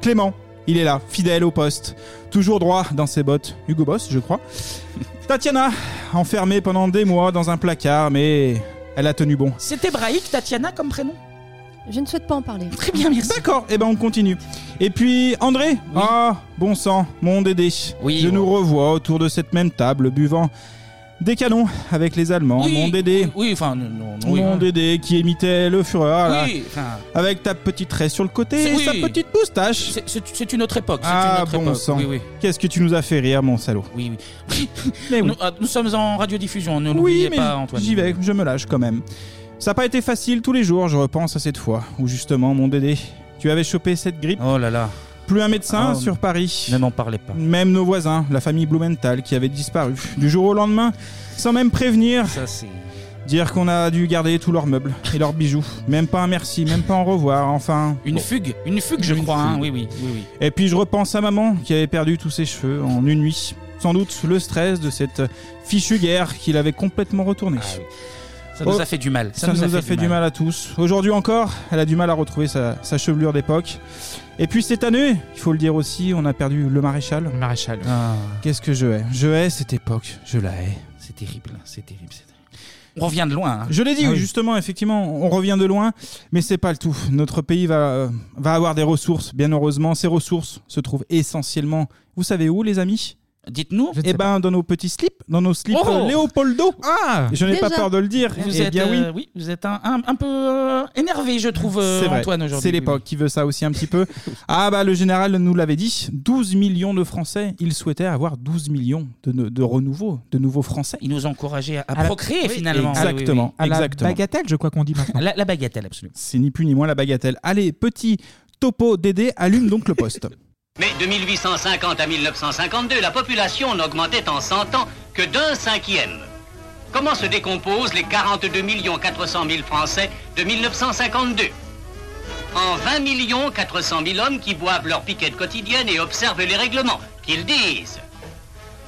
S2: Clément, il est là, fidèle au poste, toujours droit dans ses bottes. Hugo Boss, je crois. Tatiana, enfermée pendant des mois dans un placard, mais elle a tenu bon.
S1: C'est hébraïque, Tatiana, comme prénom
S3: Je ne souhaite pas en parler.
S1: Très bien, merci.
S2: D'accord, et ben on continue. Et puis André Ah, bon sang, mon Dédé. je nous revois autour de cette même table, buvant des canons avec les Allemands.
S1: Oui,
S2: mon Dédé.
S1: Oui, enfin, non, non, non, oui.
S2: Mon Dédé qui imitait le Führer, ah là,
S1: Oui, enfin.
S2: avec ta petite raie sur le côté
S1: C'est-
S2: et
S1: oui.
S2: sa petite moustache.
S1: C'est- C'est c'est une autre époque. c'est une
S2: Ah,
S1: autre
S2: bon
S1: époque.
S2: sang.
S1: Oui, oui.
S2: Qu'est-ce que tu nous as fait rire, mon salaud
S1: Oui, oui.
S2: Mais oui.
S1: Nous, ah, nous sommes en radiodiffusion, ne
S2: Oui,
S1: l'oubliez
S2: mais
S1: pas, Antoine.
S2: j'y vais, je me lâche quand même. Ça n'a pas été facile tous les jours, je repense à cette fois où justement, mon Dédé, tu avais chopé cette grippe.
S1: Oh là là.
S2: Plus un médecin
S1: Ah,
S2: sur Paris.
S1: Ne m'en parlez pas.
S2: Même nos voisins, la famille Blumenthal qui avait disparu du jour au lendemain, sans même prévenir.
S1: Ça, c'est.
S2: Dire qu'on a dû garder tous leurs meubles et leurs bijoux. Même pas un merci, même pas un revoir, enfin.
S1: Une
S2: Bon.
S1: fugue, une fugue, je
S2: Une
S1: crois. hein.
S2: fugue.
S1: Oui, oui, oui, oui.
S2: Et puis je repense à maman qui avait perdu tous ses cheveux en une nuit. Sans doute le stress de cette fichue guerre qui l'avait complètement retourné.
S1: Ah Ça nous a fait du mal.
S2: Ça, nous, a, fait, du mal à tous. Aujourd'hui encore, elle a du mal à retrouver sa, sa chevelure d'époque. Et puis cette année, il faut le dire aussi, on a perdu le maréchal. Le
S4: maréchal.
S2: Qu'est-ce que je hais Je hais cette époque, je la hais.
S1: C'est terrible, hein, c'est terrible, c'est terrible. On revient de loin. hein.
S2: Je l'ai dit,
S1: Ah
S2: oui,
S1: oui.
S2: justement, effectivement, on revient de loin, mais c'est pas le tout. Notre pays va, euh, va avoir des ressources, bien heureusement. Ces ressources se trouvent essentiellement, vous savez où, les amis
S1: Dites-nous.
S2: Eh ben, dans nos petits slips, dans nos slips
S1: Oh
S2: euh, Léopoldo.
S1: Ah
S2: Je n'ai pas peur de le dire.
S1: Vous
S2: Eh
S1: êtes,
S2: bien, oui.
S1: euh, vous êtes un, un- un peu euh, énervé, je trouve, euh,
S2: C'est vrai,
S1: Antoine, aujourd'hui.
S2: c'est l'époque qui veut ça aussi un petit peu. Ah bah le général nous l'avait dit, 12 millions de Français, il souhaitait avoir 12 millions de, de renouveau, de nouveaux Français.
S1: Il nous encourageait à, à
S2: À la-
S1: procréer,
S2: oui,
S1: finalement.
S2: Exactement,
S1: Oui, oui, oui.
S2: exactement.
S4: je crois qu'on dit maintenant.
S1: la, la bagatelle, absolument.
S2: C'est ni plus ni moins la bagatelle. Allez, petit topo Dédé, allume donc le poste.
S34: Mais de 1850 à 1952, la population n'augmentait en 100 ans que d'un cinquième. Comment se décomposent les 42 400 000 Français de 1952 En 20 400 000 hommes qui boivent leur piquette quotidienne et observent les règlements, qu'ils disent.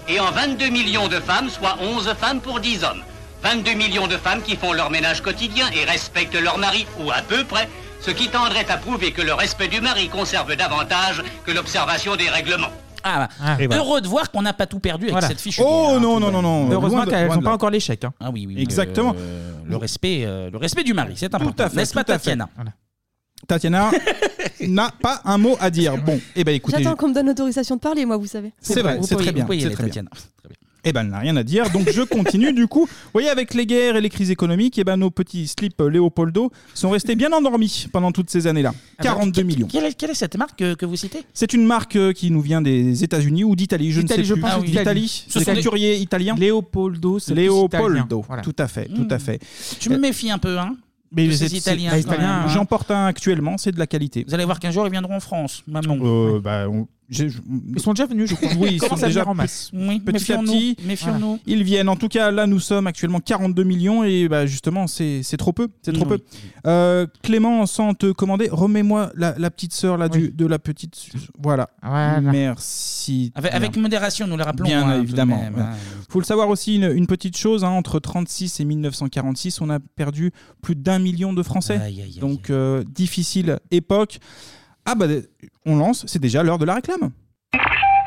S34: Et en 22 millions de femmes, soit 11 femmes pour 10 hommes. 22 millions de femmes qui font leur ménage quotidien et respectent leur mari, ou à peu près, ce qui tendrait à prouver que le respect du mari conserve davantage que l'observation des règlements.
S1: Ah, bah.
S4: Ah, et voilà.
S1: Heureux de voir qu'on n'a pas tout perdu avec
S4: Voilà.
S1: cette fiche.
S2: Oh non, non, non, non.
S4: Heureusement
S2: loin de-
S4: qu'elles
S2: loin
S4: n'ont
S2: de
S4: pas
S2: là.
S4: encore l'échec. hein.
S1: Ah oui, oui.
S2: Exactement.
S1: euh, le, respect, euh, le respect du mari, c'est important.
S2: Tout à fait,
S1: N'est-ce pas,
S2: tout à fait.
S1: Tatiana
S2: Tatiana n'a pas un mot à dire. Bon, eh ben écoutez,
S3: J'attends qu'on me donne l'autorisation de parler, moi, vous savez.
S2: c'est vrai,
S1: Vous
S2: c'est
S1: pouvez-
S2: très
S1: vous
S2: bien.
S1: pouvez y
S2: c'est
S1: aller,
S2: très bien.
S1: Tatiana.
S2: Eh ben, elle n'a rien à dire, donc je continue du coup. Vous voyez, avec les guerres et les crises économiques, eh ben, nos petits slips euh, Léopoldo sont restés bien endormis pendant toutes ces années-là. 42 millions.
S1: Ah bah, Quelle est, quelle est cette marque euh, que vous citez
S2: C'est une marque euh, qui nous vient des États-Unis ou d'Italie, je ne sais
S4: D'Italie,
S2: plus.
S4: je pense,
S2: Ah oui.
S4: d'Italie.
S2: D'Italie,
S4: Ce
S2: c'est
S4: sont
S2: un
S4: des-
S2: couturier italien.
S4: Léopoldo, c'est plus italien.
S2: Léopoldo,
S4: Voilà.
S2: tout à fait, tout
S1: Mmh.
S2: à fait.
S1: Je me méfie un peu, hein
S2: Mais
S1: de
S2: les
S1: ces Italiens. hein, Ouais, ouais.
S2: J'en porte un actuellement, c'est de la qualité.
S1: Vous allez voir qu'un jour, ils viendront en France, maman.
S2: Euh, bah, on- j'ai- je-
S4: Ils sont déjà venus, je crois.
S2: Oui, ils
S4: Comment
S2: sont
S4: ça
S2: déjà
S4: venir en masse
S1: Oui,
S2: petit à
S1: méfions-nous,
S2: petit.
S1: méfions-nous.
S2: Voilà. Ils viennent. En tout cas, là, nous sommes actuellement 42 millions et bah, justement, c'est c'est trop peu. C'est trop
S1: Oui.
S2: peu. Euh, Clément, sans te commander, remets-moi la, la petite sœur là, du- de la petite. Voilà.
S4: Ah
S2: Merci.
S1: Avec, avec
S2: Bien.
S1: modération, nous le rappelons.
S2: Bien
S1: hein, tout de
S2: évidemment.
S1: même,
S2: Bien.
S1: hein.
S2: Faut le savoir aussi une, une petite chose hein, entre 36 et 1946, on a perdu plus d'un million de Français.
S1: Aïe, aïe, aïe,
S2: Donc euh, difficile époque. Ah bah on lance, c'est déjà l'heure de la réclame.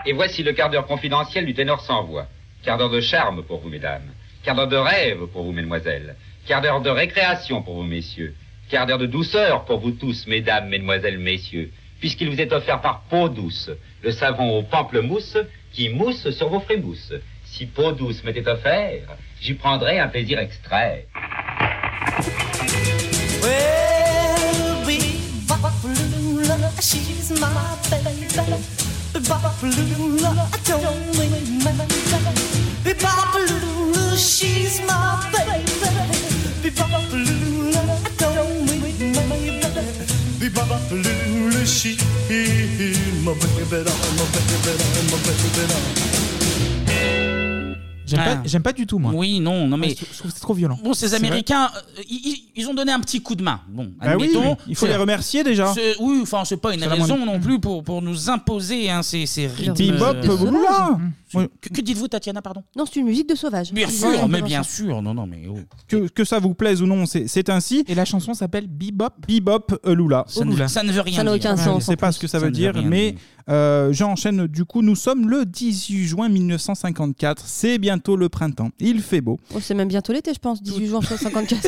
S21: Et voici le quart d'heure confidentiel du ténor sans voix. Quart d'heure de charme pour vous, mesdames. Quart d'heure de rêve pour vous, mesdemoiselles. Quart d'heure de récréation pour vous, messieurs. Quart d'heure de douceur pour vous tous, mesdames, mesdemoiselles, messieurs. Puisqu'il vous est offert par Peau Douce, le savon au pamplemousse qui mousse sur vos frémousses. Si Peau Douce m'était offert, j'y prendrais un plaisir extrait.
S8: Well, be Balula, she's my baby. Balula, I don't mean baby. Balula, she's my baby. Balula, I don't mean baby. Balula, she's my baby. My baby, my baby, my baby.
S4: J'aime
S1: Ah.
S4: pas, j'aime pas du tout, moi. Ah,
S1: Oui, non, non, mais.
S4: Je trouve- je trouve que c'est trop violent.
S1: Bon, ces
S4: C'est vrai.
S1: Américains, euh, ils, ils- ils ont donné un petit coup de main. Bon,
S2: Bah oui,
S1: admettons.
S2: il faut
S1: C'est-
S2: les remercier, déjà.
S1: c'est- Oui, enfin, c'est pas une
S2: C'est la
S1: raison
S2: moindre-
S1: non plus pour, pour nous imposer hein, ces, ces rythmes.
S2: Bebop,
S1: euh,
S2: boula
S1: Que, que dites-vous, Tatiana, pardon
S3: Non, c'est une musique de sauvage.
S1: Bien sûr, mais bien sûr, non, non, mais oh.
S2: que, que ça vous plaise ou non, c'est c'est ainsi.
S4: Et la chanson s'appelle Bebop
S2: Bebop euh, Lula.
S1: Ça ne- ça ne veut rien Ça n'a dire. aucun sens,
S2: Je ne
S1: en
S2: sais pas
S1: plus.
S2: ce que ça
S1: Ça
S2: veut
S1: ne veut
S2: dire,
S1: rien
S2: mais euh, j'enchaîne du coup. Nous sommes le 18 juin 1954. C'est bientôt le printemps. Il fait beau.
S3: Oh, c'est même bientôt l'été, je pense. 18 juin 54.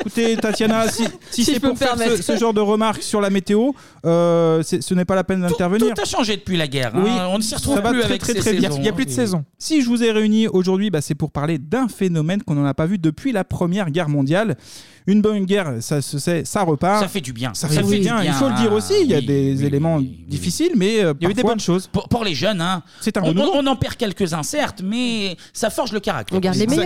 S2: Écoutez, Tatiana, si, si
S3: Si
S2: c'est
S3: je peux
S2: pour
S3: me
S2: faire ce,
S3: permettre.
S2: ce genre de remarques sur la météo, euh, c'est- ce n'est pas la peine d'intervenir.
S1: Tout a changé depuis la guerre. hein.
S2: Oui,
S1: On ne s'y retrouve
S2: ça va
S1: plus
S2: très,
S1: avec
S2: très,
S1: ces
S2: très vite.
S1: saisons,
S2: Il n'y a plus de
S1: hein.
S2: saison. Si je vous ai réunis aujourd'hui, bah, c'est pour parler d'un phénomène qu'on n'en a pas vu depuis la Première Guerre mondiale. Une bonne guerre, ça se sait, ça repart.
S1: Ça fait du bien.
S2: Ça
S1: Oui,
S2: fait
S1: oui.
S2: du bien. Il faut le dire aussi. Il y a des éléments difficiles, mais euh,
S1: Il y a eu des
S2: parfois,
S1: bonnes Pour, pour les jeunes, hein.
S2: C'est un
S1: on,
S2: renouveau.
S1: on- on en perd quelques-uns, certes, mais ça forge le caractère.
S2: Exactement.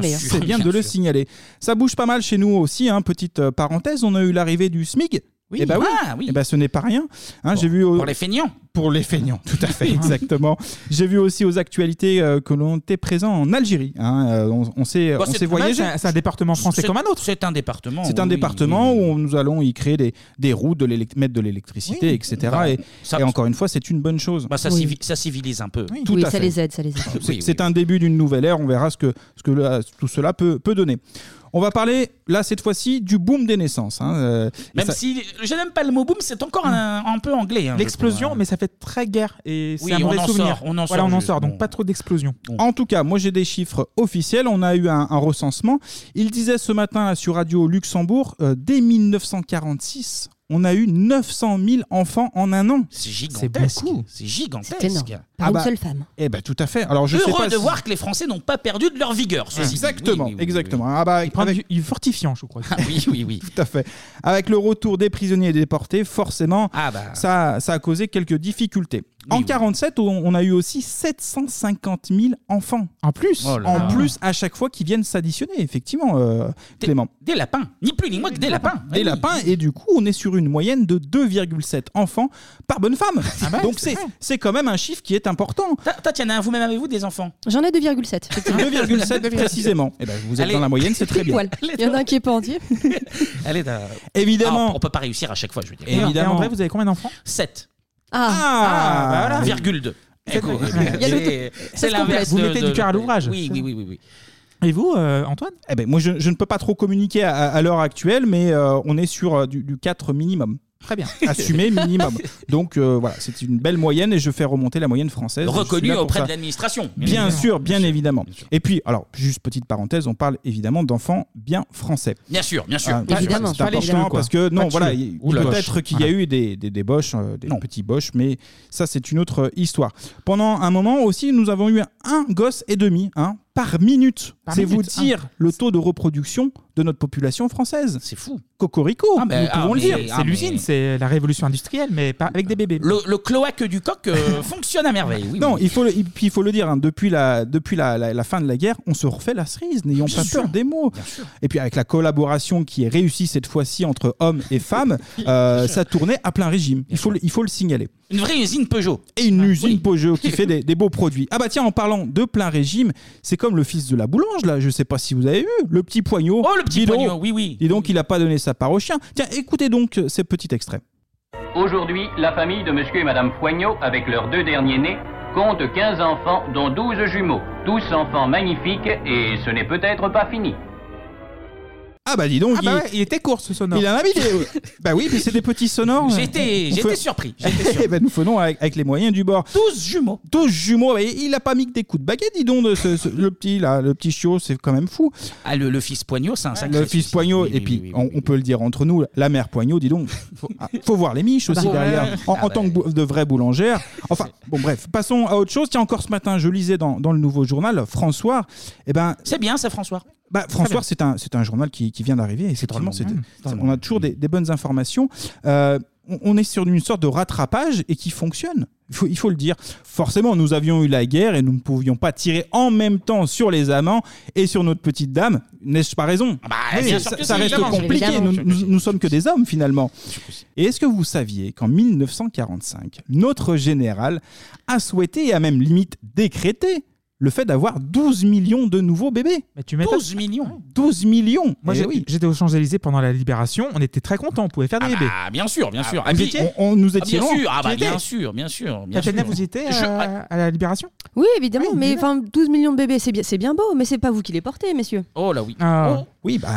S1: sûr,
S2: C'est bien de le
S1: sûr.
S2: signaler. Ça bouge pas mal chez nous aussi. hein. Petite euh, parenthèse, on a eu l'arrivée du SMIG.
S1: Oui.
S2: Eh ben oui.
S1: Ah, oui.
S2: Eh ben, ce n'est pas rien. Hein, j'ai vu
S1: Pour les feignants.
S2: Pour les feignants, tout à fait, exactement. J'ai vu aussi aux actualités euh, que l'on était présent en Algérie. hein. Euh, on, on s'est
S1: Bon,
S2: on
S1: Bah, c'est
S2: s'est
S1: dommage,
S2: voyagé.
S1: c'est un-
S4: c'est un département
S1: C'est- C'est un département.
S2: C'est un
S1: oui,
S2: département où on- nous allons y créer des, des routes, de l'élect- mettre de l'électricité,
S1: Oui.
S2: etc.
S1: Bah,
S2: et,
S1: ça-
S2: et encore une fois, c'est une bonne chose.
S1: Bah, ça, civi- ça civilise un peu.
S2: Tout
S3: oui,
S2: à
S3: ça
S2: fait. Ah,
S3: les aide, ça les aide.
S2: C'est c'est un début d'une nouvelle ère. On verra ce que, ce que là, tout cela peut, peut donner. On va parler, là, cette fois-ci, du boom des naissances. hein, euh, et
S1: Même
S2: ça-
S1: si je n'aime pas le mot boom, c'est encore un, un peu anglais. hein, je
S4: L'explosion,
S1: trouve, hein.
S4: mais ça fait très guerre et c'est
S1: Oui,
S4: un
S1: on
S4: mauvais
S1: en
S4: souvenir.
S1: sort, on en
S4: voilà,
S1: sort
S4: on en
S1: juste,
S4: sort, donc
S1: bon.
S4: pas trop d'explosion.
S2: En tout cas, moi j'ai des chiffres officiels. On a eu un, un recensement. Il disait ce matin là, sur Radio Luxembourg, euh, dès 1946, on a eu 900 000 enfants en un an. Ah
S1: C'est gigantesque. C'est
S3: C'est énorme.
S1: gigantesque.
S3: Par une seule femme.
S2: Eh ben tout à fait. Alors je sais
S1: Heureux
S2: pas
S1: de
S2: si-
S1: voir que les Français n'ont pas perdu de leur vigueur. ceci dit.
S2: Exactement,
S1: Oui, oui, oui,
S2: exactement. Ah bah, avec-
S4: Il est fortifiant, je crois.
S1: oui, oui, oui.
S2: Tout à fait. Avec le retour des prisonniers et des déportés, forcément,
S1: Ah bah.
S2: ça, ça a causé quelques difficultés. en 47, on, on a eu aussi 750 000 enfants. En plus,
S1: Oh là
S2: en
S1: là.
S2: plus à chaque fois qui viennent s'additionner, effectivement, euh, Clément.
S1: Des lapins, ni plus ni moins que des lapins. Eh
S2: Des lapins, et du coup, on est sur une moyenne de 2,7 enfants par bonne femme.
S1: Ah bah,
S2: Donc c'est c'est quand même un chiffre qui est important.
S1: Tatiana, vous-même avez-vous des enfants
S3: J'en ai 2,7. effectivement.
S2: 2,7 précisément. Eh ben, vous êtes
S1: Allez.
S2: dans la moyenne, c'est très bien.
S3: Voilà. Il y en a un qui est pas entier.
S1: Allez, t'as-
S2: Évidemment.
S1: Ah, on peut pas réussir à chaque fois, je veux dire.
S2: Évidemment. Et en vrai,
S4: vous avez combien d'enfants
S1: 7.
S2: Ah, bah voilà.
S1: Virgule eh 2.
S4: Il y a le- ça se complète. Vous mettez du cœur à l'ouvrage.
S1: Oui, oui, oui, oui. oui.
S2: Et vous, Antoine eh ben, Moi, je, je ne peux pas trop communiquer à, à- à l'heure actuelle, mais euh, on est sur euh, du, du 4 minimum.
S4: Très bien.
S2: Assumé minimum. Donc euh, voilà, c'est une belle moyenne et je fais remonter la moyenne française. Je suis
S1: Reconnu
S2: là pour
S1: auprès
S2: ça.
S1: de l'administration.
S2: Bien sûr, bien évidemment. Et puis, alors, juste petite parenthèse, on parle évidemment d'enfants bien français.
S1: Bien sûr, bien sûr.
S2: Ah, pas-
S1: Évidemment.
S2: C'est
S1: Pas les chelous,
S2: important
S1: quoi.
S2: parce que,
S1: Pas
S2: non,
S1: de
S2: voilà,
S1: chelous.
S2: il-
S1: Ou la
S2: peut-être
S1: boche.
S2: qu'il y a
S1: Voilà.
S2: eu des, des, des boches, euh, des petits boches, mais ça, c'est une autre histoire. Pendant un moment aussi, nous avons eu un gosse et demi hein, par minute.
S1: Par
S2: C'est
S1: minute,
S2: vous
S1: hein.
S2: dire le taux de reproduction de notre population française.
S1: C'est fou.
S2: Cocorico,
S1: mais-
S2: nous
S1: ah,
S2: pouvons le
S1: mais-
S2: dire.
S1: ah,
S4: C'est
S1: mais-
S4: l'usine, c'est la révolution industrielle, mais pas avec des bébés.
S1: Le, le cloaque du coq euh, fonctionne à merveille. Oui,
S2: non,
S1: oui.
S2: il faut le, et puis il faut le dire, hein, depuis, la, depuis la, la- la fin de la guerre, on se refait la cerise, n'ayons pas peur des mots. Et puis avec la collaboration qui est réussie cette fois-ci entre hommes et femmes, euh, ça tournait à plein régime. Il faut, le- il faut le signaler.
S1: Une vraie usine Peugeot. Ah,
S2: Et une usine Peugeot qui fait des, des beaux produits. Ah bah tiens, en parlant de plein régime, c'est comme le fils de la boulange, là, je sais pas si vous avez vu, le petit poignot. Oh, le
S1: petit poignot, oui, oui.
S2: Dis donc, il a pas donné sa part au chien. Tiens, écoutez donc euh, ces petits extraits.
S12: Aujourd'hui, la famille de Monsieur et Madame Poignot, avec leurs deux derniers nés, compte 15 enfants, dont 12 jumeaux. Tous enfants magnifiques, et ce n'est peut-être pas fini.
S2: Ah bah dis donc,
S4: Ah bah ouais, il était court ce sonore.
S2: Il en a mis des... bah oui, mais c'est des petits sonores.
S1: J'étais-
S2: On
S1: j'étais
S2: fait-
S1: surpris,
S2: Eh ben, nous faisons avec, avec les moyens du bord.
S1: 12 jumeaux.
S2: 12 jumeaux. Bah, il a pas mis que des coups de baguette, dis donc, de ce- ce- le petit là, le petit chiot, c'est quand même fou.
S1: Ah, le, le fils Poignot, c'est un sacré.
S2: Le fils Poignot, et puis on, on peut le dire entre nous, la mère Poignot, dis donc, faut, ah, faut voir les miches aussi
S1: Ah bah ouais.
S2: derrière, en, en
S1: Ah bah
S2: tant que bou- de vraie boulangère. Enfin, bon bref, passons à autre chose. Tiens, encore ce matin, je lisais dans, dans le nouveau journal, François, eh ben,
S1: C'est bien, ça, François.
S2: bah, François, c'est un, c'est un journal qui, qui vient d'arriver. et Effectivement, c'est,
S1: drôlement
S2: c'est- on a toujours des, des bonnes informations. Euh, on, on est sur une sorte de rattrapage et qui fonctionne. Il faut, il faut le dire. Forcément, nous avions eu la guerre et nous ne pouvions pas tirer en même temps sur les amants et sur notre petite dame. N'ai-je pas raison
S1: Ah bah, bien sûr
S2: Ça,
S1: que
S2: ça
S1: si,
S2: reste
S1: évidemment.
S2: compliqué.
S1: Évidemment.
S2: Nous, nous- nous sommes que des hommes finalement. Et est-ce que vous saviez qu'en 1945, notre général a souhaité et a même limite décrété le fait d'avoir 12 millions de nouveaux bébés.
S4: Mais tu m'étonnes.
S2: 12 millions 12 millions
S4: Moi,
S2: Eh
S4: j'ai-
S2: oui.
S4: j'étais aux Champs-Élysées pendant la Libération, on était très contents, on pouvait
S2: Eh
S4: faire des
S2: ben.
S4: bébés.
S1: Ah, bien sûr, bien sûr.
S4: vous y étiez
S2: on, nous
S1: Ah, bien sûr, ah,
S4: Tu
S1: bah,
S4: y étais
S1: bien sûr, bien sûr. Bien sûr.
S4: Tatiana, vous y étiez
S1: Je-
S4: euh, à la Libération
S3: Oui, évidemment, mais enfin, 12 millions de bébés, c'est bien, c'est bien beau, mais c'est pas vous qui les portez, messieurs.
S1: Oh ah, là oui.
S4: Ah.
S2: Oui, bah.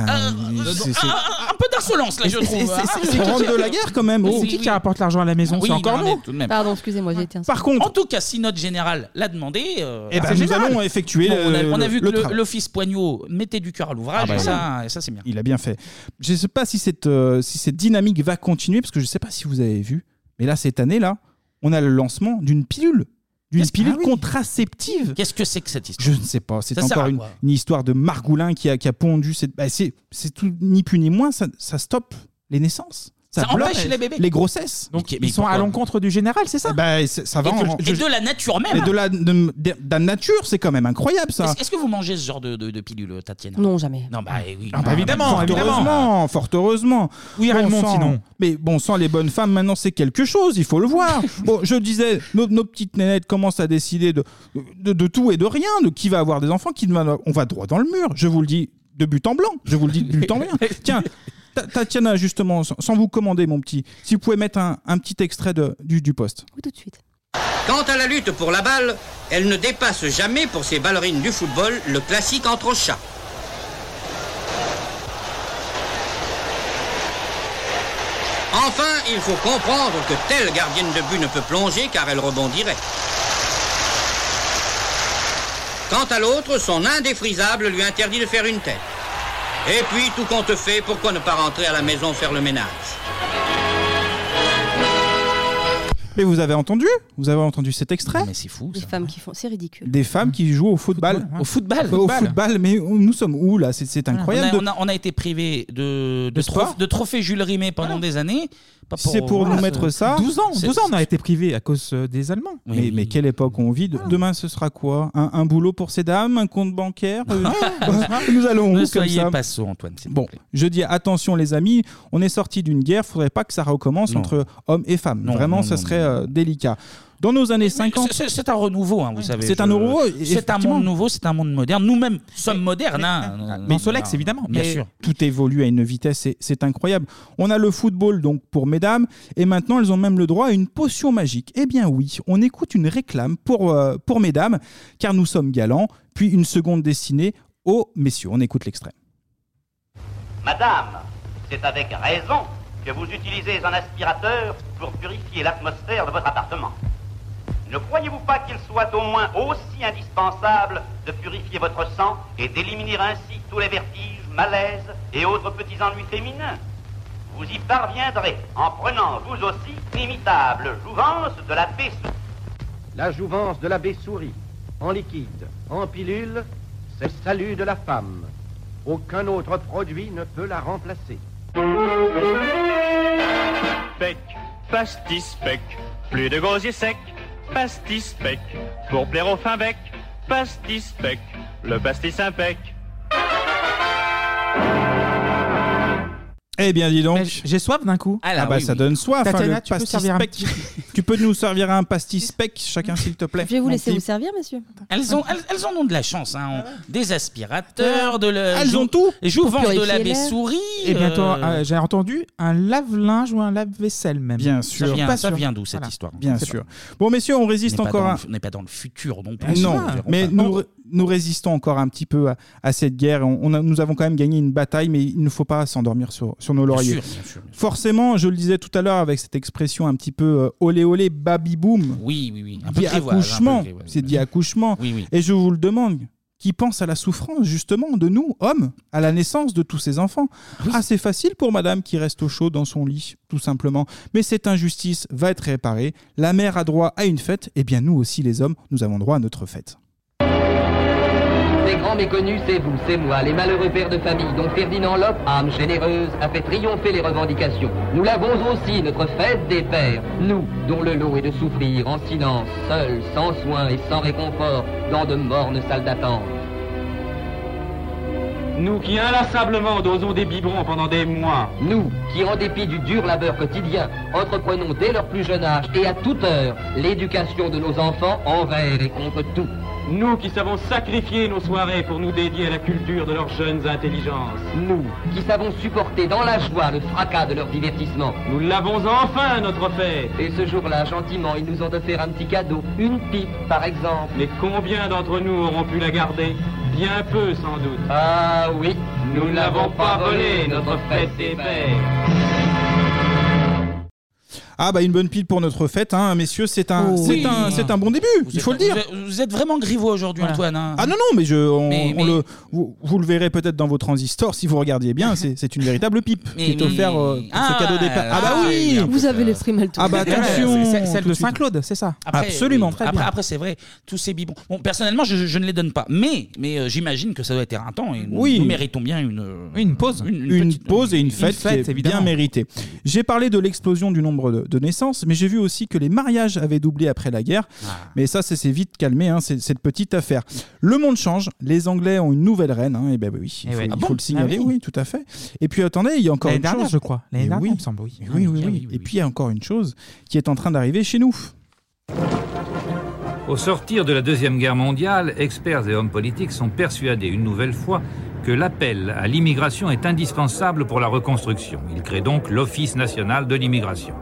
S1: c'est- c'est- Un peu d'insolence, là, je
S2: C'est-
S1: trouve.
S2: c'est-
S1: Ah,
S2: c'est- c'est-
S1: oui,
S2: de la guerre, quand même.
S1: oui,
S2: Oh.
S1: oui,
S4: Qui
S1: oui. Ah,
S4: qui rapporte l'argent à la maison
S1: Oui,
S4: C'est encore
S1: non,
S4: nous Ah,
S1: mais tout de même.
S3: Pardon, excusez-moi, j'ai été un
S1: Par contre, en tout cas, si notre général l'a demandé, euh,
S2: Eh ben,
S1: c'est
S2: nous
S1: général.
S2: allons effectuer
S1: Bon, on, a,
S2: le-
S1: on a vu que
S2: le
S1: le-
S2: travail.
S1: l'office Poignot mettait du cœur à l'ouvrage,
S2: Ah bah
S1: et
S2: oui.
S1: ça, et ça c'est bien.
S2: Il a bien fait. Je ne sais pas si cette, euh, si cette dynamique va continuer, parce que je ne sais pas si vous avez vu, mais là, cette année-là, on a le lancement d'une pilule. D'une pilule contraceptive.
S1: Qu'est-ce que c'est que cette histoire
S2: Je ne sais pas. C'est
S1: Ça sert
S2: encore
S1: à
S2: une,
S1: quoi
S2: une histoire de Margoulin qui a, qui a pondu. cette- bah, C'est c'est tout ni plus ni moins, ça, ça stoppe les naissances. Ça,
S1: Ça
S2: bloque
S1: empêche les bébés.
S2: grossesses.
S1: Donc,
S2: Donc,
S1: mais
S2: ils sont
S1: pourquoi Eh ben,
S2: à l'encontre du général, c'est ça bah, c'est- Ça va
S1: et, que-
S2: en-
S1: et
S2: je-
S1: de la nature même.
S2: et de la, de- de- de la nature, c'est quand même incroyable ça.
S1: Est-ce est-ce que vous mangez ce genre de, de, de pilule, Tatiana
S3: Non, jamais.
S1: Non, bah eh oui.
S2: Ah bah fort heureusement, fort heureusement.
S1: Oui, Raymond,
S2: sang.
S1: sinon.
S2: Mais bon sang, les bonnes femmes, maintenant c'est quelque chose, il faut le voir. bon, je disais, nos, nos petites nénettes commencent à décider de, de, de tout et de rien, de qui va avoir des enfants, qui ne va- on va droit dans le mur. Je vous le dis de but en blanc, je vous le dis de but en blanc. Tiens. Ta- Tatiana, justement, sans, sans vous commander, mon petit, si vous pouvez mettre un, un petit extrait de- du, du poste.
S17: Quant à la lutte pour la balle, elle ne dépasse jamais pour ces ballerines du football le classique entre chats. Enfin, il faut comprendre que telle gardienne de but ne peut plonger car elle rebondirait. Quant à l'autre, son indéfrisable lui interdit de faire une tête. Et puis, tout compte fait, pourquoi ne pas rentrer à la maison faire le ménage
S2: Mais vous avez entendu Vous avez entendu cet extrait
S1: Mais c'est fou.
S3: Les femmes qui font, c'est ridicule.
S2: Des femmes qui jouent au football.
S1: Au football.
S2: Au football, mais où- nous sommes où là C'est- C'est incroyable. de-
S1: On a, on a, on a été privé de, de, tro- de trophée Jules Rimet pendant des années. Pas
S2: Si c'est pour
S1: voilà,
S2: nous mettre
S1: c'est-
S2: ça.
S1: 12 ans, 12 ans,
S2: on a été privés à cause
S1: euh,
S2: des Allemands. mais, mais quelle époque on vit. de- Demain, ce sera quoi un, un boulot pour ces dames Un compte bancaire Euh, Nous allons où
S1: Ne
S2: comme
S1: soyez
S2: ça
S1: pas sots, Antoine. s'il vous
S2: Bon, je dis attention les amis, on est sorti d'une guerre, faudrait pas que ça recommence entre hommes et femmes. Vraiment,
S1: non,
S2: ça
S1: non,
S2: serait euh, délicat. Dans nos années 50,
S1: C'est- C'est un renouveau, hein, vous savez.
S2: C'est un
S1: je-
S2: nouveau, e-,
S1: C'est un
S2: effectivement.
S1: monde nouveau, c'est un monde moderne. Nous-mêmes sommes modernes.
S4: Mm.
S1: Hein.
S2: Mais
S1: Solex, évidemment. Bien
S2: mais
S1: sûr.
S2: Tout évolue à une vitesse, c'est- c'est incroyable. On a le football donc pour mesdames, et maintenant elles ont même le droit à une potion magique. Eh bien oui, on écoute une réclame pour, euh, pour mesdames, car nous sommes galants, puis une seconde destinée aux messieurs. On écoute l'extrait.
S17: Madame, c'est avec raison que vous utilisez un aspirateur pour purifier l'atmosphère de votre appartement. Ne croyez-vous pas qu'il soit au moins aussi indispensable de purifier votre sang et d'éliminer ainsi tous les vertiges, malaises et autres petits ennuis féminins Vous y parviendrez en prenant vous aussi l'imitable jouvence de la baie
S28: La jouvence de l'abbé Souris, en liquide, en pilule, c'est le salut de la femme. Aucun autre produit ne peut la remplacer.
S15: Pec, pastis pec, plus de gosier sec, pastis pec, pour plaire au fin bec, pastis pec, le pastis impec.
S2: Eh bien dis donc,
S4: J'ai soif d'un coup.
S2: ah, bah ça donne soif. hein,
S4: Tatiana,
S2: le
S4: tu peux
S2: pastis
S4: servir un
S2: spec.
S4: petit-
S2: tu peux nous servir un pastis spec chacun s'il te plaît.
S3: Je vais vous
S2: mon
S3: laisser
S2: petit.
S3: vous servir, Ah messieurs.
S1: Elles, ont, elles, elles en ont de la chance. Hein. Des aspirateurs, de la.
S2: Elles
S1: jou-
S2: ont tout.
S1: Jouvence
S2: Pour
S1: de la
S2: purifier l'air. Eh
S1: souris.
S4: Et bientôt,
S1: euh,
S2: ah,
S4: euh, j'ai entendu un lave-linge ou un lave-vaisselle même.
S2: Bien sûr.
S4: Je suis pas
S1: ça
S4: sûr.
S1: vient d'où cette
S4: Voilà.
S1: histoire
S2: Bien
S1: C'est
S2: sûr.
S1: pas-
S2: Bon, messieurs, on résiste
S1: n'est pas
S2: encore
S1: dans
S2: à-
S1: le f- On n'est pas dans le futur non
S2: Ah,
S1: plus.
S2: non,
S1: On verra
S2: mais
S1: pas.
S2: nous, nous résistons encore un petit peu à, à cette guerre. On, on a- nous avons quand même gagné une bataille, mais il ne faut pas s'endormir sur, sur nos lauriers.
S1: sûr, bien sûr, bien
S2: Forcément, je le disais tout à l'heure avec cette expression un petit peu euh, olé olé, baby boom.
S1: Oui, oui, oui. Un peu
S2: dit
S1: grivoise, un peu
S2: accouchement.
S1: grivoise.
S2: C'est dit accouchement. Et je vous le demande. Qui pense à la souffrance justement de nous, hommes, à la naissance de tous ces enfants Ah, c'est facile pour madame qui reste au chaud dans son lit, tout simplement. Mais cette injustice va être réparée. La mère a droit à une fête. Eh bien, nous aussi, les hommes, nous avons droit à notre fête.
S21: Les grands méconnus, c'est vous, c'est moi, les malheureux pères de famille dont Ferdinand Lop, âme généreuse, a fait triompher les revendications. Nous l'avons aussi, notre fête des pères, nous, dont le lot est de souffrir en silence, seuls, sans soins et sans réconfort, dans de mornes salles d'attente.
S23: Nous qui inlassablement dosons des biberons pendant des mois.
S21: Nous, qui en dépit du dur labeur quotidien, entreprenons dès leur plus jeune âge et à toute heure l'éducation de nos enfants envers et contre tout.
S23: Nous qui savons sacrifier nos soirées pour nous dédier à la culture de leurs jeunes intelligences.
S21: Nous, qui savons supporter dans la joie le fracas de leur divertissement.
S23: Nous l'avons enfin, notre fête
S21: Et ce jour-là, gentiment, ils nous ont offert un petit cadeau, une pipe, par exemple.
S23: Mais combien d'entre nous auront pu la garder Bien peu, sans doute.
S21: Ah oui,
S23: Nous ne l'avons pas volée, notre fête des pères.
S2: Ah bah une bonne pile pour notre fête, hein, messieurs, c'est un, c'est
S1: Oh oui.
S2: un, c'est un bon début,
S1: Vous
S2: il
S1: êtes-
S2: faut le dire.
S1: vous êtes- Vous êtes vraiment grivois aujourd'hui, Antoine. hein.
S2: Ah non, non, mais, je, on,
S1: Mais-
S2: on
S1: mais-
S2: le, vous, vous le verrez peut-être dans vos transistors si vous regardiez bien, c'est c'est une véritable pipe
S1: Mais-
S2: qui est
S1: mais-
S2: offerte euh, pour
S1: Ah,
S2: ce cadeau des pères. Ah bah oui
S3: Vous avez l'esprit mal tourné.
S2: Ah bah attention
S4: C'est celle
S2: tout
S4: de
S2: suite.
S4: Saint-Claude, c'est ça
S1: Après,
S2: Absolument.
S1: oui,
S2: Très
S1: après,
S2: bien.
S1: après, c'est vrai, tous ces biberons. Bon, personnellement, je, je ne les donne pas, mais, mais euh, j'imagine que ça doit être un temps et nous,
S2: Oui.
S1: nous méritons bien une, euh,
S2: une pause. Une, pause et une fête,
S1: fête,
S2: qui est
S1: évidemment.
S2: bien méritée. J'ai parlé de l'explosion du nombre de, de naissances, mais j'ai vu aussi que les mariages avaient doublé après la guerre.
S4: Ah.
S2: Mais ça, c'est c'est vite calmé, hein, c'est- cette petite affaire. Le monde change, les Anglais ont une nouvelle reine, hein, et ben oui, il
S4: Eh
S2: faut,
S4: ouais.
S2: il
S4: Ah
S2: faut
S4: bon
S2: le signaler,
S4: Ah
S2: oui.
S4: oui.
S2: tout à fait. Et puis attendez, il y a encore
S4: L'année
S2: une
S4: dernière,
S2: chose.
S4: je crois. L'année
S2: Mais
S4: dernière,
S2: oui.
S4: il me semble, oui.
S2: Mais oui, oui, oui. Et puis il y a encore une chose qui est en train d'arriver chez nous.
S6: Au sortir de la Deuxième Guerre mondiale, experts et hommes politiques sont persuadés une nouvelle fois que l'appel à l'immigration est indispensable pour la reconstruction. Ils créent donc l'Office national de l'immigration.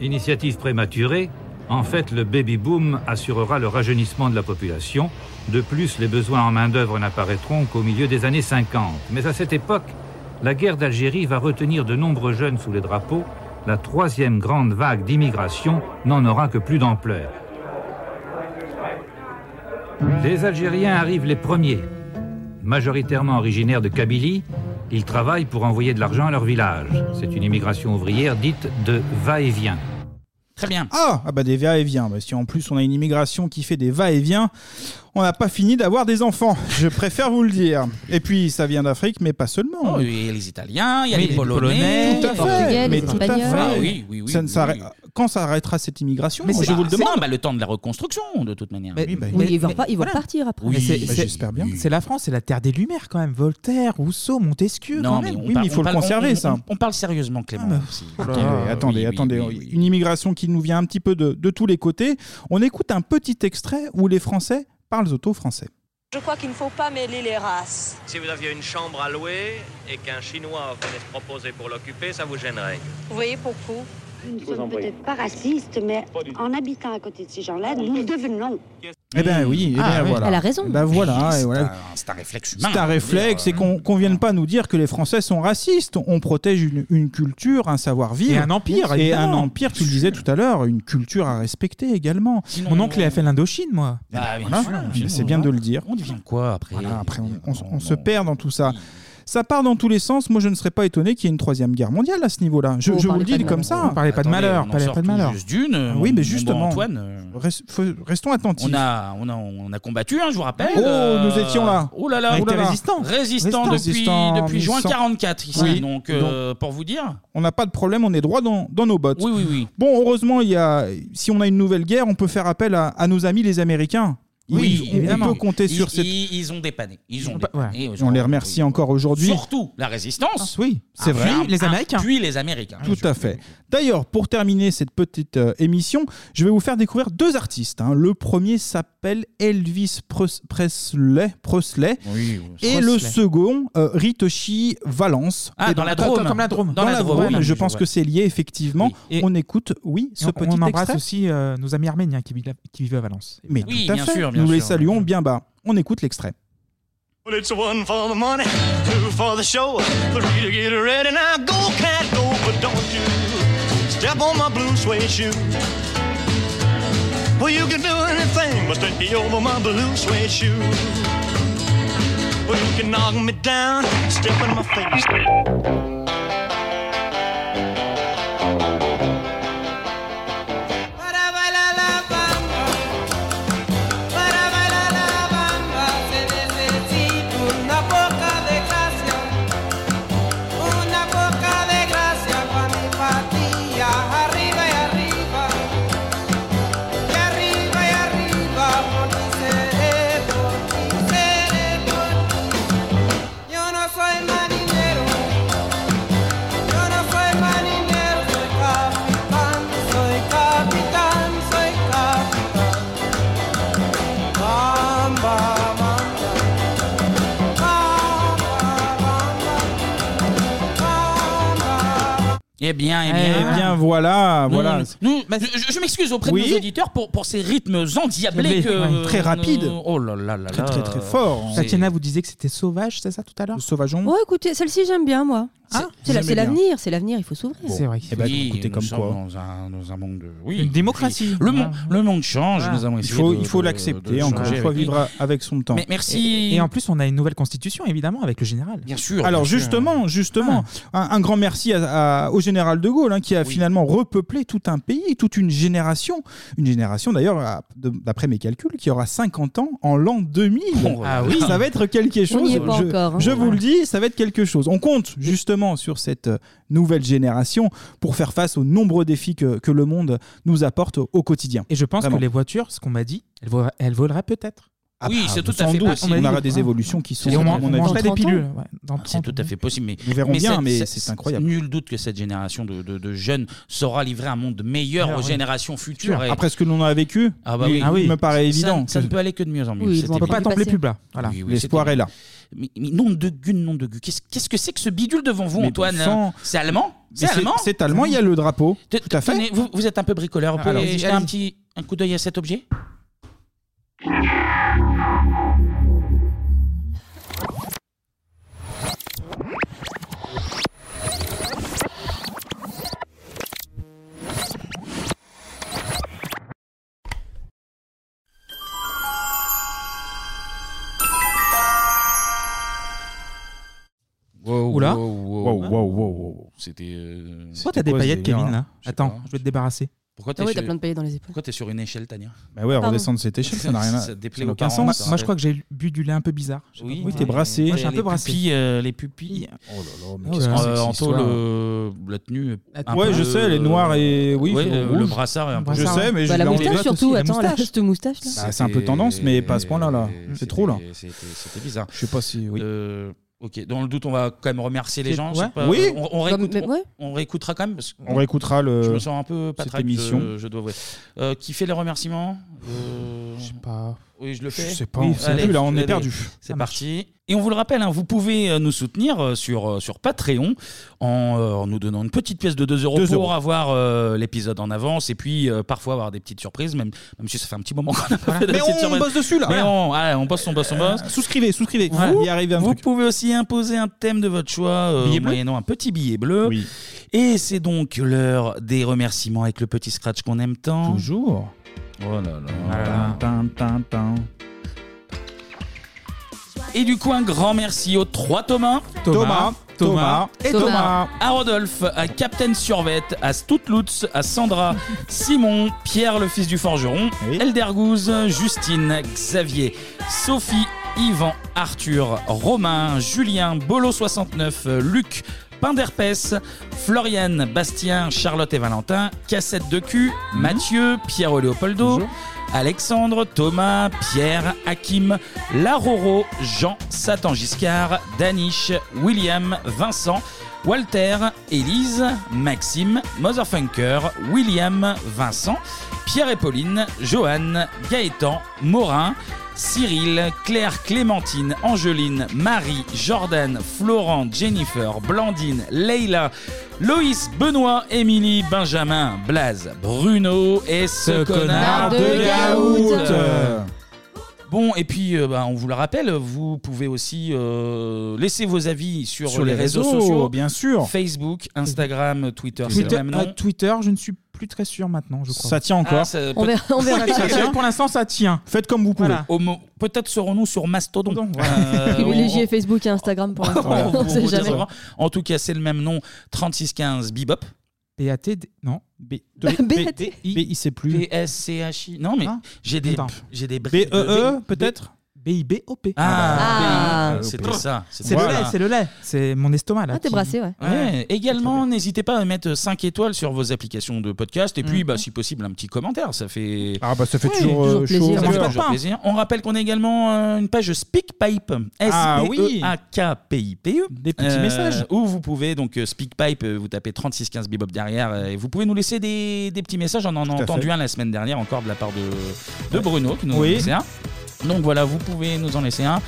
S6: Initiative prématurée, en fait, le baby-boom assurera le rajeunissement de la population. De plus, les besoins en main-d'œuvre n'apparaîtront qu'au milieu des années 50. Mais à cette époque, la guerre d'Algérie va retenir de nombreux jeunes sous les drapeaux. La troisième grande vague d'immigration n'en aura que plus d'ampleur. Les Algériens arrivent les premiers. Majoritairement originaires de Kabylie, ils travaillent pour envoyer de l'argent à leur village. C'est une immigration ouvrière dite de va-et-vient.
S1: Très bien.
S2: Ah, ah bah des va-et-vient. Bah, si en plus on a une immigration qui fait des va-et-vient, on n'a pas fini d'avoir des enfants. Je préfère vous le dire. Et puis ça vient d'Afrique, mais pas seulement.
S1: Oh, il y a les Italiens, il y a
S2: Mais
S1: les Polonais,
S2: tout à
S1: les
S2: fait.
S1: Portugais,
S2: Mais
S1: les
S2: tout à fait.
S1: Espagnols. Ah oui, oui, oui,
S2: Ça ne
S1: oui,
S2: s'arrête- Quand ça arrêtera cette immigration
S1: Bah,
S2: Je vous le
S1: c'est-
S2: demande. bah,
S1: bah, le temps de la reconstruction, de toute manière.
S3: Oui, ils vont pas- ils vont partir après.
S1: Oui,
S4: Mais c'est-
S1: bah,
S4: c'est-
S1: j'espère
S2: bien.
S4: C'est la France, c'est la terre des Lumières quand même. Voltaire, Rousseau, Montesquieu.
S1: Non,
S4: quand
S1: mais
S4: même.
S1: on parle- on parle- on- on- On, parle sérieusement, Clément.
S4: Ah,
S1: Si-
S4: oh
S2: Attendez, Ah, attendez, attendez. Une immigration qui nous vient un petit peu de, de tous les côtés. On écoute un petit extrait où les Français parlent auto-français.
S8: Je crois qu'il ne faut pas mêler les races.
S10: Si vous aviez une chambre à louer et qu'un Chinois venait se proposer pour l'occuper, ça vous gênerait
S8: Vous voyez pourquoi
S14: Nous ne
S10: vous en
S14: sommes
S10: prie.
S14: peut-être pas racistes, mais en habitant à côté de ces gens-là, nous le devenons.
S2: Eh ben oui, eh
S1: Ah,
S2: ben
S1: oui.
S2: voilà.
S1: Elle a raison.
S2: Eh ben
S4: Ah,
S2: voilà, et voilà.
S1: C'est un réflexe humain.
S2: C'est un réflexe, et
S4: euh,
S2: qu'on qu'on vienne pas nous dire que les Français sont racistes. On protège une, une culture, un savoir-vivre.
S4: Et un empire,
S2: Et un
S4: évidemment.
S2: empire, tu le disais tout à l'heure, une culture à respecter également. Ah
S4: Mon oncle est a fait l'Indochine, moi.
S1: Bah, bien
S2: Voilà.
S1: sûr,
S2: Mais
S1: bien sûr.
S2: C'est bien de le dire.
S1: On devient quoi après
S2: Après, on, on- on se perd dans tout ça. Ça part dans tous les sens. Moi, je ne serais pas étonné qu'il y ait une troisième guerre mondiale à ce niveau-là. Je,
S4: Oh,
S2: je vous
S4: parlez
S2: le
S4: pas
S2: dis
S4: de
S2: comme
S4: malheur.
S2: ça.
S4: Oh, parlez pas de Attendez, malheur, on en parlez pas de sort malheur. Ah tout
S1: juste d'une, euh,
S2: Oui,
S1: mon-
S2: mais
S1: mon
S2: justement,
S1: bon Antoine, euh,
S2: reste- faut- restons attentifs.
S1: On a, on, a, on a combattu, hein, je vous rappelle.
S2: Oh, nous étions là.
S1: Oh là là,
S2: On
S1: oh là
S2: était
S1: là.
S2: résistants.
S1: Résistants depuis,
S2: Résistants,
S1: depuis juin
S2: 1100.
S1: 44 ici.
S2: Oui.
S1: Donc, euh, pour vous dire.
S2: On n'a pas de problème, on est droit dans, dans nos bottes. Bon, heureusement, il y a, si on a une nouvelle guerre, on peut faire appel à, à nos amis les Américains. Ils- on peut compter
S1: Ils-
S2: sur cette. Bah,
S1: Ils, ils ont dépanné. Ils ont dépanné.
S2: On les remercie encore aujourd'hui.
S1: Surtout la résistance.
S2: oui, c'est vrai.
S1: Puis
S2: Les Américains.
S1: Puis les Américains.
S2: Ah, Tout à fait. D'ailleurs, pour terminer cette petite euh, émission, je vais vous faire découvrir deux artistes. hein. Le premier s'appelle Elvis Pres- Presley, Presley. et
S4: Presley.
S2: le second, euh, Ritoshi Valence.
S4: Ah,
S2: Et
S4: dans la Drôme. Comme la Drôme.
S2: Dans, la Drôme, je pense que c'est lié, effectivement. on écoute, oui,
S4: Et
S2: ce
S4: on-
S2: petit
S4: on embrasse
S2: extrait.
S4: aussi euh, nos amis arméniens qui vivent, qui vivent à Valence.
S2: Mais tout à fait. Nous les saluons bien bas. On écoute l'extrait.
S11: Well, it's one for the money, two for the show, three to get ready. Now go, cat, go, but don't you step on my blue suede shoe. Well, you can do anything, but take me over my blue suede shoe. Well, you can knock me down, step in my face.
S20: Para bailar la bamba se necesita una poca de gracia, una poca de gracia para mi patilla, arriba y arriba, y arriba y arriba por mi cerebro, mi cerebro. Yo no soy marinero,
S1: Eh bien,
S4: Ah,
S1: eh bien.
S2: Eh bien, voilà,
S1: Nous,
S2: voilà.
S1: nous, nous, je je m'excuse auprès
S2: Oui.
S1: de nos auditeurs pour, pour ces rythmes endiablés.
S2: Mais,
S1: que,
S2: ouais, très rapides.
S1: Oh là là là
S2: Très,
S1: là.
S2: très, très fort.
S1: C'est-
S4: Euh, Tatiana, vous disiez que c'était hein. sauvage, c'est ça tout à l'heure
S2: Sauvageon
S3: Ouais, Oh, écoutez, celle-ci j'aime bien moi. C'est la-
S1: vous
S3: c'est
S1: aimez bien.
S3: l'avenir, c'est l'avenir, il faut s'ouvrir.
S1: Bon.
S2: Eh ben,
S1: oui,
S2: écoutez,
S1: nous
S2: comme
S1: sommes
S2: quoi.
S1: Dans un, dans un monde de. Oui.
S2: Une
S4: Ah,
S1: démocratie. Le, monde le monde change,
S2: Voilà.
S1: nous avons
S2: Il
S1: essayé
S2: faut,
S1: de-
S2: il faut
S1: de- de
S2: l'accepter, encore
S1: changer
S2: une fois,
S1: avec-
S2: vivre avec son temps.
S1: Mais merci.
S4: Et, et en plus, on a une nouvelle constitution, évidemment, avec le général.
S1: Bien sûr.
S2: Alors
S4: hein.
S2: justement, justement,
S4: Ah.
S2: un, un grand merci à- à- au général de Gaulle hein, qui a finalement repeuplé tout un pays, toute une génération, une génération d'ailleurs, à- de- d'après mes calculs, qui aura 50 ans en l'an 2000.
S4: Ah oui.
S2: ça va être quelque chose.
S4: On n'y est pas
S2: je
S4: encore, hein.
S2: je vous le dis, ça va être quelque chose. On compte justement sur cette euh, nouvelle génération pour faire face aux nombreux défis que, que le monde nous apporte au, au quotidien.
S4: Et je pense
S2: Vraiment.
S4: que les voitures, ce qu'on m'a dit, elles, vo- elles voleraient peut-être.
S2: Ah bah, sans doute, On aura
S1: Hein.
S2: des évolutions qui sont,
S4: Et on
S2: à
S4: man-
S2: mon
S4: on
S2: avis,
S4: mangerait des
S2: très-
S4: pilules. ouais, dans
S1: C'est tout à fait possible. Mais,
S2: Nous verrons bien,
S1: cette-
S2: mais
S1: cette-
S2: c'est incroyable.
S1: Nul doute que cette génération de, de- de jeunes saura livrer un monde meilleur
S2: Alors,
S1: aux
S2: Ah oui.
S1: générations futures. Et-
S2: Après ce que l'on a vécu,
S1: Ah bah
S2: il-
S1: oui.
S2: il me paraît
S1: Ça-
S2: évident.
S1: Ça, ne peut aller que de mieux en mieux.
S2: Oui, ils
S1: c'est
S2: vont
S1: évident.
S2: pas tomber plus bas. Voilà.
S1: Oui, oui,
S2: L'espoir
S1: c'est
S2: est là.
S1: Mais, mais nom de Gun, nom de Gun. Qu'est-ce qu'est-ce que c'est que ce bidule devant vous,
S2: Mais
S1: Antoine hein
S2: bon sang.
S1: C'est allemand
S2: Mais
S1: C'est allemand
S2: C'est allemand, il y a le drapeau.
S1: Te-
S2: Tout à fait.
S1: tenez, vous, vous êtes un peu bricoleur. Vous
S2: Ah,
S1: pouvez
S2: allons-y,
S1: jeter un
S2: allons-y.
S1: petit un coup d'œil à cet objet
S4: Oula.
S2: Wow, wow, wow, wow.
S1: C'était. euh,
S4: Pourquoi t'as des
S1: quoi, ce
S4: paillettes,
S1: délire,
S4: Kevin, là
S1: Je sais
S4: Attends,
S1: pas.
S4: je vais te débarrasser.
S1: Pourquoi t'es
S3: Ah oui,
S1: sur-
S3: t'as plein de paillettes dans les épaules.
S1: Pourquoi t'es sur une échelle, Tania
S2: Bah ouais,
S1: Pardon.
S2: redescendre cette échelle, ça n'a rien à-
S1: Ça déplaît
S2: ça n'a
S1: aux
S2: aucun
S1: parents,
S2: sens.
S1: ça.
S2: Ah,
S4: Moi, je crois que j'ai bu du lait un peu bizarre.
S1: Oui,
S4: Oui, t'es brassé. Moi, j'ai un peu brassé.
S1: les pupilles.
S2: Oh là là,
S1: mais
S4: Oh
S1: qu'est-ce
S4: là
S1: que
S4: là.
S1: c'est que
S4: Euh,
S1: cette
S4: Anto,
S1: histoire
S4: le-
S1: euh, la tenue.
S4: est
S2: Ah, Ouais, je sais, elle est noire et oui,
S1: Ouais,
S2: c'est
S1: euh,
S2: rouge.
S1: le brassard est un peu- euh,
S2: Je sais, mais
S3: Bah,
S2: je
S3: la
S2: l'ai en
S3: moustache
S2: débat
S3: surtout,
S2: aussi, la
S3: attends, la
S2: moustache.
S3: cette moustache là.
S2: Bah, c'est un peu tendance, mais pas à ce point-là. là. C'est trop là.
S1: C'était c'était bizarre.
S2: Je sais pas si.
S1: Oui. ok, dans le doute, on va quand même remercier les
S2: C'est-
S1: gens.
S2: ouais.
S1: je sais pas,
S2: Oui.
S1: on, on
S2: Bah,
S1: réécoute-
S2: mais-
S1: on-
S2: ouais.
S1: on réécoutera quand même. parce que-
S2: On réécoutera le-
S1: Je me sens un peu
S2: cette
S1: patraque,
S2: émission.
S1: Je, je dois avouer. Euh, qui fait les remerciements Euh,
S4: Je sais pas.
S1: Oui, je le
S4: Je
S1: fais.
S4: sais pas, on sait plus, là, on est perdu.
S1: C'est parti. Et on vous le rappelle, hein, vous pouvez euh, nous soutenir euh, sur, euh, sur Patreon en, euh, en nous donnant une petite pièce de 2 euros
S2: 2
S1: pour
S2: euros.
S1: avoir euh, l'épisode en avance et puis euh, parfois avoir des petites surprises, même, même si ça fait un petit moment qu'on a pas fait de
S2: Mais
S1: petites
S2: on
S1: surprises.
S2: bosse dessus, là,
S1: Mais
S2: voilà.
S1: on, ouais, on bosse, on bosse, on bosse.
S2: Euh, Souscrivez, souscrivez.
S1: Voilà.
S2: Vous, il y arrive un
S1: Vous
S2: truc.
S1: pouvez aussi imposer un thème de votre choix euh,
S2: Billet
S1: en
S2: bleu
S1: moyennant un petit billet bleu. Et c'est donc l'heure des remerciements avec le petit scratch qu'on aime tant.
S2: Toujours.
S1: Oh là là.
S2: Tin, tin, tin.
S1: Et du coup, un grand merci aux trois Thomas.
S2: Thomas, Thomas et Thomas.
S1: À Rodolphe, à Captain Survette, à Stoutlutz, à Sandra, Simon, Pierre le fils du forgeron, Eldergouze, Justine, Xavier, Sophie, Yvan, Arthur, Romain, Julien, Bolo69, Luc, Pinderpès, Floriane, Bastien, Charlotte et Valentin, Cassette de cul,
S2: Mhm.
S1: Mathieu, Pierre Léopoldo, Alexandre, Thomas, Pierre, Hakim, Laroro, Jean, Satan Giscard, Danish, William, Vincent, Walter, Élise, Maxime, Motherfunker, William, Vincent, Pierre et Pauline, Johan, Gaëtan, Morin, Cyril, Claire, Clémentine, Angeline, Marie, Jordan, Florent, Jennifer, Blandine, Leila, Loïs, Benoît, Émilie, Benjamin, Blaze, Bruno et ce, connard de, Gaout. Bon, et puis, euh, bah, on vous le rappelle, vous pouvez aussi euh, laisser vos avis sur,
S2: Sur
S1: les,
S2: les
S1: réseaux,
S2: réseaux,
S1: sociaux.
S2: bien sûr.
S1: Facebook, Instagram, Twitter, c'est
S4: Twitter,
S1: le même nom.
S4: euh, Twitter, je ne suis plus très sûr maintenant, je crois.
S1: Ça tient encore. Ah, ça- On verra- on verra.
S4: Ça tient. Pour l'instant, ça tient.
S2: Faites comme vous
S4: pouvez.
S1: Au mo- Peut-être serons-nous sur Mastodon. Euh,
S3: Privilégier Facebook et Instagram pour
S1: on- on-
S3: l'instant.
S1: on
S3: On sait
S1: vous
S3: jamais.
S1: dira. En tout cas, c'est le même nom, 3615 Bebop.
S4: BAT, non.
S2: B,
S1: B-
S2: il sait plus. Ah.
S1: P-S-C-H-I. Non, mais j'ai des,
S4: Attends.
S1: j'ai des
S2: B-E-E, E peut-être
S4: B-I-B-O-P.
S1: Ah,
S4: Ah.
S1: c'était ça. c'était
S4: C'est le
S1: ça.
S4: lait, c'est le lait. C'est mon estomac, là.
S1: Ah, t'es
S4: qui-
S1: brassé, Ouais, Également, n'hésitez pas à mettre 5 étoiles sur vos applications de podcast et puis, bah, si possible, un petit commentaire. Ça fait,
S2: Mhm. Ah, bah, ça fait toujours, euh, chaud au
S1: Ça fait
S2: cœur.
S4: hein.
S1: toujours plaisir. On rappelle qu'on a également euh, une page SpeakPipe.
S2: Ah oui.
S1: S-P-E-A-K-P-I-P-E.
S2: Des petits messages.
S1: E. Euh, Où vous pouvez, donc, euh, SpeakPipe, euh, vous tapez 3615 Bebop derrière euh, et vous pouvez nous laisser des, des petits messages. On en a
S2: à
S1: entendu
S2: fait.
S1: un la semaine dernière encore de la part de, de Bruno qui nous en a
S2: Oui.
S1: laissé un. Donc voilà, vous pouvez nous en laisser un.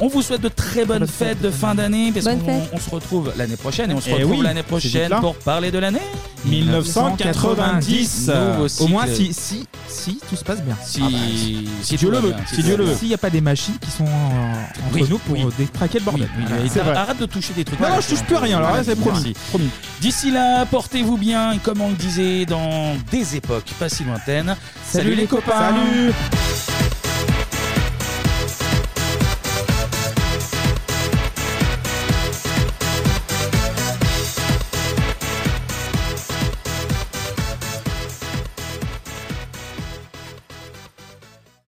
S1: On vous souhaite de très bonnes fêtes de fin d'année parce
S3: Bonne
S1: qu'on
S3: fête.
S1: on se retrouve l'année prochaine et on se
S2: Eh
S1: retrouve
S2: oui,
S1: l'année
S2: c'est vite
S1: prochaine
S2: là.
S1: pour parler de l'année
S2: 1990.
S1: Nouveau
S4: Au
S1: cycle.
S4: moins, si, si, si tout se passe bien.
S1: Si-
S4: bah,
S1: si
S4: si
S1: tout
S4: Dieu le
S1: va
S4: veut.
S1: bien, si
S4: Si
S1: tout
S4: Dieu
S1: va
S4: le veut.
S1: bien.
S4: S'il n'y a pas des machines qui sont en- entre
S1: Oui,
S4: nous pour détraquer le bordel.
S1: Oui,
S4: Voilà.
S1: mais
S4: Ah, C'est vrai.
S1: arrête de toucher des trucs.
S4: Non,
S1: Voilà,
S4: je touche plus à rien, alors là, c'est promis.
S1: Merci. D'ici là, portez-vous bien et comme on le disait dans des époques pas si lointaines,
S4: Salut les copains.
S1: Salut